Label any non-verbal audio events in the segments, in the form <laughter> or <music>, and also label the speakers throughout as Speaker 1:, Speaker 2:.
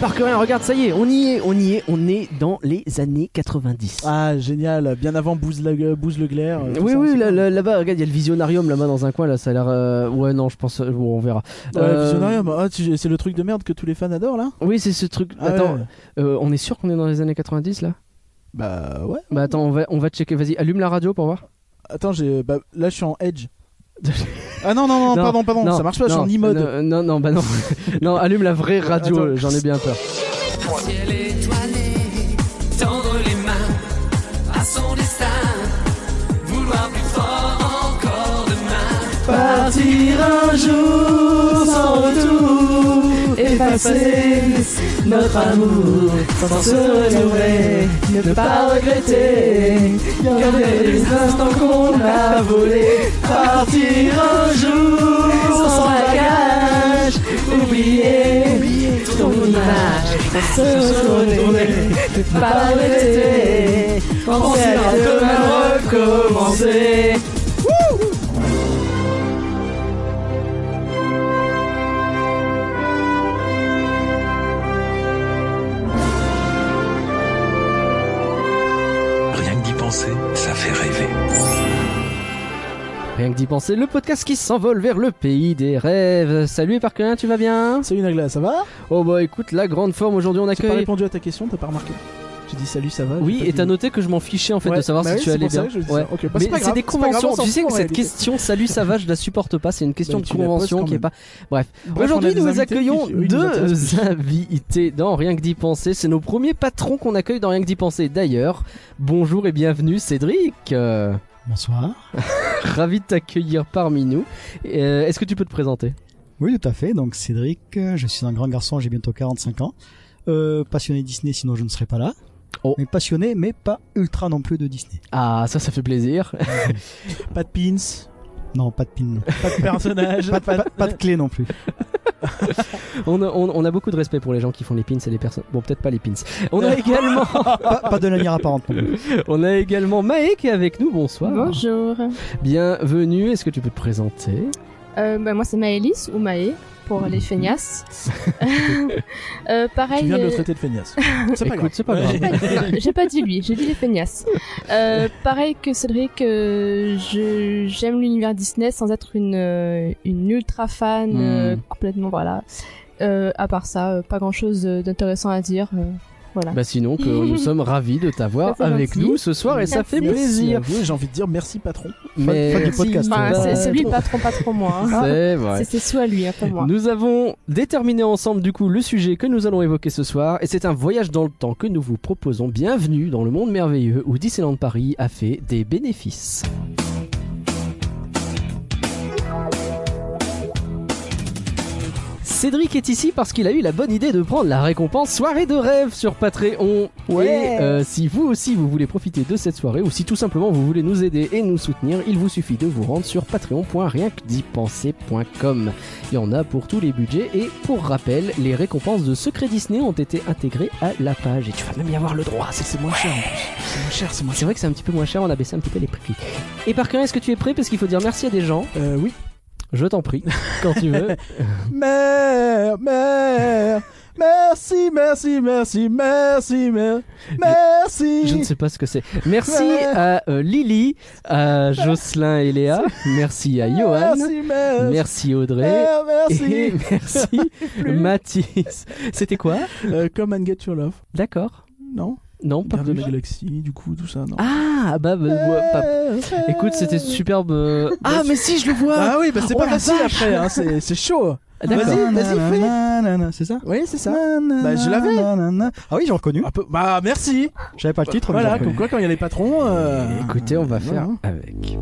Speaker 1: par que rien. Regarde, ça y est, on y est, on y est, on est dans les années 90.
Speaker 2: Ah, génial, bien avant Bouze, la, Bouze le Glaire. euh, tout
Speaker 1: oui,
Speaker 2: ça,
Speaker 1: oui,
Speaker 2: c'est
Speaker 1: là-
Speaker 2: pas-
Speaker 1: là- là-bas, regarde, il y a le visionarium là-bas dans un coin, là, ça a l'air. euh, Ouais, non, je pense. euh, bon, on verra.
Speaker 2: Ouais,
Speaker 1: Euh,
Speaker 2: Visionarium, ah, tu- c'est le truc de merde que tous les fans adorent là
Speaker 1: Oui, c'est ce truc.
Speaker 2: Ah
Speaker 1: attends,
Speaker 2: ouais.
Speaker 1: euh, on est sûr qu'on est dans les années 90 là
Speaker 2: Bah ouais.
Speaker 1: Bah attends, on va, on va checker. Vas-y, allume la radio pour voir.
Speaker 2: Attends, j'ai bah, là je suis en
Speaker 1: <laughs>
Speaker 2: Edge. ah non, non, non,
Speaker 1: Non,
Speaker 2: pardon, pardon, ça marche pas, je suis en e-mode.
Speaker 1: Non, non, non, bah non. <laughs> non, allume la vraie radio,
Speaker 2: Attends.
Speaker 1: j'en ai bien peur.
Speaker 3: Ciel étoilé, tendre les mains à son destin, vouloir plus fort encore demain.
Speaker 1: Partir un jour sans retour, effacer notre amour, sans se renouveler, ne pas regretter, garder les instants qu'on a volés, partir un jour sans bagage, oublier ton image, sans se retourner, ne pas regretter, penser à demain recommencer.
Speaker 4: Rien que d'y penser, ça fait rêver.
Speaker 1: Rien que d'y penser, le podcast qui s'envole vers le pays des rêves. Salut Parquelin, tu vas bien
Speaker 2: Salut Nagla, ça va
Speaker 1: Oh bah écoute, la grande forme aujourd'hui, on
Speaker 2: J'ai pas
Speaker 1: accueille.
Speaker 2: répondu à ta question, t'as pas remarqué J'ai dit salut, ça va
Speaker 1: Oui,
Speaker 2: Ah, j'ai
Speaker 1: et
Speaker 2: pas
Speaker 1: t'as
Speaker 2: dit-
Speaker 1: noté que je m'en fichais en fait
Speaker 2: Ouais,
Speaker 1: de savoir
Speaker 2: bah
Speaker 1: si
Speaker 2: oui,
Speaker 1: tu
Speaker 2: c'est
Speaker 1: allais
Speaker 2: pour ça
Speaker 1: bien.
Speaker 2: que je dis ça.
Speaker 1: Ouais.
Speaker 2: Ok, bah c'est
Speaker 1: Mais
Speaker 2: pas
Speaker 1: c'est
Speaker 2: grave,
Speaker 1: des
Speaker 2: c'est pas grave,
Speaker 1: conventions.
Speaker 2: on s'en
Speaker 1: tu sais
Speaker 2: fout,
Speaker 1: que
Speaker 2: en
Speaker 1: cette
Speaker 2: réalité.
Speaker 1: question salut ça va, je la supporte pas. C'est une question
Speaker 2: Bah,
Speaker 1: de
Speaker 2: tu la poses
Speaker 1: convention
Speaker 2: quand
Speaker 1: qui est
Speaker 2: même.
Speaker 1: pas.
Speaker 2: Bref, on a
Speaker 1: Aujourd'hui,
Speaker 2: des
Speaker 1: nous
Speaker 2: invités
Speaker 1: accueillons
Speaker 2: qui- oui, ils nous
Speaker 1: <laughs>
Speaker 2: intéressent
Speaker 1: deux
Speaker 2: plus.
Speaker 1: invités dans Rien que d'y penser. C'est nos premiers patrons qu'on accueille dans Rien que d'y penser. D'ailleurs, bonjour et bienvenue Cédric. Euh,
Speaker 5: Bonsoir.
Speaker 1: ravi de t'accueillir parmi nous. Euh, Est-ce que tu peux te présenter
Speaker 5: Oui, tout à fait. Donc, Cédric, euh, je suis un grand garçon, j'ai bientôt 45 ans. Euh, passionné Disney, sinon je ne serais pas là.
Speaker 1: Oh.
Speaker 5: Mais passionné, mais pas ultra non plus de Disney.
Speaker 1: Ah, ça, ça fait plaisir. <laughs>
Speaker 2: Pas de pins,
Speaker 5: Non, pas de pin. non.
Speaker 2: pas de
Speaker 1: <laughs>
Speaker 2: personnage,
Speaker 5: pas, de, pas- pas de clé non plus.
Speaker 1: On a, on- on a beaucoup de respect pour les gens qui font les pins et les personnes. Bon, peut-être pas les pins. On
Speaker 2: <laughs>
Speaker 1: a également,
Speaker 2: Ah.
Speaker 5: pas, pas de lanière apparente non plus.
Speaker 1: on a également Maë qui est avec nous. Bonsoir.
Speaker 6: Bonjour.
Speaker 1: Bienvenue. Est-ce que tu peux te présenter
Speaker 6: Euh, bah, moi, c'est Maëlys ou Maë pour les feignasses.
Speaker 2: <laughs>
Speaker 6: Euh,
Speaker 2: Tu
Speaker 6: pareil.
Speaker 2: viens de le
Speaker 6: euh,
Speaker 2: traiter de feignasse. C'est pas
Speaker 1: Écoute,
Speaker 2: grave.
Speaker 1: c'est pas grave.
Speaker 6: j'ai pas dit- non, <laughs> J'ai pas dit lui, j'ai dit les feignasses. Euh, pareil que Cédric, euh, je- j'aime l'univers Disney sans être une, euh, une ultra fan
Speaker 1: Hmm.
Speaker 6: euh, complètement, voilà. Euh, à part ça, euh, pas grand chose d'intéressant à dire. euh, voilà.
Speaker 1: Bah sinon, que nous sommes ravis de t'avoir
Speaker 6: Ça, c'est
Speaker 1: avec
Speaker 6: gentil.
Speaker 1: nous ce soir et ça
Speaker 6: Merci.
Speaker 1: fait
Speaker 2: Merci à
Speaker 1: plaisir.
Speaker 2: vous, et J'ai envie de dire merci patron.
Speaker 1: Mais
Speaker 5: fan du podcast.
Speaker 6: Enfin,
Speaker 5: bah,
Speaker 6: c'est c'est lui le
Speaker 1: trop.
Speaker 6: patron, pas trop moi. hein.
Speaker 1: C'est vrai.
Speaker 6: C'est- C'est soit lui, hein, pas moi.
Speaker 1: Nous avons déterminé ensemble du coup le sujet que nous allons évoquer ce soir et c'est un voyage dans le temps que nous vous proposons. Bienvenue dans le monde merveilleux où Disneyland Paris a fait des bénéfices. Cédric est ici parce qu'il a eu la bonne idée de prendre la récompense soirée de rêve sur Patreon. Et euh, si vous aussi vous voulez profiter de cette soirée ou si tout simplement vous voulez nous aider et nous soutenir, il vous suffit de vous rendre sur patreon.rienquedipenser.com. Il y en a pour tous les budgets et pour rappel, les récompenses de Secret Disney ont été intégrées à la page et tu vas même y avoir le droit. C'est
Speaker 2: C'est moins cher en plus. C'est moins cher, c'est moins cher.
Speaker 1: c'est vrai que c'est un petit peu moins cher, on a baissé un petit peu les prix. Et par est-ce que tu es prêt Parce qu'il faut dire merci à des gens.
Speaker 2: Euh, oui.
Speaker 1: Je t'en
Speaker 2: <laughs>
Speaker 1: prie, quand tu veux.
Speaker 2: Mère, mère, merci, merci, merci, merci, mère, merci.
Speaker 1: Je ne sais pas ce que c'est. Merci
Speaker 2: Ouais.
Speaker 1: à euh, Lily, à Jocelyn et Léa, merci à Johan,
Speaker 2: Merci, merci.
Speaker 1: merci Audrey.
Speaker 2: mère,
Speaker 1: Et
Speaker 2: merci.
Speaker 1: merci
Speaker 2: <laughs>
Speaker 1: Mathis. C'était quoi
Speaker 2: Euh, Come and get your love.
Speaker 1: D'accord.
Speaker 2: Non
Speaker 1: Non, pas
Speaker 2: Bien de
Speaker 1: plus.
Speaker 2: la galaxie, du coup, tout ça, non
Speaker 1: Ah, bah, bah,
Speaker 2: Euh,
Speaker 1: ouais, pas- écoute, c'était superbe. euh, Ah, mais si, je le vois.
Speaker 2: Ah oui, bah c'est
Speaker 1: Oh
Speaker 2: pas
Speaker 1: la
Speaker 2: facile après, hein, c'est c'est chaud.
Speaker 1: Ah, D'accord.
Speaker 2: vas-y, fais.
Speaker 5: Nanana, C'est ça
Speaker 2: Oui, c'est ça.
Speaker 5: Bah,
Speaker 2: Bah, je l'avais.
Speaker 5: Ah oui, j'ai reconnu.
Speaker 2: Un peu- Bah merci.
Speaker 5: J'avais pas le titre, mais
Speaker 2: Voilà,
Speaker 5: j'ai
Speaker 2: comme
Speaker 5: reconnu.
Speaker 2: quoi quand il y a les patrons. euh,
Speaker 1: Écoutez, on va faire
Speaker 2: non.
Speaker 1: avec.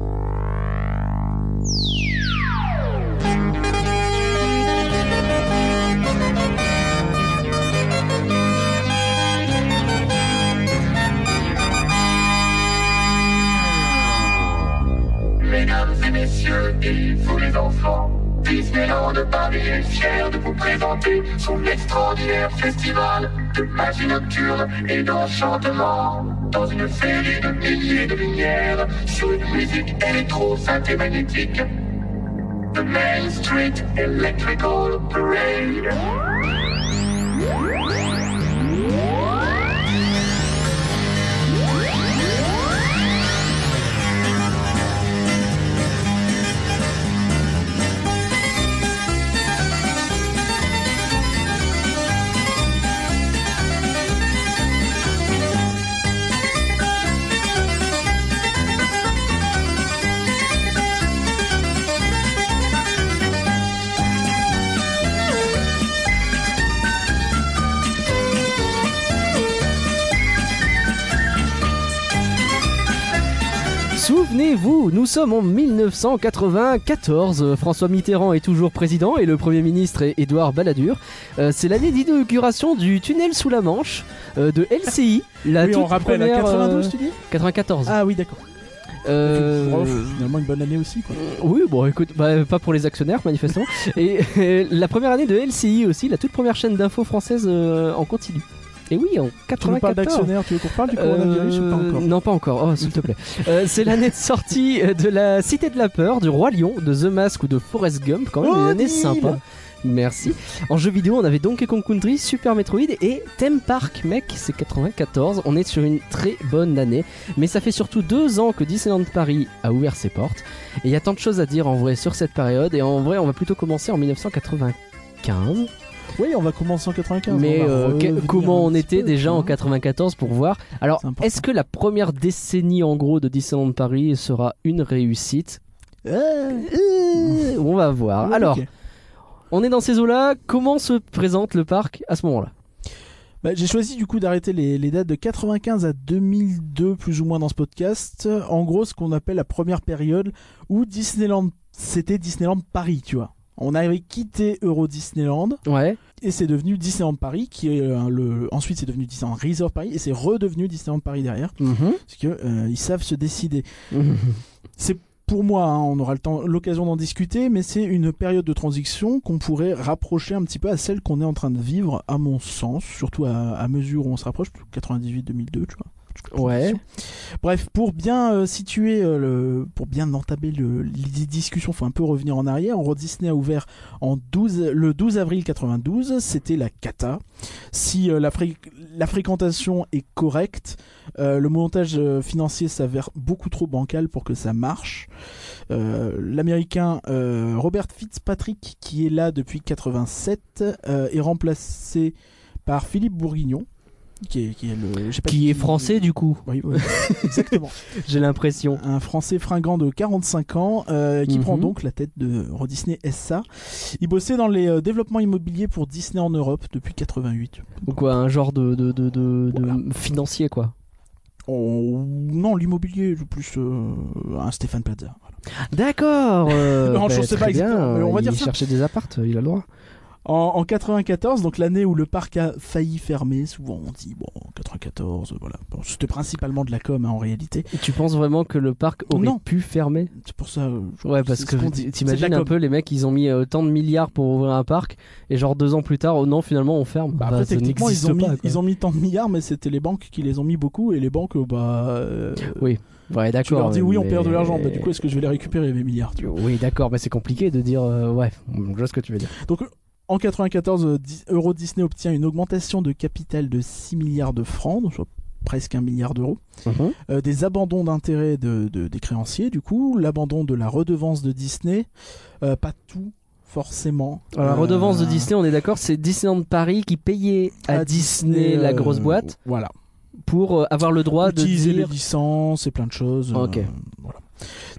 Speaker 7: Mesdames et messieurs, et vous les enfants, Disneyland Paris est fier de vous présenter son extraordinaire festival de magie nocturne et d'enchantement. Dans une série de milliers de lumières, sur une musique électro-synthémagnétique, The Main Street Electrical Parade.
Speaker 1: Souvenez-vous, nous sommes en 1994. euh, François Mitterrand est toujours président et le Premier ministre est Édouard Balladur. Euh, c'est l'année d'inauguration du tunnel sous la Manche euh, de LCI. La
Speaker 2: oui,
Speaker 1: toute
Speaker 2: on rappelle, à
Speaker 1: première,
Speaker 2: 92,
Speaker 1: euh,
Speaker 2: tu dis
Speaker 1: 94.
Speaker 2: Ah oui, d'accord.
Speaker 1: Euh,
Speaker 2: Ouf, Finalement, une bonne année aussi, quoi.
Speaker 1: oui, bon, écoute, bah, pas pour les actionnaires,
Speaker 2: <laughs>
Speaker 1: manifestement. et euh, la première année de LCI aussi, la toute première chaîne d'info française euh, en continu. Et oui, en
Speaker 2: Tu nous
Speaker 1: 94.
Speaker 2: parles d'actionnaire, tu veux qu'on parle du coronavirus ou pas
Speaker 1: Euh,
Speaker 2: encore
Speaker 1: Non, pas encore. Oh, s'il te
Speaker 2: <laughs>
Speaker 1: plaît. Euh, c'est l'année de sortie euh, de la Cité de la Peur, du Roi Lion, de The Mask ou de Forrest Gump. Quand même,
Speaker 2: Oh,
Speaker 1: une année
Speaker 2: Neil
Speaker 1: sympa. Merci. En jeu vidéo, on avait Donkey Kong Country, Super Metroid et Theme Park, mec, c'est 94. On est sur une très bonne année, mais ça fait surtout deux ans que Disneyland Paris a ouvert ses portes. Et il y a tant de choses à dire en vrai sur cette période. Et en vrai, on va plutôt commencer en 1995.
Speaker 2: Oui, on va commencer en 95.
Speaker 1: Mais
Speaker 2: on va
Speaker 1: euh, que-
Speaker 2: revenir
Speaker 1: comment
Speaker 2: un
Speaker 1: on
Speaker 2: petit
Speaker 1: était
Speaker 2: peu,
Speaker 1: déjà
Speaker 2: hein.
Speaker 1: en 94 pour voir Alors,
Speaker 2: C'est important.
Speaker 1: est-ce que la première décennie en gros de Disneyland Paris sera une réussite Euh, On va voir.
Speaker 2: Ouais,
Speaker 1: Alors,
Speaker 2: ok.
Speaker 1: on est dans ces eaux-là. Comment se présente le parc à ce moment-là
Speaker 2: Bah, j'ai choisi du coup d'arrêter les, les dates de 95 à 2002 plus ou moins dans ce podcast. En gros, ce qu'on appelle la première période où Disneyland, c'était Disneyland Paris, tu vois. On avait quitté Euro Disneyland
Speaker 1: Ouais.
Speaker 2: et c'est devenu Disneyland Paris qui est euh, le ensuite c'est devenu Disneyland Resort Paris et c'est redevenu Disneyland Paris derrière parce que euh, ils savent se décider. C'est pour moi, hein, on aura le temps, l'occasion d'en discuter, mais c'est une période de transition qu'on pourrait rapprocher un petit peu à celle qu'on est en train de vivre, à mon sens, surtout à, à mesure où on se rapproche, 98-2002, tu vois.
Speaker 1: <laughs> Ouais.
Speaker 2: Bref, pour bien euh, situer, euh, le, pour bien entamer le, les discussions, faut un peu revenir en arrière. Euro Disney a ouvert en 12, le 12 avril 92, c'était la cata. Si euh, la, fré- la fréquentation est correcte, euh, le montage euh, financier s'avère beaucoup trop bancal pour que ça marche. Euh, L'américain euh, Robert Fitzpatrick, qui est là depuis 87, euh, est remplacé par Philippe Bourguignon, qui est, qui est le, je sais pas
Speaker 1: Qui est français du coup
Speaker 2: oui, oui,
Speaker 1: <laughs>
Speaker 2: exactement.
Speaker 1: J'ai l'impression.
Speaker 2: Un Français fringant de 45 ans euh, qui
Speaker 1: Mhm.
Speaker 2: prend donc la tête de Euro Disney SA. Il bossait dans les euh, développements immobiliers pour Disney en Europe depuis 88.
Speaker 1: Ou quoi Un genre de, de, de, de- de financier quoi.
Speaker 2: Oh, non, l'immobilier, le plus euh, un Stéphane Plaza. voilà.
Speaker 1: D'accord. euh,
Speaker 2: <laughs> Non, je
Speaker 1: bah,
Speaker 2: sais
Speaker 1: très
Speaker 2: pas
Speaker 1: bien.
Speaker 2: exactement, mais on va
Speaker 1: il
Speaker 2: dire ça.
Speaker 1: cherchait des appartes, il a le droit.
Speaker 2: En, en 94, donc l'année où le parc a failli fermer, souvent on dit bon 94, euh, voilà. Bon, C'était principalement de la com hein, en réalité.
Speaker 1: Et tu penses vraiment que le parc aurait
Speaker 2: Non.
Speaker 1: pu fermer
Speaker 2: C'est pour ça. euh, je-
Speaker 1: Ouais, parce
Speaker 2: c'est ce
Speaker 1: que
Speaker 2: qu'on dit.
Speaker 1: t-
Speaker 2: C'est de
Speaker 1: t'imagines
Speaker 2: la
Speaker 1: un
Speaker 2: com.
Speaker 1: peu, les mecs, ils ont mis euh, autant de milliards pour ouvrir un parc, et genre deux ans plus tard, oh non, finalement, on ferme.
Speaker 2: Bah, après,
Speaker 1: ça
Speaker 2: techniquement, ils
Speaker 1: n'existe
Speaker 2: ont, mis,
Speaker 1: pas, quoi.
Speaker 2: ils ont mis tant de milliards, mais c'était les banques qui les ont mis beaucoup, et les banques, euh, bah. euh,
Speaker 1: Ouais, d'accord.
Speaker 2: Tu leur dis oui, on
Speaker 1: mais-
Speaker 2: perd de l'argent. Bah, du coup, est-ce que je vais les récupérer mes milliards tu vois
Speaker 1: Oui, d'accord, mais c'est compliqué de dire. euh, ouais, je vois ce que tu veux dire.
Speaker 2: Donc, en 94, euh, Dis- Euro Disney obtient une augmentation de capital de 6 milliards de francs, donc soit presque un milliard d'euros. Euh, des abandons d'intérêts de, de- des créanciers, du coup, l'abandon de la redevance de Disney, Euh, pas tout forcément.
Speaker 1: Alors, la
Speaker 2: Euh,
Speaker 1: redevance de Disney, on est d'accord, c'est Disneyland Paris qui payait à, Disney, la
Speaker 2: euh,
Speaker 1: grosse boîte
Speaker 2: Voilà.
Speaker 1: pour euh, avoir le droit
Speaker 2: utiliser
Speaker 1: de dire.
Speaker 2: les licences et plein de choses.
Speaker 1: Ok.
Speaker 2: euh, voilà.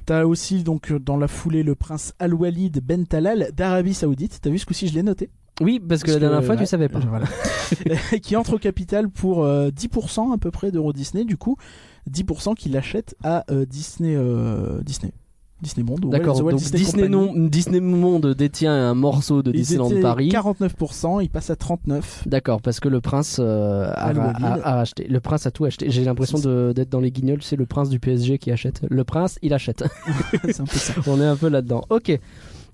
Speaker 2: T'as aussi donc euh, dans la foulée le prince Al Walid Ben Talal d'Arabie Saoudite. T'as vu ce coup-ci, je l'ai noté.
Speaker 1: Oui, parce que
Speaker 2: Parce
Speaker 1: la dernière
Speaker 2: que,
Speaker 1: fois,
Speaker 2: ouais,
Speaker 1: tu savais pas.
Speaker 2: Voilà. <laughs> qui entre au capital pour euh, 10% à peu près d'Euro Disney. Du coup, 10% qu'il achète à euh, Disney, euh, Disney, Disney Monde. ou
Speaker 1: D'accord,
Speaker 2: Walt- Walt
Speaker 1: donc Disney,
Speaker 2: Company.
Speaker 1: non, Disney Monde détient un morceau de
Speaker 2: Ils
Speaker 1: Disneyland
Speaker 2: étaient
Speaker 1: Paris.
Speaker 2: 49%, il passe à 39.
Speaker 1: D'accord, parce que le prince euh, a,
Speaker 2: Al-Walid.
Speaker 1: a- a acheté. Le prince a tout acheté. J'ai l'impression
Speaker 2: C'est
Speaker 1: de- d'être dans les guignols, c'est le prince du PSG qui achète. Le prince, il
Speaker 5: <laughs>
Speaker 1: achète.
Speaker 2: <laughs> C'est un peu ça.
Speaker 1: on est un peu là-dedans. Ok.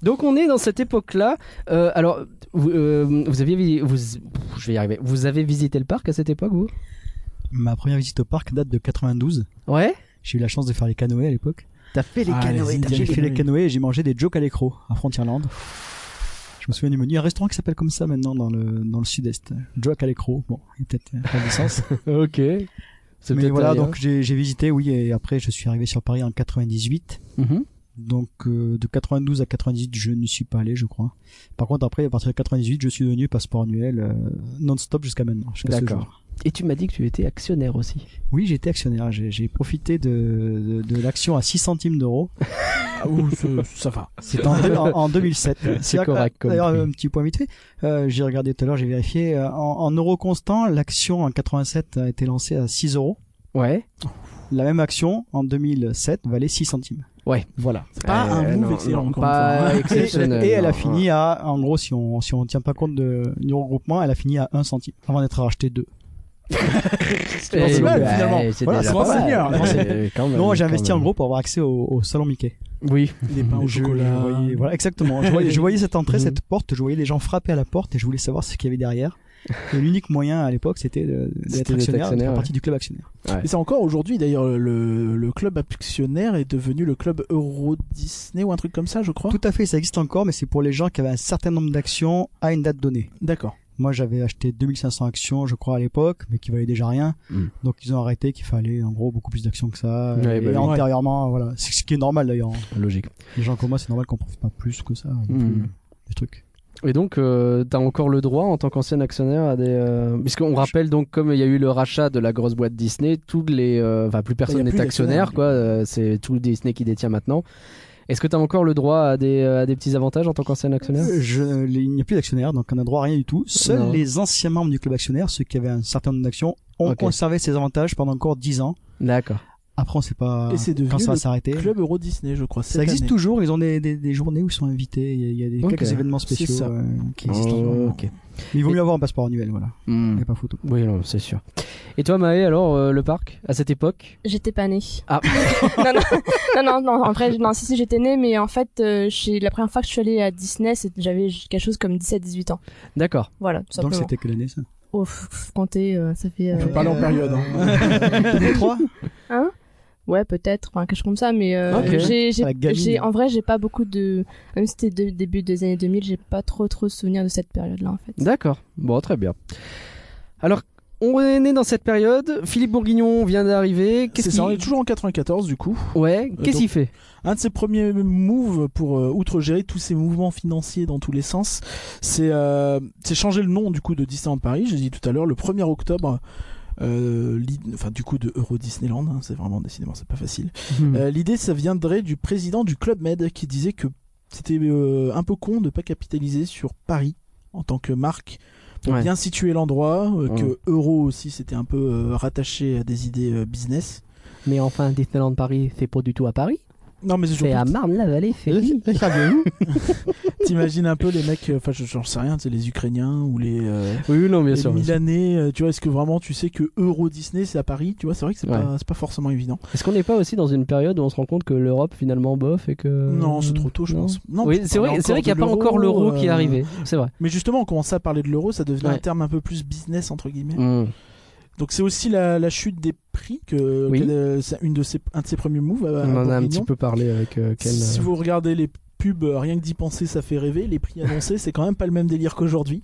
Speaker 1: Donc on est dans cette époque-là. Euh, alors, vous, euh, vous aviez, vi- vous, pff, je vais y arriver. Vous avez visité le parc à cette époque, vous
Speaker 5: Ma première visite au parc date de 92.
Speaker 1: Ouais.
Speaker 5: J'ai eu la chance de faire les canoës à l'époque.
Speaker 1: T'as fait les
Speaker 2: Ah,
Speaker 1: canoës.
Speaker 2: les
Speaker 1: t'as
Speaker 5: J'ai
Speaker 2: Indiens.
Speaker 1: fait-
Speaker 5: fait les canoës et j'ai mangé des jokes à l'écro à Frontierland. Je me souviens du menu. Il y a un restaurant qui s'appelle comme ça maintenant dans le, dans le sud-est. Joke à l'écro. Bon, il y a peut-être euh, pas de licence.
Speaker 1: <laughs> Ok. C'est <laughs>
Speaker 5: Mais
Speaker 1: peut-être
Speaker 5: voilà,
Speaker 1: un lien.
Speaker 5: donc j'ai j'ai visité, oui, et après je suis arrivé sur Paris en 98.
Speaker 1: Mhm.
Speaker 5: Donc euh, de 92 à 98, je n'y suis pas allé, je crois. Par contre, après, à partir de 98, je suis devenu passeport annuel euh, non-stop jusqu'à maintenant. jusqu'à ce
Speaker 1: D'accord.
Speaker 5: jour.
Speaker 1: Et tu m'as dit que tu étais actionnaire aussi.
Speaker 5: Oui, j'étais actionnaire. J'ai j'ai profité de, de, de l'action à 6 centimes d'euros.
Speaker 2: Ah, ouh,
Speaker 1: euh,
Speaker 2: ça- <laughs> ça va.
Speaker 1: <laughs>
Speaker 5: C'était en, en- en 2007.
Speaker 1: C'est
Speaker 5: là que-
Speaker 1: correct comme
Speaker 5: D'ailleurs,
Speaker 1: prix.
Speaker 5: un petit point vite fait. Euh, j'ai regardé tout à l'heure, j'ai vérifié. Euh, En, en euros constants, l'action en 87 a été lancée à 6 euros.
Speaker 1: Ouais.
Speaker 5: la même action en 2007 valait 6 centimes.
Speaker 2: Voilà. C'est pas
Speaker 1: Euh,
Speaker 2: un move
Speaker 1: non,
Speaker 2: excellent,
Speaker 1: non,
Speaker 2: encore
Speaker 1: <laughs>
Speaker 2: une
Speaker 1: pas
Speaker 2: fois. hein.
Speaker 5: Et,
Speaker 1: exceptionnel. Ah.
Speaker 5: et elle a
Speaker 1: non,
Speaker 5: fini à, en gros, si on si on tient pas compte de, du regroupement, elle a fini à 1 centime avant d'être rachetée 2.
Speaker 1: ouais.
Speaker 2: pas si
Speaker 1: Et
Speaker 2: mal,
Speaker 1: Eh ouais,
Speaker 2: finalement.
Speaker 1: c'est
Speaker 5: Voilà,
Speaker 1: déjà
Speaker 5: c'est hein.
Speaker 1: pas
Speaker 2: pas
Speaker 1: mal.
Speaker 2: seigneur.
Speaker 1: C'est- quand même,
Speaker 5: Non, j'ai
Speaker 1: quand
Speaker 5: investi en
Speaker 1: même.
Speaker 5: gros pour avoir accès au, au salon Mickey.
Speaker 1: Oui. <laughs>
Speaker 2: Des pains au
Speaker 5: Je- je
Speaker 2: chocolat.
Speaker 5: voyais- voilà, exactement. Je voyais, je voyais cette entrée,
Speaker 1: Mhm.
Speaker 5: cette porte, je voyais les gens frapper à la porte et je voulais savoir ce qu'il y avait derrière. Et l'unique moyen à l'époque, c'était de- d'être
Speaker 1: C'était d'être
Speaker 5: actionnaire, de
Speaker 1: actionnaire,
Speaker 5: faire
Speaker 1: ouais.
Speaker 5: partie du club actionnaire.
Speaker 2: Et c'est encore aujourd'hui d'ailleurs le, le club actionnaire est devenu le club Euro Disney ou un truc comme ça, je crois.
Speaker 5: Tout à fait, ça existe encore, mais c'est pour les gens qui avaient un certain nombre d'actions à une date donnée.
Speaker 2: D'accord.
Speaker 5: Moi, j'avais acheté 2500 actions, je crois, à l'époque, mais qui valaient déjà rien.
Speaker 1: Mm.
Speaker 5: Donc, ils ont arrêté qu'il fallait, en gros, beaucoup plus d'actions que ça.
Speaker 1: Ouais,
Speaker 5: et
Speaker 1: bah oui.
Speaker 5: antérieurement, voilà. C'est ce qui est normal, d'ailleurs.
Speaker 1: Logique.
Speaker 5: Les gens comme moi, c'est normal qu'on profite pas plus que ça. non
Speaker 1: Mm.
Speaker 5: plus, Des trucs.
Speaker 1: Et donc, euh, t'as encore le droit en tant qu'ancien actionnaire à des. euh, Puisqu'on rappelle donc, comme il y a eu le rachat de la grosse boîte Disney, tous les. euh, Enfin, plus
Speaker 2: Il
Speaker 1: personne
Speaker 2: y a
Speaker 1: n'est
Speaker 2: plus
Speaker 1: actionnaire,
Speaker 2: d'actionnaire.
Speaker 1: quoi. euh, c'est tout Disney qui détient maintenant. Est-ce que t'as encore le droit à des, euh, à des petits avantages en tant qu'ancien actionnaire
Speaker 2: Euh,
Speaker 5: Euh, Je- les- il n'y a plus d'actionnaires, donc on n'a droit à rien du tout. Seuls
Speaker 1: Non.
Speaker 5: les anciens membres du club actionnaire, ceux qui avaient un certain nombre d'actions, ont
Speaker 1: Ok.
Speaker 5: conservé ces avantages pendant encore 10 ans.
Speaker 1: D'accord.
Speaker 5: Après, on sait pas
Speaker 2: Et c'est devenu
Speaker 5: quand ça va
Speaker 2: le
Speaker 5: s'arrêter.
Speaker 2: Club Euro Disney, je crois.
Speaker 5: Ça existe toujours, ils ont des, des, des journées où ils sont invités, il y a, il y a des,
Speaker 1: Ok.
Speaker 5: quelques événements
Speaker 2: C'est
Speaker 5: spéciaux
Speaker 2: ça.
Speaker 5: euh, qui existent
Speaker 1: Oh,
Speaker 5: encore.
Speaker 1: ok.
Speaker 5: Mais il vaut mieux avoir un passeport annuel, voilà. Il
Speaker 2: Hmm.
Speaker 5: n'y a pas photo.
Speaker 1: Oui, non, c'est sûr. Et toi, Maë, alors, euh, le parc, à cette époque
Speaker 6: J'étais pas née.
Speaker 1: Ah.
Speaker 6: <laughs> non, non, non, non, non, en vrai, non, si, si, j'étais née, mais en fait, euh, j'ai- la première fois que je suis allée à Disney, c'est- j'avais quelque chose comme 17-18 ans.
Speaker 1: D'accord.
Speaker 6: Voilà, tout
Speaker 5: Donc
Speaker 6: simplement.
Speaker 5: c'était que l'année ça
Speaker 6: Oh, f- f- comptez, euh, ça fait...
Speaker 2: On
Speaker 6: euh,
Speaker 2: peut parler en période. hein.
Speaker 5: <laughs> 2003
Speaker 6: Ouais, peut-être, enfin, quelque chose comme ça, mais euh,
Speaker 1: Ok.
Speaker 6: j'ai, j'ai,
Speaker 5: La gamine.
Speaker 6: j'ai- en vrai, j'ai pas beaucoup de... Même si c'était de- début des années 2000, j'ai pas trop, trop souvenir de cette période-là, en fait.
Speaker 1: D'accord. Bon, très bien. Alors, on est né dans cette période. Philippe Bourguignon vient d'arriver.
Speaker 2: C'est
Speaker 1: Qu'est-ce
Speaker 2: ça, on est
Speaker 1: qu'il...
Speaker 2: toujours en 94 du coup.
Speaker 1: Ouais, qu'est-ce
Speaker 2: donc-
Speaker 1: qu'il fait
Speaker 2: Un de ses premiers moves pour euh, outre-gérer tous ces mouvements financiers dans tous les sens, c'est euh, c'est changer le nom du coup de Disneyland Paris. J'ai dit tout à l'heure le 1er octobre. euh, l'i- enfin du coup de Euro Disneyland, hein, c'est vraiment décidément c'est pas facile.
Speaker 1: Mm.
Speaker 2: <laughs> Euh, L'idée ça viendrait du président du Club Med qui disait que c'était euh, un peu con de pas capitaliser sur Paris en tant que marque pour
Speaker 1: Ouais. Mm.
Speaker 2: bien situer l'endroit, euh,
Speaker 1: Ouais.
Speaker 2: que Euro aussi c'était un peu euh, rattaché à des idées euh, business.
Speaker 1: Mais enfin, Disneyland Paris, c'est pas du tout à Paris.
Speaker 2: Non mais
Speaker 1: C'est
Speaker 2: surtout,
Speaker 1: à Marne-la-Vallée, c'est
Speaker 2: T'imagines un peu les mecs, euh, enfin je j'en sais rien, c'est les Ukrainiens ou les, euh,
Speaker 1: <laughs> Oui, non, bien
Speaker 2: les
Speaker 1: sûr.
Speaker 2: Milanais, euh, tu vois, est-ce que vraiment tu sais que Euro Disney c'est à Paris, tu vois, c'est vrai que c'est
Speaker 1: Ouais.
Speaker 2: pas, c'est pas forcément évident.
Speaker 1: Est-ce qu'on n'est pas aussi dans une période où on se rend compte que l'Europe finalement bof et que.
Speaker 2: Non, c'est trop tôt je
Speaker 1: Euh, Non.
Speaker 2: pense. Non,
Speaker 1: oui,
Speaker 2: on
Speaker 1: c'est
Speaker 2: parle
Speaker 1: vrai, c'est vrai qu'il
Speaker 2: encore
Speaker 1: n'y a
Speaker 2: de
Speaker 1: pas encore l'euro qui est
Speaker 2: euh,
Speaker 1: arrivé. C'est vrai.
Speaker 2: Mais justement, on commençait à parler de l'euro, ça devenait
Speaker 1: Ouais.
Speaker 2: un terme un peu plus business entre guillemets.
Speaker 1: Mm.
Speaker 2: Donc c'est aussi la, la chute des prix que,
Speaker 1: Oui.
Speaker 2: que, euh, c'est une de ses, un de ses premiers moves. à- à
Speaker 1: On en a un
Speaker 2: bah, Bourguignon.
Speaker 1: petit peu parlé avec euh, Ken.
Speaker 2: Si
Speaker 1: euh.
Speaker 2: vous regardez les pubs, euh, rien que d'y penser, ça fait rêver. Les prix annoncés, c'est quand même pas le même délire qu'aujourd'hui.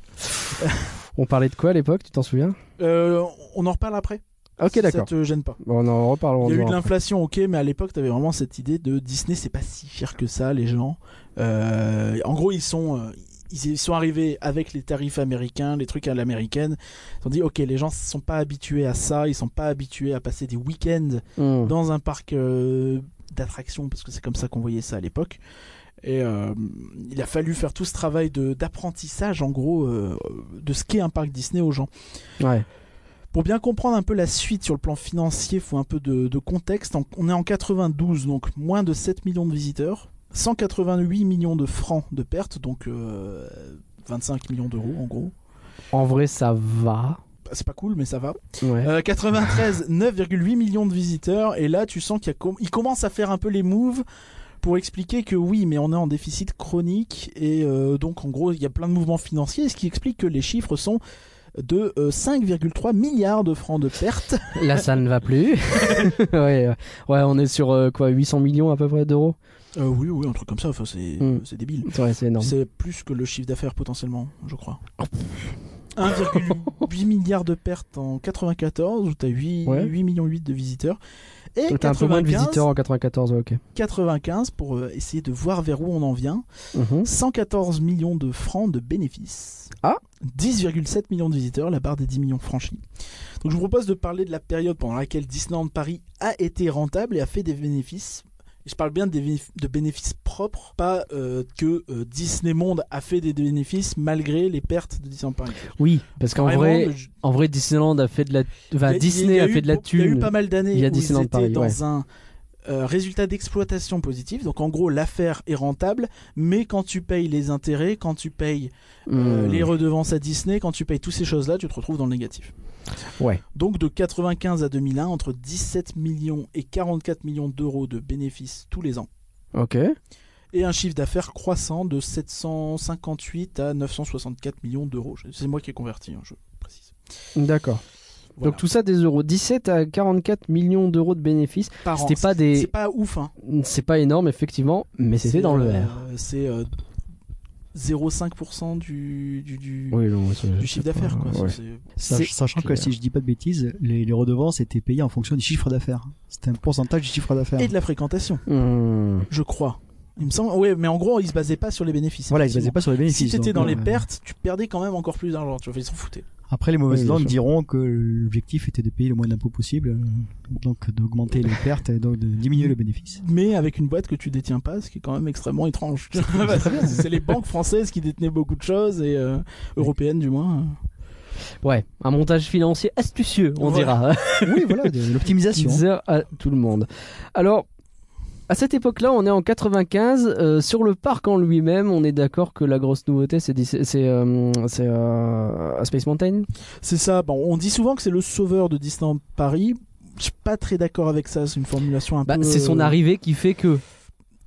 Speaker 1: On parlait de quoi à l'époque Tu t'en souviens
Speaker 2: Euh, on en reparle après.
Speaker 1: Ok,
Speaker 2: Ah, si
Speaker 1: d'accord.
Speaker 2: Ça te gêne pas.
Speaker 1: Bon, on en reparlera.
Speaker 2: Il
Speaker 1: on
Speaker 2: y a eu de
Speaker 1: verra.
Speaker 2: l'inflation, ok, mais à l'époque, t'avais vraiment cette idée de Disney, c'est pas si cher que ça, les gens. Euh, en gros, ils sont, euh, ils ils sont arrivés avec les tarifs américains, les trucs à l'américaine. Ils ont dit, ok, les gens sont pas habitués à ça, ils sont pas habitués à passer des week-ends
Speaker 1: Mm.
Speaker 2: dans un parc euh, d'attractions, parce que c'est comme ça qu'on voyait ça à l'époque. Et euh, il a fallu faire tout ce travail de- d'apprentissage, en gros, euh, de ce qu'est un parc Disney aux gens.
Speaker 1: Ouais.
Speaker 2: Pour bien comprendre un peu la suite sur le plan financier, il faut un peu de, de contexte. En- On est en 92, donc moins de 7 millions de visiteurs, 188 millions de francs de pertes, donc euh, 25 millions d'euros en gros.
Speaker 1: En vrai, ça va.
Speaker 2: Bah, C'est pas cool, mais ça va.
Speaker 1: Ouais.
Speaker 2: Euh, <laughs> 93, 9,8 millions de visiteurs, et là tu sens qu'il y a com- il commence à faire un peu les moves pour expliquer que oui, mais on est en déficit chronique, et euh, donc en gros il y a plein de mouvements financiers, ce qui explique que les chiffres sont de euh, 5,3 milliards de francs de pertes.
Speaker 1: Là, ça ne va plus.
Speaker 2: <laughs>
Speaker 1: <laughs> ouais, euh, ouais, on est sur euh, quoi 800 millions à peu près d'euros
Speaker 2: Euh, oui, oui, un truc comme ça, enfin, c'est
Speaker 1: Mm.
Speaker 2: c'est débile.
Speaker 1: Ouais, c'est énorme.
Speaker 2: C'est plus que le chiffre d'affaires potentiellement, je crois.
Speaker 1: Oh,
Speaker 2: <laughs> 1,8 milliard de pertes en 94, où t'as 8,
Speaker 1: Ouais.
Speaker 2: 8 millions 8 de visiteurs. Et
Speaker 1: Donc, T'as un peu moins de
Speaker 2: 95,
Speaker 1: visiteurs en 94, ouais, ok.
Speaker 2: 95, pour euh, essayer de voir vers où on en vient,
Speaker 1: Mhm.
Speaker 2: 114 millions de francs de bénéfices.
Speaker 1: Ah.
Speaker 2: 10,7 millions de visiteurs, la barre des 10 millions franchis. Donc je vous propose de parler de la période pendant laquelle Disneyland Paris a été rentable et a fait des bénéfices. Et je parle bien des bénéf- de bénéfices propres, pas euh, que euh, Disney Monde a fait des bénéfices malgré les pertes de Disneyland Paris.
Speaker 1: Oui, parce qu'en
Speaker 2: Vraiment,
Speaker 1: vrai,
Speaker 2: mais je-
Speaker 1: en vrai, Disneyland a fait de la, enfin,
Speaker 2: il y a- il
Speaker 1: Disney
Speaker 2: y
Speaker 1: a
Speaker 2: eu
Speaker 1: fait de la
Speaker 2: beau- Il y a eu
Speaker 1: thune.
Speaker 2: pas mal d'années
Speaker 1: Il y a
Speaker 2: où ils
Speaker 1: Disneyland
Speaker 2: étaient
Speaker 1: Paris,
Speaker 2: dans
Speaker 1: ouais.
Speaker 2: un euh, résultat d'exploitation positif. Donc en gros, l'affaire est rentable, mais quand tu payes les intérêts, quand tu payes euh,
Speaker 1: Hmm.
Speaker 2: les redevances à Disney, quand tu payes toutes ces choses-là, tu te retrouves dans le négatif.
Speaker 1: Ouais.
Speaker 2: Donc de 95 à 2001, entre 17 millions et 44 millions d'euros de bénéfices tous les ans.
Speaker 1: Ok.
Speaker 2: Et un chiffre d'affaires croissant de 758 à 964 millions d'euros. Je- C'est moi qui ai converti, hein, je précise.
Speaker 1: D'accord.
Speaker 2: Voilà.
Speaker 1: Donc tout ça des euros, 17 à 44 millions d'euros de bénéfices.
Speaker 2: Par an.
Speaker 1: c'était pas
Speaker 2: C'est-
Speaker 1: des-
Speaker 2: C'est pas ouf, hein.
Speaker 1: C'est pas énorme effectivement, mais c'était
Speaker 2: C'est,
Speaker 1: dans le
Speaker 2: euh,
Speaker 1: R.
Speaker 2: C'est euh, 0,5% du, du, du,
Speaker 1: Oui, non, ça-
Speaker 2: du chiffre d'affaires. Quoi.
Speaker 1: Ouais.
Speaker 2: C'est- c'est-
Speaker 1: C'est-
Speaker 5: Sach- Sachant que
Speaker 1: clair.
Speaker 5: si je dis pas de bêtises, les, les redevances étaient payées en fonction du chiffre d'affaires. C'était un pourcentage du chiffre d'affaires.
Speaker 2: Et de la fréquentation,
Speaker 1: Hmm.
Speaker 2: je crois. Il me semble. Ouais, mais en gros, ils se basaient pas sur les bénéfices.
Speaker 5: Voilà, ils se basaient pas sur les bénéfices.
Speaker 2: Si t'étais
Speaker 5: donc,
Speaker 2: dans les
Speaker 5: euh,
Speaker 2: pertes, tu perdais quand même encore plus d'argent. Tu vois, ils s'en foutaient.
Speaker 5: Après, les mauvaises
Speaker 1: Oui, bien
Speaker 5: langues
Speaker 1: sûr.
Speaker 5: diront que l'objectif était de payer le moins d'impôts possible, euh, donc d'augmenter les pertes et donc de diminuer le bénéfice.
Speaker 2: <laughs> Mais avec une boîte que tu détiens pas, ce qui est quand même extrêmement <laughs> étrange. c'est les banques françaises qui détenaient beaucoup de choses et euh, européennes du moins.
Speaker 1: Ouais, un montage financier astucieux, on
Speaker 2: Voilà.
Speaker 1: dira.
Speaker 5: oui, voilà, de- de <laughs> l'optimisation.
Speaker 1: Deezer à tout le monde. Alors, à cette époque-là, on est en 95. euh, sur le parc en lui-même, on est d'accord que la grosse nouveauté, c'est Dis- c'est, euh, c'est, euh, Space Mountain.
Speaker 2: C'est ça. Bon, on dit souvent que c'est le sauveur de Disneyland Paris. Je suis pas très d'accord avec ça. C'est une formulation un
Speaker 1: Bah,
Speaker 2: peu.
Speaker 1: c'est son
Speaker 2: euh,
Speaker 1: arrivée qui fait que.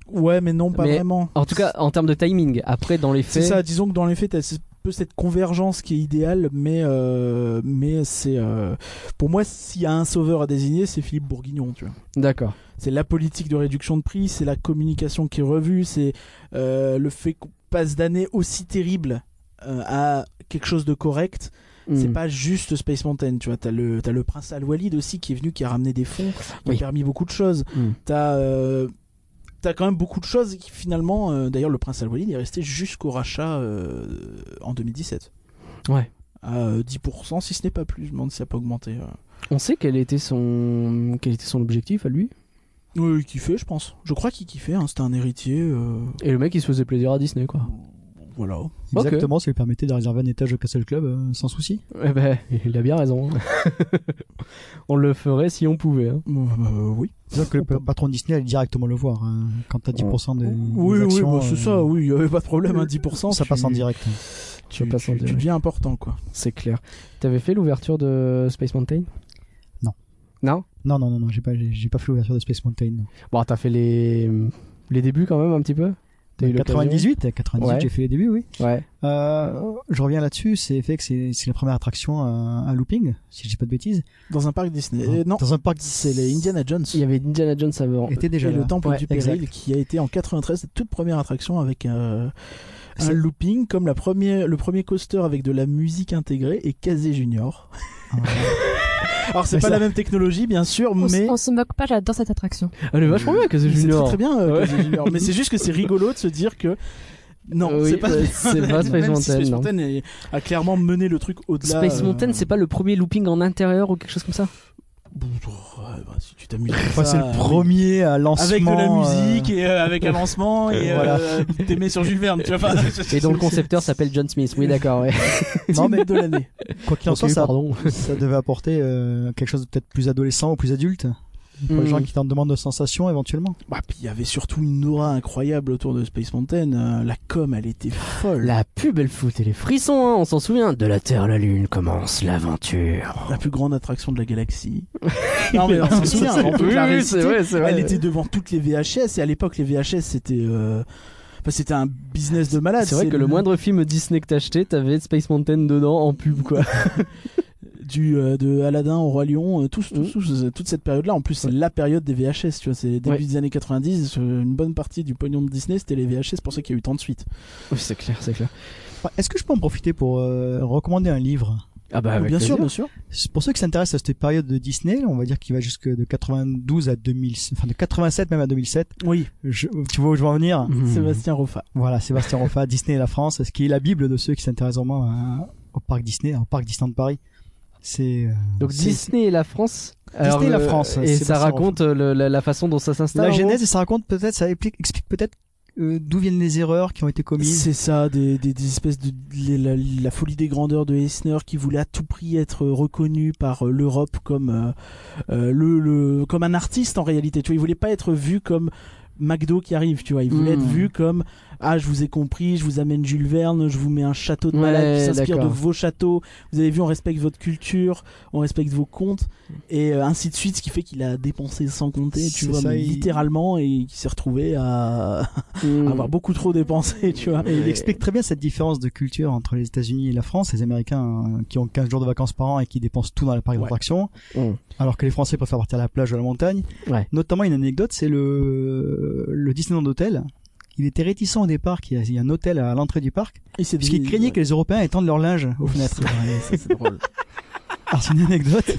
Speaker 2: Ouais, mais non, pas
Speaker 1: Mais-
Speaker 2: vraiment.
Speaker 1: En tout cas, en termes de timing. Après, dans les
Speaker 2: C'est
Speaker 1: faits.
Speaker 2: ça, disons que dans les faits, t'as un peu cette convergence qui est idéale, mais, euh, mais c'est. euh, pour moi, s'il y a un sauveur à désigner, c'est Philippe Bourguignon, tu vois.
Speaker 1: D'accord.
Speaker 2: C'est la politique de réduction de prix, c'est la communication qui est revue, c'est euh, le fait qu'on passe d'années aussi terribles euh, à quelque chose de correct. C'est
Speaker 1: Hmm.
Speaker 2: pas juste Space Mountain, tu vois. T'as le, t'as le prince Al-Walid aussi qui est venu, qui a ramené des fonds, qui
Speaker 1: Oui.
Speaker 2: a permis beaucoup de choses.
Speaker 1: Mm.
Speaker 2: T'as. euh, T'as quand même beaucoup de choses qui finalement, euh, d'ailleurs le prince Al-Walid est resté jusqu'au rachat euh, en 2017.
Speaker 1: Ouais.
Speaker 2: À euh, 10% si ce n'est pas plus, je me demande si ça peut augmenter. euh.
Speaker 1: On sait quel était son quel était son objectif à lui.
Speaker 2: Oui, il kiffait je pense. Je crois qu'il kiffait, hein, c'était un héritier. euh,
Speaker 1: Et le mec, il se faisait plaisir à Disney, quoi.
Speaker 2: Voilà.
Speaker 1: Ok.
Speaker 5: Exactement, ça lui permettait de réserver un étage au Castle Club euh, sans souci.
Speaker 1: Eh ben, il a bien <laughs> raison. on le ferait si on pouvait. hein.
Speaker 2: Euh, oui.
Speaker 5: C'est-à-dire que le pa- patron de Disney allait directement le voir. hein. Quand t'as 10% des,
Speaker 2: Oh. Oui,
Speaker 5: des
Speaker 2: oui,
Speaker 5: actions,
Speaker 2: bah, c'est
Speaker 5: euh,
Speaker 2: ça, oui, il n'y avait pas de problème, hein, à 10%.
Speaker 5: ça
Speaker 2: tu-
Speaker 5: passe en direct.
Speaker 1: Ça
Speaker 2: Tu,
Speaker 1: passe en
Speaker 2: tu- tu
Speaker 1: direct.
Speaker 2: deviens important, quoi.
Speaker 1: C'est clair. T'avais fait l'ouverture de Space Mountain
Speaker 5: Non.
Speaker 1: Non
Speaker 5: Non, non, non, non j'ai pas, j'ai j'ai pas fait l'ouverture de Space Mountain. non.
Speaker 1: Bon, t'as fait les... les débuts quand même un petit peu T'as
Speaker 2: Bah,
Speaker 1: eu l'occasion
Speaker 5: 98, 98
Speaker 1: Ouais.
Speaker 5: Bah, j'ai fait les débuts, oui.
Speaker 1: Ouais.
Speaker 5: Euh, je reviens là-dessus, c'est fait que c'est c'est la première attraction à, à looping, si je dis pas de bêtises.
Speaker 2: Dans un parc Disney. Euh, non,
Speaker 5: Dans un parc
Speaker 2: c'est les Indiana Jones.
Speaker 1: Hein. Il y avait Indiana Jones avant.
Speaker 5: était déjà
Speaker 2: et le
Speaker 5: là.
Speaker 2: Temple
Speaker 1: Ouais,
Speaker 2: du Péril,
Speaker 5: exact.
Speaker 2: qui a été en 93 la toute première attraction avec un, un
Speaker 5: C'est-
Speaker 2: looping, comme la première, le premier coaster avec de la musique intégrée et Kazé Junior.
Speaker 5: Ah,
Speaker 2: Alors, c'est
Speaker 5: Mais
Speaker 2: pas
Speaker 5: ça-
Speaker 2: la même technologie, bien
Speaker 1: Oh,
Speaker 2: sûr,
Speaker 6: On, s-
Speaker 2: mais.
Speaker 6: on se moque pas, j'adore cette attraction.
Speaker 1: Elle est vachement bien, Casey
Speaker 2: mais C'est très,
Speaker 1: Junior.
Speaker 2: très bien, euh,
Speaker 1: Ouais.
Speaker 2: Kazé Junior. Mais c'est juste
Speaker 1: <laughs>
Speaker 2: que c'est rigolo de se dire que. Non,
Speaker 1: Oui,
Speaker 2: c'est pas, <laughs>
Speaker 1: euh, c'est pas Space
Speaker 2: Même si
Speaker 1: Mountain,
Speaker 2: Space
Speaker 1: non.
Speaker 2: Mountain est- a clairement mené le truc au-delà.
Speaker 1: Space
Speaker 2: euh,
Speaker 1: Mountain, c'est pas le premier looping en intérieur ou quelque chose comme ça
Speaker 2: Bon, ouais, bah, si tu t'amuses comme
Speaker 5: Enfin,
Speaker 2: ça,
Speaker 5: c'est le
Speaker 2: euh,
Speaker 5: premier à lancement.
Speaker 2: Avec de la
Speaker 5: euh,
Speaker 2: musique et euh, avec un <laughs> lancement et
Speaker 5: Voilà.
Speaker 2: euh, t'es mis sur Jules Verne, tu vois pas
Speaker 1: Et dont le concepteur s'appelle John Smith. Oui, d'accord. Ouais.
Speaker 5: Non, mais
Speaker 2: de l'année.
Speaker 5: quoi qu'il en
Speaker 1: Ok,
Speaker 5: soit, ça,
Speaker 1: pardon.
Speaker 5: ça devait apporter euh, quelque chose de peut-être plus adolescent ou plus adulte. Pour les
Speaker 1: Hmm.
Speaker 5: gens qui t'en demandent de sensations éventuellement.
Speaker 2: Bah, puis il y avait surtout une aura incroyable autour de Space Mountain. Euh, la com, elle était folle.
Speaker 1: Hmm. La pub, elle fout et les frissons, hein, on s'en souvient. De la Terre à la Lune commence l'aventure.
Speaker 2: La plus grande attraction de la <laughs> galaxie. non mais on s'en souvient, on peut
Speaker 1: Oui,
Speaker 2: la
Speaker 1: oui,
Speaker 2: réciter.
Speaker 1: c'est vrai, c'est vrai.
Speaker 2: Elle était devant toutes les VHS et à l'époque les VHS c'était euh, enfin, c'était un business de malade.
Speaker 1: C'est vrai que le moindre film Disney que t'achetais, t'avais Space Mountain dedans en pub, <laughs> quoi.
Speaker 2: du euh, de Aladdin au roi lion, euh, tous,
Speaker 1: Mm.
Speaker 2: tous, tous, euh, toute cette période-là. En plus, c'est la période des VHS. Tu vois, c'est les débuts
Speaker 1: Ouais.
Speaker 2: des années 90. euh, Une bonne partie du pognon de Disney, c'était les VHS. C'est pour ça qu'il y a eu tant de suites.
Speaker 1: <laughs> Oui, c'est clair, c'est clair.
Speaker 5: Enfin, Est-ce que je peux en profiter pour euh, recommander un livre
Speaker 1: Ah bah,
Speaker 2: Donc,
Speaker 1: avec
Speaker 2: Oh, bien
Speaker 1: plaisir.
Speaker 2: sûr, bien sûr.
Speaker 5: C'est Pour ceux qui s'intéressent à cette période de Disney, on va dire qu'il va jusque de 92 à 2000, enfin de 87 même à 2007.
Speaker 2: Oui,
Speaker 5: Je- tu vois où je veux en venir
Speaker 2: Hmm.
Speaker 1: Mhm.
Speaker 2: Sébastien Roffa.
Speaker 5: Voilà, Sébastien Roffa, <laughs> Disney et la France, ce qui est la bible de ceux qui s'intéressent vraiment à- au parc Disney, au parc Disneyland de Paris. C'est euh,
Speaker 1: Donc
Speaker 5: c'est-
Speaker 1: Disney et la France, Alors,
Speaker 5: la
Speaker 1: euh,
Speaker 5: France,
Speaker 1: Et
Speaker 5: c'est
Speaker 1: ça
Speaker 5: pas si
Speaker 1: raconte euh, le- la, la façon dont ça s'installe. en
Speaker 5: La genèse, et ça raconte peut-être, ça explique, explique peut-être euh, d'où viennent les erreurs qui ont été commises.
Speaker 2: C'est ça, des, des, des espèces de les- la, la folie des grandeurs de Eisner qui voulait à tout prix être reconnu par euh, l'Europe comme euh, euh, le, le comme un artiste en réalité. Tu vois, il voulait pas être vu comme McDo qui arrive, tu vois, il voulait
Speaker 5: Mm.
Speaker 2: être vu comme ah je vous ai compris, je vous amène Jules Verne, je vous mets un château de
Speaker 1: Ouais,
Speaker 2: malade qui s'inspire de
Speaker 1: d'accord.
Speaker 2: vos châteaux. Vous avez vu, on respecte votre culture, on respecte vos contes et euh, ainsi de suite, ce qui fait qu'il a dépensé sans compter,
Speaker 5: C'est
Speaker 2: tu vois,
Speaker 5: ça,
Speaker 2: mais
Speaker 5: il-
Speaker 2: littéralement et il s'est retrouvé à
Speaker 1: gros.
Speaker 2: <laughs>
Speaker 5: Hmm.
Speaker 2: avoir beaucoup trop dépensé, tu vois.
Speaker 5: Et il explique très bien cette différence de culture entre les États-Unis et la France, les Américains euh, qui ont 15 jours de vacances par an et qui dépensent tout dans les parcs
Speaker 2: Ouais.
Speaker 5: d'attractions,
Speaker 1: Mm.
Speaker 5: alors que les Français préfèrent partir à la plage ou à la montagne.
Speaker 1: Ouais.
Speaker 5: Notamment une anecdote, c'est le, le Disneyland Hotel. Il était réticent au départ qu'il y a- il y a un hôtel à l'entrée du parc,
Speaker 2: Il s'est
Speaker 5: puisqu'il
Speaker 2: dit-
Speaker 5: craignait que les Européens étendent leur linge aux fenêtres.
Speaker 1: c'est drôle.
Speaker 5: <laughs> Alors c'est une anecdote.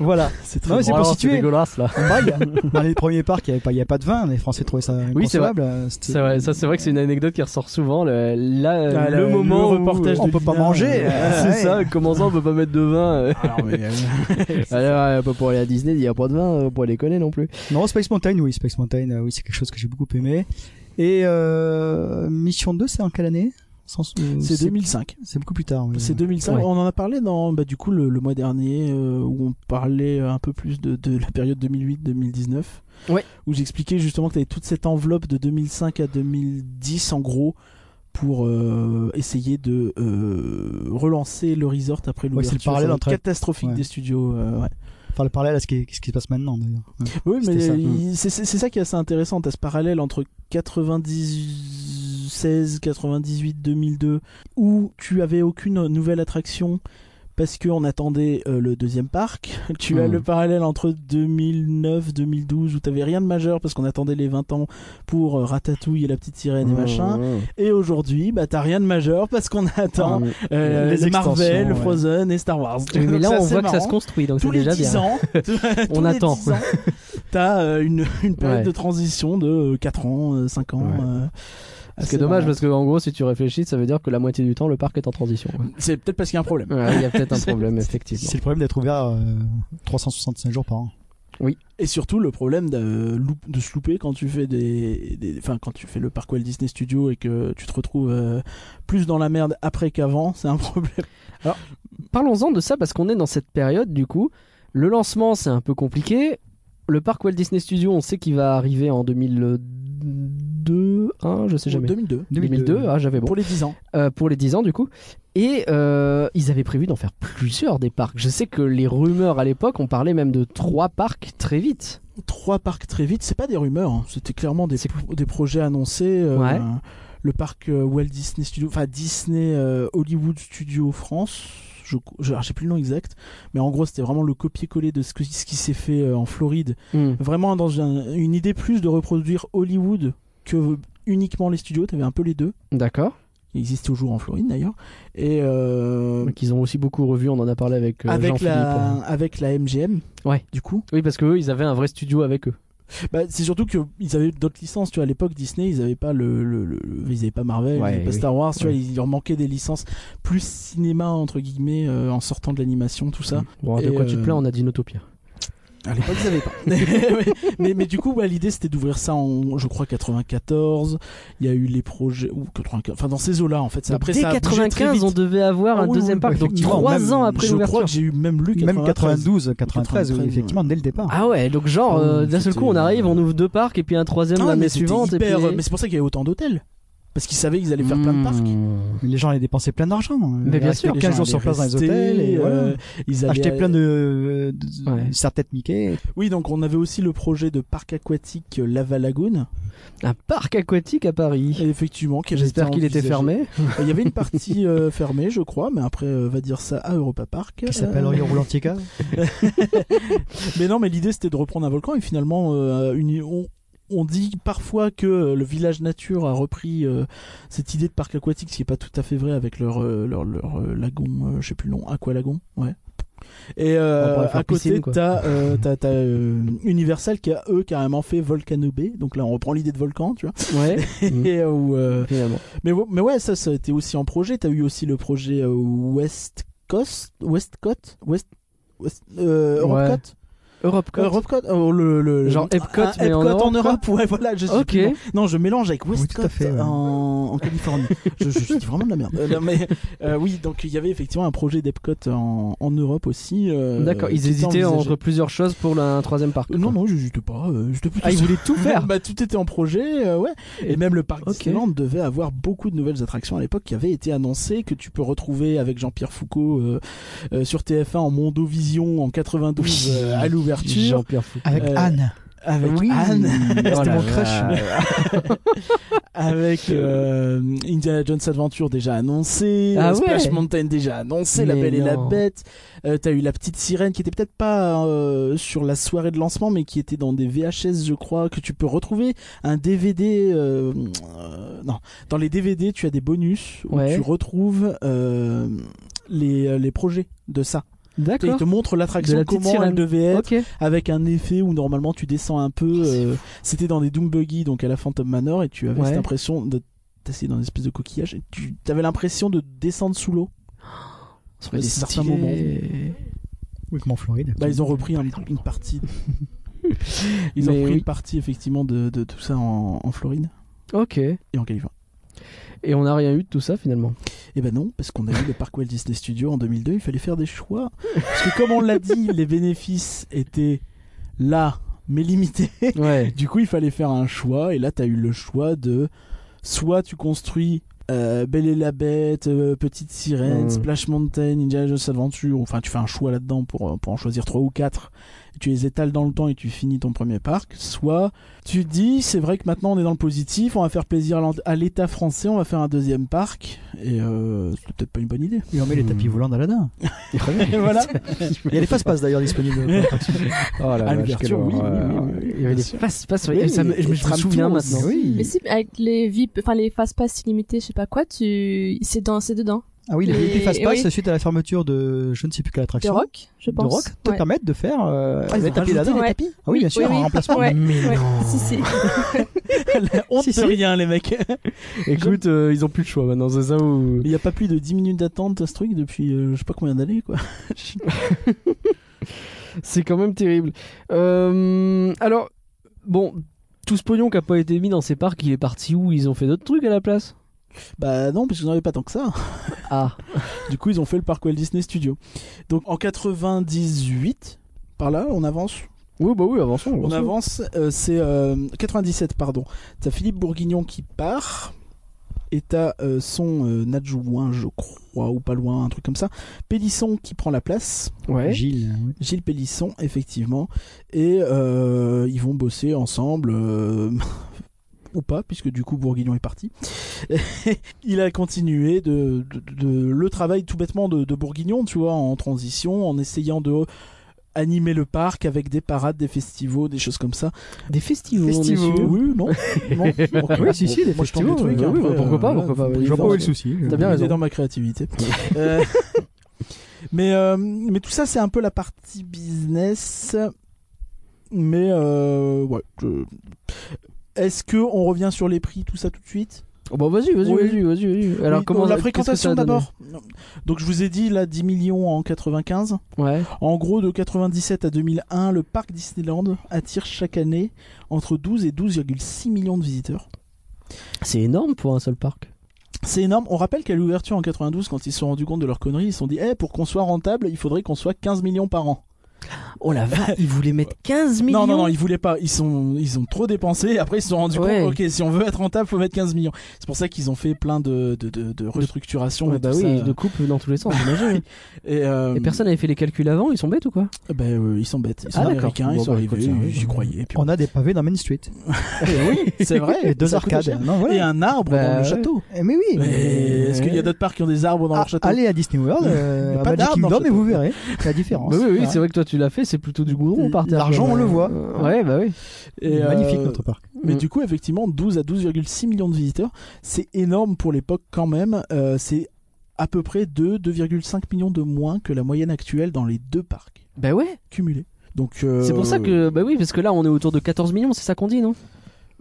Speaker 5: voilà.
Speaker 2: C'est
Speaker 5: Non, mais c'est pour
Speaker 1: c'est
Speaker 5: situer.
Speaker 1: dégueulasse là.
Speaker 5: Pareil, dans les premiers parcs, il n'y avait, pas- il y avait pas de vin. Les Français trouvaient ça
Speaker 1: Oui, c'est vrai.
Speaker 5: inconcevable. euh, c'était-
Speaker 1: C'est vrai, ça c'est vrai que c'est une anecdote qui ressort souvent. Le, là, euh,
Speaker 2: Ah,
Speaker 1: le,
Speaker 2: le- euh,
Speaker 1: moment
Speaker 2: le reportage Ah,
Speaker 1: où
Speaker 5: on peut pas
Speaker 2: Lina,
Speaker 1: <laughs>
Speaker 5: manger.
Speaker 1: Ouais,
Speaker 5: euh, ouais.
Speaker 1: c'est ça, comment ça on peut pas mettre de vin euh.
Speaker 2: Ah,
Speaker 1: Alors, euh, pas pour aller à Disney, il y a pas de vin, euh, pour aller déconner non plus.
Speaker 5: Non, Space Mountain, oui, Space Mountain, euh, oui, c'est quelque chose que j'ai beaucoup aimé. Et euh, Mission 2, c'est en quelle année Sans- euh,
Speaker 2: <laughs> C'est 2005.
Speaker 5: C'est beaucoup plus tard. oui.
Speaker 2: C'est 2005.
Speaker 1: Ouais.
Speaker 2: On en a parlé dans bah, du coup le, le mois dernier euh, où on parlait euh, un peu plus de, de la période 2008-2019.
Speaker 1: Ouais.
Speaker 2: Où j'expliquais justement que tu avais toute cette enveloppe de 2005 à 2010 en gros pour euh, essayer de euh, relancer le resort après
Speaker 5: Ouais, c'est le
Speaker 2: l'ouverture
Speaker 5: parallèle
Speaker 2: euh,
Speaker 5: entre-
Speaker 2: catastrophique
Speaker 5: Ouais.
Speaker 2: des studios. euh, ouais.
Speaker 5: Enfin, le parallèle à ce qui, ce qui se passe maintenant, d'ailleurs. Ouais.
Speaker 2: Oui, mais
Speaker 5: C'était ça.
Speaker 1: Hmm.
Speaker 2: il- c'est c'est- c'est ça qui est assez intéressant. T'as ce parallèle entre 96, 98, 2002, où tu avais aucune nouvelle attraction parce qu'on attendait euh, le deuxième parc. <laughs> Tu as
Speaker 1: Mhm.
Speaker 2: le parallèle entre 2009, 2012, où t'avais rien de majeur parce qu'on attendait les 20 ans pour euh, Ratatouille et la petite sirène
Speaker 1: Hmm.
Speaker 2: et machin. Et aujourd'hui, bah t'as rien de majeur parce qu'on <laughs> attend
Speaker 1: Attends,
Speaker 2: euh,
Speaker 5: les
Speaker 2: les Marvel,
Speaker 5: extensions, ouais.
Speaker 2: Frozen et Star Wars.
Speaker 1: Ah, mais
Speaker 2: Donc
Speaker 1: là
Speaker 2: c'est
Speaker 1: on
Speaker 2: assez
Speaker 1: voit que ça se
Speaker 2: marrant
Speaker 1: construit, donc c'est
Speaker 2: tous les
Speaker 1: déjà
Speaker 2: 10
Speaker 1: bien.
Speaker 2: ans, <laughs> tous
Speaker 1: On
Speaker 2: les
Speaker 1: attend.
Speaker 2: 10 ans, T'as euh, une, une période
Speaker 1: Ouais.
Speaker 2: de transition de euh, 4 ans, euh, 5 ans.
Speaker 1: Ouais.
Speaker 2: euh,
Speaker 1: Ce qui
Speaker 2: assez
Speaker 1: est dommage
Speaker 2: marrant.
Speaker 1: parce que en gros si tu réfléchis, ça veut dire que la moitié du temps le parc est en transition. quoi.
Speaker 2: c'est peut-être parce qu'il y a un problème.
Speaker 1: Ouais, Il y a <laughs> peut-être un problème
Speaker 5: C'est
Speaker 1: effectivement.
Speaker 5: le problème d'être ouvert euh, 365 jours par an.
Speaker 2: Et surtout le problème de, euh, loup- de se louper quand tu fais des, des- enfin quand tu fais le parc Walt Disney Studio et que tu te retrouves euh, plus dans la merde après qu'avant, c'est un problème.
Speaker 1: Parlons-en de ça parce qu'on est dans cette période du coup. Le lancement c'est un peu compliqué. Le parc Walt Disney Studio, on sait qu'il va arriver en 2002, 1, je sais jamais.
Speaker 2: 2002
Speaker 1: 2002, ah j'avais bon.
Speaker 2: pour les 10 ans.
Speaker 1: euh, pour les 10 ans du coup. Et euh, ils avaient prévu d'en faire plusieurs des parcs. Je sais que les rumeurs à l'époque, on parlait même de trois parcs très vite.
Speaker 2: Trois parcs très vite, c'est pas des rumeurs, hein. c'était clairement des, pro- des projets annoncés. euh,
Speaker 1: Ouais.
Speaker 2: Le parc euh, Walt Disney Studio, enfin Disney euh, Hollywood Studio France, je je- alors, j'ai plus le nom exact, mais en gros c'était vraiment le copier-coller de ce, que- ce qui s'est fait euh, en Floride. Vraiment dans un- une idée plus de reproduire Hollywood que uniquement les studios, t'avais un peu les deux.
Speaker 1: D'accord.
Speaker 2: Il existe toujours en Floride d'ailleurs. Et euh,
Speaker 1: Qu'ils ont aussi beaucoup revu, on en a parlé avec, euh,
Speaker 2: avec,
Speaker 1: Jean-Philippe.
Speaker 2: la, avec la MGM,
Speaker 1: Ouais.
Speaker 2: du coup.
Speaker 1: Oui, parce qu'eux, ils avaient un vrai studio avec eux.
Speaker 2: Bah, c'est surtout qu'ils avaient d'autres licences. Tu vois, à l'époque, Disney, ils n'avaient pas le, le- le- le- ils avaient pas Marvel,
Speaker 1: Ouais,
Speaker 2: ils avaient pas
Speaker 1: oui.
Speaker 2: Star Wars. Tu
Speaker 1: Ouais.
Speaker 2: vois, il leur manquait des licences plus cinéma entre guillemets euh, en sortant de l'animation, tout ça.
Speaker 1: Bon, de
Speaker 2: Et,
Speaker 1: quoi tu te
Speaker 2: euh,
Speaker 1: plains, on a dit Notopia.
Speaker 2: À l'époque, ils n'avaient pas. <laughs> mais, mais, mais du coup, bah, l'idée, c'était d'ouvrir ça en, je crois, 94. Il y a eu les projets ou 95. Enfin, dans ces eaux-là, en fait. Ça, après,
Speaker 1: Dès
Speaker 2: ça a bougé très
Speaker 1: 95,
Speaker 2: vite.
Speaker 1: on devait avoir
Speaker 2: Ah
Speaker 1: un
Speaker 2: oui,
Speaker 1: deuxième
Speaker 2: oui,
Speaker 1: parc,
Speaker 2: oui,
Speaker 1: donc
Speaker 2: effectivement.
Speaker 1: trois
Speaker 2: Même-
Speaker 1: ans après
Speaker 2: Je crois
Speaker 1: l'ouverture.
Speaker 2: que j'ai eu même lu
Speaker 5: Même
Speaker 2: 92.
Speaker 5: 92, 93, oui,
Speaker 2: 93,
Speaker 5: effectivement, dès le départ.
Speaker 1: Ah ouais, donc genre,
Speaker 2: Ah oui,
Speaker 1: euh, d'un seul
Speaker 2: c'était-
Speaker 1: coup, on arrive, on ouvre deux parcs et puis un troisième
Speaker 2: Ah ouais,
Speaker 1: l'année
Speaker 2: mais c'était
Speaker 1: suivante.
Speaker 2: hyper-
Speaker 1: et puis... Mm.
Speaker 2: Mais c'est pour ça qu'il y avait autant d'hôtels. Parce qu'ils savaient qu'ils allaient faire plein de parcs.
Speaker 1: Hmm.
Speaker 5: Mais Les gens allaient dépenser plein d'argent.
Speaker 1: Mais bien sûr,
Speaker 2: Les
Speaker 5: 15
Speaker 2: gens
Speaker 5: jours sur
Speaker 2: allaient
Speaker 5: place dans les
Speaker 2: rester,
Speaker 5: hôtels. Et, voilà.
Speaker 2: euh, ils allaient-
Speaker 5: Acheter plein de, de
Speaker 1: Ouais.
Speaker 5: serre-tête Mickey.
Speaker 2: Oui, donc on avait aussi le projet de parc aquatique euh, Lava Lagoon.
Speaker 1: Un parc aquatique à Paris.
Speaker 2: Et effectivement, qui avait
Speaker 1: J'espère
Speaker 2: été
Speaker 1: qu'il était
Speaker 2: envisagé. <laughs>
Speaker 1: fermé.
Speaker 2: Il y avait une
Speaker 1: <laughs>
Speaker 2: partie euh, fermée, je crois, mais après, euh, va dire ça à Europa Park.
Speaker 5: Qui s'appelle
Speaker 2: Euh,
Speaker 5: Orion Roulantica.
Speaker 2: Mais non, mais l'idée c'était de reprendre un volcan et finalement, euh, une- on, on dit parfois que euh, le village nature a repris euh, cette idée de parc aquatique, ce qui est pas tout à fait vrai avec leur, euh, leur, leur, euh, lagon, euh, je sais plus le nom, aqualagon, ouais. Et euh,
Speaker 1: On pourrait faire
Speaker 2: à côté,
Speaker 1: piscine, quoi.
Speaker 2: t'as euh, t'as- t'as, euh, Universal qui a eux carrément fait Volcano Bay, donc là on reprend l'idée de volcan, tu vois.
Speaker 1: Ouais, Mhm.
Speaker 2: Et, euh, où, euh,
Speaker 1: finalement.
Speaker 2: mais, ouais- mais ouais, ça, ça a été aussi en projet. T'as eu aussi le projet euh, West Coast, West Coast, West, euh, Europe
Speaker 1: Europe
Speaker 2: Cut Europe Cut, euh, le, le-
Speaker 1: Genre
Speaker 2: un-
Speaker 1: Epcot,
Speaker 2: un
Speaker 1: mais en
Speaker 2: Epcot
Speaker 1: Europe,
Speaker 2: ouais, voilà, je sais
Speaker 1: Ok.
Speaker 2: plus, non. Non, je mélange avec
Speaker 5: tout
Speaker 2: Westcott
Speaker 5: à fait, ouais.
Speaker 2: en, en Californie. je, je, je dis vraiment de la merde. <laughs> Euh, non, mais, euh, oui, donc il y avait effectivement un projet d'Epcot en, en Europe aussi. euh,
Speaker 1: D'accord,
Speaker 2: qui
Speaker 1: ils
Speaker 2: était
Speaker 1: hésitaient
Speaker 2: envisagé.
Speaker 1: entre plusieurs choses pour la- un troisième parc.
Speaker 2: Euh, Non, non, j'hésitais pas. euh, j'étais plutôt
Speaker 1: Ah, ils voulaient tout faire.
Speaker 2: <laughs> bah, tout était en projet, euh, ouais. Et même le parc
Speaker 1: Ok.
Speaker 2: Disneyland devait avoir beaucoup de nouvelles attractions à l'époque qui avaient été annoncées, que tu peux retrouver avec Jean-Pierre Foucault euh, euh, sur TF1 en Mondovision en 92
Speaker 1: Oui.
Speaker 2: euh, à l'ouverture.
Speaker 1: Jean-Pierre
Speaker 2: <laughs>
Speaker 1: Foucault. Oh
Speaker 5: Avec
Speaker 2: Euh,
Speaker 5: Anne.
Speaker 2: Avec Anne,
Speaker 1: C'était
Speaker 5: mon crush.
Speaker 2: Oh <laughs> avec euh, Indiana Jones Adventure déjà annoncé,
Speaker 1: Ah
Speaker 2: euh, Splash
Speaker 1: ouais.
Speaker 2: Mountain déjà annoncé, La
Speaker 1: Mais
Speaker 2: Belle et la
Speaker 1: non.
Speaker 2: Bête. Euh, T'as eu la petite sirène qui était peut-être pas euh, sur la soirée de lancement, mais qui était dans des VHS, je crois, que tu peux retrouver un DVD. euh, euh, non, dans les DVD, tu as des bonus où
Speaker 1: Ouais.
Speaker 2: tu retrouves euh, les, les projets de ça. Tu sais, Ils
Speaker 1: D'accord.
Speaker 2: te montrent l'attraction,
Speaker 1: De la petite
Speaker 2: comment elle
Speaker 1: sirène.
Speaker 2: devait être
Speaker 1: Ok.
Speaker 2: avec un effet où normalement tu descends un peu. euh, C'était dans des Doom Buggy, donc à la Phantom Manor, et tu avais
Speaker 1: Ouais.
Speaker 2: cette impression de t'asseoir dans une espèce de coquillage, et tu avais l'impression de descendre sous l'eau.
Speaker 1: Sur
Speaker 2: à des certains moments.
Speaker 5: Oui, comme en Floride.
Speaker 2: Bah, ils ont repris un- une partie.
Speaker 1: <laughs>
Speaker 2: Ils ont
Speaker 1: Mais
Speaker 2: repris
Speaker 1: oui.
Speaker 2: une partie effectivement de, de tout ça en, en Floride
Speaker 1: Ok.
Speaker 2: et en Californie.
Speaker 1: Et on n'a rien eu de tout ça
Speaker 2: <laughs>
Speaker 1: finalement.
Speaker 2: Et ben non, parce qu'on a eu le parc Walt Disney Studio en 2002, il fallait faire des choix. Parce que comme on
Speaker 1: <laughs>
Speaker 2: l'a dit, les bénéfices étaient là, mais limités.
Speaker 1: Ouais.
Speaker 2: Du coup, il fallait faire un choix, et là, t'as eu le choix de soit tu construis euh, Belle et la Bête, euh, Petite Sirène,
Speaker 1: Mm.
Speaker 2: Splash Mountain, Indiana Jones Adventure, enfin, tu fais un choix là-dedans pour, euh, pour en choisir trois ou quatre, et tu les étales dans le temps et tu finis ton premier parc, soit tu te dis, c'est vrai que maintenant on est dans le positif, on va faire plaisir à l'en- à l'État français, on va faire un deuxième parc, et euh, c'est peut-être pas une bonne idée.
Speaker 5: Et on met les
Speaker 2: Hmm.
Speaker 5: tapis volants d'Aladin.
Speaker 2: Et <laughs> voilà.
Speaker 5: Il y a les fast-pass d'ailleurs disponibles.
Speaker 1: Oh la
Speaker 2: À
Speaker 1: vache, quelle
Speaker 2: Ah, l'ouverture, oui,
Speaker 1: horreur.
Speaker 2: oui, oui, oui,
Speaker 1: Il y avait
Speaker 2: bien
Speaker 1: des
Speaker 2: sûr.
Speaker 1: passes, passes.
Speaker 2: Oui,
Speaker 1: et ça me-
Speaker 2: et
Speaker 1: je me, je me
Speaker 2: tram
Speaker 1: souviens
Speaker 2: tour
Speaker 1: maintenant.
Speaker 2: aussi.
Speaker 5: oui.
Speaker 6: Mais si, avec les VIP, enfin les fast pass illimités, je sais pas quoi, tu, c'est dans, c'est dedans.
Speaker 5: <laughs> Ah oui, les
Speaker 6: Et-
Speaker 5: VIP Fast Pass,
Speaker 6: oui.
Speaker 5: suite à la fermeture de je ne sais plus quelle
Speaker 6: De
Speaker 5: attraction.
Speaker 6: rock, je
Speaker 5: de
Speaker 6: pense.
Speaker 5: rock, te
Speaker 6: Ouais.
Speaker 5: permettent de faire euh,
Speaker 2: Ah, ils
Speaker 5: les
Speaker 2: ont
Speaker 5: tapis
Speaker 2: rajouté
Speaker 5: d'Aladin.
Speaker 6: les
Speaker 5: tapis Ah oui, bien sûr,
Speaker 6: oui,
Speaker 5: en remplacement.
Speaker 6: Ouais.
Speaker 1: Mais
Speaker 6: Ouais.
Speaker 1: non.
Speaker 6: Si, si.
Speaker 2: <laughs> La honte
Speaker 5: Si,
Speaker 2: de
Speaker 5: si.
Speaker 2: rien, les mecs. <laughs>
Speaker 1: Écoute, euh, ils ont plus le choix maintenant, c'est ça ou.
Speaker 2: Il n'y a pas plus de 10 minutes d'attente, ce truc, depuis euh, je sais pas combien d'années, quoi.
Speaker 1: C'est quand même terrible. Euh, alors, bon, tout ce pognon qui a pas été mis dans ces parcs, il est parti où Ils ont fait d'autres trucs à la place
Speaker 2: Bah non, parce qu'ils n'en avaient pas tant que ça. <laughs>
Speaker 1: Ah,
Speaker 2: Du coup, ils ont fait le parc Walt Disney Studio. Donc en 98, par là, on avance.
Speaker 1: oui, bah oui, avançons.
Speaker 2: On
Speaker 1: avançons.
Speaker 2: avance, euh, c'est euh, 97, pardon. T'as Philippe Bourguignon qui part. Et t'as euh, son euh, adjoint, je crois, ou pas loin, un truc comme ça. Pélisson qui prend la place.
Speaker 1: Ouais.
Speaker 5: Gilles, ouais.
Speaker 2: Gilles euh, Pélisson, effectivement. Et euh, ils vont bosser ensemble. euh, <laughs> Ou pas, puisque du coup Bourguignon est parti. <laughs> il a continué de, de- de- le travail tout bêtement de, de Bourguignon, tu vois, en transition, en essayant de animer le parc avec des parades, des festivals, des choses comme ça.
Speaker 1: Des festivals.
Speaker 2: Festivals. Oui, non. non.
Speaker 5: Oui, si, si, les
Speaker 2: Moi, je tente des
Speaker 5: festivals,
Speaker 2: trucs,
Speaker 5: oui,
Speaker 2: hein,
Speaker 5: oui,
Speaker 2: après,
Speaker 1: pourquoi pas,
Speaker 2: euh,
Speaker 1: pourquoi pas,
Speaker 2: faut
Speaker 1: oui,
Speaker 2: y
Speaker 5: Je vois pas
Speaker 2: voir.
Speaker 5: où est le souci.
Speaker 1: T'as bien
Speaker 2: Il est
Speaker 1: raison.
Speaker 2: dans ma
Speaker 1: <laughs>
Speaker 2: créativité. Euh, <laughs> mais, euh, mais tout ça, c'est un peu la partie business. Mais euh, ouais. je- Est-ce que on revient sur les prix, tout ça tout de suite
Speaker 1: Oh, bah vas-y, vas-y,
Speaker 2: Oui.
Speaker 1: vas-y, vas-y, vas-y. Alors
Speaker 2: Oui,
Speaker 1: comment
Speaker 2: La
Speaker 1: qu'est-ce que ça a
Speaker 2: fréquentation
Speaker 1: donné
Speaker 2: d'abord. Donc je vous ai dit là 10 millions en 95.
Speaker 1: Ouais.
Speaker 2: En gros, de 97 à 2001, le parc Disneyland attire chaque année entre 12 et 12,6 millions de visiteurs.
Speaker 1: C'est énorme pour un seul parc.
Speaker 2: C'est énorme. On rappelle qu'à l'ouverture en 92, quand ils se sont rendus compte de leur connerie, ils se sont dit Eh, pour qu'on soit rentable, il faudrait qu'on soit 15 millions par an.
Speaker 1: Oh la vache, ils voulaient mettre 15 millions.
Speaker 2: Non, non, non, ils voulaient pas. Ils, sont, ils ont trop dépensé. Après, ils se sont rendus
Speaker 1: Ouais.
Speaker 2: compte Ok, si on veut être rentable, faut mettre 15 millions. C'est pour ça qu'ils ont fait plein de, de, de, de restructurations.
Speaker 1: Ouais,
Speaker 2: et
Speaker 1: bah
Speaker 2: tout
Speaker 1: oui,
Speaker 2: ça.
Speaker 1: de coupe dans tous les sens, j'imagine.
Speaker 2: Et, euh,
Speaker 1: Et personne n'avait fait les calculs avant, ils sont bêtes ou
Speaker 2: <laughs>
Speaker 1: quoi
Speaker 2: bah, euh, ils sont bêtes. Ils sont
Speaker 1: Ah, d'accord.
Speaker 2: américains, ils
Speaker 1: Bon,
Speaker 2: sont
Speaker 1: bah,
Speaker 2: arrivés,
Speaker 1: écoute, ça arrive.
Speaker 2: j'y croyais. puis
Speaker 1: <laughs>
Speaker 5: On a des pavés dans Main Street.
Speaker 2: Eh oui, c'est vrai.
Speaker 5: Et deux
Speaker 2: ça coûte
Speaker 5: arcades.
Speaker 2: cher.
Speaker 5: Non, voilà.
Speaker 2: Et un arbre
Speaker 1: Bah,
Speaker 2: dans le
Speaker 1: ouais.
Speaker 2: château.
Speaker 5: Eh, Mais oui.
Speaker 2: Mais Est-ce qu'il y a d'autres parcs qui ont des arbres dans leur
Speaker 5: Ah,
Speaker 2: château
Speaker 5: Allez à Disney World, euh, à
Speaker 2: Pas
Speaker 5: Magic
Speaker 2: d'arbre dans le
Speaker 5: Kingdom, et
Speaker 2: château.
Speaker 5: vous verrez la différence.
Speaker 1: Bah oui, oui,
Speaker 5: Voilà.
Speaker 1: c'est vrai que toi tu l'as fait, c'est plutôt du goudron par terre.
Speaker 5: L'argent,
Speaker 1: quoi.
Speaker 5: on le voit.
Speaker 1: Ouais, bah oui.
Speaker 2: Et, euh,
Speaker 5: Magnifique notre parc.
Speaker 2: Mais
Speaker 1: Mm.
Speaker 2: du coup, effectivement, 12 à 12,6 millions de visiteurs, c'est énorme pour l'époque quand même. Euh, c'est à peu près 2, 2,5 millions de moins que la moyenne actuelle dans les deux parcs
Speaker 1: Bah ouais.
Speaker 2: cumulés. Donc, euh,
Speaker 1: C'est pour ça que, bah oui, parce que là on est autour de 14 millions, c'est ça qu'on dit, non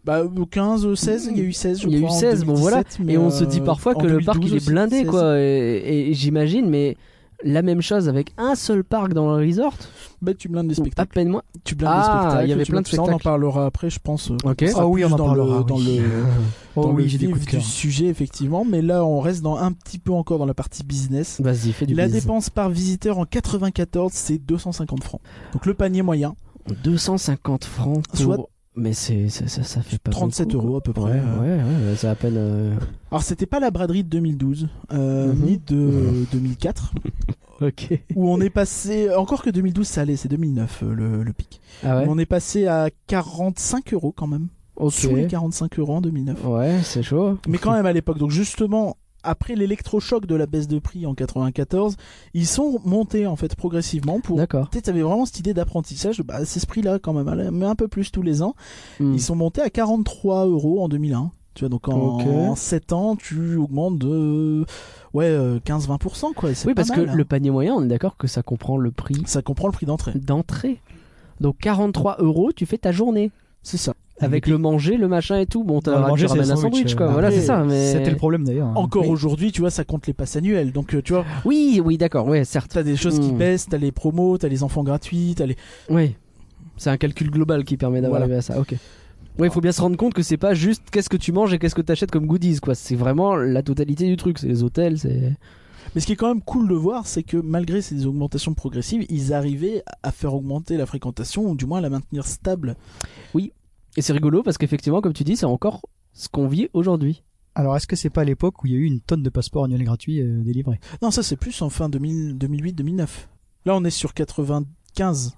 Speaker 2: Bah, 15, 16, il y a eu 16, je
Speaker 1: Il y a eu
Speaker 2: crois, en
Speaker 1: 16, bon, voilà.
Speaker 2: 2017, mais,
Speaker 1: Et on se
Speaker 2: euh,
Speaker 1: dit parfois
Speaker 2: en
Speaker 1: que le parc
Speaker 2: 2012
Speaker 1: il est
Speaker 2: aussi,
Speaker 1: blindé,
Speaker 2: 16.
Speaker 1: quoi. Et, et j'imagine, mais la même chose avec un seul parc dans le resort
Speaker 2: Bah, tu blindes les
Speaker 1: Ou
Speaker 2: spectacles.
Speaker 1: à peine
Speaker 2: <laughs>
Speaker 1: moins.
Speaker 2: Tu blindes les
Speaker 1: Ah,
Speaker 2: spectacles.
Speaker 1: il y avait
Speaker 2: tu
Speaker 1: plein
Speaker 2: blindes
Speaker 1: de
Speaker 2: tout ça, On en
Speaker 1: spectacles.
Speaker 2: parlera après, je pense. euh,
Speaker 1: Ok.
Speaker 2: sera
Speaker 5: Ah oui,
Speaker 2: plus
Speaker 5: on en
Speaker 2: dans
Speaker 5: parlera,
Speaker 2: le- dans
Speaker 5: oui.
Speaker 2: le-
Speaker 5: Oh
Speaker 2: dans
Speaker 5: oui,
Speaker 2: le
Speaker 5: j'ai des
Speaker 2: vif
Speaker 5: coups de
Speaker 2: du
Speaker 5: cœur.
Speaker 2: sujet, effectivement. Mais là, on reste dans un petit peu encore dans la partie business.
Speaker 1: Vas-y, fais du
Speaker 2: La
Speaker 1: bise.
Speaker 2: dépense par visiteur en 94, c'est 250 francs. Donc le panier moyen,
Speaker 1: 250 francs pour...
Speaker 2: Soit-
Speaker 1: Mais c'est, ça, ça, ça fait pas
Speaker 2: 37
Speaker 1: beaucoup.
Speaker 2: euros à peu près.
Speaker 1: Ouais,
Speaker 2: Euh,
Speaker 1: ouais, ouais, ouais, c'est à peine... euh,
Speaker 2: Alors c'était pas la braderie de 2012, euh,
Speaker 1: Mhm.
Speaker 2: ni de 2004,
Speaker 1: Ok.
Speaker 2: où on est passé, encore que 2012 ça allait, c'est 2009 euh, le, le pic.
Speaker 1: Ah ouais
Speaker 2: Mais On est passé à 45 euros quand même,
Speaker 1: Ok.
Speaker 2: sous les 45 euros en 2009.
Speaker 1: Ouais, c'est chaud.
Speaker 2: Mais quand même à l'époque, donc justement, après l'électrochoc de la baisse de prix en 94, ils sont montés en fait progressivement pour...
Speaker 1: D'accord.
Speaker 2: Tu avais vraiment cette idée d'apprentissage, de, bah, c'est ce prix-là quand même, mais un peu plus tous les ans.
Speaker 1: Hmm.
Speaker 2: Ils sont montés à 43 euros en 2001. Tu vois, donc en,
Speaker 1: Ok.
Speaker 2: 7 ans, tu augmentes de ouais, euh, 15-20%. Quoi. C'est
Speaker 1: Oui,
Speaker 2: pas
Speaker 1: parce
Speaker 2: mal,
Speaker 1: que
Speaker 2: hein.
Speaker 1: le panier moyen, on est d'accord que ça comprend le prix
Speaker 2: ça comprend le prix d'entrée.
Speaker 1: d'entrée. Donc 43 euros, tu fais ta journée.
Speaker 2: C'est ça.
Speaker 1: Avec le manger, le machin et tout. Bon,
Speaker 5: Ouais,
Speaker 1: t'as
Speaker 5: le
Speaker 1: tu
Speaker 5: manger, c'est
Speaker 1: ramènes
Speaker 5: le
Speaker 1: un
Speaker 5: sandwich,
Speaker 1: sandwich,
Speaker 5: euh,
Speaker 1: quoi. Voilà,
Speaker 2: après,
Speaker 1: c'est ça. Mais...
Speaker 5: C'était le problème d'ailleurs. hein.
Speaker 2: Encore
Speaker 1: oui.
Speaker 2: aujourd'hui, tu vois, ça compte les passes annuelles. Donc, euh, tu vois,
Speaker 1: Oui, oui, d'accord, ouais, certes.
Speaker 2: t'as des choses qui
Speaker 1: Mm.
Speaker 2: baissent, t'as les promos, t'as les enfants gratuits, t'as les.
Speaker 1: Oui. C'est un calcul global qui permet d'avoir
Speaker 2: Voilà.
Speaker 1: arrivé à ça. Ok. Oui, il faut bien se rendre compte que c'est pas juste qu'est-ce que tu manges et qu'est-ce que t'achètes comme goodies, quoi. C'est vraiment la totalité du truc. C'est les hôtels, c'est.
Speaker 2: Mais ce qui est quand même cool de voir, c'est que malgré ces augmentations progressives, ils arrivaient à faire augmenter la fréquentation ou du moins à la maintenir stable.
Speaker 1: Et c'est rigolo parce qu'effectivement, comme tu dis, c'est encore ce qu'on vit aujourd'hui.
Speaker 5: Alors, est-ce que c'est pas à l'époque où il y a eu une tonne de passeports annuels gratuits euh, délivrés
Speaker 2: Non, ça, c'est plus en fin 2000 2008-2009. Là, on est sur 95.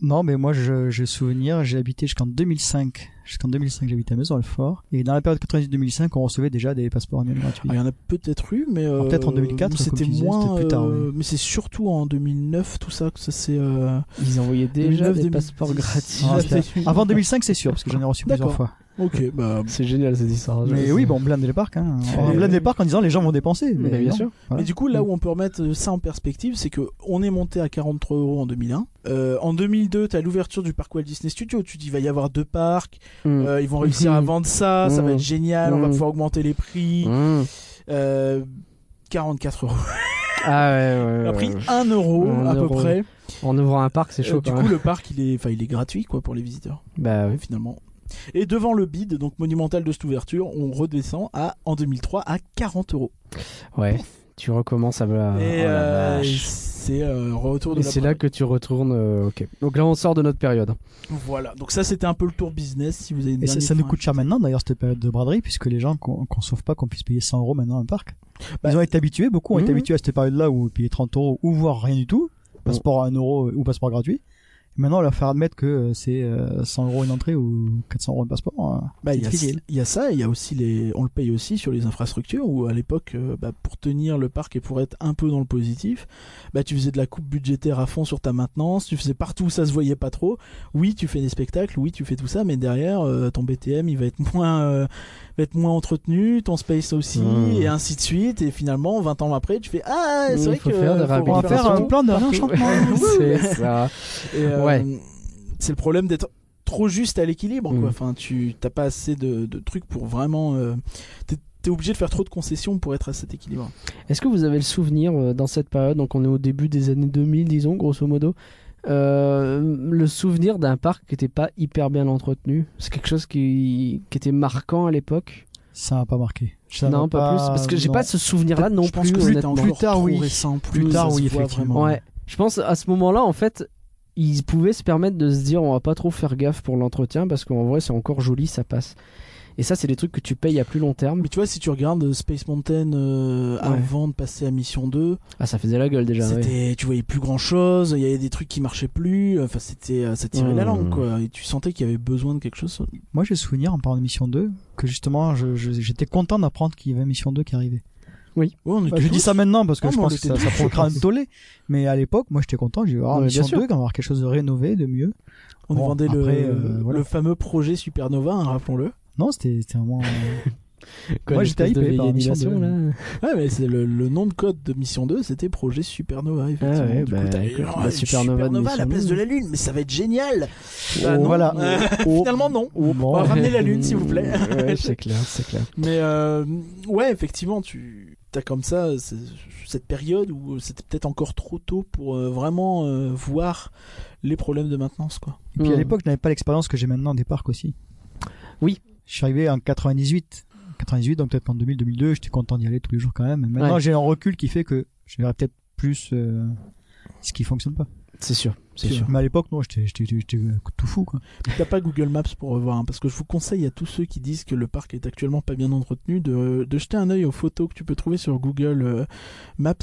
Speaker 5: Non, mais moi, je, je souvenir, j'ai habité jusqu'en 2005. Jusqu'en 2005, j'habitais à Maison-Alfort. Et dans la période 90-2005, on recevait déjà des passeports annuels gratuits.
Speaker 2: Alors, il y en a peut-être eu, mais euh,
Speaker 1: Ah,
Speaker 5: Alors, peut-être en 2004,
Speaker 2: mais
Speaker 5: comme
Speaker 2: c'était
Speaker 5: tu disais,
Speaker 2: moins.
Speaker 5: c'était plus tard,
Speaker 2: euh, Mais c'est surtout en 2009, tout ça, que ça c'est. euh,
Speaker 1: Ils envoyaient déjà
Speaker 2: 2009,
Speaker 1: des
Speaker 2: 2010.
Speaker 1: passeports gratuits.
Speaker 5: Non,
Speaker 2: <laughs> Ah,
Speaker 5: c'était-
Speaker 2: c'est-
Speaker 5: Avant 2005, c'est sûr, parce que j'en ai reçu plusieurs
Speaker 2: D'accord.
Speaker 5: fois.
Speaker 2: Ok, bah.
Speaker 1: C'est génial cette histoire.
Speaker 5: Mais oui, bon, on blinde les parcs. Hein. On
Speaker 2: Et-
Speaker 5: blinde les parcs en disant les gens vont dépenser. Mais
Speaker 1: Bah, bien
Speaker 5: non.
Speaker 1: sûr.
Speaker 5: Voilà.
Speaker 2: Mais du coup, là où on peut remettre euh, ça en perspective, c'est que on est monté à 43 euros en 2001. Euh, en 2002, t'as l'ouverture du parc Walt Disney Studio. Tu dis, il va y avoir deux parcs.
Speaker 1: Mm.
Speaker 2: euh, ils vont réussir à
Speaker 1: Mhm.
Speaker 2: vendre ça. Ça va être
Speaker 1: Mhm.
Speaker 2: génial. On va
Speaker 1: Mhm.
Speaker 2: pouvoir augmenter les prix.
Speaker 1: Mm.
Speaker 2: Euh, 44 euros.
Speaker 1: Ah ouais, ouais, ouais,
Speaker 2: On a pris
Speaker 1: ouais.
Speaker 2: 1 euro
Speaker 1: Un
Speaker 2: à peu
Speaker 1: euro.
Speaker 2: près.
Speaker 1: En ouvrant un parc, c'est
Speaker 2: Euh,
Speaker 1: chaud
Speaker 2: du
Speaker 1: quand
Speaker 2: coup,
Speaker 1: même.
Speaker 2: le parc, il est, enfin, il est gratuit quoi pour les visiteurs.
Speaker 1: Bah oui.
Speaker 2: finalement. Et devant le bid, donc monumental de cette ouverture, on redescend à, en 2003 à 40 euros.
Speaker 1: Ouais. Tu recommences à.
Speaker 5: Ah,
Speaker 1: me
Speaker 2: et
Speaker 5: oh
Speaker 2: euh, c'est euh, retour de
Speaker 1: Et
Speaker 2: la
Speaker 1: c'est là
Speaker 2: première.
Speaker 1: que tu retournes. euh, ok. Donc là, on sort de notre
Speaker 2: <laughs>
Speaker 1: période.
Speaker 2: Voilà, donc ça c'était un peu le tour business si vous avez une
Speaker 5: Et ça,
Speaker 2: dernière
Speaker 5: ça nous
Speaker 2: fois.
Speaker 5: coûte cher maintenant, d'ailleurs, cette période de braderie, puisque les gens qu'on qu'on sauve pas qu'on puisse payer 100 euros maintenant à un parc.
Speaker 2: Bah,
Speaker 5: Ils ont été habitués, beaucoup ont été
Speaker 1: Mhm.
Speaker 5: habitués à cette période-là où ils payaient 30 euros ou voire rien du tout, passeport à 1 euro ou passeport gratuit. Et maintenant, on leur faire admettre que euh, c'est euh, 100 euros une entrée ou 400 euros un passeport. euh,
Speaker 2: Bah, il y, a-
Speaker 5: difficile.
Speaker 2: il y a ça, et il y a aussi les, on le paye aussi sur les infrastructures où à l'époque, euh, bah, pour tenir le parc et pour être un peu dans le positif, bah tu faisais de la coupe budgétaire à fond sur ta maintenance, tu faisais partout où ça se voyait pas trop. Oui, tu fais des spectacles, oui, tu fais tout ça, mais derrière euh, ton BTM il va être moins, euh, va être moins entretenu, ton space aussi,
Speaker 1: Mmh.
Speaker 2: et ainsi de suite. Et finalement, 20 ans après, tu fais ah c'est
Speaker 1: Mmh,
Speaker 2: vrai
Speaker 1: faut
Speaker 2: que
Speaker 1: faire des
Speaker 2: faut refaire
Speaker 5: On va faire un
Speaker 1: Partout.
Speaker 5: plan
Speaker 1: <laughs>
Speaker 5: de réenchantement.
Speaker 1: c'est ça.
Speaker 2: et, euh,
Speaker 1: Ouais.
Speaker 2: C'est le problème d'être trop juste à l'équilibre.
Speaker 1: Mm.
Speaker 2: quoi. Enfin, tu t'as pas assez de, de trucs pour vraiment. euh, t'es- T'es obligé de faire trop de concessions pour être à cet équilibre.
Speaker 1: Est-ce que vous avez le souvenir euh, dans cette période Donc, on est au début des années 2000, disons, grosso modo. euh, le souvenir d'un parc qui n'était pas hyper bien entretenu. C'est quelque chose qui, qui était marquant à l'époque.
Speaker 5: Ça n'a pas marqué. Ça
Speaker 1: non,
Speaker 5: m'a
Speaker 1: pas, plus. Parce que j'ai
Speaker 5: non.
Speaker 1: pas ce souvenir-là non
Speaker 2: je pense
Speaker 1: plus.
Speaker 2: que
Speaker 1: honnêtement.
Speaker 2: c'était
Speaker 5: Plus
Speaker 2: encore
Speaker 5: tard,
Speaker 2: trop
Speaker 5: oui.
Speaker 2: récent, plus,
Speaker 5: Plus tard,
Speaker 2: ça se
Speaker 5: oui,
Speaker 2: voit
Speaker 5: effectivement.
Speaker 2: vraiment.
Speaker 1: Ouais. Je pense à ce moment-là, en fait, ils pouvaient se permettre de se dire on va pas trop faire gaffe pour l'entretien parce qu'en vrai, c'est encore joli, ça passe. Et ça, c'est des trucs que tu payes à plus long terme.
Speaker 2: Mais tu vois, si tu regardes euh, Space Mountain euh, avant de passer à Mission 2,
Speaker 1: Ah, ça faisait la gueule déjà. ouais.
Speaker 2: c'était, tu voyais plus grand chose, il y avait des trucs qui marchaient plus, enfin c'était, euh, ça tirait la
Speaker 1: Mm.
Speaker 2: langue quoi, et tu sentais qu'il y avait besoin de quelque chose.
Speaker 5: Moi, j'ai souvenir en parlant de Mission 2 que justement, je- je- j'étais content d'apprendre qu'il y avait Mission 2 qui arrivait.
Speaker 2: Ouais, on était
Speaker 5: Bah, je dis
Speaker 2: tous-
Speaker 5: ça maintenant parce que
Speaker 2: Non,
Speaker 5: je
Speaker 2: mais on
Speaker 5: pense que
Speaker 2: était
Speaker 5: ça,
Speaker 2: tous
Speaker 5: ça
Speaker 2: choqués.
Speaker 5: provoquera un tollé. Mais à l'époque, moi j'étais content. J'ai dit, ah,
Speaker 1: Ouais,
Speaker 5: Mission
Speaker 1: bien sûr.
Speaker 5: 2, quand on va avoir quelque chose de rénové, de mieux.
Speaker 2: on
Speaker 5: Bon,
Speaker 2: vendait
Speaker 5: après,
Speaker 2: le,
Speaker 5: euh, voilà.
Speaker 2: le fameux projet Supernova, hein, rappelons-le.
Speaker 5: Non, c'était c'était vraiment. euh,
Speaker 1: Quoi,
Speaker 5: Moi,
Speaker 1: une
Speaker 5: j'étais
Speaker 1: espèce de
Speaker 5: hypé par
Speaker 1: vieille
Speaker 5: Mission
Speaker 1: animation, <laughs> là.
Speaker 2: Ouais, mais c'est le, le nom de code de Mission 2, c'était Projet Supernova, effectivement.
Speaker 1: Ah ouais,
Speaker 2: du
Speaker 1: bah,
Speaker 2: coup, t'as-
Speaker 1: écoute,
Speaker 2: oh,
Speaker 1: bah,
Speaker 2: une
Speaker 1: Supernova de
Speaker 2: supernova à la
Speaker 1: Mission
Speaker 2: place
Speaker 1: 2.
Speaker 2: de la Lune, mais ça va être génial Bah,
Speaker 5: oh,
Speaker 2: non.
Speaker 5: voilà.
Speaker 2: Euh,
Speaker 5: Oh.
Speaker 2: Finalement, non.
Speaker 5: Bon.
Speaker 1: oh,
Speaker 2: On va ramener la Lune, s'il vous plaît.
Speaker 1: ouais, c'est clair, c'est clair.
Speaker 2: Mais euh, ouais, effectivement, tu t'as comme ça c'est- cette période où c'était peut-être encore trop tôt pour euh, vraiment euh, voir les problèmes de maintenance quoi.
Speaker 5: Et puis à
Speaker 1: Hmm.
Speaker 5: l'époque, je n'avais pas l'expérience que j'ai maintenant des parcs aussi.
Speaker 1: Oui.
Speaker 5: Je suis arrivé en 98. 98, donc peut-être en 2000, 2002, j'étais content d'y aller tous les jours quand même. Maintenant,
Speaker 1: Ouais.
Speaker 5: j'ai un recul qui fait que je verrai peut-être plus euh, ce qui fonctionne pas.
Speaker 1: C'est sûr, c'est sûr.
Speaker 5: Mais à l'époque, non, j'étais j'étais- j'étais euh, tout fou, quoi.
Speaker 2: T'as pas Google Maps pour revoir, hein, parce que je vous conseille à tous ceux qui disent que le parc est actuellement pas bien entretenu de, de jeter un œil aux photos que tu peux trouver sur Google euh, Maps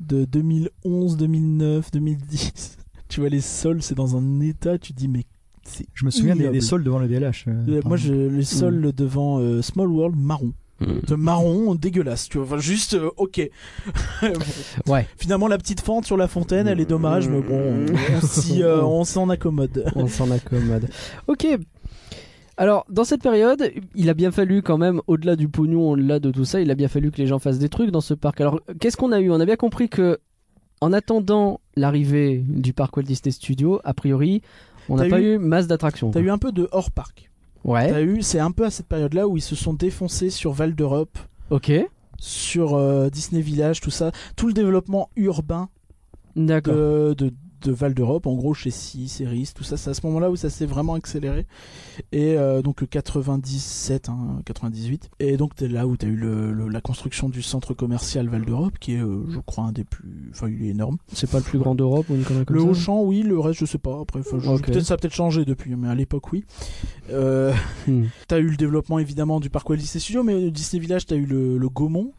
Speaker 2: de 2011, 2009, 2010. <laughs> tu vois les sols, c'est dans un état, tu dis mais c'est...
Speaker 5: Je me souviens des,
Speaker 2: Ignoble.
Speaker 5: des sols devant le DLH. euh,
Speaker 2: Euh,
Speaker 5: par
Speaker 2: Moi,
Speaker 5: exemple.
Speaker 2: je, les sols devant euh, Small World marron.
Speaker 1: Mm.
Speaker 2: De marron dégueulasse, tu vois. Enfin, juste, euh, ok. Bon.
Speaker 1: Ouais.
Speaker 2: Finalement, la petite fente sur la fontaine, elle est dommage, mais bon, on- on s'y, euh, on s'en accommode.
Speaker 1: On s'en accommode. Ok. Alors, dans cette période, il a bien fallu quand même, au-delà du pognon, au-delà de tout ça, il a bien fallu que les gens fassent des trucs dans ce parc. Alors, qu'est-ce qu'on a eu On a bien compris que, en attendant l'arrivée du parc Walt Disney Studio, a priori, on n'a
Speaker 2: T'as
Speaker 1: pas
Speaker 2: eu-
Speaker 1: eu masse d'attractions.
Speaker 2: T'as eu un peu de hors parc.
Speaker 1: Ouais,
Speaker 2: T'as eu, c'est un peu à cette période-là où ils se sont défoncés sur Val d'Europe,
Speaker 1: ok.
Speaker 2: sur euh, Disney Village, tout ça, tout le développement urbain
Speaker 1: D'accord.
Speaker 2: de, de, de Val d'Europe, en gros chez Si, Ceris, tout ça, c'est à ce moment-là où ça s'est vraiment accéléré. Et euh, donc 97, hein, 98. Et donc t'es là où t'as eu le, le- la construction du centre commercial Val d'Europe, qui est, euh, je crois, un des plus... Enfin, il est énorme.
Speaker 1: Euh, C'est pas le plus grand d'Europe ou une connerie comme
Speaker 2: Le
Speaker 1: ça
Speaker 2: Auchan, oui, le reste, je sais pas. Après, enfin, je-
Speaker 1: Ok.
Speaker 2: peut-être ça a peut-être changé depuis, mais à l'époque, oui. Euh,
Speaker 1: Hmm.
Speaker 2: T'as eu le développement évidemment du parc Walt Disney Studio, mais au Disney Village, t'as eu le, le Gaumont.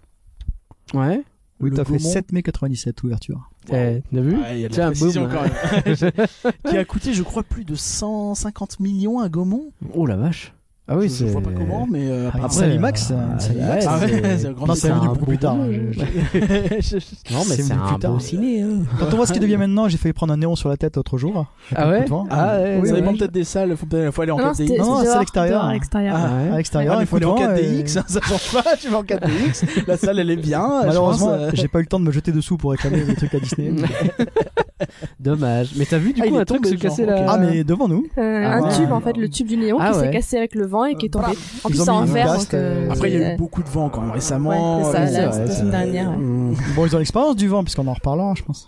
Speaker 1: Ouais.
Speaker 5: Oui,
Speaker 2: le
Speaker 5: t'as fait
Speaker 2: Gaumont.
Speaker 5: 7 mai 97, ouverture.
Speaker 1: Eh, T'as vu
Speaker 2: Ouais, il y a de la
Speaker 1: Tiens,
Speaker 2: précision
Speaker 1: boum.
Speaker 2: quand même. <laughs> qui a coûté, je crois, plus de 150 millions à Gaumont.
Speaker 1: <laughs> Oh la vache. Ah oui,
Speaker 2: je, je
Speaker 1: c'est.
Speaker 2: vois pas comment, mais euh,
Speaker 5: Ah,
Speaker 2: apparemment-
Speaker 5: c'est Salimax,
Speaker 1: euh,
Speaker 5: c'est- Salimax.
Speaker 1: ouais,
Speaker 2: Ah ouais,
Speaker 1: c'est- hein.
Speaker 2: c'est un grand
Speaker 5: Non, c'est
Speaker 2: dessin.
Speaker 5: venu
Speaker 1: un
Speaker 5: beaucoup plus tard. je- je-
Speaker 1: Non, mais
Speaker 5: C'est
Speaker 1: c'est
Speaker 5: venu
Speaker 1: un
Speaker 5: plus tard.
Speaker 1: beau ciné. hein.
Speaker 5: Quand on voit ce qu'il devient maintenant, j'ai failli prendre un néon sur la tête l'autre jour.
Speaker 1: Ah ouais
Speaker 5: Coup de vent.
Speaker 1: Ah ouais,
Speaker 5: Oui,
Speaker 2: ça
Speaker 5: oui.
Speaker 2: dépend peut-être des salles, faut, peut-être- faut aller en
Speaker 6: Ah non,
Speaker 2: 4DX.
Speaker 6: c'était-
Speaker 5: Non,
Speaker 6: c'était
Speaker 5: c'est à
Speaker 6: dehors,
Speaker 5: l'extérieur.
Speaker 6: dehors, à l'extérieur.
Speaker 2: Ah,
Speaker 1: Ouais.
Speaker 5: à l'extérieur,
Speaker 2: il
Speaker 5: il
Speaker 2: faut
Speaker 5: faut
Speaker 2: aller
Speaker 5: le
Speaker 2: en
Speaker 5: vent,
Speaker 2: 4DX,
Speaker 5: et-
Speaker 2: hein, ça change pas, tu vas en
Speaker 5: <laughs>
Speaker 2: 4DX, la salle elle est bien.
Speaker 5: Malheureusement,
Speaker 2: je pense, euh,
Speaker 5: j'ai pas eu le temps de me jeter dessous pour réclamer des trucs à Disney.
Speaker 1: Dommage. Mais t'as vu du
Speaker 2: <laughs> Ah,
Speaker 1: coup
Speaker 2: il est
Speaker 1: un truc
Speaker 2: tombé,
Speaker 1: se
Speaker 2: le genre,
Speaker 1: casser
Speaker 2: ok.
Speaker 1: là
Speaker 5: ah, mais devant nous,
Speaker 6: Euh,
Speaker 5: Ah
Speaker 6: un
Speaker 5: ouais.
Speaker 6: tube en fait, le tube du néon
Speaker 1: Ah
Speaker 6: qui
Speaker 1: ouais.
Speaker 6: s'est cassé avec le vent et qui est tombé. En
Speaker 5: Bah, Ils
Speaker 6: plus,
Speaker 5: ont
Speaker 6: c'est en
Speaker 5: mis une
Speaker 6: verre.
Speaker 5: caste,
Speaker 6: donc, euh,
Speaker 5: euh,
Speaker 2: Après, il y a
Speaker 6: euh,
Speaker 2: eu beaucoup de vent quand même récemment.
Speaker 6: ouais, c'est
Speaker 2: euh,
Speaker 6: ça,
Speaker 1: c'est
Speaker 6: la
Speaker 1: vrai,
Speaker 6: semaine
Speaker 1: c'est-
Speaker 6: dernière. ouais.
Speaker 1: Mmh.
Speaker 5: bon, ils ont l'expérience du vent, puisqu'on en reparlera, je pense.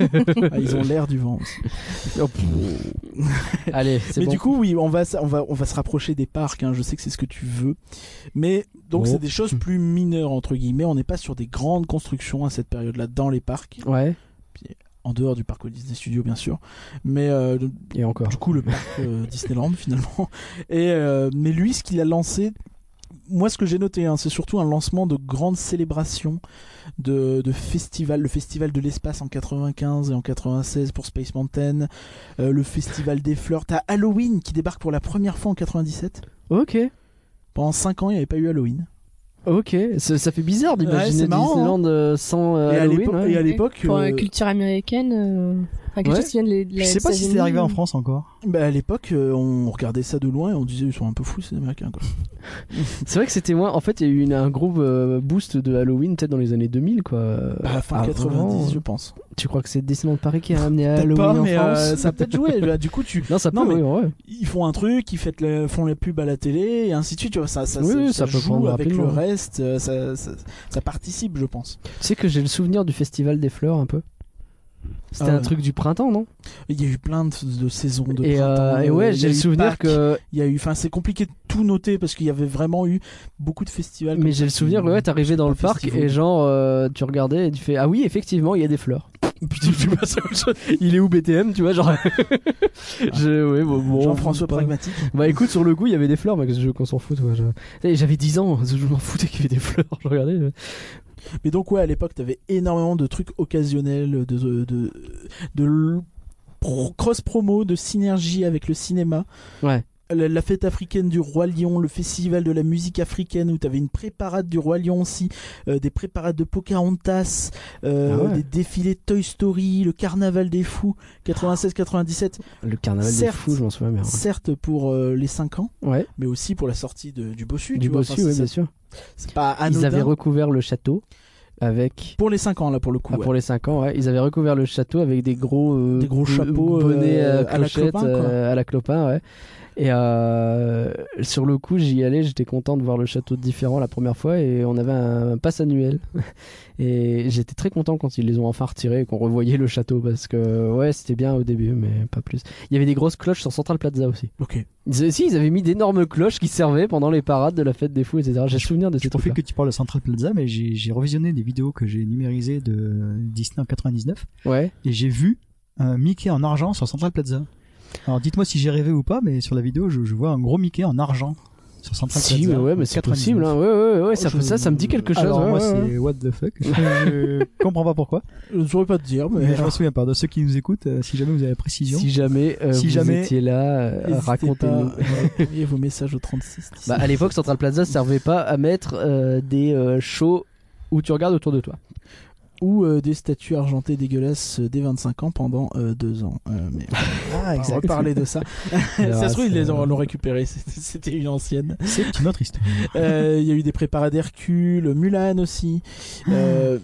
Speaker 2: Ah, ils ont l'air du vent. aussi.
Speaker 1: <laughs> Oh, pff. Allez, c'est
Speaker 2: Mais
Speaker 1: bon.
Speaker 2: du coup, oui, on va, s- on va, on va se rapprocher des parcs. hein, Je sais que c'est ce que tu veux, mais donc
Speaker 1: Oh.
Speaker 2: c'est des choses plus mineures entre guillemets. On n'est pas sur des grandes constructions à cette période-là dans les parcs,
Speaker 1: Ouais.
Speaker 2: en dehors du parc Walt Disney Studio bien sûr, mais euh, donc,
Speaker 1: Et encore.
Speaker 2: du coup le parc
Speaker 1: <laughs>
Speaker 2: euh, Disneyland finalement. Et euh, mais lui, ce qu'il a lancé, moi ce que j'ai noté, hein, c'est surtout un lancement de grandes célébrations, de, de festivals, le festival de l'espace en 95 et en 96 pour Space Mountain, euh, le festival des fleurs. T'as Halloween qui débarque pour la première fois en 97.
Speaker 1: Ok.
Speaker 2: Pendant 5 ans, il n'y avait pas eu Halloween.
Speaker 1: Ok. Ça, ça fait bizarre d'imaginer
Speaker 2: c'est marrant, hein.
Speaker 1: Disneyland euh, sans euh,
Speaker 2: et, à
Speaker 1: Halloween.
Speaker 2: l'époque-
Speaker 1: ouais.
Speaker 2: et à l'époque,
Speaker 6: Pour
Speaker 2: euh,
Speaker 6: la culture américaine, euh, enfin, quelque
Speaker 1: Ouais.
Speaker 6: chose qui vient de les- de
Speaker 5: Je sais pas si c'est arrivé en France encore.
Speaker 2: bah, à l'époque, euh, on regardait ça de loin et on disait ils sont un peu fous ces Américains. Quoi.
Speaker 1: C'est vrai que c'était moins. En fait, il y a eu une- un gros euh, boost de Halloween peut-être dans les années 2000 quoi.
Speaker 2: Bah, fin
Speaker 1: Avant.
Speaker 2: 90, je pense.
Speaker 1: Tu crois que c'est Disneyland Paris qui a amené
Speaker 2: Peut-être
Speaker 1: Halloween
Speaker 2: pas,
Speaker 1: en
Speaker 2: mais euh,
Speaker 1: France
Speaker 2: ça a peut-être
Speaker 1: <laughs>
Speaker 2: joué. Bah, du coup, tu,
Speaker 1: Non, ça peut.
Speaker 2: Non, mais-
Speaker 1: oui, ouais.
Speaker 2: ils font un truc, ils fêtent le- font les pubs à la télé et ainsi de suite. Tu vois, ça, ça,
Speaker 1: Oui,
Speaker 2: ça,
Speaker 1: oui,
Speaker 2: ça
Speaker 1: ça peut
Speaker 2: joue
Speaker 1: prendre
Speaker 2: avec le
Speaker 1: rapidement.
Speaker 2: reste, euh, ça, ça, ça participe, je pense.
Speaker 1: Tu sais que j'ai le souvenir du festival des fleurs un peu. C'était
Speaker 2: Ah
Speaker 1: un
Speaker 2: ouais.
Speaker 1: truc du printemps, non
Speaker 2: Il y a eu plein de, de saisons de
Speaker 1: et, euh,
Speaker 2: printemps.
Speaker 1: et
Speaker 2: euh,
Speaker 1: ouais,
Speaker 2: il y
Speaker 1: j'ai
Speaker 2: a
Speaker 1: le
Speaker 2: eu
Speaker 1: souvenir
Speaker 2: Pâques,
Speaker 1: que
Speaker 2: Il y a eu, enfin, c'est compliqué de tout noter parce qu'il y avait vraiment eu beaucoup de festivals.
Speaker 1: Mais
Speaker 2: comme
Speaker 1: j'ai le
Speaker 2: ça,
Speaker 1: souvenir,
Speaker 2: qui-
Speaker 1: ouais, t'arrivais dans le
Speaker 2: pas
Speaker 1: parc
Speaker 2: festival.
Speaker 1: et genre, euh, tu regardais et tu fais Ah oui, effectivement, il y a des
Speaker 2: <laughs>
Speaker 1: fleurs. Puis tu- tu passes à autre chose. il est où BTM, tu vois, genre. <laughs> Je- ouais, bon, bon,
Speaker 2: Jean-François
Speaker 1: pas-
Speaker 2: Pragmatique.
Speaker 1: Bah écoute, sur le coup, il y avait des fleurs, mais que je qu'on s'en fout, quoi. je- Et J'avais 10 ans, je m'en foutais qu'il y avait des fleurs, je regardais. je-
Speaker 2: Mais donc, ouais, à l'époque, t'avais énormément de trucs occasionnels, de, de, de, de l- pro- cross-promo, de synergie avec le cinéma.
Speaker 1: Ouais.
Speaker 2: La, la fête africaine du Roi Lion, le festival de la musique africaine où t'avais une préparade du Roi Lion aussi, euh, des préparades de Pocahontas, euh,
Speaker 1: Ah ouais.
Speaker 2: des défilés de Toy Story, le carnaval des fous, 96-97,
Speaker 1: Le carnaval
Speaker 2: Certes.
Speaker 1: des fous, je m'en souviens bien.
Speaker 2: certes pour euh, les 5 ans,
Speaker 1: Ouais, Ouais,
Speaker 2: mais aussi pour la sortie de- du Bossu.
Speaker 1: du
Speaker 2: tu vois.
Speaker 1: bossu,
Speaker 2: Enfin,
Speaker 1: ouais,
Speaker 2: c'est-
Speaker 1: bien sûr.
Speaker 2: C'est pas
Speaker 1: Ils
Speaker 2: anodin.
Speaker 1: avaient recouvert le château avec.
Speaker 2: Pour les 5 ans, là, pour le coup.
Speaker 1: Ah,
Speaker 2: ouais.
Speaker 1: Pour les 5 ans, ouais. Ils avaient recouvert le château avec des gros, euh,
Speaker 2: Des gros
Speaker 1: b-
Speaker 2: chapeaux,
Speaker 1: bonnets
Speaker 2: euh,
Speaker 1: euh,
Speaker 2: à la
Speaker 1: clochettes,
Speaker 2: clopin, quoi.
Speaker 1: euh, à la clopin, ouais. Et euh, sur le coup, j'y allais, j'étais content de voir le château différent la première fois et on avait un, pass annuel. <laughs> et j'étais très content quand ils les ont enfin retirés et qu'on revoyait le château parce que ouais, c'était bien au début, mais pas plus. Il y avait des grosses cloches sur Central Plaza aussi.
Speaker 2: Ok.
Speaker 1: Ils, si, ils avaient mis d'énormes cloches qui servaient pendant les parades de la fête des fous, etc. J'ai souvenir de
Speaker 5: Je
Speaker 1: ces
Speaker 5: profite
Speaker 1: trucs.
Speaker 5: que tu parles de Central Plaza, mais j'ai j'ai revisionné des vidéos que j'ai numérisées de Disney en 99
Speaker 1: Ouais.
Speaker 5: et j'ai vu un Mickey en argent sur Central Plaza. Alors dites-moi si j'ai rêvé ou pas, mais sur la vidéo, je, je vois un gros Mickey en argent sur Central
Speaker 1: Si, mais
Speaker 5: Plaza.
Speaker 1: ouais, mais
Speaker 5: en
Speaker 1: c'est
Speaker 5: 99.
Speaker 1: possible. Hein. Ouais, ouais, ouais, ça,
Speaker 5: Je-
Speaker 1: ça, ça me dit quelque chose.
Speaker 5: Alors,
Speaker 1: ouais,
Speaker 5: moi,
Speaker 1: ouais, ouais.
Speaker 5: c'est what the fuck. je comprends pas pourquoi.
Speaker 2: Je ne saurais pas te dire, mais. <laughs>
Speaker 5: Mais je me souviens pas. De ceux qui nous écoutent, euh, si jamais vous avez la précision.
Speaker 1: Si jamais euh,
Speaker 5: Si
Speaker 1: vous
Speaker 5: jamais-
Speaker 1: étiez là, euh,
Speaker 2: N'hésitez
Speaker 1: racontez-nous.
Speaker 2: pas, euh, envoyez vos messages au 36.
Speaker 1: Bah, à l'époque, Central Plaza servait pas à mettre euh, des euh, shows où tu regardes autour de toi.
Speaker 2: Ou euh, des statues argentées dégueulasses euh, dès 25 ans pendant euh, deux ans. Euh, mais... Ah, exact. Parler de ça. <laughs> ça se trouve, ils les
Speaker 1: euh,
Speaker 2: ont- l'ont récupéré. C'était- C'était une ancienne.
Speaker 5: C'est une autre histoire.
Speaker 2: Euh, Il y a eu des préparats d'Hercule, Mulan aussi. Euh,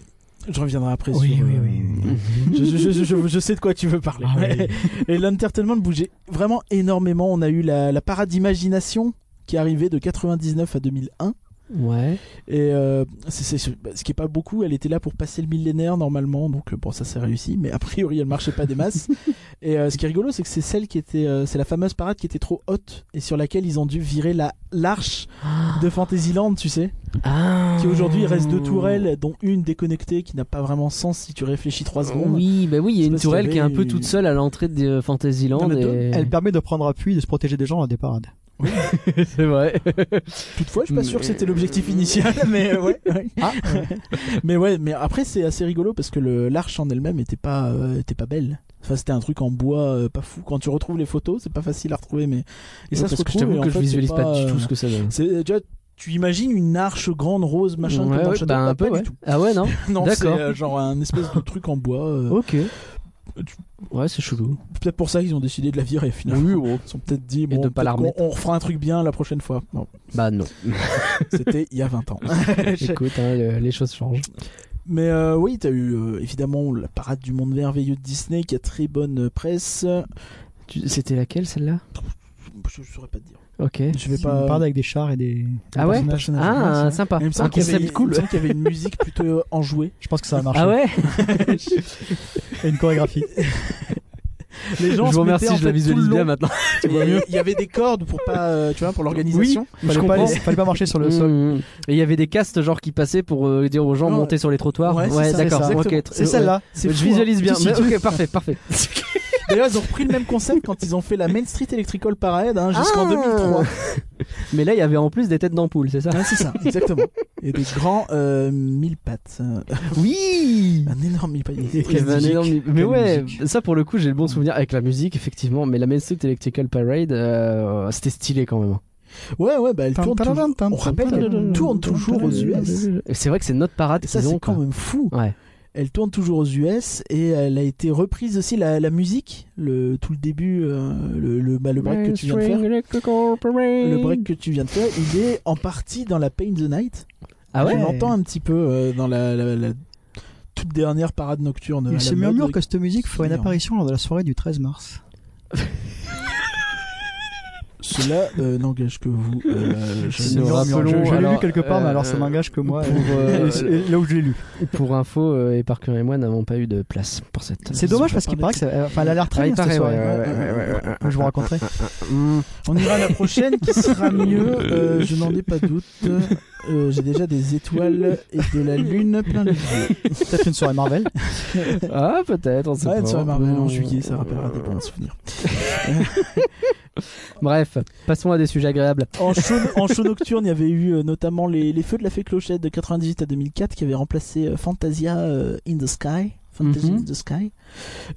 Speaker 2: je reviendrai après sur. euh, <laughs> Je, je- je- je- je sais de quoi tu veux parler.
Speaker 5: Ah oui.
Speaker 2: <laughs> Et l'entertainment bougeait vraiment énormément. On a eu la, la parade d'imagination qui arrivait de 99 à 2001.
Speaker 1: Ouais.
Speaker 2: Et euh, c'est- c'est- c'est- bah, ce qui est pas beaucoup, elle était là pour passer le millénaire normalement, donc euh, bon ça c'est réussi, mais a priori elle marchait pas des masses. et euh, ce qui est rigolo, c'est que c'est celle qui était, euh, c'est la fameuse parade qui était trop haute et sur laquelle ils ont dû virer la l'arche de Fantasyland, tu sais, Ah. qui
Speaker 1: Mmh.
Speaker 2: aujourd'hui reste deux tourelles, dont une déconnectée qui n'a pas vraiment sens si tu réfléchis trois secondes.
Speaker 1: Oui, bah oui, il y
Speaker 2: Je
Speaker 1: a
Speaker 2: sais
Speaker 1: une
Speaker 2: pas si
Speaker 1: tourelle
Speaker 2: t'avais
Speaker 1: qui est un peu
Speaker 2: eu-
Speaker 1: toute seule à l'entrée de euh, Fantasyland.
Speaker 2: Il y en a deux.
Speaker 1: et-
Speaker 5: Elle permet de prendre appui et de se protéger des gens lors des parades.
Speaker 1: <laughs> c'est vrai.
Speaker 2: Toutefois, je suis pas sûr que c'était
Speaker 1: <laughs>
Speaker 2: l'objectif initial, mais euh, ouais. ouais. mais ouais, mais après c'est assez rigolo parce que le l'arche en elle-même était pas euh, était pas belle. Enfin, c'était un truc en bois euh, pas fou. Quand tu retrouves les photos, c'est pas facile à retrouver, mais et ça
Speaker 1: parce
Speaker 2: se
Speaker 1: que je
Speaker 2: retrouve,
Speaker 1: t'avoue
Speaker 2: et en
Speaker 1: que je
Speaker 2: fait,
Speaker 1: visualise
Speaker 2: c'est
Speaker 1: pas, du
Speaker 2: euh,
Speaker 1: tout ce que ça donne.
Speaker 2: C'est tu vois, tu imagines une arche grande rose machin comme
Speaker 1: Ouais,
Speaker 2: dans le
Speaker 1: ouais,
Speaker 2: château
Speaker 1: bah,
Speaker 2: pas-
Speaker 1: un peu,
Speaker 2: pas
Speaker 1: ouais.
Speaker 2: du tout. <laughs>
Speaker 1: Ah ouais, non
Speaker 2: Non, c'est
Speaker 1: D'accord. Oh.
Speaker 2: euh, genre un espèce de truc en bois. euh,
Speaker 1: Ok. Ouais, c'est chelou.
Speaker 2: Peut-être pour ça qu'ils ont décidé de la virer finalement.
Speaker 1: oh.
Speaker 2: Ils se sont peut-être dit bon,
Speaker 1: de pas la
Speaker 2: peut-être qu'on- on refera un truc bien la prochaine fois. Bon,
Speaker 1: <laughs> Bah
Speaker 2: <laughs>
Speaker 1: non.
Speaker 2: c'était il y a 20 ans.
Speaker 1: Écoute, hein, le- les choses changent.
Speaker 2: Mais euh, oui, t'as eu euh, évidemment la parade du monde merveilleux de Disney qui a très bonne euh, presse.
Speaker 1: Tu- C'était laquelle celle-là
Speaker 2: Je, je saurais pas te dire.
Speaker 1: Ok.
Speaker 2: Je vais
Speaker 5: C'est une parade
Speaker 2: pas.
Speaker 5: avec des chars et des.
Speaker 1: Ah ouais
Speaker 5: personnages.
Speaker 1: Ah, sympa.
Speaker 2: Mais il me
Speaker 1: un
Speaker 2: semble qu'il y,
Speaker 1: concept
Speaker 2: avait- il me semble qu'il y avait une musique plutôt euh,
Speaker 1: <laughs>
Speaker 2: enjouée.
Speaker 5: Je pense que ça a marché.
Speaker 1: Ah ouais
Speaker 5: Et une chorégraphie.
Speaker 2: Les
Speaker 1: Je
Speaker 2: se
Speaker 1: vous remercie,
Speaker 2: mettaient, en
Speaker 1: je la
Speaker 2: fait, tout le
Speaker 1: visualise bien
Speaker 2: long.
Speaker 1: maintenant.
Speaker 2: Et Il y avait des cordes pour pas, euh, tu vois, pour l'organisation.
Speaker 5: Fallait pas,
Speaker 1: comprends.
Speaker 5: fallait pas marcher
Speaker 2: Mm,
Speaker 5: sur le sol.
Speaker 1: Mmh, mmh. Et il y avait des castes genre qui passaient pour euh, dire aux gens
Speaker 2: Non,
Speaker 1: montez sur les trottoirs.
Speaker 2: ouais,
Speaker 1: Ouais,
Speaker 2: c'est ça,
Speaker 1: d'accord.
Speaker 5: c'est ça.
Speaker 1: ok, tr-
Speaker 5: C'est celle-là.
Speaker 1: ouais.
Speaker 2: C'est
Speaker 1: Je
Speaker 2: fou,
Speaker 1: visualise
Speaker 2: hein.
Speaker 1: bien.
Speaker 2: Si, si,
Speaker 1: Mais- <laughs>
Speaker 2: tu-
Speaker 1: ok, parfait,
Speaker 2: <laughs>
Speaker 1: parfait.
Speaker 2: D'ailleurs, ils ont repris le même concept quand ils ont fait la Main Street Electrical Parade hein, jusqu'en
Speaker 1: Ah.
Speaker 2: 2003.
Speaker 1: Mais là, il y avait en plus des têtes d'ampoule, c'est ça
Speaker 2: Ah, c'est ça, exactement. Et des grands euh, mille pattes. Euh,
Speaker 1: Oui
Speaker 2: Un énorme mille pattes.
Speaker 1: Il y avait un énorme- Mais
Speaker 5: Quelle
Speaker 1: ouais,
Speaker 5: musique.
Speaker 1: ça pour le coup, j'ai le bon souvenir avec la musique, effectivement. Mais la Main Street Electrical Parade, euh, c'était stylé quand même.
Speaker 2: Ouais, ouais, bah elle tourne. toujours-
Speaker 5: On
Speaker 2: On rappelle qu'elle tourne toujours aux US.
Speaker 1: Et C'est vrai que c'est notre parade
Speaker 2: Et ça,
Speaker 1: qu'ils ont,
Speaker 2: c'est quand
Speaker 1: quoi.
Speaker 2: même fou.
Speaker 1: Ouais.
Speaker 2: Elle tourne toujours aux US et elle a été reprise aussi la, la musique, le, tout le début, euh, le, le, bah, le break que tu viens de faire. Le break que tu viens de faire, il est en partie dans la Pain the Night.
Speaker 1: Ah ouais
Speaker 2: On l'entend un petit peu euh, dans la, la- la toute dernière parade nocturne. à la
Speaker 5: Il se
Speaker 2: mode.
Speaker 5: murmure que cette musique ferait une
Speaker 2: Merde.
Speaker 5: apparition lors de la soirée du 13 mars.
Speaker 2: Cela euh, n'engage que vous.
Speaker 5: <laughs>
Speaker 2: euh, je-
Speaker 1: Nous
Speaker 5: C'est murmure.
Speaker 1: rappelons,
Speaker 5: Je, je l'ai lu
Speaker 1: alors,
Speaker 5: quelque part, mais
Speaker 1: euh,
Speaker 5: alors ça n'engage que moi.
Speaker 1: pour, euh,
Speaker 5: <laughs> Et- et- et là où je l'ai lu.
Speaker 1: Pour info, euh, et Parker et moi n'avons pas eu de place pour cette.
Speaker 5: C'est dommage parce qu'il paraît que ça, enfin, elle a l'air
Speaker 1: Ah,
Speaker 5: très
Speaker 1: il
Speaker 5: bien cette
Speaker 1: paraît, ouais,
Speaker 5: soirée.
Speaker 1: ouais, ouais, ouais, ouais, ouais.
Speaker 5: Je vous raconterai.
Speaker 2: On ira à la prochaine qui sera mieux, euh, je n'en ai pas doute. Euh, J'ai déjà des étoiles et de la lune plein les yeux.
Speaker 5: Peut-être une soirée Marvel.
Speaker 1: <laughs> Ah, peut-être, on sait
Speaker 2: Ouais,
Speaker 1: pas.
Speaker 2: une soirée Marvel en
Speaker 1: Mmh.
Speaker 2: juillet, ça rappellera des bons souvenirs.
Speaker 1: Bref, passons à des sujets agréables.
Speaker 2: En show, en show nocturne, il y avait eu euh, notamment les, les Feux de la Fée Clochette de 98 à 2004 qui avait remplacé euh, Fantasia euh, in the Sky. Fantasia
Speaker 1: Mhm.
Speaker 2: in the Sky.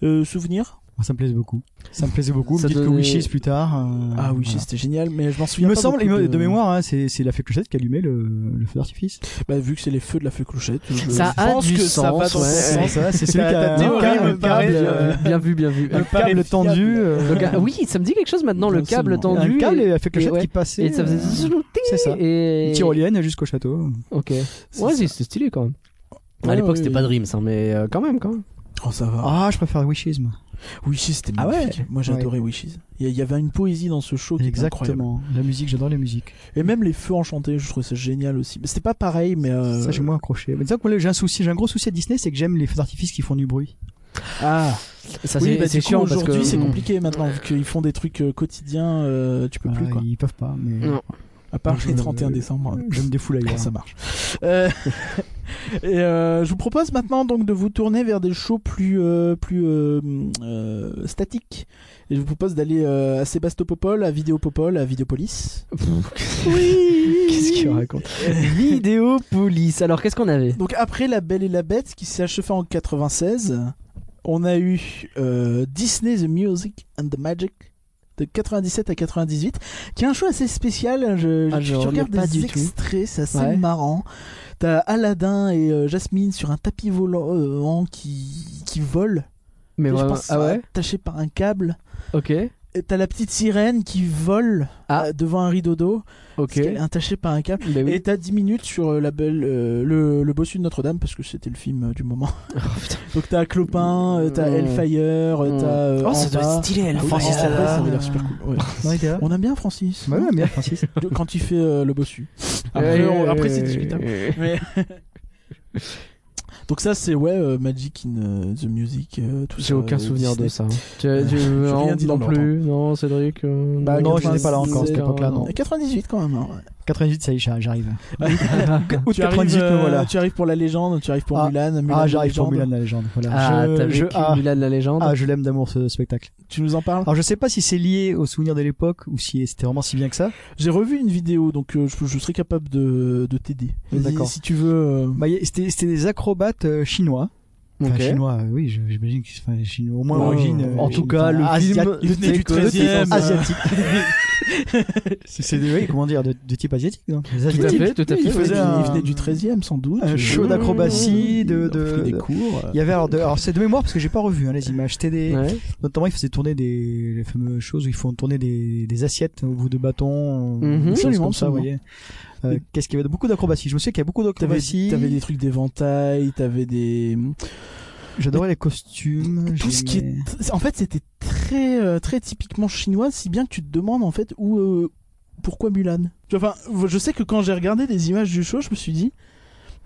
Speaker 2: Euh, souvenir
Speaker 5: Moi, Ça me plaisait beaucoup. Ça me plaisait beaucoup.
Speaker 1: Ça
Speaker 5: Peut-être que
Speaker 1: donnait-
Speaker 5: Wishes plus tard. euh,
Speaker 2: Ah oui,
Speaker 5: voilà.
Speaker 2: c'était génial, mais je m'en
Speaker 5: Il
Speaker 2: souviens
Speaker 5: me
Speaker 2: pas
Speaker 5: semble, il
Speaker 2: beaucoup
Speaker 5: me- de mémoire, hein, c'est c'est la fée Clochette qui allumait le, le feu d'artifice.
Speaker 2: Bah, vu que c'est les Feux de la Fée Clochette, je
Speaker 1: Ça a
Speaker 2: pense
Speaker 1: du
Speaker 2: que ça va
Speaker 1: sens,
Speaker 2: dans
Speaker 1: ouais.
Speaker 2: ce sens.
Speaker 5: ça, c'est celui
Speaker 2: Ta
Speaker 5: qui a
Speaker 2: théorie
Speaker 5: un câble,
Speaker 2: me paraît,
Speaker 5: câble,
Speaker 2: euh,
Speaker 5: euh,
Speaker 1: Bien vu, bien vu.
Speaker 5: un câble tendu. euh,
Speaker 1: Le ca- Oui, ça me dit quelque chose maintenant, le câble
Speaker 2: Absolument.
Speaker 1: tendu.
Speaker 5: Un câble et la fée
Speaker 1: et
Speaker 5: Clochette
Speaker 1: ouais.
Speaker 5: qui passait.
Speaker 1: et ça faisait.
Speaker 5: euh, C'est ça.
Speaker 1: Et...
Speaker 5: Une tyrolienne jusqu'au château.
Speaker 1: Ok.
Speaker 2: C'est
Speaker 1: Ouais,
Speaker 2: ça.
Speaker 1: c'est c'est stylé quand même.
Speaker 2: Ouais,
Speaker 1: à l'époque,
Speaker 2: ouais,
Speaker 1: c'était
Speaker 2: ouais.
Speaker 1: pas Dreams, hein, mais euh, quand même, quand même.
Speaker 2: Oh, ça va.
Speaker 5: Ah, je préfère Wishes, moi.
Speaker 2: Wishes, c'était
Speaker 5: Ah ouais
Speaker 2: magnifique. Moi, j'adorais Wishes. Il y- il y avait une poésie dans ce show qui était incroyable.
Speaker 5: Exactement. La musique, j'adore les musiques.
Speaker 2: Et même les feux enchantés, je trouvais ça génial aussi. Mais c'était pas pareil, mais. euh,
Speaker 5: Ça, j'ai moins accroché. Mais c'est ça que moi, j'ai un souci, j'ai un gros souci à Disney, c'est que j'aime les feux d'artifice qui font du bruit.
Speaker 2: Ah,
Speaker 1: Ça,
Speaker 2: oui,
Speaker 1: c'est
Speaker 2: bah,
Speaker 1: c'est
Speaker 2: du coup,
Speaker 1: chiant parce
Speaker 2: aujourd'hui,
Speaker 1: que. <laughs>
Speaker 2: c'est
Speaker 1: Mm.
Speaker 2: compliqué maintenant, vu qu'ils font des trucs euh, quotidiens, euh, tu peux
Speaker 5: Ah,
Speaker 2: plus, quoi.
Speaker 5: Ils peuvent pas, mais
Speaker 1: Non.
Speaker 2: À part
Speaker 5: Je-
Speaker 2: les 31
Speaker 5: <laughs>
Speaker 2: décembre. euh,
Speaker 5: je me défoule ailleurs.
Speaker 2: Ça marche. Euh, <laughs> et euh, je vous propose maintenant donc de vous tourner vers des shows plus euh, plus euh, euh, statiques. Et je vous propose d'aller euh, à Sébastopol, à Vidéopopol, à Vidéopolis.
Speaker 1: Qu'est-ce qu'il
Speaker 2: <laughs>
Speaker 1: raconte Vidéo police. Alors, qu'est-ce qu'on avait
Speaker 2: Donc après La Belle et la Bête qui s'est achevée en 96, on a eu euh, Disney The Music and the Magic de 97 à 98 qui est un show assez spécial hein. je,
Speaker 1: Ah,
Speaker 2: je-
Speaker 1: je
Speaker 2: tu
Speaker 1: remets
Speaker 2: regardes
Speaker 1: pas
Speaker 2: des
Speaker 1: du tout.
Speaker 2: extraits c'est assez
Speaker 1: Ouais.
Speaker 2: marrant t'as Aladdin et euh, Jasmine sur un tapis volant euh, en qui, qui vole
Speaker 1: Mais
Speaker 2: je
Speaker 1: vraiment.
Speaker 2: pense
Speaker 1: Ah ouais
Speaker 2: attaché par un câble
Speaker 1: Ok.
Speaker 2: et t'as la petite sirène qui vole
Speaker 1: Ah.
Speaker 2: euh, devant un rideau d'eau
Speaker 1: Ok.
Speaker 2: parce qu'elle est attachée par un câble
Speaker 1: Bah oui.
Speaker 2: et t'as 10 minutes sur euh, la belle, euh, le, le bossu de Notre-Dame, parce que c'était le film euh,
Speaker 1: <laughs>
Speaker 2: du moment.
Speaker 1: Oh,
Speaker 2: Donc t'as Clopin, euh, t'as
Speaker 1: Mm.
Speaker 2: Hellfire, euh,
Speaker 1: Mm.
Speaker 2: t'as. euh,
Speaker 1: Oh, ça doit
Speaker 2: Amba.
Speaker 1: être stylé, elle.
Speaker 2: Ah oui,
Speaker 1: Francis
Speaker 2: Amba,
Speaker 1: Lalanne.
Speaker 2: Ça veut dire super cool. ouais.
Speaker 5: Non, il était là.
Speaker 2: On aime bien Francis.
Speaker 5: Bah ouais, mais <laughs> Francis.
Speaker 2: De- Quand il fait euh, le bossu. Après, on- après, c'est hein. discutable. Mais- Donc ça c'est ouais euh, Magic in euh, the Music euh, tout
Speaker 1: J'ai
Speaker 2: ça,
Speaker 1: aucun
Speaker 2: euh,
Speaker 1: souvenir de
Speaker 2: Disney. <laughs>
Speaker 1: ça. Tu,
Speaker 2: Euh,
Speaker 1: tu-
Speaker 2: j'ai
Speaker 1: non,
Speaker 2: rien dit
Speaker 1: non
Speaker 2: dans le
Speaker 1: plus, non, Cédric. euh,
Speaker 2: Bah,
Speaker 5: non,
Speaker 1: je
Speaker 5: j'étais pas là encore à cette époque-là, non.
Speaker 2: 98 quand même. hein, ouais.
Speaker 5: 98, ça y est, j'arri- j'arrive.
Speaker 1: <laughs>
Speaker 5: Août
Speaker 2: Tu arrives
Speaker 5: 98, me
Speaker 2: euh,
Speaker 5: voilà.
Speaker 2: tu arrives pour la légende, tu arrives pour
Speaker 5: Ah.
Speaker 2: Mulan, Mulan
Speaker 5: Ah,
Speaker 2: la
Speaker 5: j'arrive
Speaker 2: légende.
Speaker 5: pour Mulan la légende. Voilà.
Speaker 1: Ah,
Speaker 5: Je-
Speaker 1: t'as
Speaker 5: je-
Speaker 1: vu
Speaker 5: ah,
Speaker 1: Mulan la légende
Speaker 5: ah, je l'aime d'amour ce spectacle.
Speaker 2: Tu nous en parles
Speaker 5: Alors je sais pas si c'est lié aux souvenirs de l'époque ou si c'était vraiment si bien que ça.
Speaker 2: J'ai revu une vidéo, donc euh, je, je serai capable de, de t'aider. Vas-y,
Speaker 5: D'accord.
Speaker 2: Si tu veux. euh,
Speaker 5: Bah, y a- c'était c'était des acrobates euh, chinois. Enfin,
Speaker 1: Ok.
Speaker 5: chinois, euh, oui, je- j'imagine qu'ils sont chinois. Au moins
Speaker 2: Ouais,
Speaker 5: l'origine.
Speaker 2: ouais,
Speaker 5: euh,
Speaker 1: En
Speaker 2: j'ai-
Speaker 1: tout cas, le
Speaker 5: enfin, asiat-
Speaker 1: film
Speaker 2: le
Speaker 1: c'est
Speaker 2: du
Speaker 1: que-
Speaker 2: <laughs> 13e,
Speaker 5: asiatique. c'est c'est des, oui, comment dire, de, de type asiatique, hein. non Des
Speaker 1: Tout à
Speaker 5: asiatiques.
Speaker 1: fait, tout à fait.
Speaker 2: il,
Speaker 5: faisait
Speaker 2: venait,
Speaker 5: un-
Speaker 2: il venait du 13 e sans doute.
Speaker 5: un show d'acrobatie, de-
Speaker 2: Il a
Speaker 5: de-
Speaker 2: pris des
Speaker 5: de-
Speaker 2: cours.
Speaker 5: Il y avait alors, de- alors c'est de mémoire parce que j'ai pas revu hein, les images. C'était des,
Speaker 1: Ouais.
Speaker 5: notamment ils faisaient tourner des les fameuses choses où ils font tourner des, des assiettes au bout de bâtons,
Speaker 1: Mhm.
Speaker 5: des choses
Speaker 2: Absolument,
Speaker 5: comme ça, vous
Speaker 2: absolument.
Speaker 5: voyez. Euh, Qu'est-ce qu'il y avait beaucoup d'acrobaties Je me souviens qu'il y a beaucoup
Speaker 2: T'avais
Speaker 5: d'acrobaties.
Speaker 2: t'avais des trucs d'éventail, t'avais des.
Speaker 5: J'adorais les costumes.
Speaker 2: Tout ce qui est.
Speaker 5: j'aimais-
Speaker 2: En fait, c'était très, euh, très typiquement chinois, si bien que tu te demandes en fait où. euh, pourquoi Mulan Tu vois, Enfin, je sais que quand j'ai regardé des images du show, je me suis dit.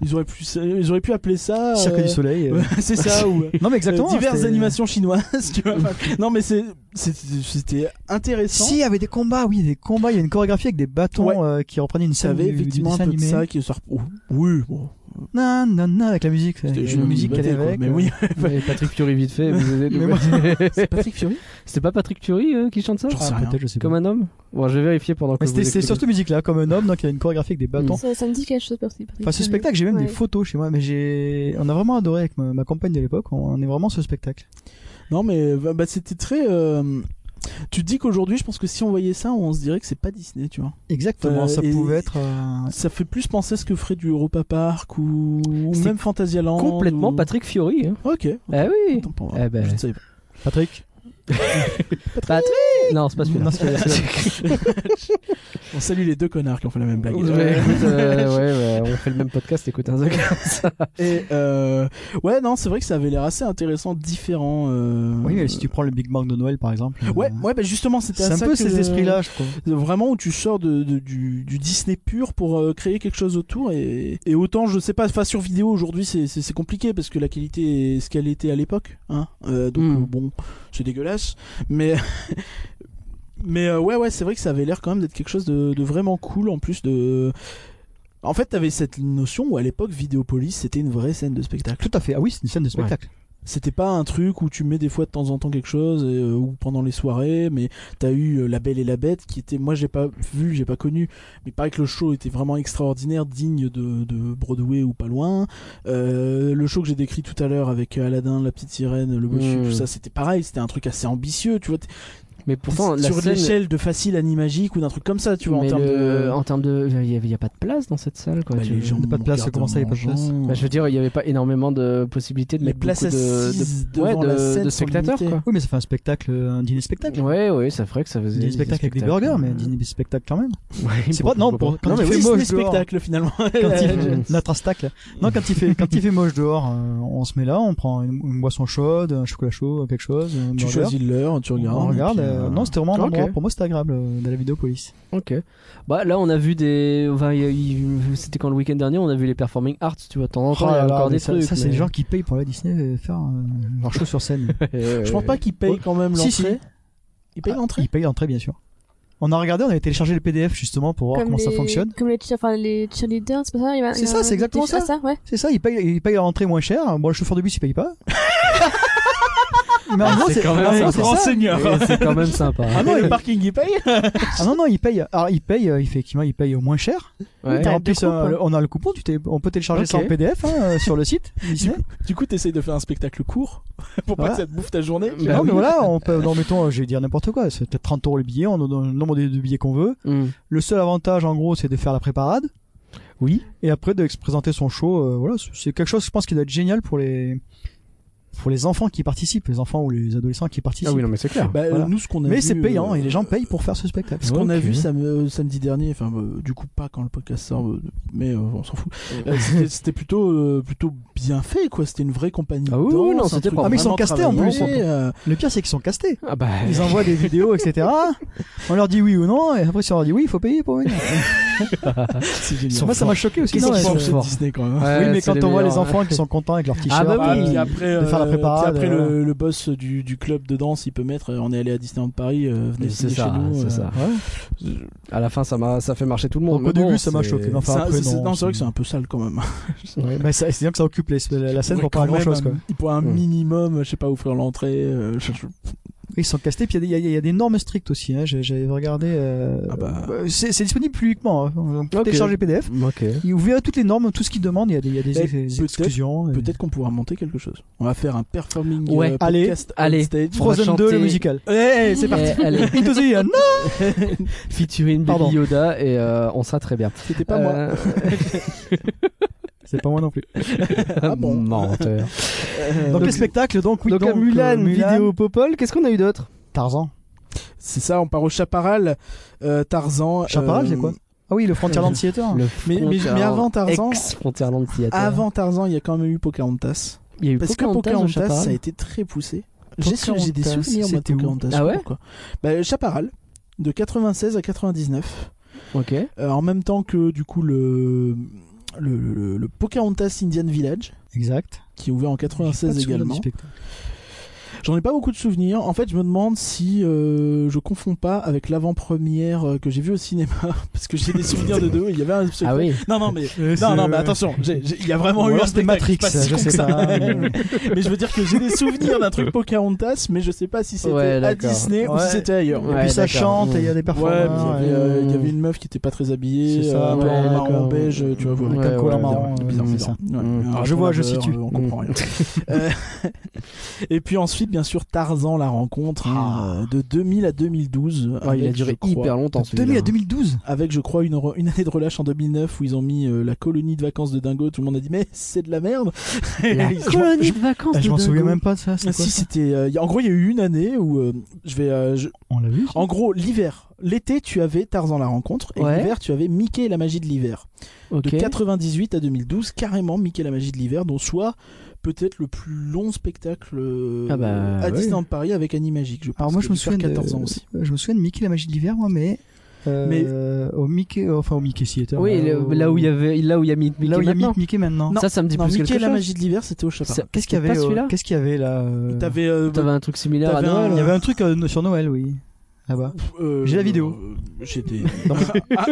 Speaker 2: Ils auraient pu, ils auraient pu appeler ça.
Speaker 5: Cirque
Speaker 2: euh,
Speaker 5: du soleil. euh.
Speaker 2: ouais, <laughs> C'est ça, ou.
Speaker 5: Non mais exactement.
Speaker 2: Euh, diverses
Speaker 5: c'était-
Speaker 2: animations chinoises, <laughs> tu vois. non, mais c'est- c'était c'était intéressant.
Speaker 5: Si, il y avait des combats, oui, des combats. Il y a une chorégraphie avec des bâtons
Speaker 2: Ouais.
Speaker 5: euh, qui reprenaient une
Speaker 2: ça
Speaker 5: scène
Speaker 2: avait
Speaker 5: du, du
Speaker 2: effectivement un
Speaker 5: dessin
Speaker 2: peu de
Speaker 5: animé.
Speaker 2: ça qui sort. Oh, oui, bon.
Speaker 5: Non, non, non, avec la musique.
Speaker 2: c'était
Speaker 5: C'était
Speaker 2: juste
Speaker 5: la musique
Speaker 2: une bataille,
Speaker 5: qu'elle
Speaker 2: quoi.
Speaker 5: avait.
Speaker 2: Mais oui,
Speaker 1: Et Patrick Fury vite fait.
Speaker 2: <laughs>
Speaker 1: mais-
Speaker 5: Mais moi-
Speaker 1: <laughs>
Speaker 2: c'est Patrick Fiori.
Speaker 1: C'était pas Patrick Fury euh, qui chante ça
Speaker 2: J'en sais
Speaker 5: Ah,
Speaker 2: rien.
Speaker 5: peut-être, je sais pas.
Speaker 1: Comme un homme Bon, je vais vérifier pendant que
Speaker 5: Mais
Speaker 1: vous
Speaker 5: C'était c'était
Speaker 1: écoutez.
Speaker 5: surtout musique là, comme un homme, donc il y a une chorégraphie avec des bâtons.
Speaker 6: Ça, ça me dit quelque chose. Patrick
Speaker 5: Enfin, ce
Speaker 6: Fury.
Speaker 5: spectacle, j'ai même
Speaker 6: Mm. Ouais.
Speaker 5: des photos chez moi, mais j'ai, on a vraiment adoré avec ma, ma compagne de l'époque. On on est vraiment ce spectacle.
Speaker 2: <laughs> Non, mais bah, bah, c'était très. euh, Tu te dis qu'aujourd'hui, je pense que si on voyait ça, on se dirait que c'est pas Disney, tu vois.
Speaker 5: Exactement.
Speaker 2: Euh,
Speaker 5: ça
Speaker 2: et-
Speaker 5: pouvait être. euh,
Speaker 2: Ça fait plus penser à ce que ferait du Europa Park ou, ou
Speaker 1: C'est
Speaker 2: même Fantasyland.
Speaker 1: Complètement
Speaker 2: ou-
Speaker 1: Patrick Fury. hein.
Speaker 2: Ok.
Speaker 1: Ah oui
Speaker 2: Tant pour moi.
Speaker 1: Eh ben.
Speaker 2: Je ne savais pas.
Speaker 5: Patrick.
Speaker 1: Patrick Non, c'est pas celui-là.
Speaker 5: Non, c'est
Speaker 1: <laughs>
Speaker 5: pas
Speaker 2: On salue les deux connards qui ont fait la même blague.
Speaker 1: Ouais, écoute,
Speaker 2: <laughs>
Speaker 1: euh, ouais, ouais, on fait le même podcast, écoute hein, un second.
Speaker 2: Et euh, ouais, non, c'est vrai que ça avait l'air assez intéressant, différent. euh,
Speaker 5: Oui, mais si tu prends le Big Bang de Noël, par exemple. euh,
Speaker 2: Ouais, ouais, bah justement, c'était
Speaker 5: C'est
Speaker 2: à
Speaker 5: un
Speaker 2: ça
Speaker 5: peu
Speaker 2: que-
Speaker 5: ces esprits-là, je crois.
Speaker 2: Vraiment où tu sors de, de- du, du Disney pur pour euh, créer quelque chose autour et, et autant je sais pas, enfin sur vidéo aujourd'hui c'est- c'est c'est compliqué parce que la qualité est ce qu'elle était à l'époque, hein. Euh, donc
Speaker 1: Mm.
Speaker 5: Hmm.
Speaker 2: euh, bon, c'est dégueulasse, mais <laughs> mais euh, ouais ouais c'est vrai que ça avait l'air quand même d'être quelque chose de, de vraiment cool en plus de. En fait t'avais cette notion où à l'époque Vidéopolis c'était une vraie scène de spectacle.
Speaker 5: Tout à fait. Ah oui, c'est une scène de spectacle.
Speaker 2: C'était pas un truc où tu mets des fois de temps en temps quelque chose et, euh, ou pendant les soirées, mais t'as eu euh, La Belle et la Bête qui était, moi j'ai pas vu, j'ai pas connu, mais il paraît que le show était vraiment extraordinaire, digne de, de Broadway ou pas loin. Euh, le show que j'ai décrit tout à l'heure avec Aladdin, euh, la petite sirène, le bossu,
Speaker 5: Hmm.
Speaker 1: Mmh.
Speaker 2: tout ça, c'était pareil, c'était un truc assez ambitieux, tu vois. t'es-
Speaker 1: Mais pourtant, la
Speaker 2: sur
Speaker 1: scène.
Speaker 2: l'échelle de facile à ni magique ou d'un truc comme ça, tu vois, en
Speaker 1: mais
Speaker 2: termes
Speaker 1: le-
Speaker 5: Ah,
Speaker 2: de.
Speaker 1: en termes de. Il n'y a, il y a pas de place dans cette salle, quoi.
Speaker 2: Bah,
Speaker 1: tu
Speaker 2: les
Speaker 1: veux.
Speaker 2: gens
Speaker 5: Pas de place,
Speaker 2: regardent
Speaker 5: comment ça, il y a pas de
Speaker 2: en
Speaker 5: place
Speaker 2: mangeant.
Speaker 1: Bah, je veux dire, il n'y avait pas énormément de possibilités de
Speaker 2: Les
Speaker 1: mettre
Speaker 2: places
Speaker 1: beaucoup
Speaker 2: assises
Speaker 1: de, de, ouais,
Speaker 2: devant la
Speaker 1: de-
Speaker 2: scène
Speaker 1: de
Speaker 2: sont
Speaker 1: spectateurs,
Speaker 2: limitées.
Speaker 1: quoi.
Speaker 5: Oui, mais ça fait un spectacle, euh, un dîner spectacle.
Speaker 1: Ouais, ouais, c'est vrai que ça faisait.
Speaker 5: Dîner spectacle avec des burgers, mais dîner spectacle quand même.
Speaker 1: Ouais,
Speaker 5: C'est pas- non,
Speaker 1: pourquoi
Speaker 5: pour- quand
Speaker 1: Non,
Speaker 5: tu
Speaker 1: mais
Speaker 5: fais
Speaker 1: oui,
Speaker 5: moche
Speaker 2: Disney
Speaker 5: dehors.
Speaker 2: spectacle finalement. <laughs>
Speaker 5: Quand
Speaker 1: Euh,
Speaker 5: il, notre stack, là. Non, quand il fait quand il fait moche dehors, euh, on se met là, on prend une, une boisson chaude, un chocolat chaud, quelque chose. un
Speaker 2: tu
Speaker 5: burger.
Speaker 2: choisis l'heure, tu regardes.
Speaker 5: On regarde.
Speaker 2: et puis,
Speaker 5: euh,
Speaker 2: euh,
Speaker 5: Non, c'était vraiment un
Speaker 1: ok.
Speaker 5: endroit. Pour moi, c'était agréable euh, d'aller à Vidéopolis.
Speaker 1: Ok. Bah là, on a vu des. Enfin, il y a- il- C'était quand le week-end dernier, on a vu les performing arts, tu vois. de temps en
Speaker 5: Oh
Speaker 1: temps, il y a encore des
Speaker 5: ça,
Speaker 1: trucs.
Speaker 5: ça, c'est
Speaker 1: mais- <laughs>
Speaker 5: les gens qui payent pour la Disney euh, faire euh, leur show sur scène.
Speaker 2: Je pense pas qu'ils payent quand même l'entrée.
Speaker 5: Si, si.
Speaker 2: Ils payent l'entrée
Speaker 5: Ils payent l'entrée, bien sûr. On a regardé, on avait téléchargé le PDF justement pour voir comment ça
Speaker 6: les-
Speaker 5: fonctionne.
Speaker 6: Comme les, cheer- enfin, les cheerleaders, c'est pas ça il y a-
Speaker 5: C'est
Speaker 6: il y a
Speaker 5: ça, c'est
Speaker 6: des
Speaker 5: exactement
Speaker 6: choses-
Speaker 5: ça.
Speaker 6: ah, ouais.
Speaker 5: C'est ça, ils payent, ils payent leur entrée moins cher. Bon, le chauffeur de bus, il paye pas. Mais en gros, c'est
Speaker 1: quand même
Speaker 5: en
Speaker 1: ça,
Speaker 5: gros,
Speaker 1: un
Speaker 5: c'est
Speaker 1: grand
Speaker 5: ça.
Speaker 2: seigneur.
Speaker 1: Ouais, <laughs> c'est quand même sympa.
Speaker 2: Ah <laughs> non, le parking, ils payent
Speaker 5: Ah non, non, ils payent. Alors, ils payent, euh, effectivement, ils payent au moins cher.
Speaker 1: Ouais.
Speaker 5: Et
Speaker 6: T'as
Speaker 5: en
Speaker 6: le
Speaker 5: plus,
Speaker 6: coupon.
Speaker 5: euh, le- on a le coupon, tu t'es- on peut télécharger ça
Speaker 1: hein. Ok.
Speaker 5: en PDF hein, euh, sur le
Speaker 1: <laughs>
Speaker 5: site. Disney.
Speaker 2: Du coup, t'essayes de faire un spectacle court <laughs> pour pas
Speaker 5: Voilà.
Speaker 2: que ça te bouffe ta journée.
Speaker 1: Bah
Speaker 5: non,
Speaker 1: oui.
Speaker 5: mais voilà, on peut, non, mettons, euh, je vais dire n'importe quoi, c'est peut-être 30 euros le billet, on donne le nombre de de billets qu'on veut.
Speaker 1: Mm.
Speaker 5: Le seul avantage, en gros, c'est de faire la préparade.
Speaker 1: Oui.
Speaker 5: Et après, de se présenter son show, euh, voilà, c'est- c'est quelque chose, je pense, qui doit être génial pour les, pour les enfants qui participent, les enfants ou les adolescents qui participent.
Speaker 1: Ah oui, non, mais c'est clair.
Speaker 2: Bah, euh,
Speaker 5: Voilà.
Speaker 2: nous, ce qu'on a
Speaker 5: mais
Speaker 2: vu,
Speaker 5: c'est payant
Speaker 2: euh,
Speaker 5: et les gens payent pour faire ce spectacle.
Speaker 2: Ce qu'on a
Speaker 1: Ok.
Speaker 2: vu sam- euh, samedi dernier, enfin euh, du coup pas quand le podcast sort, euh, mais euh, on s'en fout. Euh, c'était- C'était plutôt euh, plutôt bien fait quoi. C'était une vraie compagnie.
Speaker 1: Ah oui,
Speaker 2: de
Speaker 1: oui,
Speaker 2: danse,
Speaker 1: non,
Speaker 2: un
Speaker 1: c'était
Speaker 2: truc
Speaker 1: pas-
Speaker 5: Ah, mais ils sont
Speaker 2: vraiment
Speaker 5: castés, en plus,
Speaker 2: travaillé, euh,
Speaker 5: Le pire, c'est qu'ils sont castés.
Speaker 1: Ah bah.
Speaker 5: Ils envoient des vidéos, etc.
Speaker 1: <laughs>
Speaker 5: On leur dit oui ou non, et après, si on leur dit oui, il faut payer pour venir.
Speaker 2: <laughs> c'est génial.
Speaker 5: Moi, ça m'a choqué aussi.
Speaker 2: Qu'est-ce
Speaker 5: Non,
Speaker 2: qu'ils
Speaker 5: mais-
Speaker 2: font
Speaker 1: forts.
Speaker 2: chez Disney quand même.
Speaker 1: Ouais,
Speaker 5: oui, mais
Speaker 1: c'est
Speaker 5: quand on voit les
Speaker 1: meilleurs.
Speaker 5: enfants qui sont contents avec leur t-shirt,
Speaker 1: Ah bah
Speaker 2: Ah,
Speaker 1: oui.
Speaker 5: euh,
Speaker 2: puis après,
Speaker 5: de faire la
Speaker 2: euh,
Speaker 5: préparade,
Speaker 2: puis après
Speaker 5: euh,
Speaker 2: le, le boss du, du club de danse, il peut mettre. euh, On est allé à Disneyland Paris, euh,
Speaker 1: <laughs>
Speaker 2: venez
Speaker 1: C'est
Speaker 2: signer
Speaker 1: ça,
Speaker 2: chez nous.
Speaker 1: c'est
Speaker 2: euh.
Speaker 1: ça.
Speaker 5: ouais.
Speaker 1: À la fin, ça, m'a- ça fait marcher tout le monde.
Speaker 5: Donc,
Speaker 1: mais
Speaker 5: au début,
Speaker 1: bon,
Speaker 5: ça m'a
Speaker 1: c'est- <laughs>
Speaker 5: choqué. mais Enfin,
Speaker 2: C'est un-
Speaker 5: après,
Speaker 2: c'est-
Speaker 5: non,
Speaker 2: non, c'est vrai que c'est un peu sale quand
Speaker 5: <laughs>
Speaker 2: même.
Speaker 5: Ouais, bah, ça- c'est bien que ça occupe les- la scène
Speaker 2: Ouais,
Speaker 5: pour pas
Speaker 2: quand
Speaker 5: grand chose
Speaker 2: même, hein.
Speaker 5: quoi. Mm.
Speaker 2: Il pourrait un
Speaker 1: Ouais.
Speaker 2: minimum, je sais pas, offrir l'entrée. euh, je- je-
Speaker 5: Ils sont castés, puis il y, a des- il y a- il y a des normes strictes aussi. Hein. J'ai- J'avais regardé. euh,
Speaker 2: Ah bah.
Speaker 5: euh, C'est c'est disponible publiquement. Hein. On peut
Speaker 1: Ok.
Speaker 5: télécharger PDF.
Speaker 1: Mm, Ok.
Speaker 5: Et vous verrez toutes les normes, tout ce qu'ils demandent. Il y a des, il y a des,
Speaker 2: Eh,
Speaker 5: ex- des
Speaker 2: peut-être-
Speaker 5: exclusions. et-
Speaker 2: Peut-être qu'on pourra monter quelque chose. On va faire un performing
Speaker 1: Ouais,
Speaker 2: euh,
Speaker 5: allez,
Speaker 2: podcast on
Speaker 1: allez.
Speaker 2: stage.
Speaker 1: On va
Speaker 5: Frozen 2,
Speaker 1: chanter.
Speaker 5: le musical.
Speaker 2: Eh, c'est parti.
Speaker 1: Eh,
Speaker 5: <laughs>
Speaker 1: allez,
Speaker 5: Into the end.
Speaker 1: featuring
Speaker 5: Pardon.
Speaker 1: Baby Yoda et euh, on sera très bien.
Speaker 2: C'était pas moi.
Speaker 1: Euh,
Speaker 5: C'est pas moi non plus.
Speaker 2: <laughs> Ah
Speaker 5: <laughs>
Speaker 1: <laughs>
Speaker 2: bon.
Speaker 1: Menteur.
Speaker 2: Euh,
Speaker 5: Donc, les spectacles, donc oui.
Speaker 1: donc, à
Speaker 5: euh,
Speaker 1: Mulan, vidéo Popol, qu'est-ce qu'on a eu d'autre
Speaker 5: Tarzan.
Speaker 2: C'est ça, on part au Chaparral, euh, Tarzan.
Speaker 5: Chaparral,
Speaker 2: euh,
Speaker 5: c'est quoi Ah oui, le Frontierland Theater.
Speaker 1: Le
Speaker 2: mais- mais
Speaker 1: Frontierland-
Speaker 2: avant Tarzan-
Speaker 1: Ex-Frontierland Theater.
Speaker 2: Avant Tarzan, il y a quand même eu Pocahontas.
Speaker 1: Il y a eu
Speaker 2: Parce
Speaker 1: Pocahontas, au
Speaker 2: que Pocahontas,
Speaker 1: Chaparral.
Speaker 2: ça a été très poussé. J'ai sou-
Speaker 5: Pocahontas,
Speaker 2: j'ai des souvenirs, moi, de
Speaker 5: c'était où
Speaker 2: Pocahontas.
Speaker 1: Ah ouais
Speaker 2: pourquoi. bah, Chaparral, de 96 à 99.
Speaker 1: Ok.
Speaker 2: Euh, en même temps que, du coup, le, le, le, le Pocahontas Indian Village,
Speaker 5: Exact.
Speaker 2: qui est ouvert en
Speaker 5: J'ai pas de
Speaker 2: 96
Speaker 5: souvenir du
Speaker 2: également.
Speaker 5: spectacle.
Speaker 2: J'en ai pas beaucoup de souvenirs. En fait, je me demande si euh, je confonds pas avec l'avant-première euh, que j'ai vue au cinéma, <laughs> parce que j'ai des souvenirs de deux. Il y avait un
Speaker 1: Ah oui.
Speaker 2: Non, non, mais
Speaker 5: Euh,
Speaker 2: non, non, mais
Speaker 5: c'est-
Speaker 2: attention. j'ai- j'ai- Il y a vraiment
Speaker 5: Ou
Speaker 2: eu
Speaker 5: alors
Speaker 2: un
Speaker 5: c'était
Speaker 2: spectacle,
Speaker 5: Matrix,
Speaker 2: je suis pas si
Speaker 5: je
Speaker 2: con que
Speaker 5: sais
Speaker 2: ça.
Speaker 5: pas, mais-
Speaker 2: <laughs> mais je veux dire que j'ai des souvenirs d'un truc Pocahontas, mais je sais pas si c'était
Speaker 1: Ouais,
Speaker 2: à
Speaker 1: d'accord.
Speaker 2: Disney ou
Speaker 5: Ouais.
Speaker 2: si c'était ailleurs.
Speaker 5: Et
Speaker 1: Ouais,
Speaker 5: puis ça
Speaker 1: d'accord.
Speaker 5: chante et il y a des
Speaker 2: Ouais, mais
Speaker 5: performances.
Speaker 2: il y, avait, euh,
Speaker 1: ouais.
Speaker 2: il y avait une meuf qui était pas très habillée,
Speaker 5: Ah, C'est ça,
Speaker 2: euh, un peu
Speaker 5: ouais,
Speaker 2: en marron
Speaker 1: d'accord.
Speaker 2: beige, tu vas voir.
Speaker 1: Ouais,
Speaker 5: Avec un collant
Speaker 1: ouais,
Speaker 5: marron,
Speaker 2: bizarre,
Speaker 5: euh,
Speaker 2: bizarre,
Speaker 5: c'est
Speaker 2: bizarre.
Speaker 5: ça.
Speaker 2: Ouais,
Speaker 1: Mm.
Speaker 2: un
Speaker 5: Alors, je vois, je
Speaker 2: rappeur,
Speaker 5: situe.
Speaker 2: euh, On comprend rien. Euh, Et puis ensuite, bien sûr, Tarzan, la rencontre, hein, euh, de 2000 à 2012.
Speaker 1: Ah, il a
Speaker 2: avec,
Speaker 1: duré
Speaker 2: je crois,
Speaker 1: hyper longtemps celui-là.
Speaker 5: 2000 à 2012.
Speaker 2: Avec, je crois, une, re- une année de relâche en 2009 où ils ont mis euh, la colonie de vacances de Dingo. Tout le monde a dit, mais c'est de la merde.
Speaker 1: La
Speaker 2: <laughs> Et je-
Speaker 1: colonie de vacances.
Speaker 5: Ah, Je
Speaker 1: de
Speaker 5: m'en souviens
Speaker 1: Dingo.
Speaker 5: même pas de ça.
Speaker 2: Ah,
Speaker 5: c'est quoi
Speaker 2: si c'était euh, y a- en gros il y a eu une année où euh, je vais euh, je-
Speaker 5: On l'a vu.
Speaker 2: en gros l'hiver l'été tu avais Tarzan la rencontre et
Speaker 1: Ouais.
Speaker 2: l'hiver tu avais Mickey et la magie de l'hiver
Speaker 1: Ok.
Speaker 2: de 98 à 2012 carrément Mickey et la magie de l'hiver dont soit peut-être le plus long spectacle euh,
Speaker 1: Ah bah,
Speaker 2: à
Speaker 1: ouais.
Speaker 2: Disneyland Paris avec Animagic je pense
Speaker 5: Alors moi je
Speaker 2: qu'il
Speaker 5: me
Speaker 2: a dû faire
Speaker 5: souviens de
Speaker 2: 14 ans aussi
Speaker 5: Euh, Je me souviens de Mickey la magie de l'hiver moi mais euh, au Mickey enfin au Mickey Theater.
Speaker 1: Oui,
Speaker 5: euh,
Speaker 1: le- là où il y avait, là où il y a Meet Mickey
Speaker 5: là où il y a
Speaker 1: maintenant.
Speaker 5: Mickey, Mickey maintenant.
Speaker 1: Ça, ça me dit
Speaker 2: non,
Speaker 1: plus
Speaker 2: Mickey et
Speaker 1: quelque
Speaker 2: la
Speaker 1: chose.
Speaker 2: magie de l'hiver c'était au
Speaker 1: C'est-
Speaker 2: Chaparral
Speaker 5: Qu'est-ce qu'il y
Speaker 1: c'était
Speaker 5: avait
Speaker 1: pas
Speaker 5: euh,
Speaker 1: celui-là
Speaker 5: Qu'est-ce qu'il y avait là euh,
Speaker 2: t'avais euh,
Speaker 1: T'avais un truc similaire à
Speaker 2: T'avais un-
Speaker 1: Noël.
Speaker 5: Il y
Speaker 1: ouais.
Speaker 5: avait un truc euh, sur Noël oui. Ah bah.
Speaker 2: Euh,
Speaker 5: J'ai la vidéo.
Speaker 2: euh, J'étais. ah.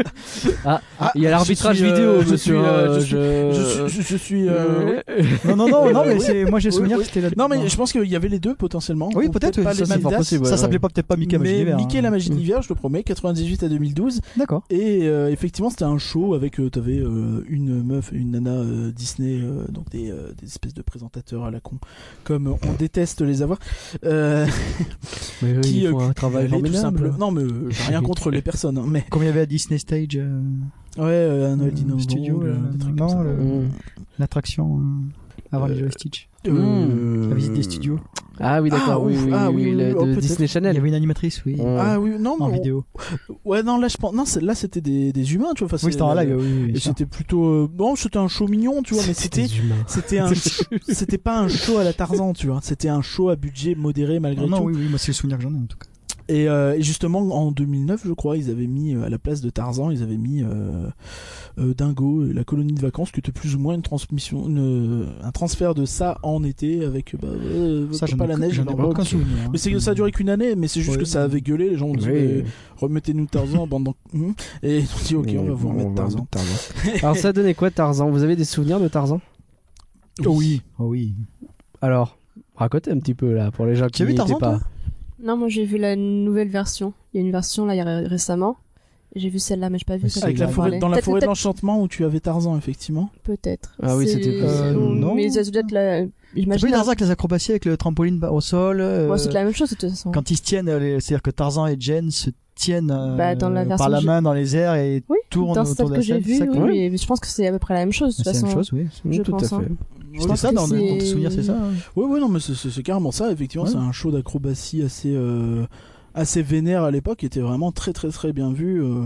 Speaker 1: Ah, il y a l'arbitrage
Speaker 2: je suis,
Speaker 1: vidéo,
Speaker 2: euh, je
Speaker 1: monsieur.
Speaker 2: suis,
Speaker 1: hein,
Speaker 2: euh, Je
Speaker 1: je-
Speaker 2: suis. je- je suis, euh,
Speaker 1: Euh,
Speaker 5: Non, non, non, non,
Speaker 2: Oui,
Speaker 5: mais
Speaker 2: oui.
Speaker 5: c'est, moi j'ai
Speaker 2: Oui,
Speaker 5: souvenir
Speaker 2: oui.
Speaker 5: que c'était la.
Speaker 2: Non, mais je pense qu'il y avait les deux potentiellement.
Speaker 5: Oui,
Speaker 2: Ou
Speaker 5: peut-être, oui,
Speaker 2: pas
Speaker 5: ça,
Speaker 2: les
Speaker 5: c'est fort
Speaker 2: Maldas,
Speaker 1: possible, ouais.
Speaker 5: ça s'appelait pas peut-être pas Mickey Magie
Speaker 2: Mais
Speaker 5: d'hiver.
Speaker 2: Mickey la
Speaker 5: hein.
Speaker 2: magie d'hiver, je le promets, 98 à 2012.
Speaker 5: D'accord.
Speaker 2: Et euh, effectivement, c'était un show avec, euh, t'avais euh, une meuf et une nana euh, Disney, euh, donc des, euh, des espèces de présentateurs à la con, comme on déteste les avoir, euh,
Speaker 1: Mais oui,
Speaker 2: qui
Speaker 1: ils
Speaker 2: euh,
Speaker 1: font un
Speaker 2: culaient <laughs>
Speaker 1: travail
Speaker 2: tout
Speaker 1: formidable.
Speaker 2: simplement. Non, mais euh, j'ai
Speaker 5: <laughs>
Speaker 2: rien contre les personnes, hein, mais
Speaker 5: Comme il y avait à Disney Stage, euh,
Speaker 2: ouais, euh, un Noël Dino
Speaker 5: Mm. Studio,
Speaker 2: Bond, euh,
Speaker 5: là,
Speaker 2: des trucs
Speaker 5: non,
Speaker 2: comme ça.
Speaker 5: le-
Speaker 1: Mm.
Speaker 5: l'attraction euh, avant les Lilo et Stitch,
Speaker 2: Euh,
Speaker 5: Mm. la visite des studios.
Speaker 1: Ah oui, d'accord,
Speaker 2: Ah,
Speaker 1: oui,
Speaker 2: ouf,
Speaker 1: oui,
Speaker 2: ah,
Speaker 1: oui,
Speaker 2: oui,
Speaker 1: le-
Speaker 2: oui, oh,
Speaker 1: de
Speaker 2: peut-être.
Speaker 1: Disney
Speaker 5: Il y
Speaker 1: Channel.
Speaker 5: avait une animatrice, oui,
Speaker 1: On-
Speaker 2: Ah oui, non,
Speaker 5: euh, en
Speaker 2: mais on-
Speaker 5: vidéo.
Speaker 2: ouais, non, là je pense, non, c'est- là c'était des, des humains, tu vois, enfin, c'est-
Speaker 5: Oui, c'était en live. oui,
Speaker 2: et
Speaker 5: oui,
Speaker 2: c'était plutôt, euh, non, c'était un show mignon, tu vois, mais c'était
Speaker 1: des humains.
Speaker 2: C'était un,
Speaker 5: <laughs>
Speaker 2: c'était pas un show à la Tarzan, tu vois. C'était un show à budget modéré malgré
Speaker 5: Non, Ah non,
Speaker 2: tout.
Speaker 5: oui, oui, moi c'est le souvenir que j'en ai en tout cas.
Speaker 2: Et, euh, et justement, en 2009, je crois, ils avaient mis euh, à la place de Tarzan, ils avaient mis euh, euh, Dingo, la colonie de vacances, qui était plus ou moins une transmission, une, euh, un transfert de ça en été avec bah, euh,
Speaker 5: Ça, j'en
Speaker 2: pas
Speaker 5: ai
Speaker 2: la
Speaker 5: aucun-
Speaker 2: neige.
Speaker 5: j'en ai
Speaker 2: dans-
Speaker 5: aucun souvenir.
Speaker 2: Mais c'est, ça a duré qu'une année, mais c'est juste
Speaker 5: Ouais.
Speaker 2: que ça avait gueulé. Les gens ont dit
Speaker 1: Oui.
Speaker 2: eh, remettez-nous Tarzan, bande d'en- Hmm. et ils ont dit ok, on va vous remettre Tarzan.
Speaker 1: Alors ça donnait quoi Tarzan Vous avez des souvenirs de Tarzan
Speaker 5: Oui, oh oui.
Speaker 1: Alors, racontez un petit peu là pour les gens
Speaker 5: Tu
Speaker 1: qui
Speaker 5: as vu
Speaker 1: n'y
Speaker 5: Tarzan,
Speaker 1: étaient pas.
Speaker 6: Non, moi j'ai vu la nouvelle version. Il y a une version là il y a ré- récemment. J'ai vu celle-là, mais j'ai pas vu
Speaker 5: Mais
Speaker 6: celle
Speaker 5: c'est
Speaker 2: Avec la forêt, dans la forêt de
Speaker 6: peut-être,
Speaker 2: l'enchantement où tu avais Tarzan, effectivement.
Speaker 6: peut-être.
Speaker 1: Ah oui,
Speaker 6: C'est-
Speaker 1: c'était pas-
Speaker 6: c'est-
Speaker 5: Euh, non.
Speaker 6: Mais ça se doit être la.
Speaker 5: T'as pas
Speaker 6: J'imagine.
Speaker 5: eu
Speaker 6: euh, un-
Speaker 5: Tarzan avec les acrobaties avec le trampoline ba- au sol euh,
Speaker 6: Moi, c'est la même chose de toute façon.
Speaker 5: Quand ils se tiennent, euh, les- c'est-à-dire que Tarzan et Jane se tiennent euh,
Speaker 6: Bah, dans la version
Speaker 5: par la
Speaker 6: que
Speaker 5: main dans les airs et
Speaker 6: Oui,
Speaker 5: tournent
Speaker 6: dans
Speaker 5: autour
Speaker 6: celle
Speaker 5: de
Speaker 6: que
Speaker 5: la
Speaker 6: j'ai
Speaker 5: scène.
Speaker 6: vue,
Speaker 5: ça,
Speaker 6: oui,
Speaker 5: quoi.
Speaker 6: mais je pense que c'est à peu près la même chose
Speaker 5: C'est
Speaker 6: de toute
Speaker 5: la
Speaker 6: façon.
Speaker 5: même chose, oui.
Speaker 6: Je
Speaker 1: Tout
Speaker 6: pense,
Speaker 1: à
Speaker 6: hein.
Speaker 1: fait.
Speaker 5: C'était ça,
Speaker 6: que
Speaker 5: dans, dans
Speaker 6: c'est-
Speaker 5: ton souvenir, c'est ça. hein.
Speaker 2: Oui, oui, non, mais c'est- c'est c'est carrément ça. Effectivement,
Speaker 5: Ouais.
Speaker 2: c'est un show d'acrobatie assez, euh, assez vénère à l'époque, qui était vraiment très, très, très bien vu. euh.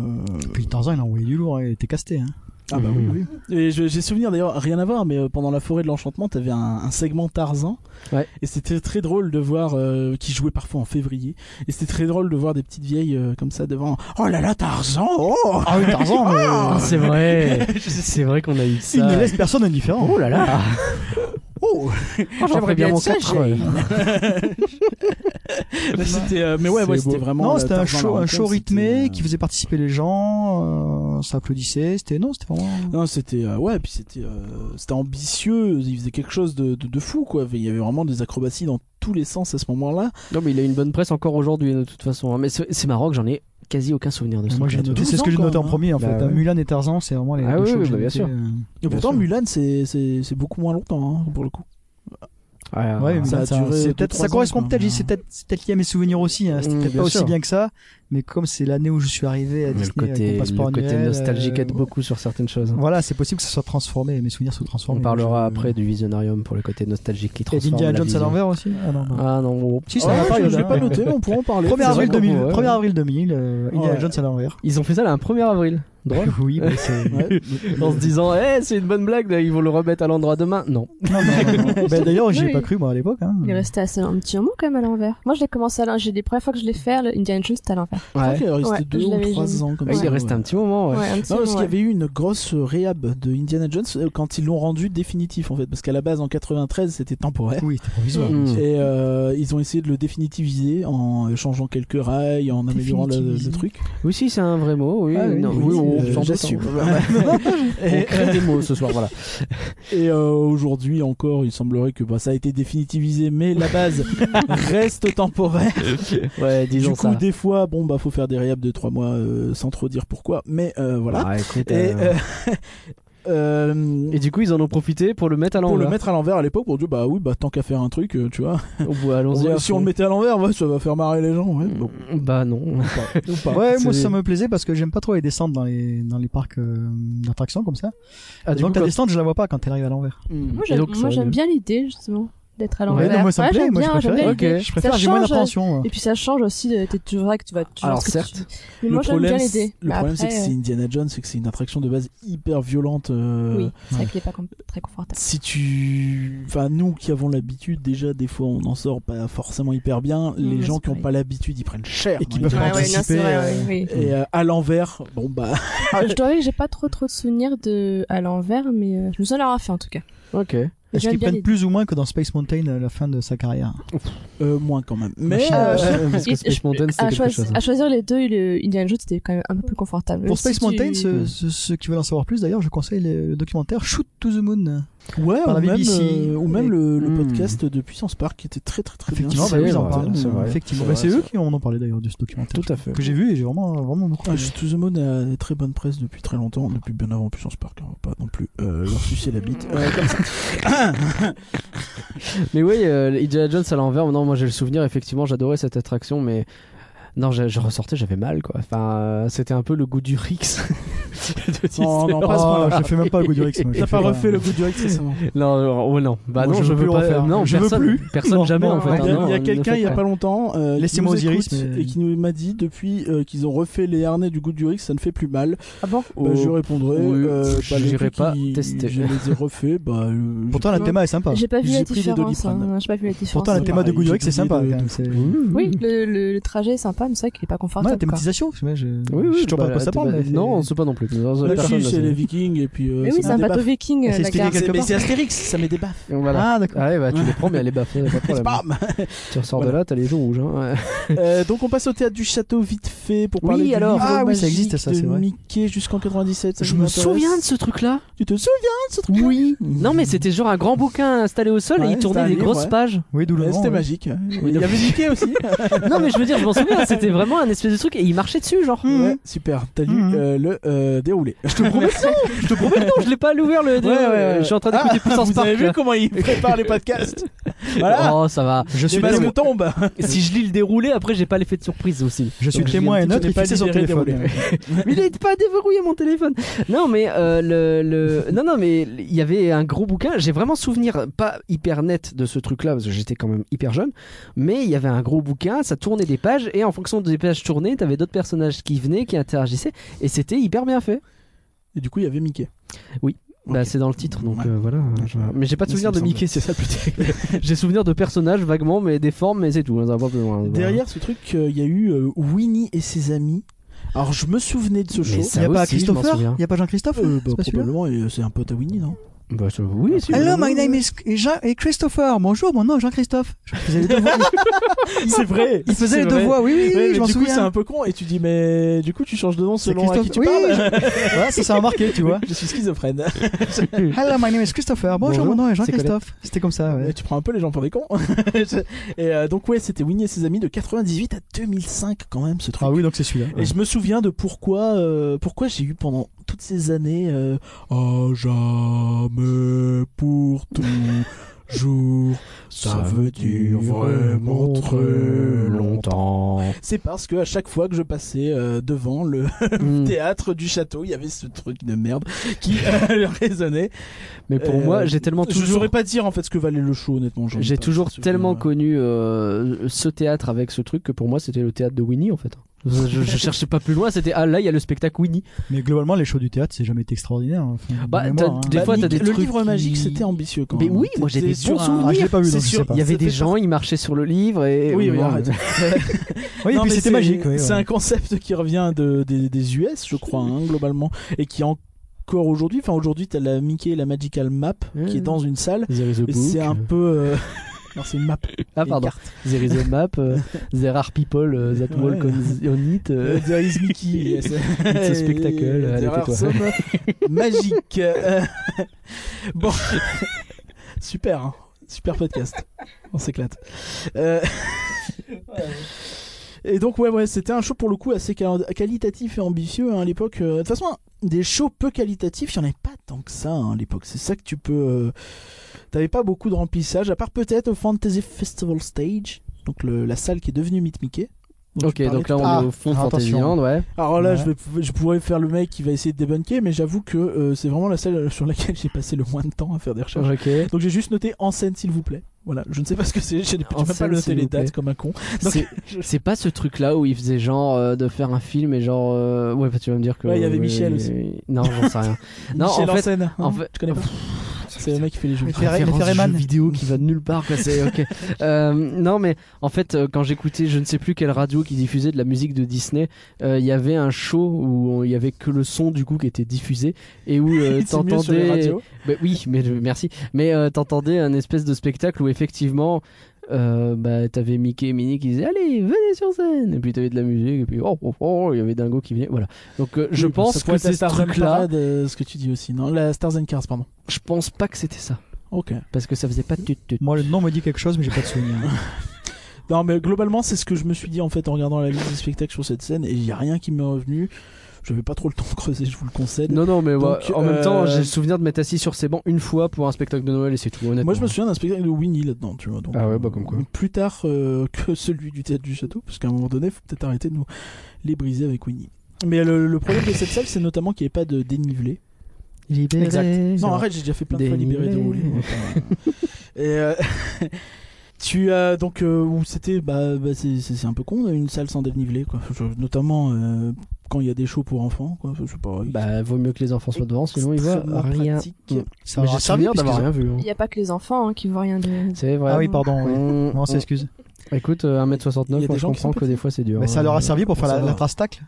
Speaker 5: Puis Tarzan, il a envoyé du lourd, hein, il était casté. Hein.
Speaker 2: Ah bah
Speaker 1: Mhm.
Speaker 2: oui, oui. Et je- j'ai souvenir d'ailleurs, rien à voir, mais euh, pendant la forêt de l'enchantement, t'avais un, un segment Tarzan,
Speaker 1: Ouais.
Speaker 2: et c'était très drôle de voir euh, qui jouait parfois en février, et c'était très drôle de voir des petites vieilles euh, comme ça devant. Oh là là, Tarzan, oh
Speaker 5: Ah oui, Tarzan, mais
Speaker 1: Ah, c'est
Speaker 5: <laughs>
Speaker 1: vrai. c'est vrai qu'on a eu
Speaker 5: il
Speaker 1: ça.
Speaker 5: ne laisse personne indifférent.
Speaker 1: Oh là
Speaker 5: <laughs>
Speaker 1: là.
Speaker 2: Oh
Speaker 1: J'aimerais bien mon 4.
Speaker 2: Là, c'était, euh, mais ouais,
Speaker 1: C'est
Speaker 2: ouais,
Speaker 1: beau.
Speaker 2: c'était vraiment.
Speaker 5: non,
Speaker 2: euh,
Speaker 5: c'était un
Speaker 2: Tarzan, la
Speaker 5: show, un
Speaker 2: rencontre,
Speaker 5: show
Speaker 2: c'était,
Speaker 5: rythmé
Speaker 2: euh,
Speaker 5: qui faisait participer les gens, euh, ça applaudissait, c'était non, c'était vraiment.
Speaker 2: Non, c'était euh, ouais, puis c'était euh, c'était ambitieux. Il faisait quelque chose de, de, de fou quoi. Il y avait vraiment des acrobaties dans tous les sens à ce moment-là.
Speaker 1: Non mais il a une bonne presse encore aujourd'hui de toute façon. hein. Mais c'est c'est marrant que j'en ai quasi aucun souvenir de ça.
Speaker 5: Moi j'ai noté, c'est ce que j'ai noté en premier en fait. hein, Mulan et Tarzan, c'est vraiment les
Speaker 1: Ah
Speaker 5: deux
Speaker 1: oui,
Speaker 5: shows
Speaker 1: oui,
Speaker 5: que j'ai
Speaker 1: bah, bien
Speaker 5: notés,
Speaker 1: sûr.
Speaker 5: euh.
Speaker 2: Et pourtant,
Speaker 1: sûr.
Speaker 2: Mulan, c'est c'est c'est beaucoup moins longtemps hein, pour le coup.
Speaker 1: Ah
Speaker 5: Ouais, mais
Speaker 2: ça a
Speaker 5: ça,
Speaker 2: duré
Speaker 5: c'est
Speaker 2: deux,
Speaker 5: peut-être,
Speaker 2: trois
Speaker 5: ça correspond
Speaker 2: ans, quoi.
Speaker 5: peut-être, j'ai- c'est peut-être, c'est peut-être lié à mes souvenirs aussi, hein. C'était
Speaker 1: Mm,
Speaker 5: peut-être
Speaker 1: bien
Speaker 5: pas aussi
Speaker 1: sûr.
Speaker 5: bien que ça, mais comme c'est l'année où je suis arrivé à
Speaker 1: Mais le
Speaker 5: Disney, avec
Speaker 1: côté,
Speaker 5: mon
Speaker 1: le
Speaker 5: passeport
Speaker 1: côté
Speaker 5: annuel,
Speaker 1: nostalgique
Speaker 5: euh,
Speaker 1: aide beaucoup sur certaines choses. hein.
Speaker 5: Voilà, c'est possible que ça soit transformé, mes souvenirs se transforment.
Speaker 1: On parlera après du Visionarium pour le côté nostalgique qui
Speaker 5: Et
Speaker 1: transforme
Speaker 5: d'Indiana
Speaker 1: la
Speaker 5: Jones à
Speaker 1: vision.
Speaker 5: l'envers aussi? Ah non, bah.
Speaker 1: Ah non, bon.
Speaker 5: Si,
Speaker 2: Ah
Speaker 5: va
Speaker 2: ouais,
Speaker 5: pas, il y
Speaker 2: je
Speaker 5: en a
Speaker 2: l'ai pas
Speaker 5: un.
Speaker 2: noté, mais on
Speaker 1: <laughs>
Speaker 2: pourra en parler.
Speaker 5: 1er
Speaker 2: C'est vrai
Speaker 5: avril
Speaker 2: qu'on pourrait.
Speaker 5: 2000,
Speaker 1: ouais.
Speaker 5: 1er avril 2000, euh, Indiana
Speaker 2: Ouais.
Speaker 5: Jones à l'envers.
Speaker 1: ils ont fait ça là, un 1er avril.
Speaker 5: <laughs>
Speaker 1: Drôle.
Speaker 5: Oui, mais c'est.
Speaker 2: Ouais.
Speaker 1: en se disant, eh, c'est une bonne blague, là, ils vont le remettre à l'endroit demain. Non.
Speaker 5: Non, non, non, non. Ben, D'ailleurs, j'y ai
Speaker 6: Oui.
Speaker 5: pas cru, moi, à l'époque. Hein.
Speaker 6: Il est resté assez un petit moment quand même à l'envers. Moi, je l'ai commencé à l'envers. J'ai des premières fois que je l'ai fait, le Indiana Jones, c'était à l'envers.
Speaker 2: Je crois qu'il est resté
Speaker 6: Ouais,
Speaker 2: deux
Speaker 6: je
Speaker 2: ou
Speaker 6: l'avais
Speaker 2: trois
Speaker 6: jamais.
Speaker 2: ans comme
Speaker 1: Ouais,
Speaker 2: ça.
Speaker 1: il est resté
Speaker 2: ouais.
Speaker 1: un petit moment, ouais.
Speaker 6: Ouais, un petit
Speaker 2: Non, parce
Speaker 6: moment,
Speaker 2: qu'il y
Speaker 6: ouais.
Speaker 2: avait eu une grosse réhab de Indiana Jones euh, quand ils l'ont rendu définitif en fait, parce qu'à la base en 93 c'était temporaire.
Speaker 5: Oui, c'était provisoire.
Speaker 1: Mm.
Speaker 2: Et euh, ils ont essayé de le définitiviser en euh, changeant quelques rails, en améliorant le- le
Speaker 5: Définitiviser.
Speaker 2: truc.
Speaker 1: Oui, si, c'est un vrai mot, oui.
Speaker 5: Ah oui,
Speaker 1: non,
Speaker 5: oui,
Speaker 1: oui, on
Speaker 2: euh,
Speaker 1: s'en
Speaker 2: j'assume.
Speaker 1: détend.
Speaker 2: <laughs>
Speaker 1: On crée des mots ce soir, voilà.
Speaker 2: Et euh, aujourd'hui encore, il semblerait que bah, ça a été définitivisé, mais la base reste temporaire.
Speaker 1: Ouais,
Speaker 2: Du
Speaker 1: disons
Speaker 2: coup,
Speaker 1: ça.
Speaker 2: des fois, bon, bah, faut faire des réhab de trois mois euh, sans trop dire pourquoi, mais euh, voilà.
Speaker 1: Ah, écoute,
Speaker 2: Et,
Speaker 1: euh,
Speaker 2: euh, <laughs> euh,
Speaker 1: et du coup, ils en ont profité pour le mettre à
Speaker 2: pour le
Speaker 1: l'envers.
Speaker 2: mettre à l'envers à l'époque, pour dire bah oui, bah tant qu'à faire un truc, euh, tu vois.
Speaker 1: Au bout, Allons-y.
Speaker 2: Ouais,
Speaker 1: à
Speaker 2: si
Speaker 1: fond.
Speaker 2: on le mettait à l'envers, ouais, ça va faire marrer les gens. Ouais, bon,
Speaker 1: Bah non.
Speaker 2: ou pas.
Speaker 5: Ouais,
Speaker 1: C'est-
Speaker 5: moi ça me plaisait parce que j'aime pas trop les descentes dans les, dans les parcs euh, d'attractions comme ça.
Speaker 1: Ah,
Speaker 5: donc ta descente, je la vois pas quand elle arrive à l'envers.
Speaker 1: Mmh.
Speaker 6: Moi, j'aime- moi, j'aime bien l'idée justement d'être à l'envers.
Speaker 5: non, moi ça me plaît,
Speaker 6: j'aime
Speaker 5: moi je
Speaker 6: bien, j'aime
Speaker 5: préfère.
Speaker 6: bien
Speaker 1: Ok.
Speaker 6: l'idée.
Speaker 5: Je préfère,
Speaker 6: Ça
Speaker 5: j'ai moins
Speaker 6: change,
Speaker 5: d'attention.
Speaker 6: Et puis ça change aussi, de- t'es toujours là que tu vas. Tu
Speaker 1: Alors,
Speaker 6: vois ce que
Speaker 1: certes,
Speaker 6: tu- Mais moi
Speaker 2: le
Speaker 6: j'aime bien
Speaker 2: problème,
Speaker 6: l'idée.
Speaker 2: le
Speaker 6: Mais
Speaker 2: problème, c'est que
Speaker 6: après, euh,
Speaker 2: c'est Indiana Jones, c'est que c'est une attraction de base hyper violente. euh,
Speaker 6: Oui, c'est vrai qu'il est pas com- très confortable.
Speaker 2: si tu enfin nous qui avons l'habitude déjà des fois on n'en sort pas forcément hyper bien les
Speaker 6: c'est
Speaker 2: gens qui n'ont
Speaker 6: vrai.
Speaker 2: pas l'habitude ils prennent cher
Speaker 5: Et qui
Speaker 2: dans les
Speaker 5: peuvent
Speaker 2: trucs.
Speaker 5: pas
Speaker 6: ouais, non, c'est
Speaker 5: anticiper,
Speaker 6: vrai,
Speaker 5: euh,
Speaker 6: oui, oui.
Speaker 2: et euh, à l'envers bon bah <laughs>
Speaker 6: Alors, je dois avouer que j'ai pas trop trop de souvenirs de à l'envers, mais euh, je me souviens l'avoir fait en tout cas.
Speaker 1: Ok.
Speaker 5: Est-ce
Speaker 6: J'aime
Speaker 5: qu'ils
Speaker 6: bien
Speaker 5: prennent
Speaker 6: les-
Speaker 5: plus ou moins que dans Space Mountain à la fin de sa carrière
Speaker 2: Euh, moins quand même. Mais
Speaker 1: Machine,
Speaker 2: euh,
Speaker 1: euh, parce que
Speaker 6: il-
Speaker 1: Space Mountain, c'est
Speaker 6: À,
Speaker 1: quelque
Speaker 6: choisi-
Speaker 1: chose.
Speaker 6: à choisir les deux, le Indiana Jones c'était quand même un peu plus confortable.
Speaker 5: Pour
Speaker 6: Si
Speaker 5: Space
Speaker 6: tu-
Speaker 5: Mountain, ce- ce- ceux qui veulent en savoir plus, d'ailleurs, je conseille le documentaire Shoot to the Moon.
Speaker 2: <laughs> ouais,
Speaker 5: Par
Speaker 2: ou,
Speaker 5: la
Speaker 2: même,
Speaker 5: BBC,
Speaker 2: euh, ou même le, le
Speaker 1: Hmm.
Speaker 2: podcast de Puissance Park qui était très très très bien.
Speaker 5: Effectivement,
Speaker 1: c'est
Speaker 5: bah oui, ils en
Speaker 1: vrai,
Speaker 5: parlent.
Speaker 2: c'est vrai,
Speaker 5: Effectivement,
Speaker 2: c'est
Speaker 5: Bah,
Speaker 2: vrai,
Speaker 5: c'est eux qui en ont parlé d'ailleurs de ce documentaire.
Speaker 2: Tout à fait.
Speaker 5: Que j'ai vu et j'ai vraiment, vraiment beaucoup.
Speaker 2: Ah,
Speaker 5: aimé.
Speaker 2: Just to the Moon a très bonne presse depuis très longtemps, depuis bien avant Puissance Park, on va pas non plus euh, leur sucer la bite. Euh, comme ça.
Speaker 1: Mais oui, euh, Indiana Jones à l'envers. Non, moi j'ai le souvenir, effectivement, j'adorais cette attraction, mais non, je, je ressortais, j'avais mal quoi. Enfin, euh, c'était un peu le goût du Rix. <laughs> de Oh, Disney.
Speaker 2: Non, non, pas à ce
Speaker 5: Ah,
Speaker 2: point-là.
Speaker 5: je fais même pas le goût du Rex, moi, je
Speaker 2: T'as
Speaker 5: fais
Speaker 2: pas
Speaker 5: pas-
Speaker 2: refait le coup du Rex récemment
Speaker 1: Non, non, oh non. Bah
Speaker 5: Moi,
Speaker 1: non,
Speaker 5: je
Speaker 1: je
Speaker 5: veux
Speaker 1: veux
Speaker 5: plus
Speaker 1: pas.
Speaker 5: refaire.
Speaker 1: Non,
Speaker 5: Je veux
Speaker 1: personne,
Speaker 5: plus.
Speaker 1: Personne
Speaker 5: Non,
Speaker 1: jamais
Speaker 5: non,
Speaker 1: en fait. hein,
Speaker 5: non,
Speaker 2: Il y a,
Speaker 1: non,
Speaker 2: il y a
Speaker 1: ne
Speaker 2: quelqu'un
Speaker 1: faites
Speaker 2: il y a
Speaker 1: pas.
Speaker 2: pas longtemps euh, qui
Speaker 5: Hmm. Laissez-moi
Speaker 2: nous
Speaker 5: Osiris,
Speaker 2: écoute
Speaker 5: mais-
Speaker 2: et qui nous m'a dit depuis euh, qu'ils ont refait les harnais du goût du Rex, ça ne fait plus mal.
Speaker 6: Ah bon
Speaker 2: Bah, je répondrai.
Speaker 1: Oh, oui,
Speaker 2: euh,
Speaker 1: je-
Speaker 2: bah, les
Speaker 1: j'irai
Speaker 2: trucs
Speaker 1: pas
Speaker 2: qui-
Speaker 1: tester.
Speaker 2: Je les ai refaits. Bah, euh,
Speaker 5: <laughs>
Speaker 2: j'ai-
Speaker 5: Pourtant, la
Speaker 6: Non.
Speaker 5: thème est sympa.
Speaker 6: J'ai pas vu
Speaker 2: J'ai
Speaker 6: la
Speaker 2: pris les
Speaker 6: différence.
Speaker 2: Doliprane.
Speaker 6: hein. J'ai pas vu la différence.
Speaker 5: Pourtant, la
Speaker 2: c'est
Speaker 5: thème de
Speaker 2: pareil,
Speaker 5: goût du
Speaker 2: j'ai
Speaker 5: Rex est sympa.
Speaker 2: oublié
Speaker 5: quand
Speaker 2: de-
Speaker 5: même,
Speaker 2: de-
Speaker 5: c'est-
Speaker 6: Oui, le, le- le trajet est sympa, mais c'est vrai qu'il est pas
Speaker 5: Non, la
Speaker 6: confortable. quoi.
Speaker 5: thématisation, je je
Speaker 1: Oui, oui,
Speaker 5: je sais pas
Speaker 1: bah,
Speaker 5: de quoi ça parle. mais c'est-
Speaker 1: Non, on sait pas non plus. Non,
Speaker 2: Bah, si,
Speaker 1: personne ne
Speaker 2: c'est
Speaker 1: sait.
Speaker 2: les Vikings et puis. euh,
Speaker 6: Mais oui, c'est
Speaker 2: met
Speaker 6: un
Speaker 2: des
Speaker 6: bateau
Speaker 2: baffes.
Speaker 6: viking,
Speaker 5: Elle s'est
Speaker 6: euh, la
Speaker 5: expliquée
Speaker 6: gare.
Speaker 5: quelque
Speaker 2: C'est-
Speaker 5: part.
Speaker 2: Mais c'est Astérix, ça met des baffes.
Speaker 1: Voilà.
Speaker 5: Ah, d'accord.
Speaker 1: Ah ouais, bah tu les prends, mais elle est baffée, <laughs> pas de problème.
Speaker 2: Bam
Speaker 1: Tu ressors de
Speaker 2: Voilà.
Speaker 1: là, t'as les joues rouges. Hein.
Speaker 2: <laughs> Euh, donc on passe au théâtre du château vite fait pour parler
Speaker 1: Oui,
Speaker 2: du
Speaker 1: alors.
Speaker 2: livre
Speaker 5: Ah oui, ça
Speaker 2: magique
Speaker 5: existe, ça, c'est
Speaker 2: de
Speaker 5: vrai.
Speaker 2: Mickey jusqu'en 97. ça
Speaker 1: Je me
Speaker 2: m'intéresse.
Speaker 1: souviens de ce truc-là.
Speaker 2: Tu te souviens de ce truc
Speaker 1: Oui. Non, mais c'était genre un grand bouquin installé au sol et
Speaker 2: Ouais,
Speaker 1: il
Speaker 2: c'était un
Speaker 1: tournait des
Speaker 2: livre,
Speaker 1: grosses
Speaker 2: ouais.
Speaker 1: pages.
Speaker 5: Oui, d'où le
Speaker 2: Ouais,
Speaker 5: nom,
Speaker 2: C'était
Speaker 5: oui.
Speaker 2: magique.
Speaker 1: Oui,
Speaker 2: Il y
Speaker 1: donc-
Speaker 2: avait Mickey aussi.
Speaker 1: Non, mais je veux dire, je m'en souviens, c'était vraiment un espèce de truc et il marchait dessus, <laughs> genre.
Speaker 2: Ouais, super. T'as lu
Speaker 5: Mhm.
Speaker 2: euh, le euh, déroulé.
Speaker 1: Je te promets que non, je te promets que non, je l'ai pas ouvert le. Je suis en train d'écouter
Speaker 2: Ah,
Speaker 1: Puissance
Speaker 2: <laughs> Vous avez
Speaker 1: Park.
Speaker 2: vu
Speaker 1: là.
Speaker 2: comment il prépare les podcasts Voilà.
Speaker 1: Oh, ça va.
Speaker 5: Je
Speaker 2: Les
Speaker 5: suis
Speaker 2: masques
Speaker 5: témoin-
Speaker 2: tombent.
Speaker 1: Si je lis le déroulé, après j'ai pas l'effet de surprise aussi.
Speaker 5: je suis
Speaker 1: Donc, je
Speaker 5: témoin
Speaker 1: viens
Speaker 5: et
Speaker 1: de-
Speaker 5: neutre,
Speaker 2: n'ai
Speaker 5: il
Speaker 2: pas
Speaker 5: fait son
Speaker 2: libéré
Speaker 5: téléphone.
Speaker 2: déroulé.
Speaker 1: Mais il est pas déverrouillé mon téléphone. Non mais euh, le, le non non mais il y avait un gros bouquin. J'ai vraiment souvenir pas hyper net de ce truc là parce que j'étais quand même hyper jeune. Mais il y avait un gros bouquin, ça tournait des pages et en fonction des pages tournées, t'avais d'autres personnages qui venaient, qui interagissaient et c'était hyper bien fait.
Speaker 2: Et du coup, il y avait Mickey.
Speaker 1: Bah
Speaker 2: Ok.
Speaker 1: c'est dans le titre donc
Speaker 2: Ouais.
Speaker 1: euh, voilà. je- Mais j'ai pas de
Speaker 2: Ouais,
Speaker 1: souvenir
Speaker 2: ça
Speaker 1: de
Speaker 2: me semble.
Speaker 1: Mickey, c'est ça le plus terrible. <laughs> j'ai souvenir de personnages vaguement mais des formes mais c'est tout. On en a pas besoin. Voilà.
Speaker 2: Derrière ce truc, euh, il y a eu euh, Winnie et ses amis. Alors, je me souvenais de ce
Speaker 1: Mais
Speaker 2: show.
Speaker 1: ça
Speaker 5: Il n'y
Speaker 1: aussi,
Speaker 5: a pas
Speaker 1: je m'en
Speaker 5: Christopher
Speaker 1: souviens.
Speaker 5: Il n'y a pas Jean-Christophe
Speaker 2: Euh, bah,
Speaker 5: C'est pas celui-là
Speaker 2: probablement, et c'est un pote à Winnie, non
Speaker 1: Bah je- oui. si,
Speaker 5: Hello,
Speaker 1: oui.
Speaker 5: my name is Jean et Christopher. Bonjour, mon nom est Jean-Christophe. Je faisais les deux voix.
Speaker 2: <laughs> C'est vrai.
Speaker 5: Il faisait les deux voix, oui, oui,
Speaker 2: Ouais,
Speaker 5: oui,
Speaker 2: mais
Speaker 5: je m'en
Speaker 2: du coup, c'est
Speaker 5: souviens.
Speaker 2: un peu con. Et tu dis, mais du coup, tu changes de nom
Speaker 5: C'est
Speaker 2: selon à qui tu <laughs>
Speaker 5: Oui,
Speaker 2: parles.
Speaker 5: je- voilà, ça, ça a marqué, tu vois.
Speaker 2: Je suis schizophrène.
Speaker 1: Ah
Speaker 5: Hello, my name is Christopher.
Speaker 1: Bonjour,
Speaker 5: Bonjour, mon nom
Speaker 1: c'est
Speaker 5: est Jean-Christophe. C'était comme ça, ouais.
Speaker 2: Tu prends un peu les gens pour des cons. <laughs> et euh, donc, ouais, c'était Winnie et ses amis de 98 à 2005, quand même, ce truc.
Speaker 5: Ah oui, donc c'est celui-là.
Speaker 2: Et je me souviens de pourquoi, euh, pourquoi j'ai eu pendant toutes ces années, euh, à jamais pour
Speaker 1: <laughs>
Speaker 2: toujours, ça veut dire vraiment très longtemps. C'est parce que à chaque fois que je passais euh, devant le
Speaker 1: Mm.
Speaker 2: théâtre du château, il y avait ce truc de merde qui
Speaker 1: <laughs>
Speaker 2: euh, résonnait.
Speaker 1: Mais pour
Speaker 2: Euh,
Speaker 1: moi, j'ai tellement
Speaker 2: Je
Speaker 1: toujours
Speaker 2: saurais pas dire en fait ce que valait le show, honnêtement. j'en ai
Speaker 1: J'ai
Speaker 2: pas
Speaker 1: toujours
Speaker 2: ce souvenir.
Speaker 1: tellement connu euh, ce théâtre avec ce truc que pour moi c'était le théâtre de Winnie en fait. hein. Je,
Speaker 2: <laughs>
Speaker 1: je cherchais pas plus loin, c'était ah là il y a le spectacle Winnie.
Speaker 5: Mais globalement, les shows du théâtre, c'est jamais été extraordinaire. enfin, de
Speaker 1: Bah,
Speaker 5: mémoire,
Speaker 1: t'as-
Speaker 5: hein.
Speaker 1: des
Speaker 2: Bah,
Speaker 1: fois, t'as des
Speaker 2: Le
Speaker 1: trucs
Speaker 2: livre
Speaker 1: qui-
Speaker 2: magique, c'était ambitieux quand
Speaker 1: Mais
Speaker 2: même.
Speaker 1: oui, moi, j'ai
Speaker 2: T'étais
Speaker 1: des
Speaker 2: sur
Speaker 1: bons
Speaker 2: un-
Speaker 1: souvenirs.
Speaker 5: Ah, je l'ai pas vu,
Speaker 2: C'est
Speaker 5: donc je
Speaker 2: sûr,
Speaker 5: sais pas.
Speaker 1: Il y
Speaker 2: Ça
Speaker 1: avait
Speaker 2: fait
Speaker 1: des gens, ils marchaient sur le livre et
Speaker 2: Oui, oui,
Speaker 1: Ouais.
Speaker 2: arrête.
Speaker 5: Oui, et
Speaker 2: Non,
Speaker 5: puis
Speaker 2: mais
Speaker 5: c'était
Speaker 2: c'est-
Speaker 5: magique. ouais,
Speaker 2: C'est
Speaker 5: ouais.
Speaker 2: un concept qui revient de, des, des US, je crois, hein, globalement, et qui encore aujourd'hui, enfin aujourd'hui, t'as la Mickey et la Magical Map
Speaker 1: Ouais.
Speaker 2: <laughs>
Speaker 5: Mm.
Speaker 2: qui est dans une salle,
Speaker 1: <laughs> There is a
Speaker 2: et
Speaker 1: book.
Speaker 2: c'est un peu. euh, <laughs> Non, c'est une map.
Speaker 1: Ah pardon. <laughs> There is a map.
Speaker 2: <laughs>
Speaker 1: euh, there are people euh, that
Speaker 2: Ouais.
Speaker 1: walk on, on it. euh.
Speaker 2: Euh, There is
Speaker 1: <laughs>
Speaker 2: Mickey. yes.
Speaker 1: a spectacle,
Speaker 2: There
Speaker 1: allez,
Speaker 2: are
Speaker 1: tais-toi. <laughs>
Speaker 2: some magique. Euh, Bon. Super, hein. super podcast. On s'éclate. Euh, Et donc ouais ouais c'était un show pour le coup assez quali- qualitatif et ambitieux hein, à l'époque. Euh, De toute façon des shows peu qualitatifs il n'y en avait pas tant que ça hein, à l'époque. C'est ça que tu peux. euh, T'avais pas beaucoup de remplissage à part peut-être au Fantasy Festival Stage donc le- la salle qui est devenue Meet Mickey. dont tu
Speaker 1: Ok, donc
Speaker 2: parlais
Speaker 1: là on
Speaker 2: tout
Speaker 1: est
Speaker 5: de- Ah,
Speaker 1: au fond de
Speaker 5: alors, attention.
Speaker 1: Fantasyland, ouais.
Speaker 2: alors là,
Speaker 5: Ouais.
Speaker 2: je, vais, je pourrais faire le mec qui va essayer de débunker, mais j'avoue que euh, c'est vraiment la salle sur laquelle <laughs> j'ai passé le moins de temps à faire des recherches.
Speaker 1: Ok.
Speaker 2: Donc j'ai juste noté en scène, s'il vous plaît. Voilà, je ne sais pas ce que c'est, je n'ai
Speaker 1: En
Speaker 2: j'ai même pas
Speaker 1: scène,
Speaker 2: noté
Speaker 1: s'il
Speaker 2: les
Speaker 1: vous plaît.
Speaker 2: dates comme un con. Donc,
Speaker 1: C'est-
Speaker 2: <laughs> je-
Speaker 1: C'est pas ce truc là où il faisait genre euh, de faire un film et genre euh, ouais bah, tu vas me dire que
Speaker 2: Ouais, il y avait Michel aussi. <laughs>
Speaker 1: Non j'en sais rien. non en
Speaker 2: Michel en
Speaker 1: fait
Speaker 2: <laughs> scène, hein,
Speaker 1: en fait-
Speaker 2: je connais pas.
Speaker 1: Pff,
Speaker 2: c'est le mec qui fait les jeux
Speaker 5: Mais
Speaker 2: vidéo.
Speaker 5: Ferré-
Speaker 1: Référence
Speaker 5: les Ferryman.
Speaker 1: jeu vidéo qui va de nulle part quoi,
Speaker 2: <laughs>
Speaker 1: c'est ok Euh, non mais en fait euh, quand j'écoutais je ne sais plus quelle radio qui diffusait de la musique de Disney euh, il y avait un show où on- il y avait que le son du coup qui était diffusé et où euh,
Speaker 2: <laughs> C'est mieux sur les
Speaker 1: t'entendais
Speaker 2: radios.
Speaker 1: Bah oui, mais je- merci. Mais euh, t'entendais un espèce de spectacle où effectivement, euh, bah, t'avais Mickey et Minnie qui disaient Allez, venez sur scène Et puis t'avais de la musique, et puis oh, oh, oh, il y avait Dingo qui venait. Voilà. Donc euh, je
Speaker 2: Oui,
Speaker 1: pense
Speaker 2: ça
Speaker 1: que
Speaker 2: pourrait être
Speaker 1: c'est ce
Speaker 2: Tarzan
Speaker 1: truc-là.
Speaker 2: Parade, euh, ce que tu dis aussi. Non, la Stars and Cars, pardon.
Speaker 1: Je pense pas que c'était ça.
Speaker 2: Ok.
Speaker 1: Parce que ça faisait pas tut tut.
Speaker 5: Moi, le nom me dit quelque chose, mais j'ai pas de souvenir.
Speaker 2: Non, mais globalement, c'est ce que je me suis dit en fait en regardant la liste des spectacles sur cette scène et il y a rien qui m'est revenu. Je n'avais pas trop le temps de creuser, je vous le conseille.
Speaker 1: Non, non, mais
Speaker 2: Donc,
Speaker 1: ouais, en même temps,
Speaker 2: euh,
Speaker 1: j'ai le souvenir de m'être assis sur ces bancs une fois pour un spectacle de Noël et c'est tout, honnêtement.
Speaker 2: Moi, je me souviens d'un spectacle de Winnie là-dedans, tu vois. Donc,
Speaker 1: Ah ouais, bah, comme quoi.
Speaker 2: Plus tard euh, <laughs> que celui du théâtre du château, parce qu'à un moment donné, faut peut-être arrêter de nous les briser avec Winnie. Mais le, le problème de cette salle, c'est notamment qu'il n'y ait pas de dénivelé.
Speaker 1: Libéré,
Speaker 5: Exact.
Speaker 1: c'est
Speaker 2: Non,
Speaker 1: vrai.
Speaker 2: arrête, j'ai déjà fait plein de fois
Speaker 1: Dénivelé.
Speaker 2: libéré déroulé. Et euh, <laughs> tu as donc euh, où c'était, bah, bah, c'est- c'est c'est un peu con, une salle sans dénivelé, quoi. Je- notamment euh, quand il y a des shows pour enfants, quoi. Je sais pas.
Speaker 1: Bah, vaut mieux que les enfants soient devant, sinon ils voient
Speaker 2: extrêmement
Speaker 1: rien.
Speaker 2: pratique.
Speaker 1: Mm.
Speaker 5: Ça
Speaker 1: Mais
Speaker 5: aura
Speaker 1: j'ai
Speaker 5: servi,
Speaker 1: souvenir d'avoir
Speaker 5: puisqu'ils
Speaker 1: rien vu. hein.
Speaker 6: Il n'y a pas que les enfants hein, qui voient rien de.
Speaker 1: C'est vrai.
Speaker 5: ont- Ah oui, pardon. oui.
Speaker 1: On-
Speaker 5: Non, on
Speaker 1: on-
Speaker 5: s'excuse.
Speaker 1: Écoute, euh,
Speaker 2: Il y
Speaker 1: 1m69,
Speaker 2: a des
Speaker 1: moi, je
Speaker 2: gens qui
Speaker 1: comprends
Speaker 2: sont
Speaker 1: que des fois c'est dur.
Speaker 5: Mais ça
Speaker 1: hein.
Speaker 5: leur a servi pour faire
Speaker 2: ça
Speaker 5: la,
Speaker 2: va.
Speaker 5: la trace tacle.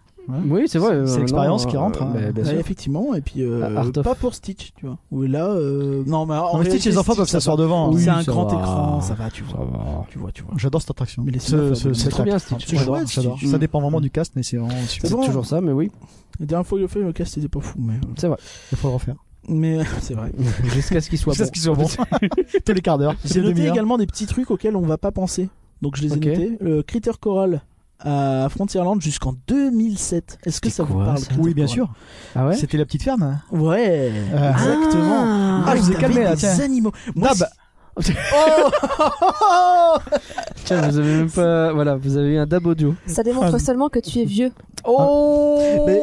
Speaker 1: Oui, c'est vrai.
Speaker 5: C'est- c'est
Speaker 1: euh,
Speaker 5: l'expérience
Speaker 1: non,
Speaker 5: qui
Speaker 1: euh,
Speaker 5: rentre, hein.
Speaker 1: bah, bien
Speaker 2: Ouais,
Speaker 1: sûr.
Speaker 2: effectivement, et puis euh,
Speaker 1: Ah, Art of.
Speaker 2: pas pour Stitch, tu vois. Ou là, euh, non, mais en
Speaker 5: En fait,
Speaker 2: réalité,
Speaker 5: les enfants
Speaker 2: Stitch,
Speaker 5: peuvent
Speaker 2: ça
Speaker 5: s'asseoir
Speaker 2: va.
Speaker 5: devant.
Speaker 2: Oui,
Speaker 1: Oui,
Speaker 2: c'est un
Speaker 1: ça
Speaker 2: grand
Speaker 1: va.
Speaker 2: écran, ça va, tu vois,
Speaker 1: Ça va.
Speaker 2: tu vois, tu vois.
Speaker 5: J'adore cette attraction.
Speaker 2: Mais les
Speaker 5: ce,
Speaker 2: cinémas
Speaker 5: ce,
Speaker 2: font
Speaker 5: ce
Speaker 1: C'est trop
Speaker 5: tacle.
Speaker 1: bien
Speaker 2: C'est
Speaker 1: Stitch.
Speaker 5: J'adore,
Speaker 2: chouette,
Speaker 5: j'adore.
Speaker 2: Stitch.
Speaker 5: Ça dépend vraiment du cast, mais c'est vraiment
Speaker 1: C'est
Speaker 5: super.
Speaker 2: C'est bon.
Speaker 1: toujours ça, mais oui,
Speaker 2: La dernière fois que j'ai fait le cast, c'était pas fou, mais euh,
Speaker 1: c'est vrai.
Speaker 5: Il faut le refaire.
Speaker 2: mais euh, <laughs> c'est vrai.
Speaker 1: <laughs> Jusqu'à ce qu'il soit
Speaker 5: C'est
Speaker 1: bon.
Speaker 5: ce qu'ils sont bons. Tous les quarts d'heure.
Speaker 2: J'ai noté
Speaker 5: demi-heure.
Speaker 2: également des petits trucs auxquels on va pas penser. Donc je les ai
Speaker 1: Ok.
Speaker 2: notés. Le Critter Coral à Frontierland jusqu'en 2007. Est-ce que
Speaker 1: C'était
Speaker 2: ça vous
Speaker 1: quoi,
Speaker 2: parle
Speaker 1: ça
Speaker 2: Critter
Speaker 5: Oui, bien
Speaker 2: Coral
Speaker 5: sûr.
Speaker 1: Ah ouais
Speaker 5: C'était la petite ferme.
Speaker 2: Ouais,
Speaker 5: Euh,
Speaker 2: exactement.
Speaker 1: Ah,
Speaker 5: je vous ai
Speaker 2: t'avais
Speaker 5: calmé, là,
Speaker 2: des
Speaker 5: tiens.
Speaker 2: animaux. Moi, Oh
Speaker 5: Dab.
Speaker 1: Tiens, vous avez même pas. Voilà, vous avez eu un dab audio.
Speaker 6: Ça démontre seulement que tu es vieux.
Speaker 1: Oh
Speaker 2: Mais-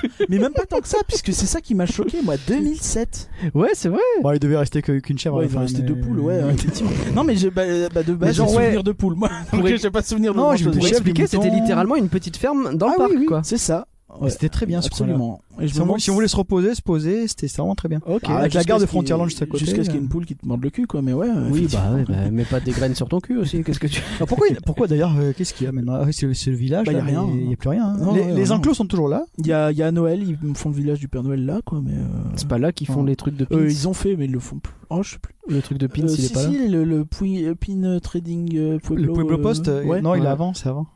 Speaker 2: c'est- mais même pas tant que ça, puisque c'est ça qui m'a choqué, moi, 2007.
Speaker 1: Ouais, c'est vrai.
Speaker 5: Bon, il devait rester que- qu'une chèvre. à
Speaker 2: Ouais,
Speaker 5: la
Speaker 2: il
Speaker 5: fin,
Speaker 2: devait rester
Speaker 5: mais-
Speaker 2: deux poules, ouais, effectivement. Non, mais j'ai, bah, euh, bah, de base,
Speaker 1: genre,
Speaker 2: j'ai
Speaker 1: ouais.
Speaker 2: souvenir de poules, moi.
Speaker 1: Pour
Speaker 2: Donc, euh,
Speaker 1: ex-
Speaker 2: j'ai pas de souvenir de
Speaker 5: Non,
Speaker 2: grand
Speaker 5: j'ai eu
Speaker 2: chose.
Speaker 5: des
Speaker 1: Pour
Speaker 5: chèvres,
Speaker 1: expliquer,
Speaker 5: des
Speaker 1: c'était
Speaker 5: moutons.
Speaker 1: littéralement une petite ferme dans le
Speaker 5: Ah
Speaker 1: parc,
Speaker 5: oui, oui.
Speaker 1: quoi.
Speaker 2: C'est ça. Ouais.
Speaker 5: Mais C'était très bien, ce coin-là.
Speaker 2: Absolument. Et
Speaker 5: Si on, voulait- si on voulait se reposer, se poser, c'était vraiment très bien.
Speaker 2: Ok.
Speaker 5: Avec la gare de Frontierland juste à côté.
Speaker 2: Jusqu'à ce qu'il y ait une poule qui te morde le cul, quoi, mais euh. ouais.
Speaker 1: Oui,
Speaker 2: Euh, effectivement.
Speaker 1: bah, ouais, bah, mets pas des graines sur ton cul aussi. Qu'est-ce que tu.
Speaker 5: Ah, pourquoi pourquoi d'ailleurs euh, Qu'est-ce qu'il y a maintenant Ah oui, C'est c'est le village.
Speaker 2: Bah, y a
Speaker 5: là,
Speaker 2: rien.
Speaker 5: mais Il n'y a plus rien. hein.
Speaker 2: Non,
Speaker 5: les
Speaker 2: ouais,
Speaker 5: les
Speaker 2: non.
Speaker 5: enclos sont toujours là.
Speaker 2: Il y a, il y a Noël, ils font le village du Père Noël là, quoi, mais. euh,
Speaker 1: C'est pas là qu'ils font
Speaker 2: Non.
Speaker 1: les trucs de pins.
Speaker 2: euh, ils ont fait, mais ils le font plus. Oh, je sais plus.
Speaker 1: Le truc de pins,
Speaker 2: Euh,
Speaker 1: il
Speaker 2: si,
Speaker 1: est pas là.
Speaker 2: si, le, le Pui- euh, Pin Trading euh, Pueblo.
Speaker 5: Le Pueblo
Speaker 2: euh,
Speaker 5: Post. euh,
Speaker 2: ouais.
Speaker 5: Non, il est
Speaker 1: Ouais.
Speaker 5: avant, c'est avant.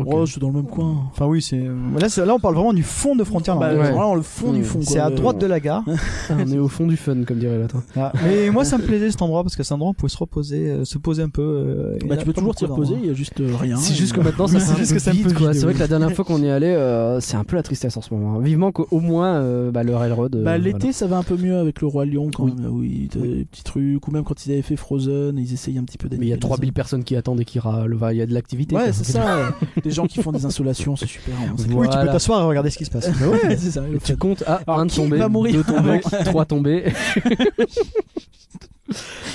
Speaker 1: Ok.
Speaker 2: Oh, c'est dans le même coin.
Speaker 5: Enfin oui, c'est euh, là, c'est- là on parle vraiment du fond de frontière.
Speaker 2: Bah,
Speaker 1: ouais.
Speaker 2: vraiment, le fond du
Speaker 1: Mm.
Speaker 2: fond, quoi.
Speaker 5: c'est à
Speaker 2: le-
Speaker 5: droite de la gare.
Speaker 1: Ah, on est au fond du fun, comme dirait l'autre.
Speaker 5: Ah, Mais moi ça me plaisait cet endroit parce que cet endroit on pouvait se reposer, euh, se poser un peu. euh, et
Speaker 2: Bah,
Speaker 5: là,
Speaker 2: tu peux
Speaker 5: pas
Speaker 2: toujours t'y
Speaker 5: beaucoup hein. d'endroits.
Speaker 2: reposer, il y a juste euh, rien.
Speaker 1: C'est juste
Speaker 2: Et-
Speaker 1: que maintenant
Speaker 5: Oui,
Speaker 1: ça
Speaker 5: c'est
Speaker 1: c'est
Speaker 5: juste que c'est
Speaker 1: un
Speaker 5: un
Speaker 1: peu
Speaker 5: peu
Speaker 1: vide, quoi.
Speaker 5: vide,
Speaker 1: C'est vrai
Speaker 5: oui.
Speaker 1: que la dernière fois qu'on y allait, euh, c'est un peu la tristesse en ce moment. hein. Vivement qu'au moins euh, bah, le railroad. euh, voilà.
Speaker 2: Bah, l'été, ça va un peu mieux avec le Roi Lion quand
Speaker 1: Oui.
Speaker 2: même. Oui, t'as des petits trucs. Ou même quand ils avaient fait Frozen, ils essayaient un petit peu
Speaker 1: Mais il y a
Speaker 2: d'animer les
Speaker 1: 3000 personnes qui attendent et qui râlent. Enfin, Il y a de l'activité.
Speaker 2: Ouais,
Speaker 1: quoi.
Speaker 2: c'est ça. Des gens qui font des insolations, c'est super. hein, c'est-
Speaker 5: Oui, tu peux
Speaker 1: Voilà.
Speaker 5: t'asseoir et regarder ce qui se passe.
Speaker 1: <laughs> Bah ouais.
Speaker 2: <laughs> Ouais, c'est ça. le
Speaker 1: Tu
Speaker 2: fait.
Speaker 1: comptes à
Speaker 2: Alors,
Speaker 1: un
Speaker 2: qui
Speaker 1: tombé,
Speaker 2: va mourir
Speaker 1: deux tombés,
Speaker 2: avec
Speaker 1: <laughs> trois tombés.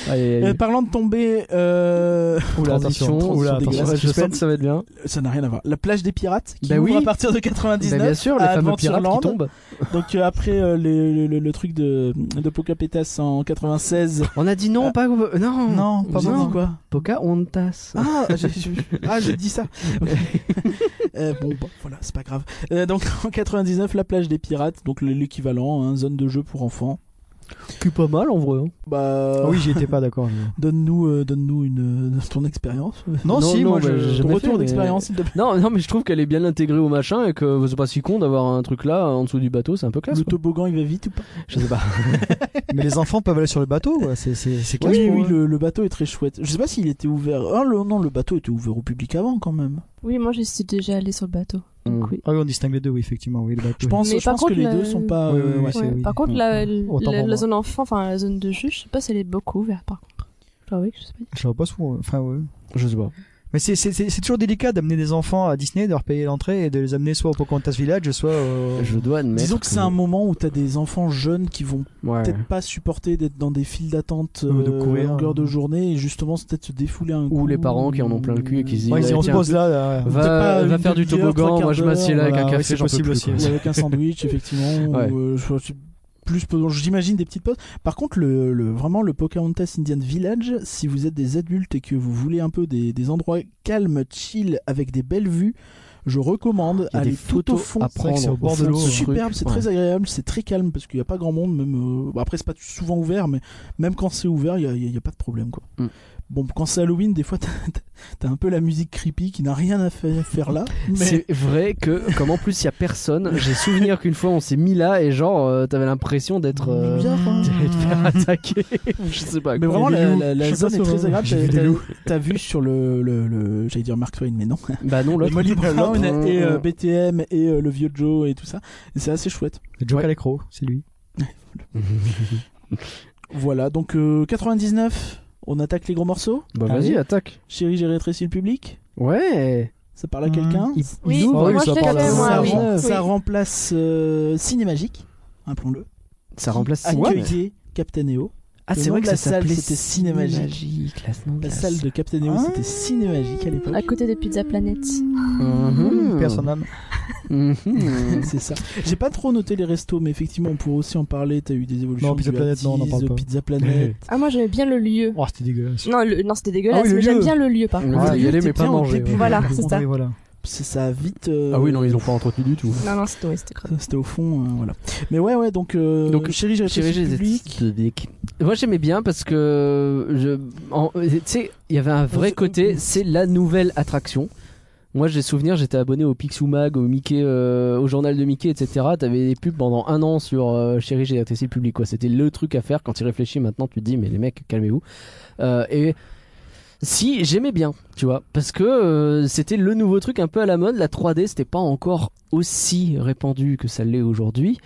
Speaker 1: Aïe, aïe,
Speaker 2: Euh,
Speaker 1: aïe.
Speaker 2: parlant de tomber, euh,
Speaker 5: Oula,
Speaker 1: Transition,
Speaker 5: attention,
Speaker 1: transition
Speaker 5: oula, attention.
Speaker 1: dégueulasse. Je sens que
Speaker 2: Suspense.
Speaker 1: ça va être bien.
Speaker 2: ça n'a rien à voir. La plage des pirates qui
Speaker 1: Bah
Speaker 2: ouvre
Speaker 1: oui.
Speaker 2: à partir de
Speaker 1: Bah,
Speaker 2: 99.
Speaker 1: bien sûr, les
Speaker 2: à
Speaker 1: fameux pirates qui
Speaker 2: Adventureland.
Speaker 1: tombent.
Speaker 2: Donc euh, après euh, les- le, le- le truc de de Pocahontas en 96.
Speaker 1: On a dit non,
Speaker 2: Ah.
Speaker 1: pas. euh, Non,
Speaker 5: Non, pas
Speaker 1: J'ai
Speaker 5: vraiment.
Speaker 1: dit
Speaker 2: quoi
Speaker 1: Pocahontas.
Speaker 2: Ah, j'ai- j'ai- ah, j'ai dit ça. <laughs> Ok. Euh, bon, bah, voilà, c'est pas grave. Euh, donc en 99, la plage des pirates, donc le- l'équivalent, hein, zone de jeu pour enfants.
Speaker 1: Qui est pas mal en vrai. hein.
Speaker 2: Bah,
Speaker 5: Ah oui, j'y étais pas d'accord. je-
Speaker 2: donne-nous, euh, donne-nous une euh, ton expérience,
Speaker 1: Non,
Speaker 5: Non, si,
Speaker 1: non,
Speaker 5: moi
Speaker 1: mais
Speaker 5: je.
Speaker 1: j'ai
Speaker 2: ton
Speaker 1: jamais
Speaker 2: retour
Speaker 1: fait, mais-
Speaker 2: d'expérience. s'il te plaît.
Speaker 1: Non, non, mais je trouve qu'elle est bien intégrée au machin et que c'est pas si con d'avoir un truc là en dessous du bateau, c'est un peu classe.
Speaker 2: Le
Speaker 1: quoi.
Speaker 2: toboggan, il va vite ou pas
Speaker 1: Je sais pas.
Speaker 5: Mais les enfants peuvent aller sur le bateau, quoi, c'est c'est c'est classe.
Speaker 2: <laughs> Oui,
Speaker 5: pour
Speaker 2: oui,
Speaker 5: eux.
Speaker 2: le, le bateau est très chouette. Je sais pas s'il était ouvert. Ah le- non, le bateau était ouvert au public avant quand même.
Speaker 6: Oui, moi je suis déjà allée sur le bateau.
Speaker 1: Mm.
Speaker 6: Donc, oui.
Speaker 5: Ah oui, on distingue les deux, oui, effectivement, oui, le bateau.
Speaker 2: Je pense,
Speaker 6: Mais
Speaker 2: je
Speaker 6: par
Speaker 2: pense
Speaker 6: contre,
Speaker 2: que les
Speaker 6: le-
Speaker 2: deux sont pas.
Speaker 5: Oui,
Speaker 2: euh,
Speaker 5: oui, oui,
Speaker 2: ouais.
Speaker 5: Ah, c'est-
Speaker 6: Ouais,
Speaker 5: oui. Mm.
Speaker 6: Par contre, la,
Speaker 5: Autant
Speaker 6: la-
Speaker 5: pour
Speaker 6: la
Speaker 5: moi.
Speaker 6: zone enfant, enfin la zone de jeu, je sais pas si elle est beaucoup ouverte par contre. Enfin, oui, je sais pas.
Speaker 5: Je vois pas souvent. Enfin, ouais.
Speaker 1: Je sais pas.
Speaker 5: Mais c'est- c'est c'est- c'est toujours délicat d'amener des enfants à Disney, de leur payer l'entrée et de les amener soit au Pocahontas Village, soit au.
Speaker 1: Je dois admettre.
Speaker 2: Disons que c'est un moment où t'as des enfants jeunes qui vont
Speaker 1: Ouais.
Speaker 2: peut-être pas supporter d'être dans des files d'attente
Speaker 5: Ou de
Speaker 2: euh,
Speaker 5: courir.
Speaker 2: à longueur de journée et justement c'est peut-être se défouler un
Speaker 1: Ou
Speaker 2: coup,
Speaker 1: les parents qui en ont plein le cul et qui se disent, Ouais,
Speaker 5: Ouais, si on euh, se
Speaker 1: tiens.
Speaker 5: pose là, là.
Speaker 1: Va,
Speaker 2: peut-être pas
Speaker 1: va
Speaker 2: une
Speaker 1: faire du
Speaker 2: demi-heure, trois
Speaker 1: toboggan,
Speaker 2: quarts
Speaker 1: moi je m'assieds là
Speaker 2: d'heure,
Speaker 1: avec un café,
Speaker 5: voilà, oui, c'est
Speaker 1: j'en peux <laughs>
Speaker 5: possible
Speaker 1: plus,
Speaker 5: aussi,
Speaker 1: quoi.
Speaker 2: ou avec un sandwich effectivement
Speaker 1: euh, Ouais.
Speaker 2: ou, euh, je- je- plus, j'imagine des petites pauses. Par contre, le, le- vraiment le Pocahontas Indian Village, si vous êtes des adultes et que vous voulez un peu des, des endroits calmes, chill, avec des belles vues, je recommande
Speaker 1: Il y a des
Speaker 2: aller tout au
Speaker 1: photos
Speaker 2: fond.
Speaker 1: à
Speaker 5: c'est vrai
Speaker 1: prendre
Speaker 5: que c'est au bord de
Speaker 1: fond
Speaker 5: l'eau,
Speaker 1: ce
Speaker 5: ouais.
Speaker 1: truc.
Speaker 2: Superbe, c'est
Speaker 1: Ouais.
Speaker 2: très agréable, c'est très calme parce qu'il n'y a pas grand monde. Même euh, bon, après, c'est pas souvent ouvert, mais même quand c'est ouvert, il n'y a, pas de problème quoi.
Speaker 1: Mm.
Speaker 2: Bon, quand c'est Halloween, des fois t'as t'as un peu la musique creepy qui n'a rien à fa- à faire là. Mais
Speaker 1: C'est vrai que, comme en plus il y a personne, j'ai souvenir qu'une fois on s'est mis là et genre euh, t'avais l'impression d'être euh,
Speaker 2: Bien, hein.
Speaker 1: t'allais te faire <laughs> attaquer. Je sais pas.
Speaker 2: Mais
Speaker 1: quoi.
Speaker 2: vraiment,
Speaker 5: Il y a
Speaker 2: la,
Speaker 5: des loups.
Speaker 2: la- la
Speaker 5: Je sais
Speaker 2: zone
Speaker 5: pas
Speaker 2: est
Speaker 5: si on-
Speaker 2: très agréable.
Speaker 5: J'ai vu
Speaker 2: T'as-
Speaker 5: des loups.
Speaker 2: T'as t'as vu sur le, le, le- j'allais dire Mark Twain, mais non.
Speaker 1: Bah non,
Speaker 2: Le
Speaker 1: l'autre.
Speaker 2: Molly Brown
Speaker 1: Brown.
Speaker 2: et euh, BTM et euh, le vieux Joe et tout ça. Et C'est assez chouette.
Speaker 5: Joe
Speaker 1: Ouais.
Speaker 5: Calecro, c'est lui.
Speaker 2: Voilà, donc euh, 99, on attaque les gros morceaux.
Speaker 1: Bah
Speaker 5: Allez.
Speaker 1: vas-y, attaque.
Speaker 2: Chérie, j'ai rétréci le public.
Speaker 1: Ouais.
Speaker 2: Ça parle à
Speaker 5: Mmh.
Speaker 2: quelqu'un.
Speaker 1: Il,
Speaker 6: Oui,
Speaker 1: il ouvre.
Speaker 5: oui,
Speaker 6: moi je
Speaker 5: ça
Speaker 6: l'ai
Speaker 5: parle
Speaker 6: fait,
Speaker 5: de-
Speaker 2: ça,
Speaker 6: moi.
Speaker 1: rend-
Speaker 6: oui.
Speaker 2: rem- ça
Speaker 6: Oui.
Speaker 2: remplace euh, Cinémagique, rappelons-le.
Speaker 1: Ça remplace
Speaker 2: Accueillé
Speaker 1: Ouais.
Speaker 2: Captain EO.
Speaker 1: Ah,
Speaker 2: Le
Speaker 1: c'est
Speaker 2: nom
Speaker 1: vrai
Speaker 2: de
Speaker 1: que
Speaker 2: la
Speaker 1: la
Speaker 2: salle,
Speaker 1: salle
Speaker 2: c'était Cinémagique. La salle de Captain EO,
Speaker 5: Ah.
Speaker 2: c'était Cinémagique à l'époque.
Speaker 6: À côté de Pizza Planet.
Speaker 1: Mmh. Hmm.
Speaker 5: Personne âme.
Speaker 2: C'est ça. J'ai pas trop noté les restos, mais effectivement, on pourrait aussi en parler. T'as eu des évolutions.
Speaker 5: Non, Pizza
Speaker 2: du
Speaker 5: Planet, non, on en
Speaker 2: Hades,
Speaker 5: parle pas.
Speaker 2: Pizza
Speaker 5: <laughs>
Speaker 2: Planet.
Speaker 6: Ah, moi j'aimais bien le lieu.
Speaker 5: Oh, c'était dégueulasse.
Speaker 6: Non, le- non c'était dégueulasse,
Speaker 5: Ah oui, le
Speaker 6: mais j'aime
Speaker 5: lieu.
Speaker 6: bien le lieu par
Speaker 1: On
Speaker 6: contre.
Speaker 1: va y aller, mais
Speaker 2: Tiens,
Speaker 1: pas
Speaker 2: au
Speaker 1: manger.
Speaker 2: début,
Speaker 1: ouais.
Speaker 6: Voilà,
Speaker 2: par
Speaker 6: c'est
Speaker 2: contre,
Speaker 6: ça.
Speaker 5: Oui, voilà.
Speaker 2: C'est ça a vite. euh,
Speaker 1: Ah oui, non, ils l'ont pas entretenu du tout.
Speaker 6: Non, non, c'était ouais, c'était crade.
Speaker 2: C'était au fond, euh, voilà. Mais ouais, ouais, donc. euh,
Speaker 1: Donc,
Speaker 2: chérie, j'ai
Speaker 1: Chérie, j'ai
Speaker 2: réfléchi
Speaker 1: des
Speaker 2: au public.
Speaker 1: petites dick. Moi j'aimais bien parce que je, en- tu sais, il y avait un vrai
Speaker 2: c'est-
Speaker 1: côté. C'est la nouvelle attraction. Moi j'ai souvenir, j'étais abonné au Picsou Mag, au Mickey, euh, au journal de Mickey, etc. T'avais des pubs pendant un an sur euh, Chérie, j'ai adressé le public. Quoi, c'était le truc à faire. Quand tu réfléchis maintenant, tu te dis mais les mecs, calmez-vous. Euh, et si j'aimais bien, tu vois, parce que euh, c'était le nouveau truc un peu à la mode. La 3D, c'était pas encore aussi répandu que ça l'est aujourd'hui.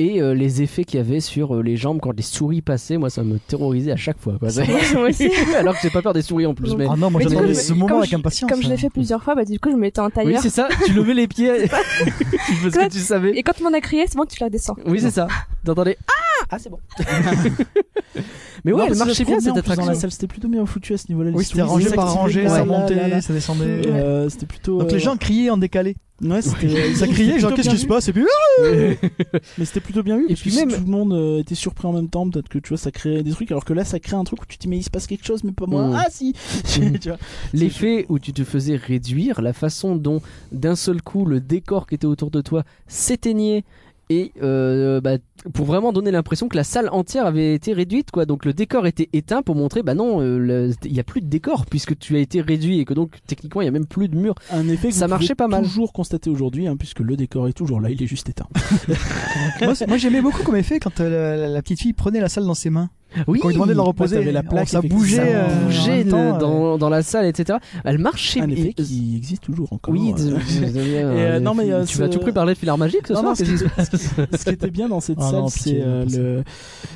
Speaker 1: Et euh, les effets qu'il y avait sur euh, les jambes quand les souris passaient, moi ça me terrorisait à chaque fois. quoi.
Speaker 6: <laughs>
Speaker 5: <laughs>
Speaker 6: Moi aussi.
Speaker 1: <laughs> Alors que j'ai pas peur des souris en plus. Mais...
Speaker 5: Ah non, moi
Speaker 6: Mais du
Speaker 5: j'attendais
Speaker 6: coup,
Speaker 5: ce
Speaker 6: comme
Speaker 5: moment
Speaker 6: je-
Speaker 5: avec impatience.
Speaker 6: Comme je l'ai
Speaker 5: hein.
Speaker 6: fait plusieurs fois, bah du coup je me mettais en
Speaker 1: Oui,
Speaker 6: tailleur.
Speaker 1: c'est ça, tu levais les
Speaker 2: <laughs>
Speaker 1: pieds <laughs> parce que tu savais.
Speaker 6: Et quand tout le monde a crié, c'est bon que tu la redescends.
Speaker 1: Oui, c'est ça. T'entendais Ah Ah, c'est bon. mais ouais,
Speaker 2: Non,
Speaker 1: elle
Speaker 2: parce que
Speaker 1: marchait
Speaker 2: c'était
Speaker 1: bien
Speaker 2: trop
Speaker 1: cette
Speaker 2: en plus Dans
Speaker 1: attraction.
Speaker 2: la salle, c'était plutôt bien foutu à ce niveau-là. les
Speaker 5: Oui, c'était
Speaker 2: souris
Speaker 5: rangé par
Speaker 2: s'activaient
Speaker 5: rangé,
Speaker 2: Ah là,
Speaker 5: ça
Speaker 2: là, là, là.
Speaker 5: montait, ça descendait.
Speaker 2: Et, euh, C'était plutôt.
Speaker 5: Donc
Speaker 2: euh,
Speaker 5: les gens criaient en décalé.
Speaker 2: Ouais, c'était.
Speaker 5: <laughs> Ça criait, genre qu'est-ce qui se passe Et puis
Speaker 1: <laughs>
Speaker 2: Mais c'était plutôt bien vu.
Speaker 1: Et
Speaker 2: parce
Speaker 1: puis
Speaker 2: que si
Speaker 1: même-
Speaker 2: tout le monde euh, était surpris en même temps, peut-être que tu vois, ça créait des trucs. Alors que là, ça crée un truc où tu te dis, mais il se passe quelque chose, mais pas moi.
Speaker 1: Mm.
Speaker 2: Ah si <laughs>
Speaker 1: Mm.
Speaker 2: Tu vois.
Speaker 1: L'effet où tu te faisais réduire, la façon dont d'un seul coup le décor qui était autour de toi s'éteignait et euh, bah, pour vraiment donner l'impression que la salle entière avait été réduite quoi. Donc le décor était éteint pour montrer bah non, euh, le- il n'y a plus de décor puisque tu as été réduit et que donc techniquement il y a même plus de mur.
Speaker 2: Un effet que
Speaker 1: Ça
Speaker 2: vous
Speaker 1: marchait pas
Speaker 2: pouvez
Speaker 1: mal.
Speaker 2: toujours constaté aujourd'hui, hein, puisque le décor est toujours là, il est juste éteint.
Speaker 5: moi, c'est- moi, j'aimais beaucoup comme effet quand euh, la, la- la petite fille prenait la salle dans ses mains.
Speaker 1: Oui.
Speaker 5: Quand il demandait de la reposer,
Speaker 2: t'avais la plaque,
Speaker 5: ça
Speaker 2: effectivement.
Speaker 5: bougeait,
Speaker 2: Ça
Speaker 5: euh, en
Speaker 1: bougeait
Speaker 5: même
Speaker 1: de-
Speaker 5: temps, euh,
Speaker 1: dans, dans la salle, etc. Elle marchait.
Speaker 2: un effet
Speaker 1: et-
Speaker 2: qui existe toujours encore.
Speaker 1: Oui,
Speaker 2: Euh, <laughs> euh, non, mais, euh,
Speaker 1: tu vas
Speaker 2: ce-
Speaker 1: tout prix parler de filar magique ce
Speaker 2: Non,
Speaker 1: soir
Speaker 2: non, ce qui,
Speaker 1: qu'est-ce qui se passe
Speaker 2: ce qui était bien dans cette
Speaker 5: Ah
Speaker 2: salle,
Speaker 5: non,
Speaker 2: c'est
Speaker 5: pitié,
Speaker 2: euh,
Speaker 5: pas ça.
Speaker 2: le,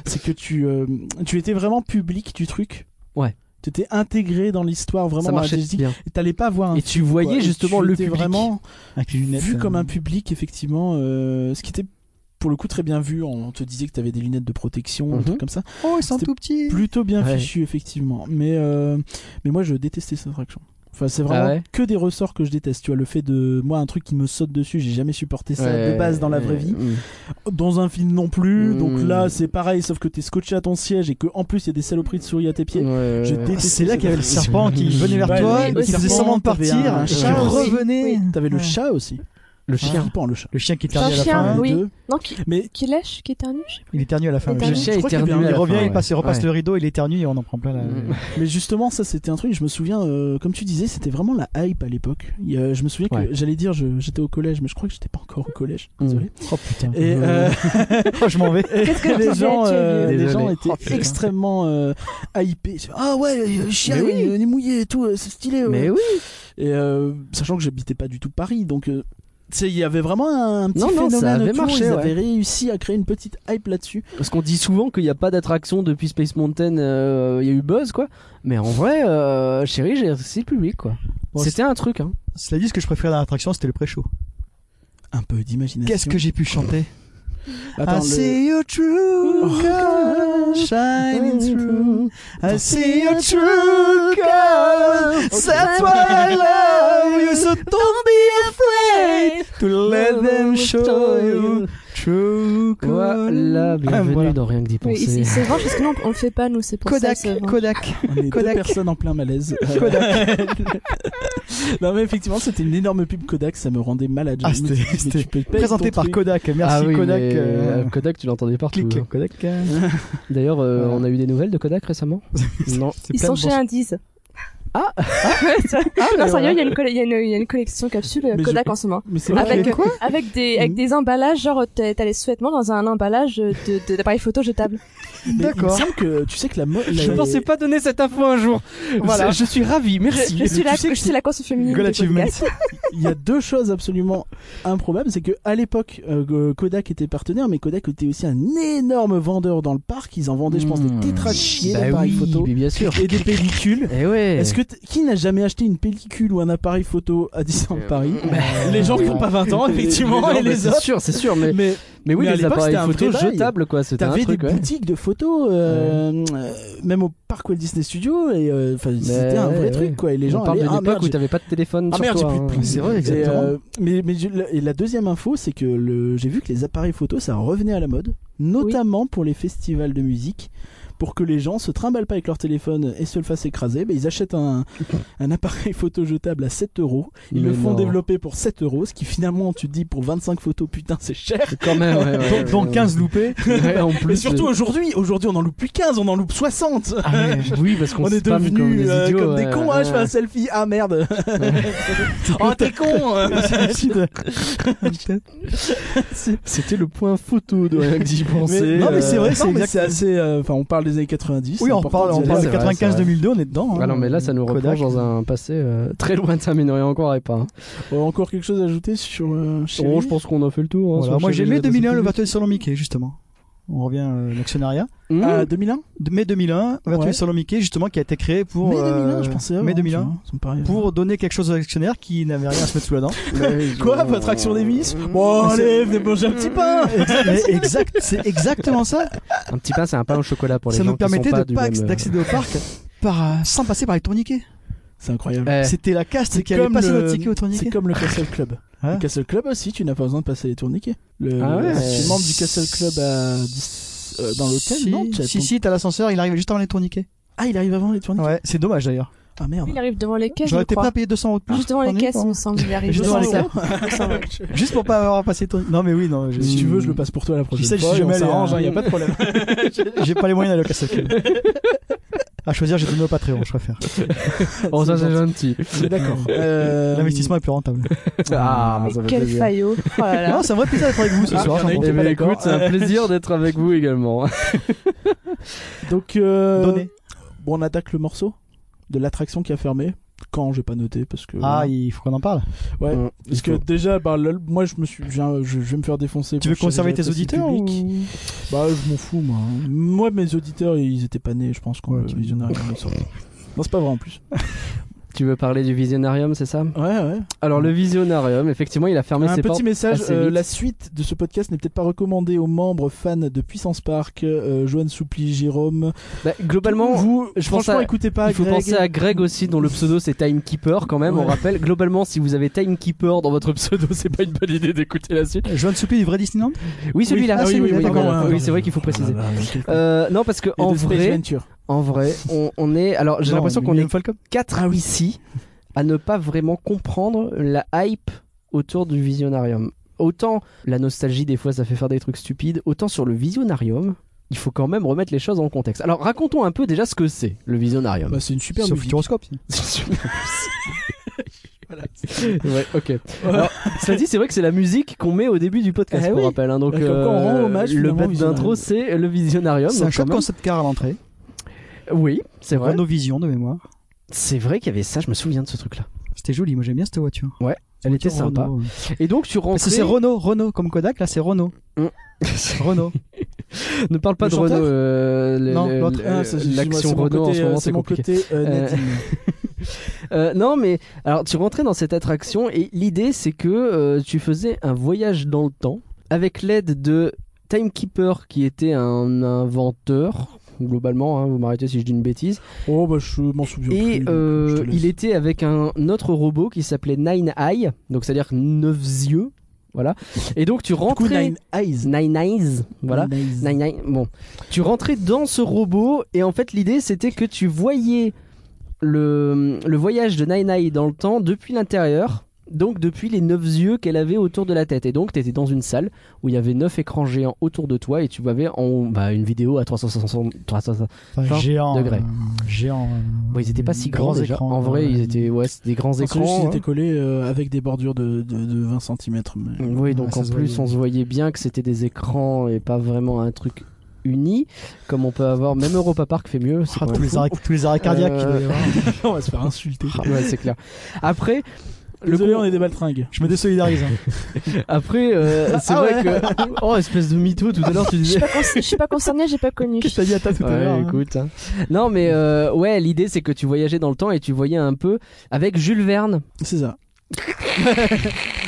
Speaker 2: c'est que tu, euh, tu étais vraiment public du truc.
Speaker 1: Ouais.
Speaker 2: Tu étais intégré dans l'histoire vraiment.
Speaker 1: Ça marchait
Speaker 2: Je dis-
Speaker 1: bien.
Speaker 2: T'allais pas voir un.
Speaker 1: Et tu voyais
Speaker 2: quoi.
Speaker 1: justement
Speaker 2: Tu
Speaker 1: le
Speaker 2: étais
Speaker 1: public.
Speaker 2: vraiment
Speaker 5: avec les lunettes.
Speaker 2: vu
Speaker 5: euh,
Speaker 2: comme un public effectivement, euh, ce qui était pour le coup très bien vu. On te disait que t'avais des lunettes de protection, un
Speaker 1: Mhm.
Speaker 2: truc comme ça.
Speaker 5: Oh, ils sont
Speaker 2: C'était
Speaker 5: tout petits.
Speaker 2: Plutôt bien
Speaker 1: Ouais.
Speaker 2: fichu effectivement. Mais euh, mais moi je détestais cette attraction. Enfin, c'est vraiment
Speaker 1: Ah ouais
Speaker 2: que des ressorts que je déteste. Tu vois, le fait de. Moi, un truc qui me saute dessus, j'ai jamais supporté ça de
Speaker 1: Ouais,
Speaker 2: base dans la vraie
Speaker 1: ouais,
Speaker 2: vie.
Speaker 1: mm.
Speaker 2: Dans un film non plus.
Speaker 1: Mm.
Speaker 2: Donc là, c'est pareil, sauf que t'es scotché à ton siège et que en plus, il y a des saloperies de souris à tes pieds.
Speaker 1: Ouais,
Speaker 2: je
Speaker 1: ouais, ouais.
Speaker 2: détestais
Speaker 5: Ah, C'est là
Speaker 2: cette
Speaker 5: qu'il y avait le
Speaker 2: attraction.
Speaker 5: serpent qui venait vers
Speaker 2: Ouais,
Speaker 5: toi,
Speaker 6: oui,
Speaker 5: qui faisait
Speaker 6: aussi.
Speaker 5: semblant de
Speaker 2: T'avais
Speaker 5: partir,
Speaker 2: un
Speaker 5: qui
Speaker 2: chat aussi.
Speaker 5: revenait.
Speaker 2: T'avais le
Speaker 5: Ouais.
Speaker 2: chat aussi.
Speaker 1: Mhm. Le
Speaker 2: C'est
Speaker 1: chien.
Speaker 2: Flippant, le chat.
Speaker 5: Le chien qui
Speaker 6: C'est un
Speaker 5: éternue à la
Speaker 6: chien,
Speaker 5: fin.
Speaker 6: oui.
Speaker 2: deux.
Speaker 6: Non, qui,
Speaker 2: Mais
Speaker 6: qui lèche, qui éternue, je sais pas.
Speaker 5: Il éternue à la fin.
Speaker 6: Le
Speaker 5: le
Speaker 1: Le
Speaker 5: chien.
Speaker 6: Éternue.
Speaker 1: chien
Speaker 2: Je crois qu'il y avait
Speaker 1: éternue
Speaker 2: un-
Speaker 1: à
Speaker 5: Il
Speaker 1: la
Speaker 5: revient,
Speaker 1: fin,
Speaker 5: il passe, il
Speaker 1: ouais.
Speaker 5: repasse
Speaker 1: Ouais.
Speaker 5: le rideau, il éternue et on en prend plein la.
Speaker 1: Mm.
Speaker 2: Mais justement, ça c'était un truc, je me souviens, euh, comme tu disais, c'était vraiment la hype à l'époque. Il y a- je me souviens que
Speaker 1: Ouais.
Speaker 2: j'allais dire, je- j'étais au collège, mais je crois que j'étais pas encore au collège,
Speaker 1: Mm.
Speaker 2: désolé.
Speaker 5: <laughs> Oh putain.
Speaker 2: Et
Speaker 5: <laughs>
Speaker 2: euh, <laughs>
Speaker 5: Oh, je m'en vais.
Speaker 6: Qu'est-ce que tu
Speaker 2: les,
Speaker 6: fais,
Speaker 2: gens,
Speaker 6: tu es
Speaker 2: euh,
Speaker 1: vieux.
Speaker 2: les
Speaker 1: Mmh.
Speaker 2: gens
Speaker 1: Désolé.
Speaker 2: étaient
Speaker 5: Oh, putain.
Speaker 2: extrêmement euh, hypés. Ah ouais, le chien,
Speaker 1: Mais oui.
Speaker 2: il, est mouillé et tout, euh, c'est stylé. ouais.
Speaker 1: Mais oui,
Speaker 2: Et euh, sachant que j'habitais pas du tout Paris, donc. euh, tu sais, il y avait vraiment un, un petit
Speaker 1: Non, non, ça
Speaker 2: phénomène
Speaker 1: avait
Speaker 2: autour,
Speaker 1: marché,
Speaker 2: ils
Speaker 1: ouais.
Speaker 2: avaient réussi à créer une petite hype là-dessus.
Speaker 1: parce qu'on dit souvent qu'il n'y a pas d'attraction depuis Space Mountain, euh, il y a eu buzz quoi. Mais en vrai, euh, chérie, j'ai c'est le public quoi.
Speaker 5: Bon,
Speaker 1: C'était un truc. Hein.
Speaker 5: Cela dit, ce que je préférais dans l'attraction, c'était le pré-show.
Speaker 2: Un peu d'imagination.
Speaker 5: Qu'est-ce que j'ai pu chanter
Speaker 2: Attends,
Speaker 1: Ah,
Speaker 5: I
Speaker 2: le-
Speaker 5: see your true colors shining through. I see your true colors. That's why I love you. So
Speaker 1: oh,
Speaker 5: don't be afraid to let them show you true nous
Speaker 1: euh, Ah, Voilà, bienvenue
Speaker 5: voilà.
Speaker 1: dans Rien que d'y
Speaker 6: Oui,
Speaker 1: penser.
Speaker 6: il il se venge parce que nous on, on le fait pas nous, c'est pour
Speaker 5: Kodak,
Speaker 6: ça. Kodak.
Speaker 5: Kodak.
Speaker 2: On est deux
Speaker 5: Kodak.
Speaker 2: personnes en plein malaise. Euh, <laughs> non mais effectivement c'était une énorme pub Kodak, ça me rendait malade.
Speaker 5: Ah,
Speaker 2: Je me dis,
Speaker 5: c'était-
Speaker 2: mais
Speaker 5: c'était
Speaker 2: tu peux pas
Speaker 5: Présenté
Speaker 2: être ton
Speaker 5: par
Speaker 2: truc.
Speaker 5: Kodak. Merci
Speaker 1: Ah oui,
Speaker 5: Kodak.
Speaker 1: mais,
Speaker 5: euh,
Speaker 1: euh, Kodak, tu l'entendais partout.
Speaker 5: clic,
Speaker 1: hein.
Speaker 5: Kodak. euh,
Speaker 1: <laughs> D'ailleurs, euh,
Speaker 5: Voilà.
Speaker 1: on a eu des nouvelles de Kodak récemment <laughs> Non.
Speaker 5: c'est
Speaker 6: Ils
Speaker 5: plein
Speaker 6: sont
Speaker 5: de
Speaker 6: chez
Speaker 5: bons-
Speaker 6: Indies.
Speaker 1: Ah <laughs>
Speaker 6: Non, sérieux,
Speaker 1: voilà.
Speaker 6: il y a une colle- il y, a une- il y a une collection capsule euh,
Speaker 2: Mais je-
Speaker 6: Kodak en ce moment.
Speaker 2: Mais c'est
Speaker 5: Ok.
Speaker 2: vrai.
Speaker 6: Avec, euh,
Speaker 5: quoi
Speaker 6: avec des, avec
Speaker 2: Mhm.
Speaker 6: des emballages, genre t'as t'as les sous-vêtements dans un emballage d'appareil de, d'appareil photo jetable.
Speaker 2: Mais Il me
Speaker 5: D'accord.
Speaker 2: semble que tu sais que la mode.
Speaker 1: Je ne pensais pas donner cette info un jour.
Speaker 5: Voilà.
Speaker 1: Je, je suis ravi, merci.
Speaker 6: Je suis, la, je suis la conscience féminine.
Speaker 5: Goal
Speaker 6: des
Speaker 5: achievement.
Speaker 6: podcasts.
Speaker 2: Il y a deux choses absolument improbables, c'est que à l'époque euh, Kodak était partenaire, mais Kodak était aussi un énorme vendeur dans le parc. Ils en vendaient, je pense,
Speaker 1: Mmh.
Speaker 2: des tétras de chier
Speaker 1: Bah
Speaker 2: d'appareils
Speaker 1: oui,
Speaker 2: photo
Speaker 1: mais bien sûr.
Speaker 2: et des pellicules.
Speaker 1: Eh ouais.
Speaker 2: Est-ce que t- qui n'a jamais acheté une pellicule ou un appareil photo à Disneyland Paris Les gens qui n'ont pas 20 ans, effectivement,
Speaker 1: Non,
Speaker 2: et
Speaker 1: mais
Speaker 2: les
Speaker 1: bah, c'est
Speaker 2: autres.
Speaker 1: sûr, c'est sûr, mais,
Speaker 2: Mais
Speaker 1: mais oui,
Speaker 2: mais à
Speaker 1: les
Speaker 2: l'époque,
Speaker 1: appareils
Speaker 2: c'était un
Speaker 1: photo
Speaker 2: vrai bail.
Speaker 1: jetables, quoi, c'était un
Speaker 2: T'avais des
Speaker 1: truc, ouais.
Speaker 2: boutiques de photos, euh, euh, même au parc Walt Disney Studio, et euh, enfin, c'était un
Speaker 1: ouais,
Speaker 2: vrai
Speaker 1: ouais.
Speaker 2: truc, quoi. Et les gens
Speaker 1: On parle
Speaker 2: allaient,
Speaker 1: d'une
Speaker 2: ah,
Speaker 1: époque
Speaker 2: merde,
Speaker 1: où
Speaker 2: j'ai-
Speaker 1: t'avais pas de téléphone
Speaker 2: Ah
Speaker 1: sur
Speaker 2: merde, j'ai
Speaker 1: toi.
Speaker 2: plus de
Speaker 1: hein.
Speaker 2: prise.
Speaker 5: C'est vrai,
Speaker 2: Et,
Speaker 5: exactement.
Speaker 2: euh, mais, mais je- la- et la deuxième info, c'est que le, j'ai vu que les appareils photo, ça revenait à la mode, notamment pour les festivals de musique. Pour que les gens se trimballent pas avec leur téléphone et se le fassent écraser, ben, ils
Speaker 1: <laughs>
Speaker 2: achètent un, un appareil photo jetable à 7 euros. Ils
Speaker 1: Mais
Speaker 2: le font
Speaker 1: non.
Speaker 2: développer pour 7 euros, ce qui finalement, tu te dis, pour 25 photos, putain, c'est cher.
Speaker 1: Quand même, ouais, ouais,
Speaker 5: Donc-
Speaker 1: ouais,
Speaker 5: Donc
Speaker 1: ouais.
Speaker 5: 15 loupés.
Speaker 1: Ouais, en plus.
Speaker 2: Mais surtout aujourd'hui, aujourd'hui, on en loupe plus 15, on en loupe 60.
Speaker 1: Ah ouais, oui, parce qu'on
Speaker 2: On est
Speaker 1: spamme
Speaker 2: devenus
Speaker 1: comme des
Speaker 2: euh,
Speaker 1: idiots.
Speaker 2: comme des
Speaker 1: ouais,
Speaker 2: cons, hein,
Speaker 1: ouais.
Speaker 2: je fais un selfie, ah <laughs> merde Oh t'es con hein.
Speaker 1: C'était le point photo de rien que d'y penser.
Speaker 5: non, mais c'est vrai,
Speaker 2: euh, Non,
Speaker 5: c'est
Speaker 2: mais
Speaker 5: exact-
Speaker 2: c'est assez... euh, Enfin on parle des années 90.
Speaker 5: Oui,
Speaker 2: c'est
Speaker 5: on
Speaker 2: important
Speaker 5: parle,
Speaker 2: de
Speaker 5: on
Speaker 2: dire
Speaker 1: vrai,
Speaker 5: parle
Speaker 1: c'est
Speaker 5: de
Speaker 1: vrai, c'est
Speaker 5: 95-2002, on est dedans. hein.
Speaker 1: Ah non, mais là, ça nous replonge
Speaker 5: Kodak.
Speaker 1: dans un passé euh, très lointain, mais on encore et pas. hein.
Speaker 2: ça. Euh, Encore quelque chose à ajouter sur... euh, chez
Speaker 1: Bon,
Speaker 2: lui
Speaker 1: Oh, je pense qu'on a fait le tour. hein,
Speaker 5: Voilà,
Speaker 1: sur
Speaker 5: moi j'ai
Speaker 1: Chevy,
Speaker 5: mai
Speaker 1: la
Speaker 5: 2001,
Speaker 1: Pacific.
Speaker 5: le l'ouverture du salon Mickey, justement. On revient euh, à l'actionnariat.
Speaker 1: Mmh.
Speaker 2: Ah, 2001
Speaker 5: De mai 2001, l'ouverture
Speaker 2: Ouais.
Speaker 5: du salon Mickey, justement, qui a été créée pour.
Speaker 2: Mai 2001
Speaker 5: euh,
Speaker 2: je pensais avant,
Speaker 5: mai
Speaker 2: tu
Speaker 5: 2001,
Speaker 2: vois, ça me paraît-
Speaker 5: Pour donner quelque chose aux actionnaires qui n'avaient rien à se mettre sous la dent.
Speaker 1: <laughs>
Speaker 2: Quoi votre action des vis Bon allez venez manger un petit
Speaker 5: <laughs>
Speaker 2: pain
Speaker 5: Mais exact, c'est exactement ça.
Speaker 1: Un petit pain, c'est un pain au chocolat pour les
Speaker 5: ça
Speaker 1: gens
Speaker 5: nous
Speaker 1: qui
Speaker 5: permettait
Speaker 1: sont pas
Speaker 5: de
Speaker 1: du
Speaker 5: pas
Speaker 1: même, euh,
Speaker 5: d'accéder au parc par, euh, sans passer par les tourniquets.
Speaker 2: C'est incroyable
Speaker 1: eh,
Speaker 5: C'était la caste
Speaker 2: C'est
Speaker 5: Euh, qui allait
Speaker 2: comme
Speaker 5: passer
Speaker 2: le-
Speaker 5: notre ticket au
Speaker 2: C'est
Speaker 5: tourniquet.
Speaker 2: comme le Castle Club.
Speaker 5: Hein
Speaker 2: le Castle Club aussi, tu n'as pas besoin de passer les tourniquets. Le,
Speaker 1: Ah
Speaker 5: Euh,
Speaker 1: ouais.
Speaker 2: Si tu es membre du Castle Club à dix- euh, dans l'hôtel,
Speaker 5: si,
Speaker 2: non tu as
Speaker 5: Si,
Speaker 2: ton-
Speaker 5: si, t'as l'ascenseur, il arrive juste avant les tourniquets.
Speaker 2: Ah, il arrive avant les tourniquets
Speaker 5: Ouais, c'est dommage d'ailleurs.
Speaker 2: Ah merde.
Speaker 6: Il arrive devant les caisses, je
Speaker 5: J'aurais été
Speaker 6: crois.
Speaker 5: pas payé 200 euros de plus.
Speaker 6: Juste devant les
Speaker 5: On est
Speaker 6: caisses,
Speaker 5: pas.
Speaker 6: il me semble, il arrive.
Speaker 5: Juste devant les caisses.
Speaker 6: caisses.
Speaker 5: Juste pour pas avoir passé ton. Non, mais oui, non. je-
Speaker 2: Si tu veux, je le passe pour toi la prochaine
Speaker 5: sais, je
Speaker 2: fois.
Speaker 5: suis
Speaker 2: et on
Speaker 5: jamais allé
Speaker 2: s'arrange,
Speaker 5: à-
Speaker 2: hein, y a pas de problème.
Speaker 5: <laughs> J'ai pas les moyens d'aller au Castle Club. À choisir, j'ai donné au Patreon, je préfère.
Speaker 1: Oh, ça c'est gentil.
Speaker 2: D'accord. Euh,
Speaker 5: L'investissement est plus rentable.
Speaker 1: <laughs> Ah,
Speaker 6: Mais
Speaker 1: ça fait
Speaker 6: quel
Speaker 1: plaisir.
Speaker 6: faillot. Oh là là.
Speaker 5: Non, c'est un vrai plaisir d'être avec vous ce
Speaker 2: Ah,
Speaker 5: soir.
Speaker 2: j'en ai une.
Speaker 5: j'en
Speaker 1: Eh
Speaker 5: prends.
Speaker 2: T'es pas
Speaker 1: bien,
Speaker 2: d'accord.
Speaker 1: écoute, c'est <laughs> un plaisir d'être avec vous également.
Speaker 2: Donc, euh,
Speaker 5: Donné.
Speaker 2: bon, on attaque le morceau de l'attraction qui a fermé. Quand j'ai pas noté parce que
Speaker 5: Ah, il faut qu'on en parle.
Speaker 2: ouais
Speaker 1: Mmh, il
Speaker 2: parce que
Speaker 1: faut.
Speaker 2: déjà bah, le- moi je me suis j'ai un- je, je vais me faire défoncer
Speaker 5: Tu
Speaker 2: pour
Speaker 5: veux conserver
Speaker 2: chasser
Speaker 5: tes auditeurs
Speaker 2: le
Speaker 5: ou...
Speaker 2: public. Bah, je m'en fous, moi. hein. Moi, mes auditeurs, ils étaient pas nés, je pense, quand
Speaker 5: Ouais,
Speaker 2: le
Speaker 5: tu-
Speaker 2: visionnaire est sorti. Non, c'est pas vrai en plus.
Speaker 1: Tu veux parler du Visionarium, c'est ça
Speaker 2: Ouais, ouais.
Speaker 1: Alors, le Visionarium, effectivement, il a fermé
Speaker 2: Un
Speaker 1: ses
Speaker 2: petit
Speaker 1: portes.
Speaker 2: message
Speaker 1: assez
Speaker 2: euh,
Speaker 1: vite.
Speaker 2: la suite de ce podcast n'est peut-être pas recommandée aux membres fans de Puissance Park, euh, Joanne Soupli, Jérôme.
Speaker 1: Bah, globalement,
Speaker 2: vous,
Speaker 1: je pense
Speaker 2: franchement,
Speaker 1: à-
Speaker 2: écoutez pas.
Speaker 1: Il faut
Speaker 2: Greg.
Speaker 1: penser à Greg aussi, dont le pseudo c'est Timekeeper quand même.
Speaker 2: Ouais.
Speaker 1: On rappelle, globalement, si vous avez Timekeeper dans votre pseudo, c'est pas une bonne idée d'écouter la suite.
Speaker 5: Joanne Soupy du vrai Disneyland
Speaker 1: Oui, celui-là.
Speaker 5: Ah,
Speaker 1: oui,
Speaker 5: celui-là,
Speaker 1: oui,
Speaker 5: d'accord,
Speaker 1: voilà.
Speaker 5: ouais,
Speaker 1: Oui,
Speaker 5: ouais,
Speaker 1: c'est vrai qu'il faut préciser.
Speaker 2: Ah, bah, ok.
Speaker 1: Euh, non, parce que
Speaker 2: Et
Speaker 1: en
Speaker 2: de Space
Speaker 1: vrai,
Speaker 2: Venture.
Speaker 1: en vrai, on, on est. Alors, j'ai
Speaker 5: Non,
Speaker 1: l'impression qu'on
Speaker 5: Millennium
Speaker 1: est
Speaker 5: Falcon.
Speaker 1: quatre ici à ne pas vraiment comprendre la hype autour du Visionarium. Autant la nostalgie, des fois, ça fait faire des trucs stupides, autant sur le Visionarium, il faut quand même remettre les choses en contexte. Alors, racontons un peu déjà ce que c'est le Visionarium. <laughs>
Speaker 2: Bah, c'est une super
Speaker 5: Sauf
Speaker 2: musique.
Speaker 5: Futuroscope. si.
Speaker 1: <laughs> Ouais, ok. Alors, cela dit, c'est vrai que c'est la musique qu'on met au début du podcast,
Speaker 2: Eh
Speaker 1: pour
Speaker 2: oui.
Speaker 1: rappel. hein. donc,
Speaker 2: Bah, comme quoi, on rend hommage,
Speaker 1: le
Speaker 2: finalement, au
Speaker 1: bête d'intro,
Speaker 2: Visionarium.
Speaker 1: c'est le Visionarium.
Speaker 5: C'est
Speaker 1: donc
Speaker 5: un
Speaker 1: quand
Speaker 5: chouette
Speaker 1: même-
Speaker 5: concept car à l'entrée.
Speaker 1: Oui, c'est vrai.
Speaker 5: Renault Vision de mémoire.
Speaker 1: C'est vrai qu'il y avait ça, je me souviens de ce truc-là.
Speaker 5: C'était joli, moi j'aime bien cette voiture.
Speaker 1: Elle était
Speaker 5: Voiture
Speaker 1: sympa.
Speaker 5: Renault, ouais.
Speaker 1: Et donc, tu
Speaker 5: Parce que
Speaker 1: rentrais.
Speaker 5: c'est Renault, Renault comme Kodak, là c'est Renault.
Speaker 1: Hum.
Speaker 5: <laughs> Renault.
Speaker 1: ne parle pas
Speaker 2: Le
Speaker 1: de
Speaker 2: chanteur
Speaker 1: Renault. euh, le-
Speaker 5: Non,
Speaker 1: le-
Speaker 5: l'autre.
Speaker 1: le-
Speaker 2: Ah, ça, excuse-moi,
Speaker 1: L'action
Speaker 2: c'est mon
Speaker 1: Renault en
Speaker 2: côté,
Speaker 1: ce moment,
Speaker 2: euh,
Speaker 1: c'est
Speaker 2: mon
Speaker 1: compliqué.
Speaker 2: côté euh,
Speaker 1: Euh,
Speaker 2: Nadine.
Speaker 1: Euh, non, mais alors tu rentrais dans cette attraction et l'idée c'est que euh, tu faisais un voyage dans le temps avec l'aide de Timekeeper qui était un inventeur. Globalement, hein, vous m'arrêtez si je dis une bêtise.
Speaker 2: <laughs> Oh, bah, je m'en souviens plus,
Speaker 1: Et
Speaker 2: donc,
Speaker 1: euh,
Speaker 2: je te laisse.
Speaker 1: il était avec un autre robot qui s'appelait Nine Eye, donc c'est-à-dire neuf yeux, Voilà. Et donc tu
Speaker 2: Du coup,
Speaker 1: rentrais.
Speaker 2: Nine Eyes.
Speaker 1: Nine Eyes, voilà.
Speaker 2: Nine Eyes.
Speaker 1: Nine Eyes, Bon, tu rentrais dans ce robot et en fait l'idée c'était que tu voyais le, le voyage de Nine Eyes dans le temps depuis l'intérieur, donc depuis les neuf yeux qu'elle avait autour de la tête. Et donc tu étais dans une salle où il y avait neuf écrans géants autour de toi et tu avais en, bah, une vidéo à 360. 360.
Speaker 5: Enfin,
Speaker 1: Genre
Speaker 5: géant.
Speaker 1: degré.
Speaker 5: euh, géant. euh,
Speaker 1: Bon, ils étaient pas si grands, déjà.
Speaker 5: écrans,
Speaker 1: en vrai,
Speaker 5: euh,
Speaker 1: ils
Speaker 5: <laughs>
Speaker 1: étaient ouais, c'est des grands
Speaker 2: Parce que
Speaker 1: écrans.
Speaker 2: celui-ci
Speaker 1: hein.
Speaker 2: était collé euh, avec des bordures de, de, de 20 cm.
Speaker 1: Oui, donc
Speaker 5: ça
Speaker 1: en
Speaker 5: se
Speaker 1: plus,
Speaker 5: voyait.
Speaker 1: on se voyait bien que c'était des écrans et pas vraiment un truc uni, comme on peut avoir. Même Europa Park fait mieux. c'est
Speaker 5: ah,
Speaker 1: quand même
Speaker 5: tous, les
Speaker 1: fou.
Speaker 5: arrêts, tous les arrêts cardiaques.
Speaker 1: Euh,
Speaker 5: qu'il doit y avoir.
Speaker 2: <laughs> on va
Speaker 1: <laughs>
Speaker 2: se faire insulter.
Speaker 1: Ouais, c'est clair. Après, le
Speaker 2: Hein Désolé,
Speaker 1: con-
Speaker 2: on est des baltringues.
Speaker 5: Je me désolidarise. hein.
Speaker 1: après, euh, c'est
Speaker 5: Ah
Speaker 1: vrai que oh espèce de mytho tout à l'heure tu
Speaker 6: Je
Speaker 1: disais.
Speaker 6: suis pas con- je suis pas concernée, j'ai pas connu.
Speaker 5: Qu'est-ce que t'as dit à ta tout à
Speaker 1: Ouais,
Speaker 5: l'heure hein
Speaker 1: écoute. hein. Non, mais euh, ouais, l'idée c'est que tu voyageais dans le temps et tu voyais un peu avec Jules Verne. <laughs>
Speaker 2: C'est ça.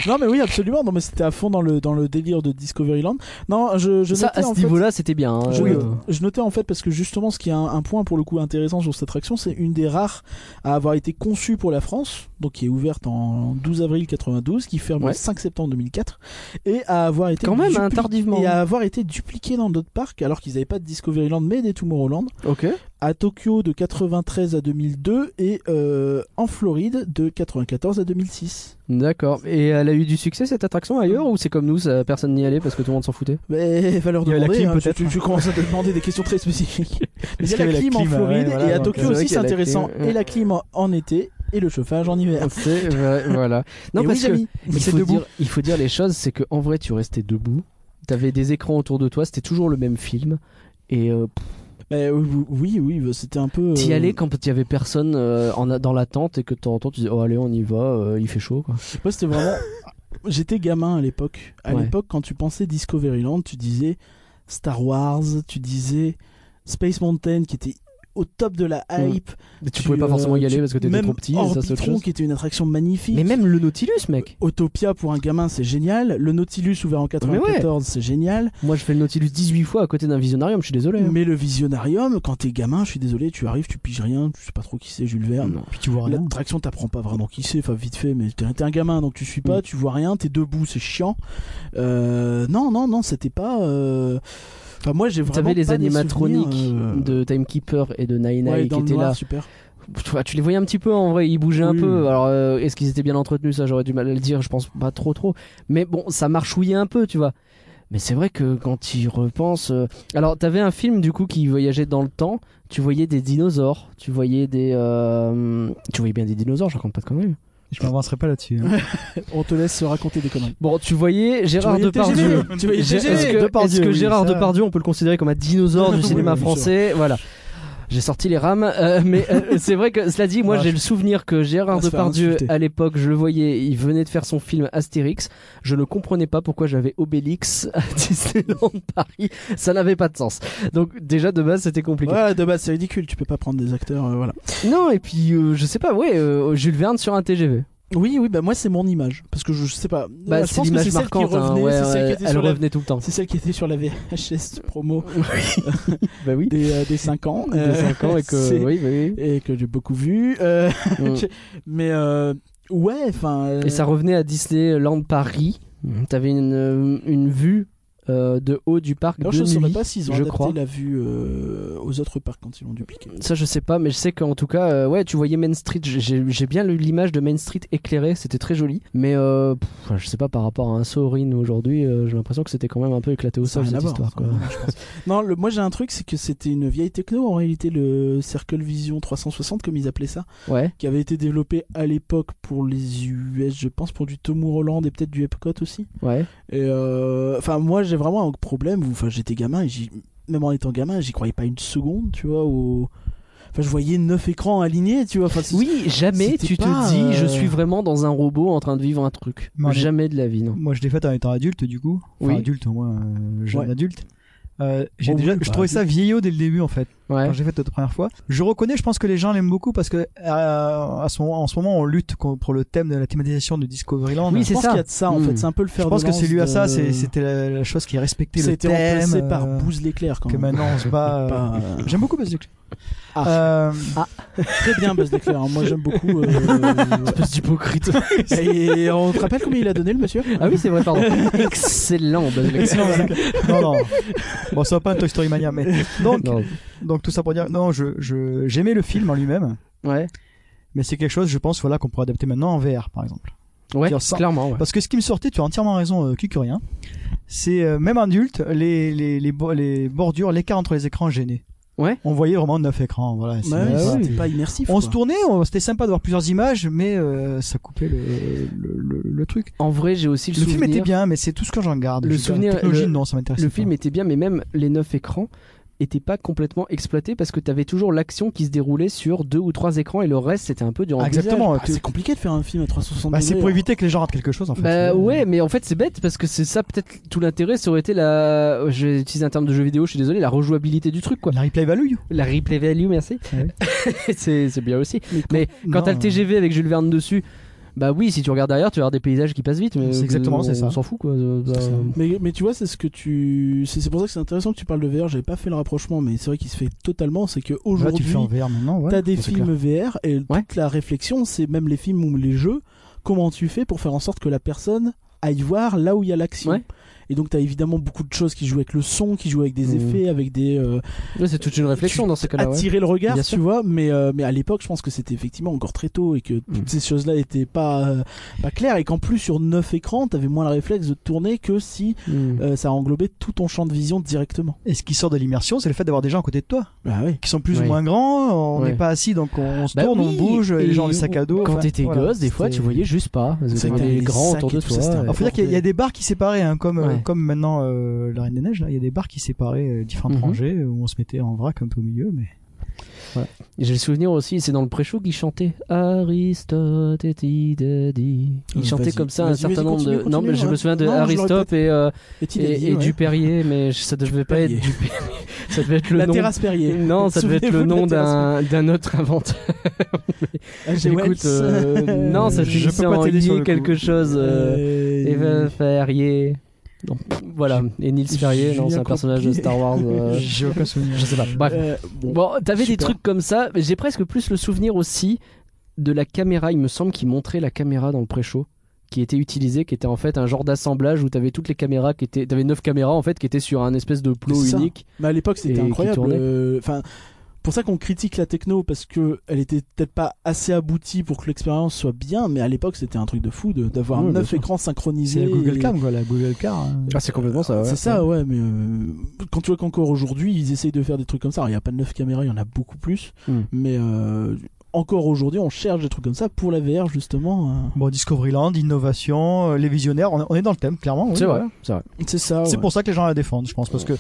Speaker 2: non mais oui absolument non mais c'était à fond dans le dans le délire de Discoveryland non je je
Speaker 1: Ça,
Speaker 2: notais,
Speaker 1: à ce
Speaker 2: en fait-
Speaker 1: niveau-là, c'était bien. hein,
Speaker 2: Je,
Speaker 1: euh,
Speaker 2: je notais en fait parce que justement ce qui est un, un point pour le coup intéressant sur cette attraction, c'est une des rares à avoir été conçue pour la France, donc qui est ouverte en 12 avril 92, qui ferme
Speaker 1: Ouais.
Speaker 2: le 5 septembre 2004, et à avoir été
Speaker 1: Quand même, hein,
Speaker 2: dupli-
Speaker 1: tardivement.
Speaker 2: et euh, à avoir été dupliquée dans d'autres parcs alors qu'ils n'avaient pas de Discoveryland mais des Tomorrowland
Speaker 1: Ok.
Speaker 2: à Tokyo de 93 à 2002 et euh, en Floride de 94 à 2006.
Speaker 1: D'accord. Et elle a eu du succès cette attraction ailleurs ou c'est comme nous, ça- personne n'y allait parce que tout le monde s'en foutait
Speaker 2: Mais va leur
Speaker 5: Il y avait la
Speaker 2: demander,
Speaker 5: clim,
Speaker 2: hein, tu-
Speaker 5: peut-être.
Speaker 2: tu, tu commences à te demander des questions très spécifiques. Mais il y a
Speaker 5: hein qu'il y
Speaker 2: la
Speaker 5: avait la
Speaker 2: clim, en
Speaker 5: clim, ouais,
Speaker 2: Floride
Speaker 5: voilà,
Speaker 2: et à
Speaker 5: donc, euh,
Speaker 1: c'est
Speaker 2: Tokyo
Speaker 1: vrai
Speaker 2: aussi
Speaker 1: qu'il y
Speaker 2: euh, c'est
Speaker 1: a la clim,
Speaker 2: intéressant.
Speaker 1: ouais.
Speaker 2: Et la clim en, en été et le chauffage en hiver.
Speaker 1: C'est vrai, voilà. Non,
Speaker 2: Et
Speaker 1: parce
Speaker 2: oui,
Speaker 1: que
Speaker 2: Jamy,
Speaker 1: il
Speaker 2: c'est
Speaker 1: faut,
Speaker 2: debout.
Speaker 1: dire, il faut dire les choses, c'est qu'en vrai, tu restais debout. T'avais des écrans autour de toi, c'était toujours le même film. Et euh,
Speaker 2: Mais oui, Bah, oui, oui, bah, c'était un peu. euh,
Speaker 1: T'y allais quand il y avait personne euh, en a- dans l'attente et que de temps en temps tu disais oh allez on y va euh, il fait chaud quoi.
Speaker 2: Moi, c'était <laughs> vraiment. J'étais gamin à l'époque. À
Speaker 1: Ouais.
Speaker 2: l'époque, quand tu pensais Discoveryland, tu disais Star Wars, tu disais Space Mountain, qui était au top de la
Speaker 1: Mm.
Speaker 2: hype.
Speaker 1: Mais tu, pouvais pas forcément y
Speaker 2: euh,
Speaker 1: aller
Speaker 2: tu-
Speaker 1: parce que t'étais
Speaker 2: même
Speaker 1: trop petit et ça c'est autre
Speaker 2: Orbitron,
Speaker 1: chose.
Speaker 2: qui était une attraction magnifique.
Speaker 1: Mais même le Nautilus mec.
Speaker 2: Autopia pour un gamin, c'est génial. Le Nautilus ouvert en 94, c'est génial.
Speaker 1: Moi je fais le Nautilus 18 fois à côté d'un visionarium, je suis désolé. hein.
Speaker 2: Mais le Visionarium, quand t'es gamin, je suis désolé, tu arrives, tu piges rien, tu sais pas trop qui c'est Jules Verne.
Speaker 1: Non.
Speaker 5: Puis tu vois rien.
Speaker 2: L'attraction t'apprend pas vraiment qui c'est, enfin vite fait, mais t'es t'es un gamin donc tu suis pas,
Speaker 1: Mm.
Speaker 2: tu vois rien, t'es debout, c'est chiant. Euh, non, non, non, c'était pas. euh, Enfin, moi j'ai vraiment.
Speaker 1: T'avais les
Speaker 2: pas des
Speaker 1: animatroniques
Speaker 2: souvenirs, euh,
Speaker 1: de Timekeeper et de Nine
Speaker 2: ouais, dans
Speaker 1: qui
Speaker 2: le
Speaker 1: étaient
Speaker 2: noir,
Speaker 1: là.
Speaker 2: super. <laughs>
Speaker 1: Tu, vois, tu les voyais un petit peu en vrai, ils bougeaient un
Speaker 2: Oui.
Speaker 1: peu. Alors euh, est-ce qu'ils étaient bien entretenus ça j'aurais du mal à le dire, je pense pas trop trop. Mais bon ça marchouillait un peu tu vois. Mais c'est vrai que quand il repense. euh, Alors, t'avais un film du coup qui voyageait dans le temps. Tu voyais des dinosaures. Tu voyais des. euh, Tu voyais bien des dinosaures, je raconte pas de conneries.
Speaker 5: Je m'avancerai pas là-dessus. hein.
Speaker 2: On te laisse raconter des conneries.
Speaker 1: Bon, tu voyais Gérard
Speaker 2: voyais le TGV.
Speaker 1: Depardieu.
Speaker 2: Tu voyais le
Speaker 1: Gé-
Speaker 2: TGV.
Speaker 1: Est-ce que,
Speaker 5: Depardieu,
Speaker 1: est-ce que
Speaker 5: oui,
Speaker 1: Gérard
Speaker 5: ça.
Speaker 1: Depardieu, on peut le considérer comme un dinosaure du
Speaker 2: <laughs> Oui,
Speaker 1: cinéma
Speaker 2: oui, bien sûr.
Speaker 1: français Voilà. J'ai sorti les rames, euh, mais
Speaker 2: <laughs>
Speaker 1: euh, c'est vrai que cela dit, moi
Speaker 2: Ouais,
Speaker 1: j'ai
Speaker 2: je-
Speaker 1: le souvenir que Gérard
Speaker 2: On va se faire
Speaker 1: Depardieu,
Speaker 2: insulter.
Speaker 1: à l'époque, je le voyais, il venait de faire son film Astérix. Je ne comprenais pas pourquoi j'avais Obélix <laughs> à Disneyland Paris. Ça n'avait pas de sens. Donc déjà de base, c'était compliqué.
Speaker 2: Voilà, de base c'est ridicule, tu peux pas prendre des acteurs, euh, voilà.
Speaker 1: Non, et puis euh, je sais pas, ouais, euh, Jules Verne sur un TGV.
Speaker 2: Oui, oui, bah moi c'est mon image, parce que je, je sais pas.
Speaker 1: Bah,
Speaker 2: je
Speaker 1: c'est
Speaker 2: pense que
Speaker 1: l'image
Speaker 2: c'est celle qui
Speaker 1: marquante, hein,
Speaker 2: revenait,
Speaker 1: ouais,
Speaker 2: c'est celle qui
Speaker 1: ouais,
Speaker 2: était
Speaker 1: elle
Speaker 2: sur la-
Speaker 1: revenait tout le temps.
Speaker 2: c'est celle qui était sur la VHS promo
Speaker 1: Bah oui,
Speaker 2: des, euh, des 5 ans.
Speaker 1: de
Speaker 2: euh,
Speaker 1: 5 ans et que.
Speaker 2: <laughs> c'est-
Speaker 1: Oui, bah oui,
Speaker 2: et que j'ai beaucoup vu. euh,
Speaker 1: oui. Mm.
Speaker 2: mais euh, ouais, enfin. euh,
Speaker 1: Et ça revenait à Disneyland Paris. T'avais une, une vue euh, de haut du parc
Speaker 2: Alors,
Speaker 1: de
Speaker 2: je ne saurais
Speaker 1: nuit.
Speaker 2: pas s'ils ont
Speaker 1: je
Speaker 2: adapté
Speaker 1: crois.
Speaker 2: la vue euh, aux autres parcs quand ils l'ont dupliqué.
Speaker 1: Ça, je sais pas, mais je sais qu'en tout cas, euh, ouais, tu voyais Main Street. j'ai- J'ai j'ai bien lu l'image de Main Street éclairée, c'était très joli. Mais euh, pff, enfin, je sais pas par rapport à un Sorin aujourd'hui, euh, j'ai l'impression que c'était quand même un peu éclaté au
Speaker 2: Ça a
Speaker 1: sol
Speaker 2: rien à
Speaker 1: cette
Speaker 2: voir, hein,
Speaker 1: histoire.
Speaker 2: ça,
Speaker 1: quoi.
Speaker 2: je pense. non, le, moi j'ai un truc, c'est que c'était une vieille techno en réalité, le Circle Vision 360 comme ils appelaient ça,
Speaker 1: Ouais,
Speaker 2: qui avait été développé à l'époque pour les US, je pense, pour du Tomorrowland et peut-être du Epcot aussi.
Speaker 1: ouais.
Speaker 2: Et euh, enfin, moi j'ai vraiment un problème où enfin, j'étais gamin et j'y- même en étant gamin, j'y croyais pas une seconde, tu vois. Au... Enfin, je voyais neuf écrans alignés, tu vois. Enfin, c'est-
Speaker 1: Oui, jamais
Speaker 2: c'était
Speaker 1: tu te
Speaker 2: pas,
Speaker 1: dis, je
Speaker 2: euh,
Speaker 1: suis vraiment dans un robot en train de vivre un truc.
Speaker 5: Mais on est-
Speaker 1: Jamais de la vie, non.
Speaker 5: Moi, je l'ai faite en étant adulte, du coup. Enfin,
Speaker 1: Oui.
Speaker 5: adulte, au moins, euh, jeune
Speaker 2: Ouais.
Speaker 5: adulte. Euh, j'ai
Speaker 2: Oh,
Speaker 5: déjà,
Speaker 2: oui,
Speaker 5: je
Speaker 2: bah,
Speaker 5: trouvais ça vieillot dès le début, en fait.
Speaker 1: Ouais.
Speaker 5: quand j'ai fait la première fois. Je reconnais, je pense que les gens l'aiment beaucoup parce que euh, à ce moment, en ce moment, on lutte co- pour le thème de la thématisation de Discoveryland.
Speaker 1: Oui,
Speaker 2: Je
Speaker 1: c'est
Speaker 2: pense
Speaker 1: ça.
Speaker 2: qu'il y a de ça en
Speaker 1: Hmm.
Speaker 2: fait. C'est un peu le
Speaker 5: je
Speaker 2: fer
Speaker 5: pense
Speaker 2: de
Speaker 5: que c'est
Speaker 2: lance
Speaker 5: lui à
Speaker 2: de-
Speaker 5: ça. c'est- C'était la, la chose qui respectait
Speaker 2: Ça a
Speaker 5: le
Speaker 2: été
Speaker 5: thème.
Speaker 2: remplacé par
Speaker 5: euh,
Speaker 2: Bouze l'éclair quand
Speaker 5: que
Speaker 2: même.
Speaker 5: maintenant on se bat. euh,
Speaker 2: Pas,
Speaker 5: <laughs>
Speaker 2: euh,
Speaker 5: J'aime beaucoup Buzz Lightyear.
Speaker 1: Ah.
Speaker 5: Euh,
Speaker 2: Très bien Buzz l'éclair. hein. Moi j'aime beaucoup.
Speaker 5: <laughs>
Speaker 2: euh,
Speaker 1: Espèce d'hypocrite.
Speaker 2: <laughs> Et on te rappelle combien il a donné le monsieur
Speaker 1: ah oui, c'est vrai,
Speaker 2: <laughs>
Speaker 1: pardon. Excellent, Buzz Lightyear.
Speaker 5: Excellent, voilà. non, non. Bon, ça va pas un Toy Story
Speaker 1: <laughs>
Speaker 5: Mania, mais donc,
Speaker 1: Non.
Speaker 5: donc tout ça pour dire, non, je, je, j'aimais le film en lui-même,
Speaker 1: Ouais,
Speaker 5: mais c'est quelque chose, je pense, voilà, qu'on pourrait adapter maintenant en VR, par exemple.
Speaker 1: ouais
Speaker 5: Dire ça.
Speaker 1: clairement. Ouais.
Speaker 5: Parce que ce qui me sortait, tu as entièrement raison, euh, Cucurien, c'est euh, même adulte, les, les, les, bo- les bordures, l'écart entre les écrans gênait.
Speaker 1: Ouais. Bah
Speaker 5: On voyait vraiment neuf écrans, voilà. c'est-
Speaker 2: Ouais,
Speaker 5: voilà.
Speaker 2: C'était pas immersif.
Speaker 5: On
Speaker 2: quoi.
Speaker 5: se tournait, on- c'était sympa de voir plusieurs images, mais euh, ça coupait le, le, le, le truc.
Speaker 1: En vrai, j'ai aussi le,
Speaker 5: Le film
Speaker 1: souvenir.
Speaker 5: était bien, mais c'est tout ce que j'en garde.
Speaker 1: Le
Speaker 5: Je veux dire,
Speaker 1: souvenir-
Speaker 5: la technologie,
Speaker 1: le-
Speaker 5: non, ça m'intéresse.
Speaker 1: Le
Speaker 5: pas.
Speaker 1: film était bien, mais même les neuf écrans étaient pas complètement exploités parce que t'avais toujours l'action qui se déroulait sur deux ou trois écrans et le reste c'était un peu du
Speaker 5: Ah,
Speaker 1: remplissage.
Speaker 5: Exactement.
Speaker 2: Ah,
Speaker 5: tu-
Speaker 2: c'est compliqué de faire un film à 360
Speaker 5: Bah, c'est
Speaker 2: degrés,
Speaker 5: pour
Speaker 2: hein.
Speaker 5: éviter que les gens ratent quelque chose en fait. Euh,
Speaker 1: Bah ouais, mais en fait c'est bête parce que c'est ça peut-être tout l'intérêt, ça aurait été la, je vais utiliser un terme de jeu vidéo, je suis désolé, la rejouabilité du truc quoi.
Speaker 5: La replay value.
Speaker 1: La replay value, merci.
Speaker 5: Ouais.
Speaker 1: <laughs> c'est c'est bien aussi.
Speaker 5: Mais
Speaker 1: Mais quand
Speaker 5: non,
Speaker 1: t'as le TGV avec Jules Verne dessus, bah oui, si tu regardes derrière, tu vas avoir des paysages qui passent vite. Mais
Speaker 5: C'est
Speaker 1: euh,
Speaker 5: exactement,
Speaker 1: on-
Speaker 5: c'est ça.
Speaker 1: On s'en fout quoi. Euh, bah,
Speaker 5: ça.
Speaker 2: Mais, mais tu vois, c'est ce que tu. C'est c'est pour ça que c'est intéressant que tu parles de VR. J'avais pas fait le rapprochement, mais c'est vrai qu'il se fait totalement. C'est que
Speaker 5: Là, tu
Speaker 2: aujourd'hui,
Speaker 5: le fais en VR maintenant. Ouais,
Speaker 2: t'as des
Speaker 5: c'est
Speaker 2: films VR et
Speaker 1: Ouais.
Speaker 2: toute la réflexion, c'est même les films ou les jeux. Comment tu fais pour faire en sorte que la personne aille voir là où il y a l'action
Speaker 1: Ouais.
Speaker 2: Et donc, t'as évidemment beaucoup de choses qui jouent avec le son, qui jouent avec des
Speaker 1: Mmh.
Speaker 2: effets, avec des. euh,
Speaker 1: ouais, c'est toute une réflexion dans ces cas-là. ouais.
Speaker 2: attirer le regard,
Speaker 1: Bien
Speaker 2: tu
Speaker 1: sûr.
Speaker 2: vois. Mais, euh, mais à l'époque, je pense que c'était effectivement encore très tôt et que
Speaker 5: Mmh.
Speaker 2: toutes ces choses-là étaient pas, euh, pas claires. Et qu'en plus, sur neuf écrans, t'avais moins le réflexe de tourner que si
Speaker 1: Mm.
Speaker 2: euh, ça englobait tout ton champ de vision directement.
Speaker 5: clair. Et ce qui sort de l'immersion, c'est le fait d'avoir des gens à côté de toi,
Speaker 2: Bah oui.
Speaker 5: qui sont plus
Speaker 1: Oui.
Speaker 5: ou moins grands. On n'est
Speaker 1: Ouais.
Speaker 5: pas assis, donc on, on se
Speaker 1: Bah
Speaker 5: tourne,
Speaker 1: oui,
Speaker 5: on bouge,
Speaker 2: euh,
Speaker 5: et
Speaker 1: et
Speaker 5: les gens ont les sacs à dos.
Speaker 1: Quand
Speaker 5: enfin,
Speaker 1: t'étais
Speaker 5: voilà,
Speaker 1: gosse, des fois,
Speaker 5: c'était-
Speaker 1: tu voyais juste pas.
Speaker 2: C'est que
Speaker 1: C'était
Speaker 2: t'avais
Speaker 1: des
Speaker 2: les
Speaker 1: grands
Speaker 2: sacs
Speaker 1: autour
Speaker 2: et
Speaker 1: de
Speaker 2: tout,
Speaker 1: toi. euh.
Speaker 2: c'était un
Speaker 1: ouais.
Speaker 5: Alors, faut dire qu'il y a- il y a des bars qui séparaient, hein, comme, euh,
Speaker 1: Ouais.
Speaker 5: comme maintenant euh, la Reine des Neiges, là, il y a des bars qui séparaient euh, différents
Speaker 1: Mhm.
Speaker 5: rangées où on se mettait en vrac un peu au milieu. Mais...
Speaker 1: J'ai le souvenir aussi, c'est dans le pré-show qu'il chantait Aristote et Tidadi.
Speaker 2: Euh,
Speaker 1: Il chantait
Speaker 2: vas-y,
Speaker 1: comme ça un
Speaker 2: vas-y,
Speaker 1: certain
Speaker 2: vas-y,
Speaker 1: nombre
Speaker 2: continue,
Speaker 1: de. non,
Speaker 2: continue,
Speaker 1: mais je
Speaker 2: ouais.
Speaker 1: me souviens de
Speaker 2: Non, je
Speaker 1: Aristote et, euh,
Speaker 2: Et, tu
Speaker 1: et,
Speaker 2: l'as dit,
Speaker 1: et
Speaker 2: ouais.
Speaker 1: Dupérier, mais je- ça devait pas être Dupérier. <laughs> ça devait être le
Speaker 2: La
Speaker 1: nom.
Speaker 2: terrasse
Speaker 1: <laughs>
Speaker 2: Perrier.
Speaker 1: Non, ça devait être
Speaker 2: Souvenez-vous
Speaker 1: le
Speaker 2: de la
Speaker 1: nom
Speaker 2: terrasse
Speaker 1: d'un d'un autre inventeur.
Speaker 2: Perrier. H.G.
Speaker 1: Écoute,
Speaker 2: Ah, Wells.
Speaker 1: euh,
Speaker 2: <laughs>
Speaker 1: non, ça
Speaker 5: Je peux
Speaker 1: finissait
Speaker 5: pas
Speaker 1: en
Speaker 5: t'aider sur
Speaker 1: lier
Speaker 5: le coup.
Speaker 1: quelque chose. euh,
Speaker 2: Euh,
Speaker 1: Eva Ferrier. Non, voilà, et Nils Ferrier, non, c'est
Speaker 2: Julien
Speaker 1: un personnage de
Speaker 2: Courbet.
Speaker 1: Star Wars. euh,
Speaker 5: J'ai aucun souvenir.
Speaker 1: je sais pas, bref.
Speaker 2: euh, bon.
Speaker 1: Bon, t'avais des
Speaker 2: Super.
Speaker 1: trucs comme ça. mais J'ai presque plus le souvenir aussi de la caméra. Il me semble qu'ils montraient la caméra dans le pré-show qui était utilisée, qui était en fait un genre d'assemblage où t'avais toutes les caméras qui étaient, t'avais neuf caméras en fait qui étaient sur un espèce de plot
Speaker 2: C'est ça.
Speaker 1: unique.
Speaker 2: Mais à l'époque,
Speaker 1: Et
Speaker 2: c'était
Speaker 1: qui
Speaker 2: incroyable.
Speaker 1: tournait.
Speaker 2: Euh, Enfin, pour ça qu'on critique la techno parce que elle était peut-être pas assez aboutie pour que l'expérience soit bien, mais à l'époque, c'était un truc de fou de- d'avoir
Speaker 5: Ouais, bien
Speaker 2: neuf
Speaker 5: sûr.
Speaker 2: écrans
Speaker 5: C'est
Speaker 2: synchronisés.
Speaker 5: la Google
Speaker 2: et-
Speaker 5: Cam, quoi, la Google Car. hein.
Speaker 1: c'est complètement ça.
Speaker 2: C'est ça, ouais, mais euh, quand tu vois qu'encore aujourd'hui, ils essayent de faire des trucs comme ça. Alors, il n'y a pas de neuf caméras, il y en a beaucoup plus.
Speaker 1: Hmm.
Speaker 2: Mais euh, encore aujourd'hui, on cherche des trucs comme ça pour la VR, justement. euh.
Speaker 5: Bon, Discoveryland, innovation, euh, les visionnaires, on on est dans le thème, clairement. oui,
Speaker 1: C'est vrai, Ah
Speaker 5: voilà.
Speaker 1: c'est vrai.
Speaker 2: C'est ça.
Speaker 5: C'est
Speaker 2: ouais.
Speaker 5: pour ça que les gens la défendent, je pense, parce que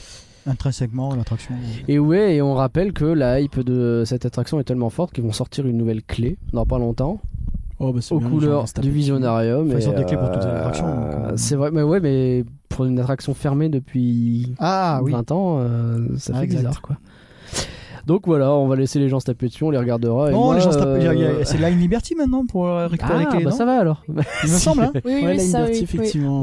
Speaker 5: intrinsèquement, l'attraction. euh,
Speaker 1: Et ouais, et on rappelle que la hype de cette attraction est tellement forte qu'ils vont sortir une nouvelle clé dans pas longtemps
Speaker 2: Oh, bah, c'est
Speaker 1: aux
Speaker 2: bien,
Speaker 1: couleurs
Speaker 2: j'en reste à
Speaker 1: du
Speaker 2: peu.
Speaker 1: Visionarium.
Speaker 5: Enfin, ils
Speaker 1: et,
Speaker 5: sortent des clés pour toutes les
Speaker 1: euh,
Speaker 5: attractions, donc, euh.
Speaker 1: C'est vrai, mais ouais, mais pour une attraction fermée depuis
Speaker 5: Ah oui.
Speaker 1: 20 ans, euh, ça
Speaker 5: Ah,
Speaker 1: fait
Speaker 5: exact.
Speaker 1: bizarre quoi. Donc voilà, on va laisser les gens se taper dessus, on les regardera. et
Speaker 5: Non,
Speaker 1: moi,
Speaker 5: les gens se tapent- il y a- il y a-
Speaker 1: euh,
Speaker 5: C'est Line Liberty maintenant pour euh, récupérer les
Speaker 1: Ah,
Speaker 5: clés.
Speaker 1: bah
Speaker 5: non
Speaker 1: ça va alors.
Speaker 5: Il me semble. hein.
Speaker 6: Oui, oui,
Speaker 2: Ouais,
Speaker 6: oui,
Speaker 2: la
Speaker 6: ça,
Speaker 2: Liberty,
Speaker 6: oui, oui.
Speaker 2: effectivement.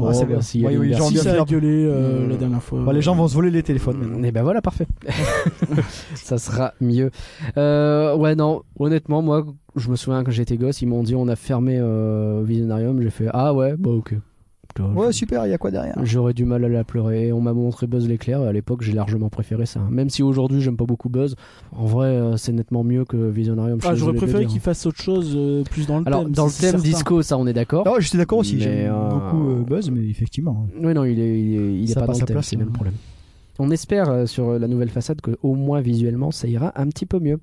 Speaker 1: <laughs> Bon,
Speaker 5: Ouais, c'est
Speaker 1: bah,
Speaker 5: bien.
Speaker 1: si, il y a
Speaker 5: Ouais,
Speaker 1: une
Speaker 5: ouais, les gens
Speaker 2: Si,
Speaker 5: viennent
Speaker 2: ça
Speaker 5: faire-
Speaker 2: a gueulé euh,
Speaker 1: Hmm.
Speaker 2: la dernière fois. Ah,
Speaker 5: Bon, les gens vont se voler les téléphones maintenant.
Speaker 1: Et ben voilà,
Speaker 5: <laughs>
Speaker 1: parfait. ça sera mieux. Euh, ouais, non, honnêtement, moi, je me souviens quand j'étais gosse, ils m'ont dit on a fermé euh, Visionarium. J'ai fait ah ouais, bah ok. Tu vois,
Speaker 5: Ouais,
Speaker 1: je-
Speaker 5: super, il y a quoi derrière
Speaker 1: J'aurais du mal à la pleurer. On m'a montré Buzz l'éclair. À l'époque, j'ai largement préféré ça. Même si aujourd'hui, j'aime pas beaucoup Buzz. En vrai, euh, c'est nettement mieux que Visionarium. je suis
Speaker 2: Ah, j'aurais
Speaker 1: désolé de le
Speaker 2: préféré
Speaker 1: dire.
Speaker 2: qu'ils fassent autre chose euh, plus dans le
Speaker 1: Alors,
Speaker 2: thème.
Speaker 1: dans le
Speaker 2: c'est
Speaker 1: thème
Speaker 2: certain.
Speaker 1: disco, ça, on est d'accord.
Speaker 5: Non, je suis Ah d'accord aussi,
Speaker 1: Mais,
Speaker 5: j'aime
Speaker 1: euh,
Speaker 5: beaucoup euh, Buzz, mais effectivement.
Speaker 1: Oui, non, il est, il est, il est
Speaker 5: Ça
Speaker 1: pas dans
Speaker 5: passe
Speaker 1: le
Speaker 5: à
Speaker 1: thème,
Speaker 5: place,
Speaker 1: c'est le
Speaker 5: hein.
Speaker 1: même problème. On espère euh, sur la nouvelle façade que au moins visuellement ça ira un petit peu mieux.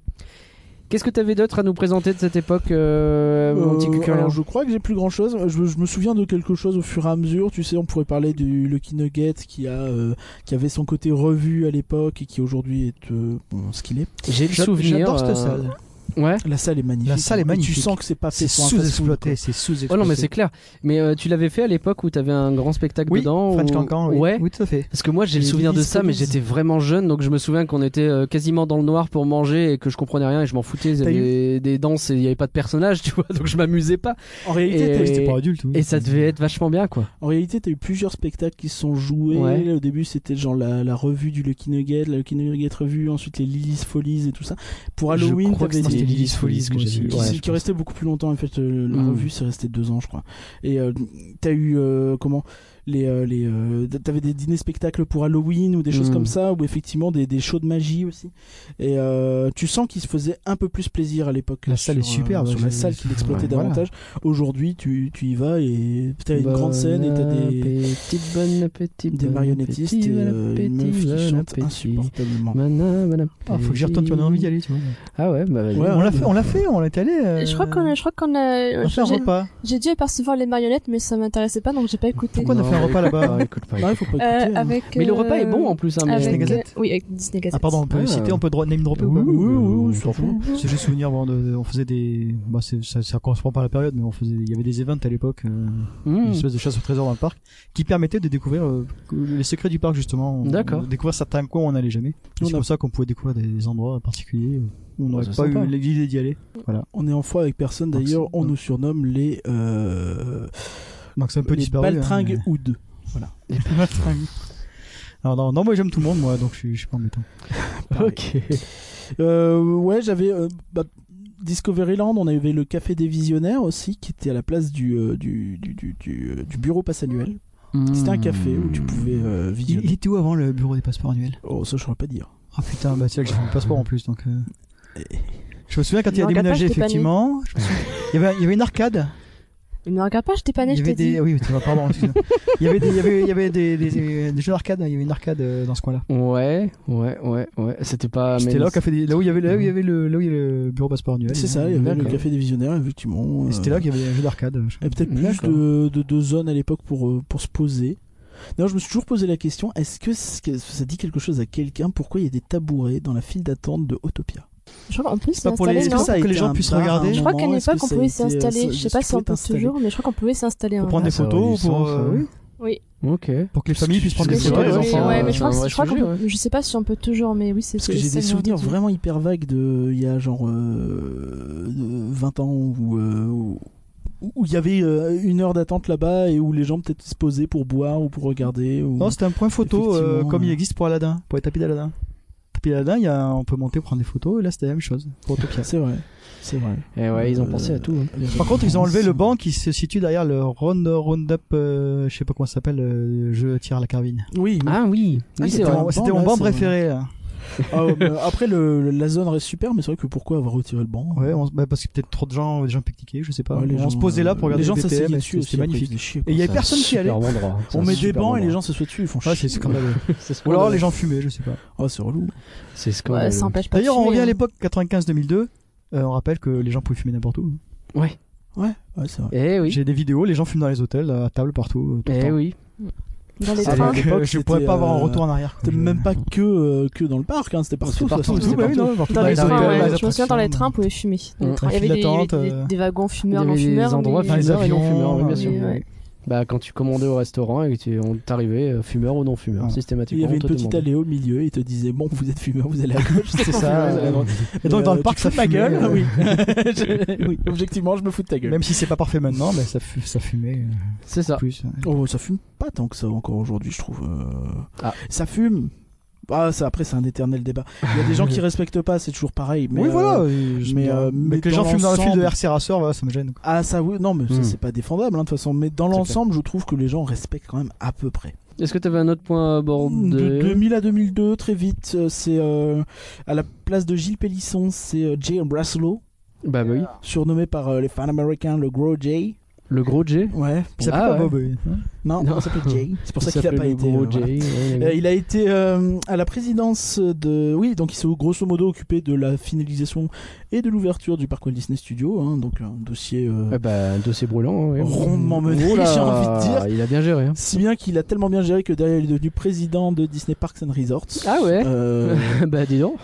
Speaker 1: Qu'est-ce que tu avais d'autre à nous présenter de cette époque, euh, mon petit
Speaker 2: Euh,
Speaker 1: cucurien
Speaker 2: alors, je crois que j'ai plus grand chose. Je, je me souviens de quelque chose au fur et à mesure. Tu sais, on pourrait parler du Lucky Nugget qui a euh, qui avait son côté revu à l'époque et qui aujourd'hui est euh, bon, ce qu'il est.
Speaker 1: J'ai le
Speaker 5: J'a-
Speaker 1: souvenir.
Speaker 5: J'adore cette
Speaker 1: euh,
Speaker 5: salle.
Speaker 1: Ouais.
Speaker 2: La salle est magnifique.
Speaker 5: La salle est
Speaker 2: Et
Speaker 5: magnifique.
Speaker 2: Tu sens que c'est pas fait
Speaker 5: C'est
Speaker 2: pour un fast-food, quoi.
Speaker 5: sous-exploité, c'est sous-exploité.
Speaker 1: Oh non, mais c'est clair. Mais euh, tu l'avais fait à l'époque où t'avais un grand spectacle
Speaker 5: oui,
Speaker 1: dedans
Speaker 5: French
Speaker 1: ou-
Speaker 5: Cancan, oui.
Speaker 1: Ouais.
Speaker 5: oui, tout à fait.
Speaker 1: Parce que moi j'ai le
Speaker 5: Les
Speaker 1: souvenir de
Speaker 5: Lilies
Speaker 1: ça, mais
Speaker 5: Scottises.
Speaker 1: j'étais vraiment jeune, donc je me souviens qu'on était euh, quasiment dans le noir pour manger et que je comprenais rien et je m'en foutais. Il y
Speaker 5: T'as
Speaker 1: avait des, des danses et il n'y avait pas de personnage, tu vois, <laughs> donc je m'amusais pas.
Speaker 2: En réalité,
Speaker 1: Et-
Speaker 2: t'as eu-
Speaker 5: C'était pour adultes, oui.
Speaker 1: Et ça devait être vachement bien, quoi.
Speaker 2: En réalité, t'as eu plusieurs spectacles qui se sont joués.
Speaker 1: Ouais.
Speaker 2: Au début, c'était genre la, la revue du Lucky Nugget, la Lucky Nugget revue, ensuite les Lilies Follies et tout ça. Pour
Speaker 1: Je
Speaker 2: Halloween,
Speaker 1: crois que
Speaker 2: t'avais
Speaker 1: c'était
Speaker 2: des-
Speaker 1: les Lilies Follies que
Speaker 5: moi
Speaker 1: j'ai
Speaker 5: aussi.
Speaker 1: vu.
Speaker 2: qui,
Speaker 1: Ouais,
Speaker 2: s-
Speaker 1: je
Speaker 2: qui
Speaker 1: pense.
Speaker 2: restait beaucoup plus longtemps. En fait, euh, la
Speaker 1: Mm.
Speaker 2: revue, c'est resté deux ans, je crois. Et euh, t'as eu euh, comment les, euh, les euh, t'avais des dîners spectacles pour Halloween ou des choses
Speaker 1: Mm.
Speaker 2: comme ça, ou effectivement des, des shows de magie aussi. Et euh, tu sens qu'ils se faisaient un peu plus plaisir à l'époque.
Speaker 5: La salle
Speaker 2: sur,
Speaker 5: est superbe,
Speaker 2: euh, sur la
Speaker 5: je-
Speaker 2: salle qu'ils exploitaient
Speaker 5: ouais, voilà.
Speaker 2: davantage. Aujourd'hui, tu, tu y vas et t'as une grande scène et t'as des
Speaker 1: Petite bonne appétit,
Speaker 2: des
Speaker 1: bon
Speaker 2: marionettistes
Speaker 1: appétit,
Speaker 2: et
Speaker 1: bon
Speaker 2: euh, une
Speaker 1: appétit,
Speaker 2: meuf qui
Speaker 1: bon
Speaker 2: chante
Speaker 1: appétit.
Speaker 2: insupportablement.
Speaker 1: Mana, mana,
Speaker 5: Ah, faut que j'y retourne, tu m'en as envie d'y aller, tu vois.
Speaker 1: Ah ouais, bah vas-y.
Speaker 2: Ouais,
Speaker 5: on l'a fait, on l'a fait, on est allé. euh,
Speaker 6: Je crois qu'on a, je crois qu'on a,
Speaker 5: On a fait un
Speaker 6: j'ai-
Speaker 5: repas.
Speaker 6: j'ai dû apercevoir les marionnettes, mais ça m'intéressait pas, donc j'ai pas écouté.
Speaker 5: Pourquoi on a
Speaker 1: Non,
Speaker 5: fait un repas là-bas
Speaker 1: Ah, écoute pas,
Speaker 2: Ah,
Speaker 1: écoute.
Speaker 2: il faut pas
Speaker 6: Euh,
Speaker 2: écouter, hein.
Speaker 6: avec,
Speaker 1: Mais le
Speaker 6: euh,
Speaker 1: repas est bon en plus, hein, mais-
Speaker 6: avec,
Speaker 5: Disney
Speaker 6: euh,
Speaker 5: Gazette
Speaker 6: Oui, avec Disney Gazette.
Speaker 5: Ah pardon, on peut
Speaker 1: Ah.
Speaker 5: citer, on peut dro- name dropper ou pas Euh,
Speaker 1: Oui, oui, oui,
Speaker 5: on
Speaker 1: oui,
Speaker 5: s'en fout. C'est juste souvenir, bon, de- on faisait des, bah, c'est- ça, ça correspond pas à la période, mais on faisait, il y avait des events à l'époque, euh, une
Speaker 1: Mmh.
Speaker 5: espèce de chasse au trésor dans le parc, qui permettait de découvrir euh, les secrets du parc justement.
Speaker 1: D'accord.
Speaker 5: De Découvrir certains coins où on n'allait jamais.
Speaker 2: On
Speaker 5: C'est
Speaker 2: a-
Speaker 5: pour ça qu'on pouvait découvrir des, des endroits particuliers où on n'aurait
Speaker 1: c'est
Speaker 5: pas
Speaker 1: sympa.
Speaker 5: eu l'idée d'y aller. Voilà.
Speaker 2: On est en froid avec personne
Speaker 5: Donc,
Speaker 2: d'ailleurs,
Speaker 5: c'est-
Speaker 2: on nous surnomme les euh,
Speaker 5: Donc c'est un peu
Speaker 2: les
Speaker 5: disparu. hein,
Speaker 2: baltringues
Speaker 5: mais-
Speaker 2: Oud.
Speaker 5: <laughs> les baltringues. Alors non, non, moi j'aime tout le monde, moi, donc je suis, je suis pas embêtant.
Speaker 1: Ok.
Speaker 2: Euh, ouais, j'avais euh, bah, Discoveryland, on avait le café des visionnaires aussi qui était à la place du euh, du, du, du, du, euh, du bureau passe annuel. C'était un café où
Speaker 1: Mmh.
Speaker 2: tu pouvais euh,
Speaker 5: Il, Hmm. il
Speaker 2: visionner.
Speaker 5: était où avant le bureau des passeports annuels
Speaker 2: Oh, ça je saurais pas dire.
Speaker 5: Ah putain, bah c'est là que j'ai fait mon passeport en plus, donc. euh, Je me souviens quand il a
Speaker 6: Non, regarde
Speaker 5: déménagé,
Speaker 6: pas, je t'ai pas mis.
Speaker 5: effectivement. je me souviens- Il y, avait, il y avait une arcade.
Speaker 6: Mais ne regarde pas, je t'ai pas né,
Speaker 5: il y
Speaker 6: je
Speaker 5: avait
Speaker 6: t'ai
Speaker 5: des.
Speaker 6: dit.
Speaker 5: Oui, tu vois, pardon, excuse-moi. Il y avait des, il y avait, il y avait des, des, des- des jeux d'arcade, il y avait une arcade euh, dans ce coin-là.
Speaker 1: Ouais, ouais, ouais, ouais. C'était pas.
Speaker 5: C'était
Speaker 1: Ah, mais-
Speaker 5: là, au café des- là où il y avait, là où il y avait le, là où il y avait le bureau passeport annuel.
Speaker 2: C'est ça, il y avait le
Speaker 1: d'accord.
Speaker 2: café des visionnaires effectivement.
Speaker 5: Et C'était là qu'il y avait un jeu d'arcade. je-
Speaker 2: Il y avait peut-être plus
Speaker 1: D'accord.
Speaker 2: de, de, de zones à l'époque pour, euh, pour se poser. D'ailleurs, je me suis toujours posé la question est-ce que c- que ça dit quelque chose à quelqu'un Pourquoi il y a des tabourets dans la file d'attente de Autopia
Speaker 6: Je crois qu'en plus, c'est
Speaker 5: pas pour les-
Speaker 6: installé,
Speaker 5: c'est
Speaker 6: non
Speaker 5: pas ça. que les gens puissent regarder.
Speaker 6: Je crois qu'à l'époque, on pouvait s'y installer.
Speaker 5: euh,
Speaker 2: s'installer.
Speaker 6: Je sais pas si on peut toujours, mais je crois qu'on pouvait s'installer.
Speaker 5: Pour
Speaker 6: hein.
Speaker 5: prendre des
Speaker 1: ça aurait
Speaker 5: photos,
Speaker 1: du
Speaker 5: pour,
Speaker 1: sens,
Speaker 5: euh,
Speaker 1: ouais.
Speaker 5: oui,
Speaker 6: Oui.
Speaker 1: Ok.
Speaker 5: pour que les familles puissent prendre des
Speaker 1: Parce que
Speaker 5: photos hein, des
Speaker 1: c'est vrai,
Speaker 5: enfants. euh,
Speaker 1: oui,
Speaker 6: Ouais, mais
Speaker 1: c'est
Speaker 6: je crois
Speaker 1: un
Speaker 6: que-
Speaker 1: vrai
Speaker 6: je crois
Speaker 1: sujet,
Speaker 6: qu'on peut- je sais pas si on peut toujours, mais oui, c'est
Speaker 2: Parce que j'ai des souvenirs vraiment hyper vagues de il y a genre euh, de 20 ans où euh, où- où il y avait euh, une heure d'attente là-bas et où les gens peut-être se posaient pour boire ou pour regarder. Ou...
Speaker 5: Non, c'était un point photo, euh,
Speaker 2: Effectivement,
Speaker 5: comme il
Speaker 2: ouais.
Speaker 5: existe pour Aladdin, pour les tapis d'Aladdin. Tapis d'Aladdin, il y a, on peut monter, prendre des photos, et là c'était la même chose, pour
Speaker 2: <laughs>
Speaker 5: Autopia.
Speaker 2: c'est vrai, c'est vrai.
Speaker 1: Et Eh ouais, ils ont
Speaker 2: Euh,
Speaker 1: pensé à tout. hein.
Speaker 5: Par contre, ils ont enlevé le banc qui se situe derrière le Round Roundup, euh, je sais pas comment ça s'appelle, euh, jeu tire à la carabine.
Speaker 2: Oui, mais-
Speaker 1: Ah oui,
Speaker 2: Ah,
Speaker 1: oui c'est
Speaker 2: c'était
Speaker 1: vrai.
Speaker 2: en-
Speaker 5: C'était
Speaker 2: banc,
Speaker 5: mon
Speaker 2: là,
Speaker 5: banc
Speaker 2: c'est-
Speaker 5: préféré. là.
Speaker 2: Ah, ouais, bah, après le, le- la zone reste super, mais c'est vrai que pourquoi avoir retiré le banc
Speaker 5: Ouais, on- bah, parce que peut-être trop de gens, des gens piquaient, je sais pas.
Speaker 2: Ouais, les
Speaker 5: on
Speaker 2: gens,
Speaker 5: se posait là
Speaker 2: euh,
Speaker 5: pour regarder
Speaker 2: les gens
Speaker 5: les BTM,
Speaker 2: s'asseyaient
Speaker 5: et
Speaker 2: dessus
Speaker 5: c'était
Speaker 2: aussi, après, ils
Speaker 5: magnifique.
Speaker 2: faisaient chier,
Speaker 5: Et
Speaker 2: quoi.
Speaker 5: il y avait
Speaker 1: C'est un
Speaker 5: personne qui allait.
Speaker 1: super endroit. C'est
Speaker 2: on
Speaker 1: un
Speaker 2: met des
Speaker 1: super
Speaker 2: bancs et les
Speaker 1: endroit.
Speaker 2: gens s'assoient dessus, ils font
Speaker 5: hein. Ouais,
Speaker 2: chier.
Speaker 5: c'est scandaleux.
Speaker 1: C'est
Speaker 5: Ou alors
Speaker 1: scandaleux.
Speaker 5: les gens fumaient, je sais pas.
Speaker 2: Ah, c'est relou.
Speaker 1: C'est
Speaker 6: Ouais,
Speaker 1: scandaleux.
Speaker 6: ça empêche pas. de
Speaker 5: D'ailleurs, on
Speaker 6: fumer,
Speaker 5: revient à
Speaker 6: hein.
Speaker 5: l'époque 95-2002. euh, on rappelle que les gens pouvaient fumer n'importe où. hein.
Speaker 1: Ouais.
Speaker 2: Ouais, ouais, c'est vrai.
Speaker 1: Eh oui.
Speaker 5: J'ai des vidéos, les gens fument dans les hôtels, à table, partout. euh, tout le
Speaker 1: Eh
Speaker 5: temps.
Speaker 1: oui.
Speaker 6: hein. Dans les
Speaker 2: Ah,
Speaker 6: trains.
Speaker 2: bah,
Speaker 5: Donc,
Speaker 2: À l'époque,
Speaker 5: euh, je
Speaker 2: c'était,
Speaker 5: pourrais pas avoir un
Speaker 2: euh,
Speaker 5: retour en arrière. quoi.
Speaker 2: C'était
Speaker 5: Je-
Speaker 2: même pas que, euh, que dans le parc, hein, c'était partout.
Speaker 1: C'est
Speaker 2: de toute
Speaker 1: partout,
Speaker 2: façon.
Speaker 1: c'était
Speaker 5: bah oui,
Speaker 1: partout.
Speaker 5: non, partout.
Speaker 6: Dans les
Speaker 1: Dans les
Speaker 6: trains,
Speaker 1: hôtels,
Speaker 6: ouais.
Speaker 1: les
Speaker 6: Je me souviens, dans les trains, on pouvait
Speaker 5: euh,
Speaker 6: fumer. Dans les
Speaker 1: Dans
Speaker 6: trains, Il y
Speaker 5: les
Speaker 6: avait des,
Speaker 5: files
Speaker 6: des-
Speaker 5: d'attente, euh,
Speaker 6: des, des wagons
Speaker 1: Il y
Speaker 6: fumeurs, non
Speaker 1: avait
Speaker 6: fumeurs.
Speaker 1: des endroits
Speaker 6: mais-
Speaker 5: Dans les
Speaker 1: fumeurs et non
Speaker 5: avions,
Speaker 1: fumeurs, oui, bien
Speaker 5: euh,
Speaker 1: sûr.
Speaker 6: ouais.
Speaker 1: Bah, quand tu commandais au restaurant et que tu on t'arrivait euh, fumeur ou non fumeur,
Speaker 5: Ouais.
Speaker 2: Il
Speaker 1: systématiquement.
Speaker 2: y avait une
Speaker 1: on te
Speaker 2: petite
Speaker 1: demandait.
Speaker 2: allée au milieu, ils te disaient Bon, vous êtes fumeur, vous allez à gauche, c'est
Speaker 5: ça,
Speaker 2: vous allez à droite.
Speaker 5: Et donc, dans
Speaker 2: Euh,
Speaker 5: le parc,
Speaker 2: tu
Speaker 5: ça
Speaker 2: te fous de ma
Speaker 5: fumait,
Speaker 2: gueule
Speaker 5: euh,
Speaker 2: oui. <laughs> Je- oui. Objectivement, je me fous de ta gueule.
Speaker 5: Même si c'est pas parfait maintenant, mais ça, fu- ça fumait euh,
Speaker 1: C'est ça.
Speaker 5: plus. ouais.
Speaker 2: Oh, ça fume pas tant que ça encore aujourd'hui, je trouve. euh.
Speaker 1: Ah.
Speaker 2: Ça fume. Ah, ça, après, c'est un éternel débat. Il y a des gens qui respectent pas, c'est toujours pareil. Mais
Speaker 5: oui,
Speaker 2: euh,
Speaker 5: voilà. euh, je-
Speaker 2: mais, euh,
Speaker 5: mais
Speaker 2: mais
Speaker 5: que les
Speaker 2: dans
Speaker 5: gens fument dans le fil de
Speaker 2: l'ensemble-
Speaker 5: RC Racer, voilà, ça me gêne. quoi.
Speaker 2: Ah, ça, oui. Non, mais
Speaker 1: Hmm.
Speaker 2: ça, c'est pas défendable, hein, de toute façon. Mais dans
Speaker 1: C'est
Speaker 2: l'ensemble, je trouve que les gens respectent quand même à peu près.
Speaker 1: Est-ce que t'avais un autre point à
Speaker 2: Mm, De
Speaker 1: aborder
Speaker 2: 2000 à 2002, très vite, euh, c'est euh, à la place de Gilles Pélisson, c'est euh, Jay Braslow,
Speaker 1: Bah, bah oui.
Speaker 2: surnommé par euh, les fans américains le Gros Jay.
Speaker 1: Le gros J.
Speaker 2: Ouais.
Speaker 5: Il s'appelle
Speaker 1: Ah,
Speaker 5: pas
Speaker 1: ouais.
Speaker 5: Bob. oui.
Speaker 2: Non,
Speaker 1: Non.
Speaker 2: il s'appelle <laughs> Jay. C'est pour ça qu'il a
Speaker 1: s'appelait
Speaker 2: pas
Speaker 1: le
Speaker 2: été. euh,
Speaker 1: Gros
Speaker 2: voilà.
Speaker 1: J. ouais, ouais.
Speaker 2: Euh, il a été euh, à la présidence de. Oui, donc il s'est grosso modo occupé de la finalisation et de l'ouverture du parc Walt Disney Studio. hein, donc un dossier. euh,
Speaker 1: Eh bah, un dossier brûlant. ouais.
Speaker 2: Rondement mené,
Speaker 1: Oh là,
Speaker 2: j'ai envie de dire.
Speaker 1: Il a bien géré.
Speaker 2: <laughs>
Speaker 1: hein.
Speaker 2: Si bien qu'il a tellement bien <laughs> géré que derrière il est devenu président de Disney Parks and Resorts.
Speaker 1: Ah ouais
Speaker 2: Euh,
Speaker 1: Bah, dis donc.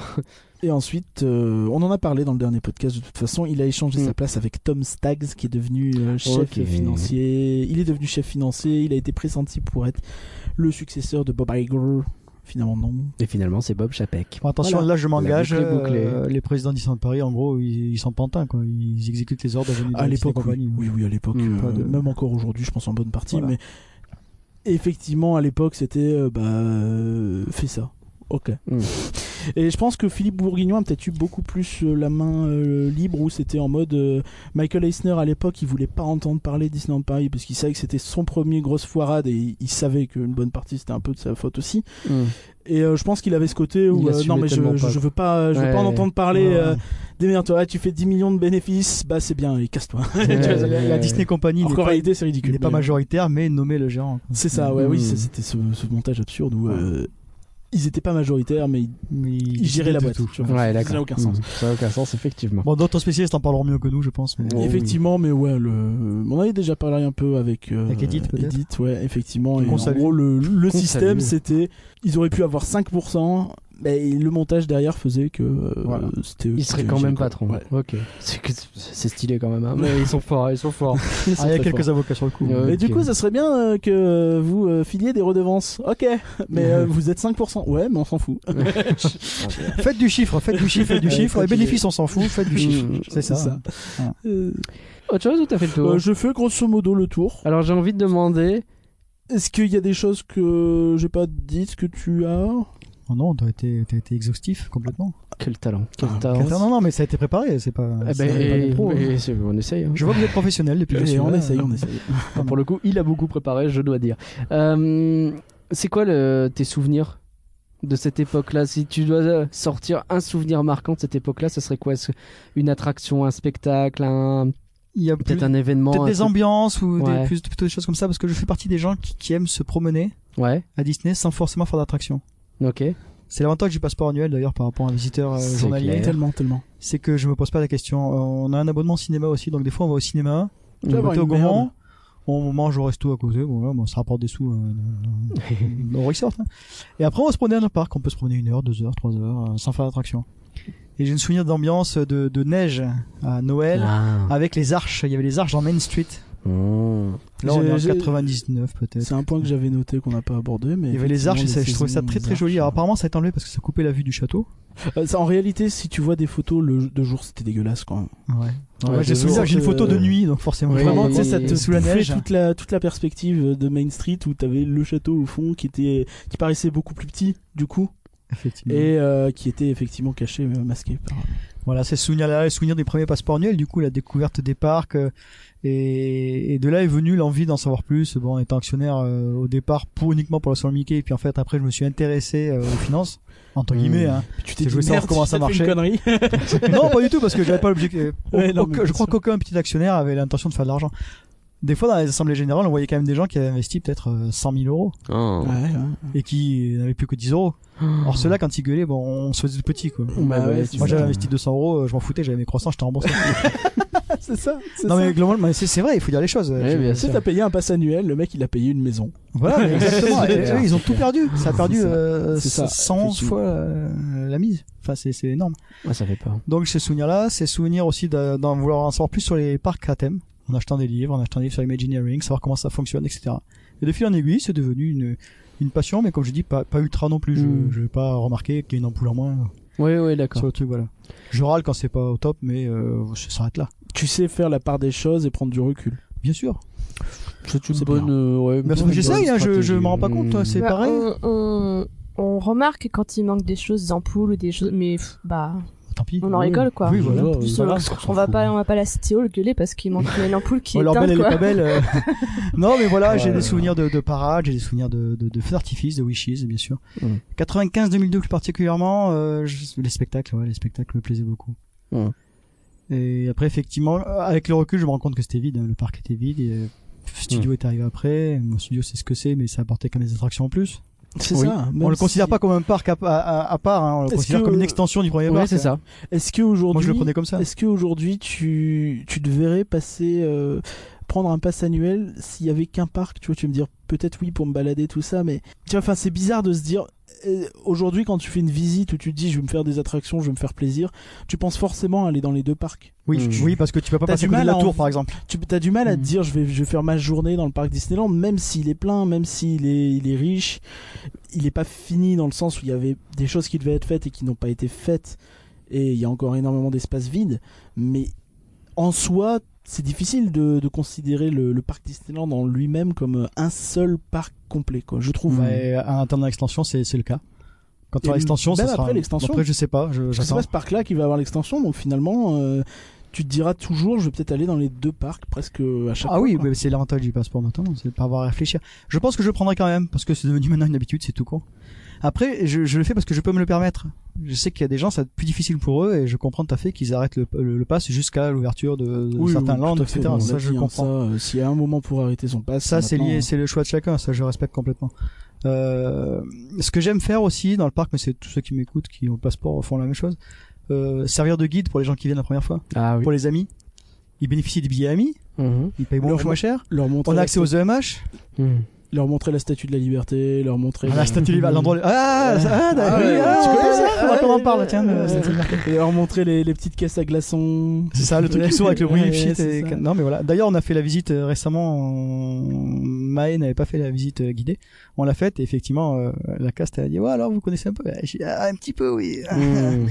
Speaker 2: Et ensuite, euh, on en a parlé dans le dernier podcast de toute façon. Il a échangé
Speaker 1: Mm.
Speaker 2: sa place avec Tom Staggs, qui est devenu euh, chef
Speaker 1: Ok.
Speaker 2: financier. Il est devenu chef financier. Il a été pressenti pour être le successeur de Bob Iger. Finalement, non.
Speaker 1: Et finalement, c'est Bob Chapek.
Speaker 5: Bon, attention,
Speaker 1: Voilà.
Speaker 5: là je m'engage.
Speaker 1: La boucle est
Speaker 5: euh, les présidents d'Islande Paris, en gros, ils, ils sont pantins, quoi. Ils exécutent les ordres venus de
Speaker 2: À
Speaker 5: Disney
Speaker 2: l'époque, oui.
Speaker 5: Company.
Speaker 2: Ah, oui, oui, à l'époque,
Speaker 1: Mm.
Speaker 2: euh,
Speaker 5: Pas de-
Speaker 2: même encore aujourd'hui, je pense en bonne partie.
Speaker 5: Voilà.
Speaker 2: Mais effectivement, à l'époque, c'était euh, bah euh, fais ça. Ok.
Speaker 1: Mm.
Speaker 2: Et je pense que Philippe Bourguignon a peut-être eu beaucoup plus euh, la main euh, libre où c'était en mode euh, Michael Eisner à l'époque, il voulait pas entendre parler de Disneyland Paris parce qu'il savait que c'était son premier grosse foirade et il- il savait qu'une bonne partie c'était un peu de sa faute aussi. Et euh, je pense qu'il avait ce côté où
Speaker 1: Il
Speaker 2: euh,
Speaker 1: assumait
Speaker 2: non mais je,
Speaker 1: tellement
Speaker 2: je,
Speaker 1: pas.
Speaker 2: je veux pas je veux
Speaker 1: Ouais.
Speaker 2: pas en entendre parler
Speaker 5: Ouais.
Speaker 2: euh, démerde-toi, ah, <laughs> tu fais 10 millions de bénéfices, bah c'est bien, et casse-toi.
Speaker 1: Ouais,
Speaker 5: Tu vois, la, la
Speaker 1: ouais.
Speaker 5: Disney Company n'est
Speaker 2: En
Speaker 5: pas,
Speaker 2: réalité, c'est
Speaker 5: n'est
Speaker 2: euh, ridicule.
Speaker 5: pas
Speaker 2: mais-
Speaker 5: majoritaire, mais nommé le gérant. quoi.
Speaker 2: C'est ça, ouais, oui,
Speaker 1: Mm.
Speaker 2: c'est- c'était ce, ce montage absurde où euh, ils étaient pas majoritaires, mais ils-
Speaker 5: Mais
Speaker 2: ils,
Speaker 5: ils
Speaker 2: géraient la
Speaker 5: de
Speaker 2: boîte.
Speaker 5: tout.
Speaker 2: tu vois.
Speaker 1: Ouais,
Speaker 2: Ça n'a
Speaker 1: d'accord.
Speaker 2: aucun sens.
Speaker 1: Mmh. Ça n'a aucun sens, effectivement.
Speaker 5: Bon, d'autres spécialistes en parleront mieux que nous, je pense. mais-
Speaker 1: Oh, oui.
Speaker 2: effectivement, mais ouais, le... on avait déjà parlé un peu avec, euh,
Speaker 5: Avec Edith, peut-être
Speaker 2: ouais, effectivement. Et
Speaker 5: Qu'on
Speaker 2: en
Speaker 5: salue.
Speaker 2: gros, le, le
Speaker 1: Qu'on salue.
Speaker 2: système, c'était. Ils auraient pu avoir 5%, mais le montage derrière faisait que euh,
Speaker 5: Voilà.
Speaker 2: c'était.
Speaker 1: Ils seraient
Speaker 2: c'était
Speaker 1: quand même
Speaker 2: quoi.
Speaker 1: patron.
Speaker 2: Ouais.
Speaker 1: Ok. C'est que- c'est stylé quand même. hein. Mais ils sont forts, ils sont forts.
Speaker 5: <laughs> Ah, il y a
Speaker 2: très
Speaker 5: quelques
Speaker 2: forts.
Speaker 5: avocats sur le coup.
Speaker 1: Ouais.
Speaker 2: Et
Speaker 1: Ok.
Speaker 2: du coup, ça serait bien euh, que euh, vous euh, filiez des redevances. Ok, <laughs> mais euh, vous êtes 5%. Ouais, mais on s'en fout.
Speaker 5: Faites du chiffre, faites du chiffre, faites du
Speaker 2: Ouais,
Speaker 5: chiffre. Les
Speaker 2: tranquille.
Speaker 5: bénéfices, on s'en fout, faites du chiffre.
Speaker 1: Mmh.
Speaker 5: C'est ça.
Speaker 2: Mm. C'est ça. Euh,
Speaker 1: <laughs> Autre chose ou t'as fait le tour
Speaker 2: euh, je fais grosso modo le tour.
Speaker 1: Alors j'ai envie de demander.
Speaker 2: Est-ce qu'il y a des choses que j'ai pas dites que tu as
Speaker 5: Oh non, t'as été, t'as été exhaustif complètement.
Speaker 1: Quel talent. Quel
Speaker 2: Ah,
Speaker 1: talent.
Speaker 5: Attends, non, non, mais ça a été préparé, c'est pas.
Speaker 1: Eh
Speaker 5: c'est
Speaker 1: ben,
Speaker 5: pas
Speaker 1: et-
Speaker 5: mon pro, hein.
Speaker 1: et c'est- on essaye. hein.
Speaker 5: Je vois que vous êtes professionnel depuis.
Speaker 2: Et
Speaker 5: que je suis
Speaker 2: Eh, On
Speaker 5: là.
Speaker 2: essaye, on essaye.
Speaker 1: Enfin, pour le coup, il a beaucoup préparé, je dois dire. Euh, c'est quoi le, tes souvenirs de cette époque-là Si tu dois euh, sortir un souvenir marquant de cette époque-là, ce serait quoi Est-ce que Une attraction, un spectacle, un-
Speaker 5: Il y a plus-
Speaker 1: peut-être un événement
Speaker 5: peut-être
Speaker 1: un
Speaker 5: des
Speaker 1: truc-
Speaker 5: ambiances ou des-
Speaker 1: Ouais.
Speaker 5: plus- plutôt des choses comme ça parce que je fais partie des gens qui, qui aiment se promener
Speaker 1: Ouais,
Speaker 5: à Disney sans forcément faire d'attraction.
Speaker 1: ok.
Speaker 5: C'est l'avantage du passeport annuel d'ailleurs par rapport à un visiteur euh,
Speaker 1: C'est
Speaker 5: journalier,
Speaker 1: clair.
Speaker 2: Tellement, tellement.
Speaker 5: c'est que je me pose pas la question. Euh, On a un abonnement cinéma aussi, donc des fois on va au cinéma,
Speaker 1: Tu vas
Speaker 5: on
Speaker 2: avoir
Speaker 5: va au
Speaker 2: une merde.
Speaker 5: gourmand, on mange au resto à côté, bon, là, bon, ça rapporte des sous euh, dans le resort. hein. Et après on va se promener dans le parc, on peut se promener une heure, deux heures, trois heures euh, sans faire d'attraction. Et j'ai une souvenir d'ambiance de, de neige à Noël
Speaker 1: Ah.
Speaker 5: avec les arches. Il y avait les arches dans Main Street.
Speaker 1: Mmh.
Speaker 5: Là, on
Speaker 2: J'ai-
Speaker 5: est en
Speaker 2: j'ai-
Speaker 5: 99 peut-être.
Speaker 2: C'est un point que j'avais noté qu'on n'a pas abordé, mais
Speaker 5: Il y avait les arches et ça, je
Speaker 2: effectivement,
Speaker 5: trouvais ça
Speaker 2: les
Speaker 5: très très
Speaker 2: arches.
Speaker 5: joli. hein. Alors, apparemment, ça a été enlevé parce que ça coupait la vue du château.
Speaker 2: Euh, ça, en réalité, si tu vois des photos le, de jour, c'était dégueulasse quand même.
Speaker 5: Ouais.
Speaker 1: Ouais,
Speaker 5: j'ai
Speaker 1: de
Speaker 5: souvenir,
Speaker 2: jour,
Speaker 5: j'ai une photo de
Speaker 2: euh,
Speaker 5: nuit, donc forcément.
Speaker 1: Oui,
Speaker 2: Vraiment,
Speaker 1: oui,
Speaker 2: tu sais,
Speaker 1: oui,
Speaker 2: ça
Speaker 1: oui.
Speaker 2: te
Speaker 5: sous la
Speaker 2: bouffait
Speaker 5: neige.
Speaker 2: toute la toute la perspective de Main Street où t'avais le château au fond qui était qui paraissait beaucoup plus petit du coup
Speaker 5: Effectivement.
Speaker 2: et euh, qui était effectivement caché euh, masqué par
Speaker 5: Voilà, c'est souvenir là, le souvenir des premiers passeports annuels, du coup, la découverte des parcs. euh, et, et de là est venue l'envie d'en savoir plus. Bon, en étant actionnaire euh, au départ pour uniquement pour la Soul Mickey, et puis en fait, après, je me suis intéressé euh, aux finances, entre
Speaker 1: Mmh.
Speaker 5: guillemets. Hein.
Speaker 2: Puis tu t'es
Speaker 5: C'est joué
Speaker 2: dit
Speaker 5: sans
Speaker 2: merde,
Speaker 5: comment
Speaker 2: j'ai
Speaker 5: ça
Speaker 2: peut-être fait une
Speaker 5: marchait.
Speaker 2: connerie.
Speaker 5: non, pas du tout, parce que j'avais pas l'objectif. euh,
Speaker 2: Ouais, non,
Speaker 5: aucun-
Speaker 2: mais bien
Speaker 5: je crois
Speaker 2: sûr.
Speaker 5: qu'aucun petit actionnaire avait l'intention de faire de l'argent. Des fois, dans les assemblées générales, on voyait quand même des gens qui avaient investi peut-être euh, 100 000 euros
Speaker 1: Oh.
Speaker 2: Ouais, ouais.
Speaker 5: et qui n'avaient plus que 10 euros. Alors ceux-là, quand ils gueulaient, bon, on se faisait petit, quoi.
Speaker 2: Bah
Speaker 1: Bah
Speaker 2: ouais,
Speaker 1: ouais,
Speaker 2: c'est
Speaker 5: Moi,
Speaker 2: ça.
Speaker 5: j'avais investi 200 euros, euh, je m'en foutais, j'avais mes croissants, j'étais remboursé.
Speaker 2: <laughs> C'est ça. <laughs> c'est
Speaker 5: non,
Speaker 2: ça.
Speaker 5: mais globalement, mais c'est c'est vrai, il faut dire les choses.
Speaker 1: Ouais, bien
Speaker 2: Tu sais,
Speaker 1: sûr.
Speaker 2: t'as payé un pass annuel, le mec il a payé une maison.
Speaker 5: Voilà, mais
Speaker 2: <laughs>
Speaker 5: exactement.
Speaker 1: C'est
Speaker 5: Et
Speaker 1: clair,
Speaker 5: eux, ils ont
Speaker 1: c'est
Speaker 5: tout perdu. Ça a perdu
Speaker 2: ça.
Speaker 5: euh,
Speaker 2: C'est ça,
Speaker 5: 111
Speaker 2: effectivement.
Speaker 5: fois euh, la mise. Enfin, c'est c'est énorme.
Speaker 1: Ouais, ça fait peur.
Speaker 5: Donc ces souvenirs-là, ces souvenirs aussi d'a- d'en vouloir en savoir plus sur les parcs à thème, en achetant des livres, en achetant des livres sur Imagineering, savoir comment ça fonctionne, etc. Et de fil en aiguille, c'est devenu une, une passion, mais comme je dis, pas, pas ultra non plus. Je-
Speaker 1: Mm.
Speaker 5: Je n'ai pas remarqué qu'il y a une ampoule en moins euh,
Speaker 1: Oui, oui, d'accord.
Speaker 5: sur le truc, voilà. Je râle quand c'est pas au top, mais euh, ça s'arrête là.
Speaker 2: Tu sais faire la part des choses et prendre du recul.
Speaker 5: Bien sûr.
Speaker 1: C'est une
Speaker 2: C'est
Speaker 1: bonne. euh, ouais,
Speaker 5: Mais parce que
Speaker 1: bonne
Speaker 5: j'essaye, hein, je, je
Speaker 1: stratégie.
Speaker 5: me rends pas compte,
Speaker 1: Mmh.
Speaker 5: c'est
Speaker 6: Bah,
Speaker 5: pareil.
Speaker 6: On, on- on remarque quand il manque des choses, des ampoules ou des choses, mais pff, bah,
Speaker 5: Tant pis.
Speaker 6: on en
Speaker 1: Oui.
Speaker 6: rigole quoi.
Speaker 5: Oui, voilà.
Speaker 1: Ouais,
Speaker 6: Plus,
Speaker 1: voilà,
Speaker 6: euh,
Speaker 1: ça, s'en
Speaker 6: on va
Speaker 1: fout.
Speaker 6: pas, on va pas à la City Hall gueuler parce qu'il manque une ampoule qui
Speaker 5: Ouais,
Speaker 6: est
Speaker 5: alors belle,
Speaker 6: éteinte
Speaker 5: elle est
Speaker 6: quoi.
Speaker 5: pas
Speaker 2: <laughs>
Speaker 5: belle. euh. non, mais voilà, j'ai
Speaker 1: Ouais.
Speaker 5: des souvenirs de, de parades, j'ai des souvenirs de, de, de feux d'artifice, de wishes, bien sûr.
Speaker 1: Mm.
Speaker 5: 95-2002 plus particulièrement, euh, je- les spectacles, ouais, les spectacles me plaisaient beaucoup.
Speaker 1: Mm.
Speaker 5: Et après, effectivement, euh, avec le recul, je me rends compte que c'était vide, hein, le parc était vide. Et, euh, Studio est arrivé après. Mon studio, c'est ce que c'est, mais ça apportait quand même des attractions en plus.
Speaker 2: C'est
Speaker 1: Oui.
Speaker 2: ça. hein,
Speaker 5: on
Speaker 2: même
Speaker 5: le
Speaker 2: si-
Speaker 5: considère pas comme un parc à, à- à- à part, hein, on le
Speaker 2: Est-ce
Speaker 5: considère
Speaker 2: que-
Speaker 5: comme une extension du premier
Speaker 1: Ouais,
Speaker 5: parc.
Speaker 1: c'est ça.
Speaker 2: Est-ce
Speaker 5: Moi,
Speaker 2: qu'aujourd'hui.
Speaker 5: je le prenais comme ça.
Speaker 2: Est-ce qu'aujourd'hui tu, tu te verrais passer. euh, prendre un pass annuel s'il y avait qu'un parc Tu vois, tu vas me dire peut-être oui pour me balader, tout ça, mais. Tu vois, enfin, c'est bizarre de se dire euh, aujourd'hui, quand tu fais une visite où tu te dis je vais me faire des attractions, je vais me faire plaisir, tu penses forcément à aller dans les deux parcs.
Speaker 5: Oui,
Speaker 1: Mm.
Speaker 5: oui, parce que tu vas pas
Speaker 2: T'as
Speaker 5: passer
Speaker 2: du
Speaker 5: du mal
Speaker 2: mal
Speaker 5: la
Speaker 2: à en-
Speaker 5: tour, par exemple.
Speaker 2: Tu as du mal à te
Speaker 5: Mm.
Speaker 2: dire je vais, je vais faire ma journée dans le parc Disneyland, même s'il est plein, même s'il est, il est riche. Il n'est pas fini dans le sens où il y avait des choses qui devaient être faites et qui n'ont pas été faites. Et il y a encore énormément d'espace vide. Mais en soi, c'est difficile de, de considérer le, le parc Disneyland en lui-même comme un seul parc complet, quoi, je trouve.
Speaker 5: Mais à l'interne de euh, l'extension, c'est c'est le cas. Quand tu
Speaker 2: Hmm. Et
Speaker 5: as l'extension,
Speaker 2: même
Speaker 5: ça sera-
Speaker 2: après l'extension.
Speaker 5: Après, je sais pas, je-
Speaker 2: Je sais
Speaker 5: j'attends.
Speaker 2: pas ce parc-là qui va avoir l'extension, donc finalement, euh, tu te diras toujours, je vais peut-être aller dans les deux parcs presque euh, à chaque
Speaker 5: Ah
Speaker 2: fois,
Speaker 5: oui,
Speaker 2: quoi.
Speaker 5: mais c'est l'avantage du passeport maintenant, c'est de pas avoir à réfléchir. Je pense que je le prendrai quand même, parce que c'est devenu maintenant une habitude, c'est tout court. Après, je, je le fais parce que je peux me le permettre. Je sais qu'il y a des gens, ça va être plus difficile pour eux, et je comprends tout à fait qu'ils arrêtent le, le, le pass jusqu'à l'ouverture de, de
Speaker 2: Oui,
Speaker 5: certains
Speaker 2: oui,
Speaker 5: lands,
Speaker 2: tout à fait,
Speaker 5: etc.
Speaker 2: on
Speaker 5: ça,
Speaker 2: l'a
Speaker 5: je
Speaker 2: dit, hein,
Speaker 5: comprends.
Speaker 2: ça, euh, S'il y a un moment pour arrêter son pass,
Speaker 5: Ça, c'est
Speaker 2: maintenant,
Speaker 5: lié, c'est le choix de chacun, ça je respecte complètement. Euh, ce que j'aime faire aussi dans le parc, mais c'est tous ceux qui m'écoutent, qui ont le passeport, font la même chose, euh, servir de guide pour les gens qui viennent la première fois,
Speaker 1: Ah oui.
Speaker 5: pour les amis. Ils bénéficient des billets amis,
Speaker 1: Mhm.
Speaker 5: ils payent beaucoup
Speaker 2: Leur-
Speaker 5: moins cher.
Speaker 2: Leur montrer,
Speaker 5: On a
Speaker 2: la,
Speaker 5: accès aux EMH.
Speaker 1: Mhm.
Speaker 2: leur montrer la statue de la liberté, leur montrer.
Speaker 5: Ah, la statue libérale, l'endroit. Ah, ah, d'accord.
Speaker 2: Ah ouais,
Speaker 5: oui, ah,
Speaker 2: tu
Speaker 5: on-
Speaker 2: connais ça
Speaker 5: on va
Speaker 2: Ouais,
Speaker 5: qu'on en parle,
Speaker 2: ouais,
Speaker 5: tiens.
Speaker 2: ouais,
Speaker 5: euh, statue
Speaker 2: ouais.
Speaker 5: libérale.
Speaker 2: Et <laughs> leur montrer les, les petites caisses à
Speaker 5: <laughs>
Speaker 2: glaçons.
Speaker 5: C'est ça, le truc qui s'ouvre avec le bruit.
Speaker 2: <laughs> Ouais,
Speaker 5: shit,
Speaker 2: c'est
Speaker 5: et-
Speaker 2: ça.
Speaker 5: Non, mais voilà. D'ailleurs, on a fait la visite euh, récemment. on- Maë n'avait pas fait la visite euh, guidée. On l'a faite et effectivement, euh, la caste elle a dit Ouais, alors vous connaissez un peu J'ai dit, Ah, Un petit peu, oui.
Speaker 1: Mhm.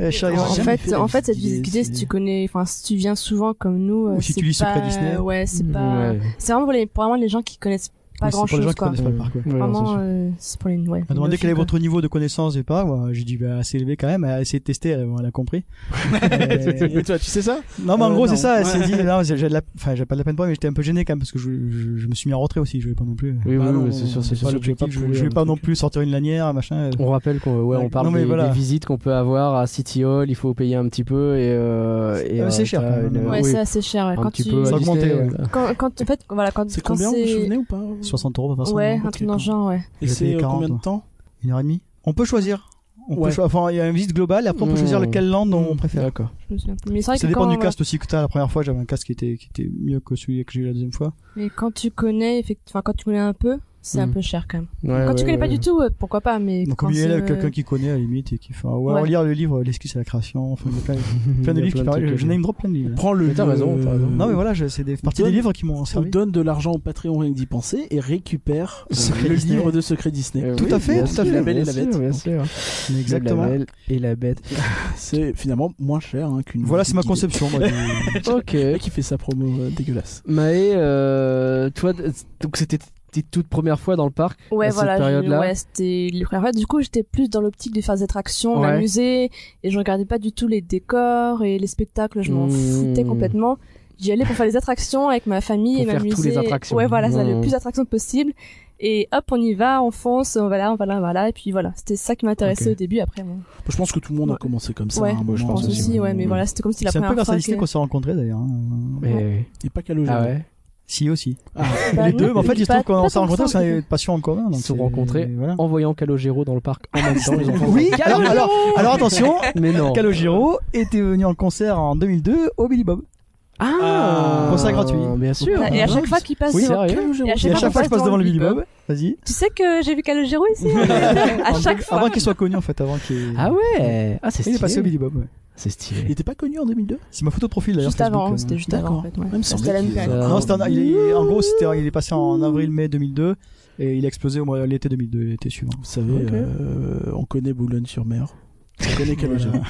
Speaker 5: Euh, Charlie,
Speaker 6: En
Speaker 5: Watts.
Speaker 2: jamais fait
Speaker 6: fait,
Speaker 2: la
Speaker 6: en fait,
Speaker 2: visite
Speaker 6: cette visite
Speaker 2: guidée,
Speaker 6: guidée, si tu connais, enfin, si tu viens souvent comme nous, euh,
Speaker 5: Ou si tu
Speaker 6: c'est
Speaker 5: lis Secret
Speaker 6: pas-
Speaker 5: Disney.
Speaker 6: ouais, <laughs> c'est
Speaker 2: Mhm.
Speaker 6: pas.
Speaker 1: Mm, Ouais.
Speaker 6: C'est vraiment pour les, pour vraiment les gens qui connaissent pas
Speaker 5: Oui, c'est
Speaker 6: grand
Speaker 5: pour les gens
Speaker 6: chose,
Speaker 5: qui
Speaker 6: quoi.
Speaker 5: connaissent pas le parc. ouais.
Speaker 1: Ouais, non, c'est
Speaker 6: Vraiment,
Speaker 1: sûr.
Speaker 6: euh, c'est pour les, ouais.
Speaker 5: Elle a demandé
Speaker 6: les
Speaker 5: quel est
Speaker 6: néophytes,
Speaker 5: votre niveau de connaissance et pas. ouais, J'ai dit bah, assez élevé quand même. Elle a essayé de tester, elle, elle a compris. <laughs> Et-
Speaker 2: Et toi, tu sais ça
Speaker 5: Non, mais en
Speaker 2: Euh,
Speaker 5: gros,
Speaker 2: non.
Speaker 5: c'est ça. Elle s'est dit, non, j'ai j'ai de la, enfin, j'ai pas de la peine pour elle, mais j'étais un peu gêné quand même parce que je, je, je me suis mis en retrait aussi. Je vais pas non plus.
Speaker 1: Oui, oui,
Speaker 2: Ah non,
Speaker 1: oui, c'est sûr, c'est
Speaker 5: C'est pas
Speaker 1: sûr. que je vais
Speaker 5: l'objectif.
Speaker 1: pas
Speaker 5: Je,
Speaker 1: pouvoir-
Speaker 5: je vais pas non plus sortir une lanière, machin. euh.
Speaker 1: On rappelle qu'on ouais, on
Speaker 5: Ouais.
Speaker 1: parle
Speaker 5: Non, mais
Speaker 1: des,
Speaker 5: voilà.
Speaker 1: des visites qu'on peut avoir à City Hall, il faut payer un petit peu et, euh, et,
Speaker 5: Ah, mais c'est
Speaker 1: euh,
Speaker 5: cher,
Speaker 1: t'as
Speaker 5: quand même.
Speaker 1: une-
Speaker 6: quoi. Ouais,
Speaker 1: oui,
Speaker 6: c'est assez cher. ouais.
Speaker 1: un
Speaker 6: Quand
Speaker 1: petit
Speaker 6: tu,
Speaker 1: peu à
Speaker 5: Ça a augmenté,
Speaker 1: Disney,
Speaker 5: ouais.
Speaker 1: ouais.
Speaker 6: quand, quand, en fait, voilà, quand,
Speaker 2: C'est
Speaker 6: quand
Speaker 2: combien, vous vous
Speaker 6: c'est,
Speaker 2: souvenez ou pas
Speaker 5: 60 euros, par
Speaker 6: Mm. ouais,
Speaker 5: façon.
Speaker 6: un
Speaker 2: ok,
Speaker 6: truc dans le
Speaker 2: quand-
Speaker 6: genre, ouais.
Speaker 2: Et
Speaker 5: J'ai
Speaker 2: c'est
Speaker 5: payé
Speaker 2: euh,
Speaker 5: 40,
Speaker 2: combien de
Speaker 5: moi.
Speaker 2: temps
Speaker 5: Une heure et demie. On peut choisir. On peut
Speaker 2: Ouais.
Speaker 5: cho- Enfin, il y a une visite globale et après on peut choisir
Speaker 1: Mmh.
Speaker 5: lequel land on
Speaker 1: Mmh.
Speaker 5: préfère.
Speaker 1: D'accord.
Speaker 6: Je me souviens plus. Mais c'est vrai
Speaker 5: Ça
Speaker 6: que
Speaker 5: dépend
Speaker 6: quand, euh,
Speaker 5: du
Speaker 6: voilà,
Speaker 5: cast aussi que t'as. La première fois, j'avais un casque qui était, qui était mieux que celui que j'ai eu la deuxième fois.
Speaker 6: mais quand tu connais, effectivement, quand tu connais un peu, c'est un
Speaker 1: Mhm.
Speaker 6: peu cher quand même.
Speaker 1: Ouais,
Speaker 6: quand
Speaker 1: ouais,
Speaker 6: tu connais
Speaker 1: ouais,
Speaker 6: pas
Speaker 1: ouais.
Speaker 6: du tout, euh, pourquoi pas, mais
Speaker 5: Donc,
Speaker 6: quand
Speaker 5: au milieu,
Speaker 6: c'est,
Speaker 5: là,
Speaker 6: euh,
Speaker 5: quelqu'un qui connaît à la limite et qui fait, ah ouais,
Speaker 6: Ouais.
Speaker 5: on lire le livre, l'esquisse à la création. Enfin, il y a plein, plein de
Speaker 1: <laughs> Il y a
Speaker 5: livres qui
Speaker 1: plein de
Speaker 5: parlent.
Speaker 1: trucs,
Speaker 5: Je
Speaker 1: ouais.
Speaker 5: name drop plein de livres.
Speaker 2: Prends le.
Speaker 1: Mais t'as
Speaker 2: le-
Speaker 1: raison, t'as raison.
Speaker 5: Non, mais voilà, je- c'est des parties des
Speaker 2: Donne-
Speaker 5: livres qui m'ont
Speaker 2: On
Speaker 5: servi.
Speaker 2: donne de l'argent au Patreon rien que d'y penser et récupère euh,
Speaker 5: Secret
Speaker 2: le
Speaker 5: Disney.
Speaker 2: livre de Secret Disney.
Speaker 1: Euh,
Speaker 5: Tout
Speaker 1: oui,
Speaker 5: à fait,
Speaker 1: bien
Speaker 5: tout à
Speaker 1: sûr,
Speaker 5: fait.
Speaker 2: La Belle et
Speaker 1: bien
Speaker 2: la Bête.
Speaker 1: sûr, bien sûr.
Speaker 5: Exactement.
Speaker 1: La Belle et la Bête.
Speaker 5: <laughs>
Speaker 2: C'est finalement moins cher hein, qu'une.
Speaker 5: Voilà, c'est ma
Speaker 2: visite guidée.
Speaker 5: conception.
Speaker 6: <laughs>
Speaker 5: moi, du-
Speaker 1: Ok.
Speaker 2: <laughs> Le mec qui fait sa promo euh, dégueulasse.
Speaker 1: Maë, euh, toi, d- donc c'était tes toutes premières fois dans le parc
Speaker 6: Ouais,
Speaker 1: à cette
Speaker 6: voilà, je-
Speaker 1: période-là.
Speaker 6: ouais, c'était les premières fois. Du coup, j'étais plus dans l'optique de faire des attractions,
Speaker 1: Ouais.
Speaker 6: m'amuser, et je regardais pas du tout les décors et les spectacles, je m'en
Speaker 1: Mmh.
Speaker 6: foutais complètement. J'y allais pour faire les attractions avec ma famille
Speaker 1: Pour
Speaker 6: et
Speaker 1: faire tous
Speaker 6: m'amuser.
Speaker 1: les attractions.
Speaker 6: Ouais, voilà, ça, le
Speaker 1: Mmh.
Speaker 6: plus d'attractions possible. Et hop, on y va, on fonce, on va là, on va là, on va là, et puis voilà. C'était ça qui m'intéressait
Speaker 1: Ok.
Speaker 6: au début, après. bon.
Speaker 2: Je pense que tout le monde a
Speaker 6: Ouais.
Speaker 2: commencé comme ça. hein,
Speaker 6: ouais,
Speaker 2: à un
Speaker 6: je
Speaker 2: moment.
Speaker 6: pense aussi, ouais, mais voilà, c'était comme si la
Speaker 5: C'est un
Speaker 6: première
Speaker 5: peu grâce
Speaker 6: fois.
Speaker 5: à Disney
Speaker 6: que-
Speaker 5: qu'on s'est rencontrés d'ailleurs. hein.
Speaker 1: Eh oui.
Speaker 2: Et pas Calogène.
Speaker 1: Ah ouais.
Speaker 5: Si aussi.
Speaker 6: Bah,
Speaker 5: les
Speaker 6: non,
Speaker 5: deux, mais en fait,
Speaker 6: pas-
Speaker 5: il se trouve
Speaker 6: pas
Speaker 5: qu'on s'est
Speaker 6: tant que
Speaker 5: rencontrés parce
Speaker 6: ça,
Speaker 5: qu'on
Speaker 6: en fait.
Speaker 5: avait une passion en commun. donc
Speaker 1: Ils se sont
Speaker 5: c'est-
Speaker 1: rencontrés.
Speaker 5: voilà.
Speaker 1: En voyant Calogero dans le parc en même temps,
Speaker 5: <laughs>
Speaker 1: ils ont fait-
Speaker 5: Oui, alors, alors, alors attention,
Speaker 1: Mais non.
Speaker 5: Calogero était venu en concert en 2002 au Billy Bob.
Speaker 1: Ah,
Speaker 5: Concert gratuit.
Speaker 1: Bien sûr.
Speaker 6: Bah, Et à chaque fois qu'il passe
Speaker 1: Oui,
Speaker 6: sur-
Speaker 1: sérieux
Speaker 6: et à
Speaker 5: Et à chaque
Speaker 6: qu'on
Speaker 5: fois que je passe devant le Billy Bob, vas-y.
Speaker 6: Tu sais que j'ai vu Calogero ici
Speaker 5: <laughs>
Speaker 6: À chaque fois.
Speaker 5: Avant qu'il soit connu en fait, avant qu'il.
Speaker 1: Ah ouais. Ah c'est
Speaker 5: Il
Speaker 1: stylé.
Speaker 5: est passé au Billy Bob. ouais.
Speaker 1: C'est
Speaker 2: Il
Speaker 1: stylé.
Speaker 2: était pas connu en 2002
Speaker 5: C'est euh, ma photo de profil d'ailleurs.
Speaker 6: Juste avant,
Speaker 5: Facebook,
Speaker 6: c'était juste
Speaker 2: D'accord.
Speaker 6: avant en fait. Ouais.
Speaker 2: Même si
Speaker 6: C'était la même
Speaker 1: Ça-
Speaker 2: Ah,
Speaker 6: période.
Speaker 5: euh. Non, c'était en, il est- en gros, c'était, il est passé en avril-mai 2002 et il a explosé au mois l'été 2002, l'été suivant.
Speaker 2: Vous savez,
Speaker 1: Ok.
Speaker 2: euh, on connaît Boulogne-sur-Mer. On connaît <laughs> Calogène.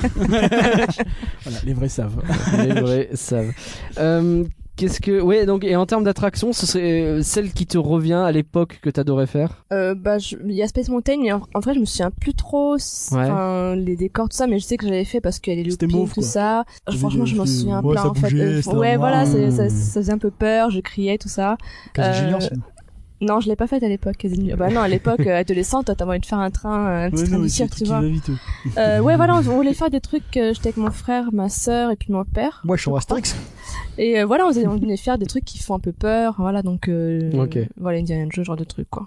Speaker 2: voilà, les vrais savent.
Speaker 1: Les vrais savent. Euh, Qu'est-ce que ouais donc et en termes d'attraction ce serait euh, celle qui te revient à l'époque que t'adorais faire
Speaker 6: Euh, bah, je- il y a Space Mountain, mais en, en vrai, je me souviens plus trop s-
Speaker 1: Ouais.
Speaker 6: enfin, les décors, tout ça, mais je sais que j'avais fait parce qu'il y a les
Speaker 2: C'était
Speaker 6: loopings,
Speaker 2: mauve,
Speaker 6: tout
Speaker 2: quoi.
Speaker 6: ça.
Speaker 2: Il y avait
Speaker 6: Franchement,
Speaker 2: des-
Speaker 6: je m'en
Speaker 2: des-
Speaker 6: souviens
Speaker 5: ouais,
Speaker 6: plein
Speaker 5: ça
Speaker 6: en fait.
Speaker 5: bougeait,
Speaker 6: Euh,
Speaker 5: c'était
Speaker 6: ouais,
Speaker 5: en
Speaker 6: voilà,
Speaker 5: noir.
Speaker 6: c'est- ça, ça faisait un peu peur, je criais, tout ça.
Speaker 5: Quasi
Speaker 6: Euh,
Speaker 2: <laughs>
Speaker 5: junior, c'est-
Speaker 6: Non, je l'ai pas faite à l'époque. quasi nulle. Bah non, à l'époque, euh, adolescente, t'as envie de faire un train, euh, un petit train du cirque, tu vois. Euh, ouais, voilà, on on voulait faire des trucs. euh, J'étais avec mon frère, ma sœur et puis mon père.
Speaker 5: Moi, je suis
Speaker 2: <laughs>
Speaker 5: en Asterix.
Speaker 6: Et euh, voilà, on, on venait faire des trucs qui font un peu peur. Voilà, donc euh,
Speaker 1: Ok.
Speaker 6: voilà, Indiana Jones, genre de trucs quoi.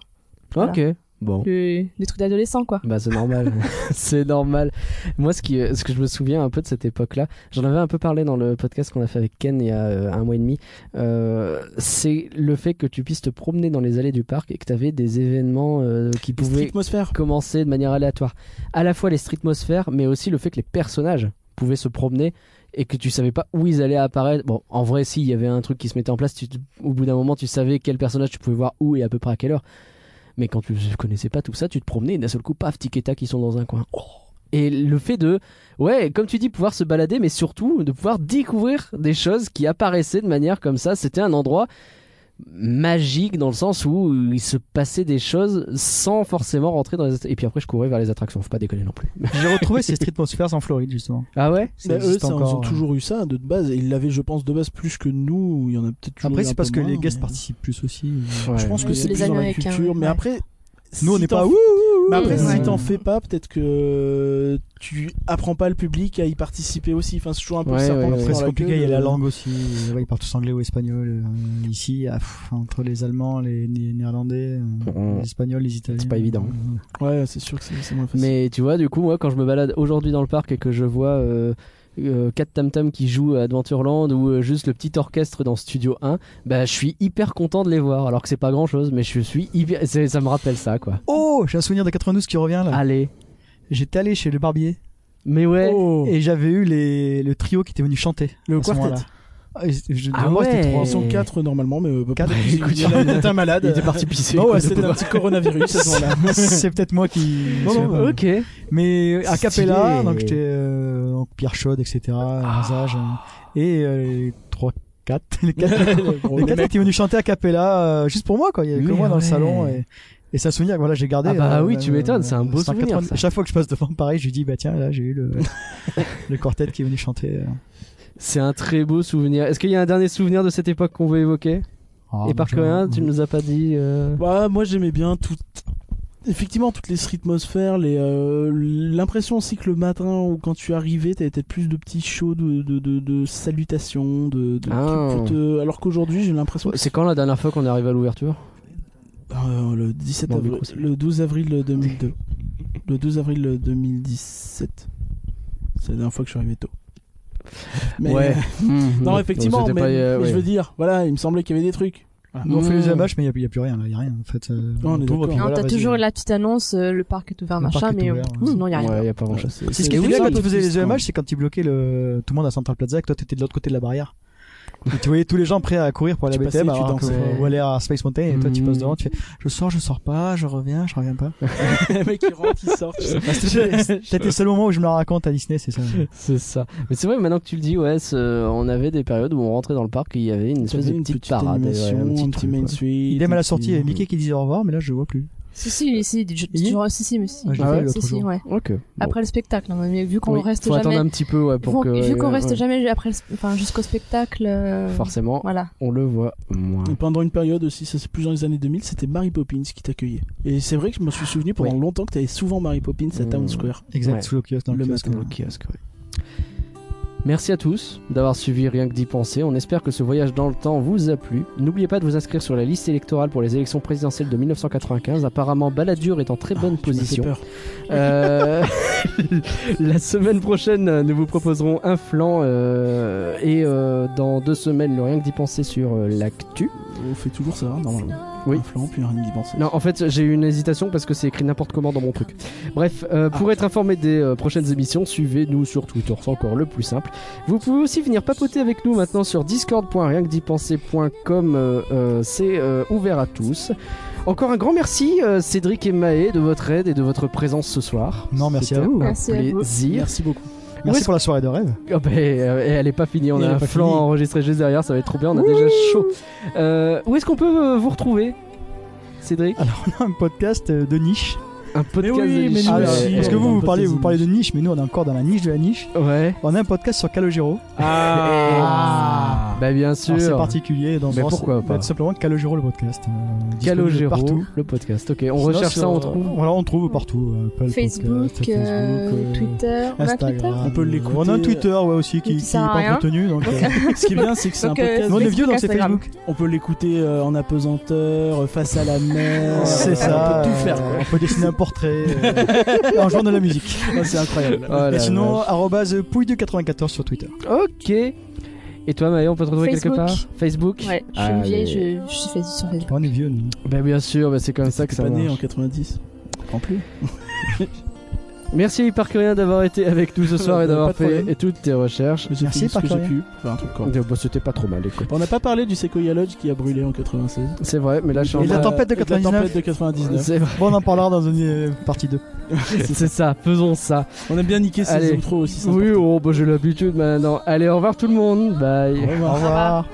Speaker 6: Voilà.
Speaker 1: ok Bon.
Speaker 6: le- des trucs d'adolescent, quoi.
Speaker 1: Bah c'est normal, <laughs> c'est normal. Moi ce, qui, euh, ce que je me souviens un peu de cette époque-là, j'en avais un peu parlé dans le podcast qu'on a fait avec Ken il y a euh, un mois et demi, euh, c'est le fait que tu puisses te promener dans les allées du parc et que tu avais des événements euh, qui pouvaient
Speaker 2: Streetmosphère.
Speaker 1: commencer de manière aléatoire. À la fois les streetmosphères, mais aussi le fait que les personnages pouvaient se promener et que tu savais pas où ils allaient apparaître. Bon, en vrai, si, il y avait un truc qui se mettait en place, tu, au bout d'un moment, tu savais quel personnage tu pouvais voir où et à peu près à quelle heure. Mais quand tu connaissais pas tout ça, tu te promenais et d'un seul coup, paf, tic et tac, ils sont dans un coin. Oh. Et le fait de, ouais, comme tu dis, pouvoir se balader, mais surtout de pouvoir découvrir des choses qui apparaissaient de manière comme ça. C'était un endroit magique dans le sens où il se passait des choses sans forcément rentrer dans les... Et puis après, je courais vers les attractions. Faut pas déconner non plus.
Speaker 5: J'ai retrouvé ces streetmosphères en Floride, justement.
Speaker 1: Ah ouais
Speaker 5: Ça
Speaker 2: Bah, eux,
Speaker 5: existe
Speaker 2: ça, ils ont
Speaker 5: encore, euh.
Speaker 2: toujours eu ça de base. Ils l'avaient, je pense, de base plus que nous. Il y en a peut-être toujours.
Speaker 5: Après,
Speaker 2: eu un
Speaker 5: c'est parce
Speaker 2: peu
Speaker 5: que
Speaker 2: moins,
Speaker 5: les guests
Speaker 2: mais-
Speaker 5: participent plus aussi. euh.
Speaker 2: Je pense que
Speaker 6: Oui,
Speaker 2: c'est
Speaker 6: les
Speaker 2: plus dans la
Speaker 6: Américains,
Speaker 2: culture. Mais
Speaker 6: ouais.
Speaker 2: après,
Speaker 5: Nous, on
Speaker 2: si
Speaker 5: n'est
Speaker 2: t'en
Speaker 5: pas.
Speaker 2: fais-
Speaker 5: Ouh, ouh, ouh,
Speaker 2: Mais après,
Speaker 5: ouh.
Speaker 2: si t'en fais pas, peut-être que tu apprends pas le public à y participer aussi. Enfin, c'est toujours un peu
Speaker 1: Ouais,
Speaker 2: le serpent
Speaker 1: ouais,
Speaker 2: qui
Speaker 1: ouais.
Speaker 2: se
Speaker 5: Après,
Speaker 2: mord
Speaker 5: c'est
Speaker 2: la
Speaker 5: compliqué,
Speaker 2: queue,
Speaker 5: il y a
Speaker 2: euh,
Speaker 5: la langue aussi. Euh, ouais, ils parlent tous anglais ou espagnol. euh, ici, ah, pff, entre les Allemands, les, les Néerlandais, euh,
Speaker 1: On-
Speaker 5: les Espagnols, les Italiens.
Speaker 1: C'est pas évident.
Speaker 5: Euh,
Speaker 2: Ouais, c'est sûr que c'est c'est moins facile.
Speaker 1: Mais tu vois, du coup, moi, quand je me balade aujourd'hui dans le parc et que je vois euh, euh, 4 Tam Tam qui jouent à Adventureland ou euh, juste le petit orchestre dans Studio 1, bah, je suis hyper content de les voir. Alors que c'est pas grand chose, mais je suis hyper. c'est- Ça me rappelle ça, quoi.
Speaker 5: Oh, j'ai un souvenir de 92 qui revient
Speaker 2: Ah.
Speaker 5: là.
Speaker 1: Allez.
Speaker 5: J'étais allé chez le barbier
Speaker 1: Mais ouais.
Speaker 2: Oh,
Speaker 5: et j'avais eu les, le trio qui était venu chanter.
Speaker 2: le
Speaker 5: à ce
Speaker 2: quartet.
Speaker 5: moment-là. Ah, et c'était- je-
Speaker 1: Ah
Speaker 5: moi, c'était
Speaker 1: ouais.
Speaker 5: trois.
Speaker 2: Ils sont quatre normalement, mais euh, bah,
Speaker 1: <laughs>
Speaker 5: Quatre,
Speaker 2: il-
Speaker 5: écoute,
Speaker 2: il y en <laughs> a- il était un malade.
Speaker 1: Il était parti pisser.
Speaker 2: Non, Oh, ouais,
Speaker 1: écoute.
Speaker 2: c'était un petit coronavirus à
Speaker 1: <laughs>
Speaker 2: ce moment-là.
Speaker 5: C'est peut-être moi qui. je sais
Speaker 2: non,
Speaker 5: pas.
Speaker 1: ok.
Speaker 5: Mais
Speaker 1: Stylé. Ah.
Speaker 5: à Capella, donc j'étais euh, en pierre chaude, etc. Visage, euh, et euh, les 3, 4, <laughs>
Speaker 1: <laughs>
Speaker 5: les 4, les quatre étaient venus chanter à Capella euh, juste pour moi, quoi. Il y avait que
Speaker 1: Mais
Speaker 5: moi dans le
Speaker 1: ouais.
Speaker 5: salon. Et, et c'est un souvenir que voilà, j'ai gardé. euh,
Speaker 1: Ah bah oui,
Speaker 5: même,
Speaker 1: tu m'étonnes, c'est un beau
Speaker 5: c'est en
Speaker 1: souvenir,
Speaker 5: 80.
Speaker 1: ça.
Speaker 5: À chaque fois que je passe devant Paris, je lui dis, bah tiens, là j'ai eu
Speaker 1: <laughs>
Speaker 5: le, le quartet qui est venu chanter. euh.
Speaker 1: C'est un très beau souvenir. Est-ce qu'il y a un dernier souvenir de cette époque qu'on veut évoquer
Speaker 5: Ah,
Speaker 1: Et par
Speaker 5: je-
Speaker 1: coréen, tu nous as pas dit. euh,
Speaker 2: Bah, moi j'aimais bien tout. Effectivement, toutes les streetmosphères, les, euh, l'impression aussi que le matin ou quand tu arrivais, t'avais peut-être plus de petits shows de, de, de, de salutations, de, de
Speaker 1: Ah.
Speaker 2: trucs pour te- alors qu'aujourd'hui j'ai l'impression.
Speaker 1: C'est quand la dernière fois qu'on est arrivé à l'ouverture
Speaker 2: Euh, le 17
Speaker 1: Dans le
Speaker 2: avril,
Speaker 1: micro, c'est
Speaker 2: le 12 avril
Speaker 1: <laughs>
Speaker 2: 2002, le 12 avril 2017. C'est la dernière fois que je suis arrivé tôt. Mais- <laughs> euh,
Speaker 1: Ouais. Mmh.
Speaker 2: Non, effectivement, mais,
Speaker 1: C'était pas, euh,
Speaker 2: mais
Speaker 1: ouais.
Speaker 2: je veux dire, voilà, il me semblait qu'il y avait des trucs.
Speaker 5: Nous on fait
Speaker 1: Mmh.
Speaker 5: les images, mais il n'y a, plus rien, là, il n'y a rien en fait. euh,
Speaker 2: on est d'accord.
Speaker 5: pauvre, puis
Speaker 6: Non,
Speaker 5: voilà,
Speaker 6: t'as
Speaker 5: vas-y.
Speaker 6: toujours la petite annonce, euh, le parc est ouvert,
Speaker 5: Le
Speaker 6: machin,
Speaker 5: parc est
Speaker 6: mais
Speaker 5: ouvert,
Speaker 6: euh,
Speaker 5: ouais.
Speaker 6: sinon il y a rien.
Speaker 1: Ouais, y a pas grand
Speaker 2: <laughs>
Speaker 1: chose.
Speaker 5: C'est ce qui
Speaker 2: est
Speaker 5: était bien
Speaker 2: un
Speaker 5: quand
Speaker 2: peu
Speaker 5: tu faisais les
Speaker 2: frustrant.
Speaker 5: EMH, c'est quand tu bloquais le... tout le monde à Central Plaza et que toi t'étais de l'autre côté de la barrière. Et tu voyais tous les gens prêts à courir pour aller
Speaker 2: Tu
Speaker 5: à
Speaker 2: passais,
Speaker 5: BTM
Speaker 2: tu
Speaker 5: alors que-
Speaker 1: dansais.
Speaker 5: ou aller à Space Mountain et toi tu
Speaker 1: Mhm.
Speaker 5: passes devant, tu fais je sors, je sors pas, je reviens, je reviens pas.
Speaker 2: les mecs qui rentrent, ils
Speaker 1: <laughs>
Speaker 2: sortent.
Speaker 5: Peut-être le seul moment où je me la raconte à Disney, c'est ça.
Speaker 1: C'est ça. Mais c'est vrai, maintenant que tu le dis, ouais, c'est- on avait des périodes où on rentrait dans le parc et il y avait une espèce de petite, parade. ouais,
Speaker 2: animation,
Speaker 1: un petit truc,
Speaker 2: main
Speaker 1: ouais.
Speaker 2: suite.
Speaker 5: Il aime
Speaker 2: un
Speaker 5: à la
Speaker 2: petit- hein.
Speaker 5: sortie, il y avait Mickey qui disait au revoir, mais là je le vois plus.
Speaker 6: Si, si, si, du-
Speaker 5: Il y est
Speaker 6: toujours- si, si, mais si.
Speaker 5: Ah, je l'ai
Speaker 6: Ouais,
Speaker 5: fait l'autre
Speaker 6: si, si,
Speaker 5: jour.
Speaker 6: ouais.
Speaker 1: Ok. bon.
Speaker 6: Après le spectacle, hein, mais vu qu'on
Speaker 1: Oui,
Speaker 6: reste
Speaker 1: Faut
Speaker 6: jamais.
Speaker 1: attendre un petit peu ouais,
Speaker 6: vu
Speaker 1: pour que.
Speaker 6: qu'on- vu qu'on
Speaker 1: ouais,
Speaker 6: reste
Speaker 1: ouais.
Speaker 6: jamais après le sp- enfin, jusqu'au spectacle. euh,
Speaker 1: Forcément,
Speaker 6: Voilà.
Speaker 1: on le voit moins.
Speaker 2: euh, Et pendant une période aussi, ça c'est plus dans les années 2000, c'était Mary Poppins qui t'accueillait. Et c'est vrai que je me suis souvenu pendant
Speaker 1: Ouais.
Speaker 2: longtemps que t'avais souvent Mary Poppins à
Speaker 1: Mm.
Speaker 2: Town Square.
Speaker 5: Exact,
Speaker 1: Ouais.
Speaker 5: sous le kiosque dans le,
Speaker 2: Le
Speaker 5: kiosque.
Speaker 2: matin.
Speaker 5: ouais.
Speaker 1: Merci à tous d'avoir suivi Rien que d'y penser. On espère que ce voyage dans le temps vous a plu. N'oubliez pas de vous inscrire sur la liste électorale pour les élections présidentielles de 1995. Apparemment, Balladur est en très bonne
Speaker 2: Ah, Tu m'as fait
Speaker 1: position.
Speaker 2: peur.
Speaker 1: Euh, <laughs> la semaine prochaine, euh, nous vous proposerons un flanc euh, et euh, dans deux semaines, le rien que d'y penser sur euh, l'actu.
Speaker 2: On fait toujours ça, hein, normalement.
Speaker 1: Oui.
Speaker 2: Un flanc, puis un d'y penser.
Speaker 1: Non, en fait, j'ai eu une hésitation parce que c'est écrit n'importe comment dans mon truc. Bref, euh,
Speaker 5: Ah.
Speaker 1: pour être informé des euh, prochaines émissions, suivez-nous sur Twitter, c'est encore le plus simple. Vous pouvez aussi venir papoter avec nous maintenant sur discord.rienquedipenser.com, euh, euh, c'est euh, ouvert à tous. Encore un grand merci, euh, Cédric et Maë, de votre aide et de votre présence ce soir.
Speaker 5: Non, merci à
Speaker 1: C'était
Speaker 5: vous.
Speaker 1: un
Speaker 6: Merci à vous.
Speaker 1: plaisir.
Speaker 2: Merci beaucoup.
Speaker 1: Où
Speaker 5: Merci
Speaker 1: est-ce-
Speaker 5: pour la soirée de rêve.
Speaker 1: Oh bah, euh, elle est pas finie, on
Speaker 5: Elle
Speaker 1: a
Speaker 5: est
Speaker 1: un
Speaker 5: pas
Speaker 1: flanc
Speaker 5: finie.
Speaker 1: enregistré juste derrière, ça va être trop bien, on a déjà chaud. Euh, où est-ce qu'on peut euh, vous retrouver Cédric
Speaker 5: Alors on a un podcast euh, de niche
Speaker 1: un podcast
Speaker 2: oui,
Speaker 1: de
Speaker 2: mais
Speaker 1: niche,
Speaker 2: nous
Speaker 5: Ah,
Speaker 1: ouais.
Speaker 2: aussi,
Speaker 5: parce que
Speaker 2: on
Speaker 5: vous,
Speaker 2: a un
Speaker 5: vous parlez,
Speaker 2: podcast
Speaker 5: vous
Speaker 2: de
Speaker 5: parlez de niche, mais nous, on est encore dans la niche de la niche.
Speaker 1: Ouais.
Speaker 5: On a un podcast sur Calogero.
Speaker 2: Ah.
Speaker 1: Bah bien
Speaker 5: Alors,
Speaker 1: sûr.
Speaker 5: C'est particulier dans ce
Speaker 1: Mais
Speaker 5: sens.
Speaker 1: pourquoi pas
Speaker 5: Tout simplement Calogero le podcast. euh, disponible
Speaker 1: Calogero,
Speaker 5: partout.
Speaker 1: le podcast. Ok, on
Speaker 5: Sinon,
Speaker 1: recherche
Speaker 5: sur- euh,
Speaker 1: ça, on trouve.
Speaker 5: Voilà, on trouve partout. euh, Apple
Speaker 6: Facebook,
Speaker 5: Podcast,
Speaker 6: euh,
Speaker 5: Facebook, euh,
Speaker 6: Twitter. On a Twitter
Speaker 5: Instagram.
Speaker 2: On peut l'écouter.
Speaker 5: On a un Twitter ouais, aussi qui,
Speaker 6: Mais qui
Speaker 5: qui est
Speaker 6: sert à
Speaker 5: pas
Speaker 6: rien.
Speaker 5: entretenu. Donc, euh,
Speaker 2: <laughs> Ce qui est bien, c'est que c'est un
Speaker 6: Donc, euh,
Speaker 2: podcast.
Speaker 5: nous, on est
Speaker 6: Facebook,
Speaker 5: vieux, donc c'est
Speaker 6: Instagram.
Speaker 5: Facebook.
Speaker 2: On peut l'écouter euh, en apesanteur, euh,
Speaker 1: <laughs>
Speaker 2: face à la mer.
Speaker 5: C'est
Speaker 2: euh,
Speaker 5: ça.
Speaker 2: On peut tout faire.
Speaker 5: euh,
Speaker 2: quoi.
Speaker 5: On peut dessiner un portrait
Speaker 2: <laughs>
Speaker 5: euh, en jouant de la musique.
Speaker 2: Ah, c'est incroyable.
Speaker 1: Oh la
Speaker 5: Et sinon,
Speaker 1: vache.
Speaker 5: arrobase pouille294 sur Twitter.
Speaker 1: ok. Et toi, Maïa, on peut te retrouver
Speaker 6: Facebook.
Speaker 1: quelque part Facebook
Speaker 6: Ouais, je
Speaker 5: Ah,
Speaker 6: suis une
Speaker 1: Allez.
Speaker 6: vieille, je, je suis fait- sur Facebook.
Speaker 5: On est vieux, nous.
Speaker 1: Bah bien sûr, bah, c'est comme ça que
Speaker 2: T'es
Speaker 1: ça
Speaker 2: pas né
Speaker 1: marche.
Speaker 2: en 90. En plus.
Speaker 1: Merci Hypercurien d'avoir été avec nous ce soir et
Speaker 2: Pas
Speaker 1: d'avoir
Speaker 2: de
Speaker 1: fait
Speaker 2: problème.
Speaker 1: et toutes tes recherches.
Speaker 2: J'ai
Speaker 5: Merci,
Speaker 2: fait ce que j'ai
Speaker 5: Parker.
Speaker 2: pu. Enfin, un truc correct.
Speaker 1: Bah, C'était pas trop mal, écoute.
Speaker 2: On n'a pas parlé du Sequoia Lodge qui a brûlé en 96.
Speaker 1: C'est vrai, mais là je suis en
Speaker 5: Et la
Speaker 1: train-
Speaker 5: tempête de
Speaker 2: Et la
Speaker 5: 99.
Speaker 2: tempête de 99.
Speaker 1: C'est vrai,
Speaker 5: Bon, on en parlera dans une euh, partie 2.
Speaker 1: c'est ça, faisons ça.
Speaker 2: On aime bien niquer ces
Speaker 1: Allez.
Speaker 2: outros aussi. c'est
Speaker 1: Oui,
Speaker 2: important.
Speaker 1: oh, bah, j'ai l'habitude maintenant. Allez, au revoir tout le monde, bye.
Speaker 5: Au revoir.
Speaker 6: revoir.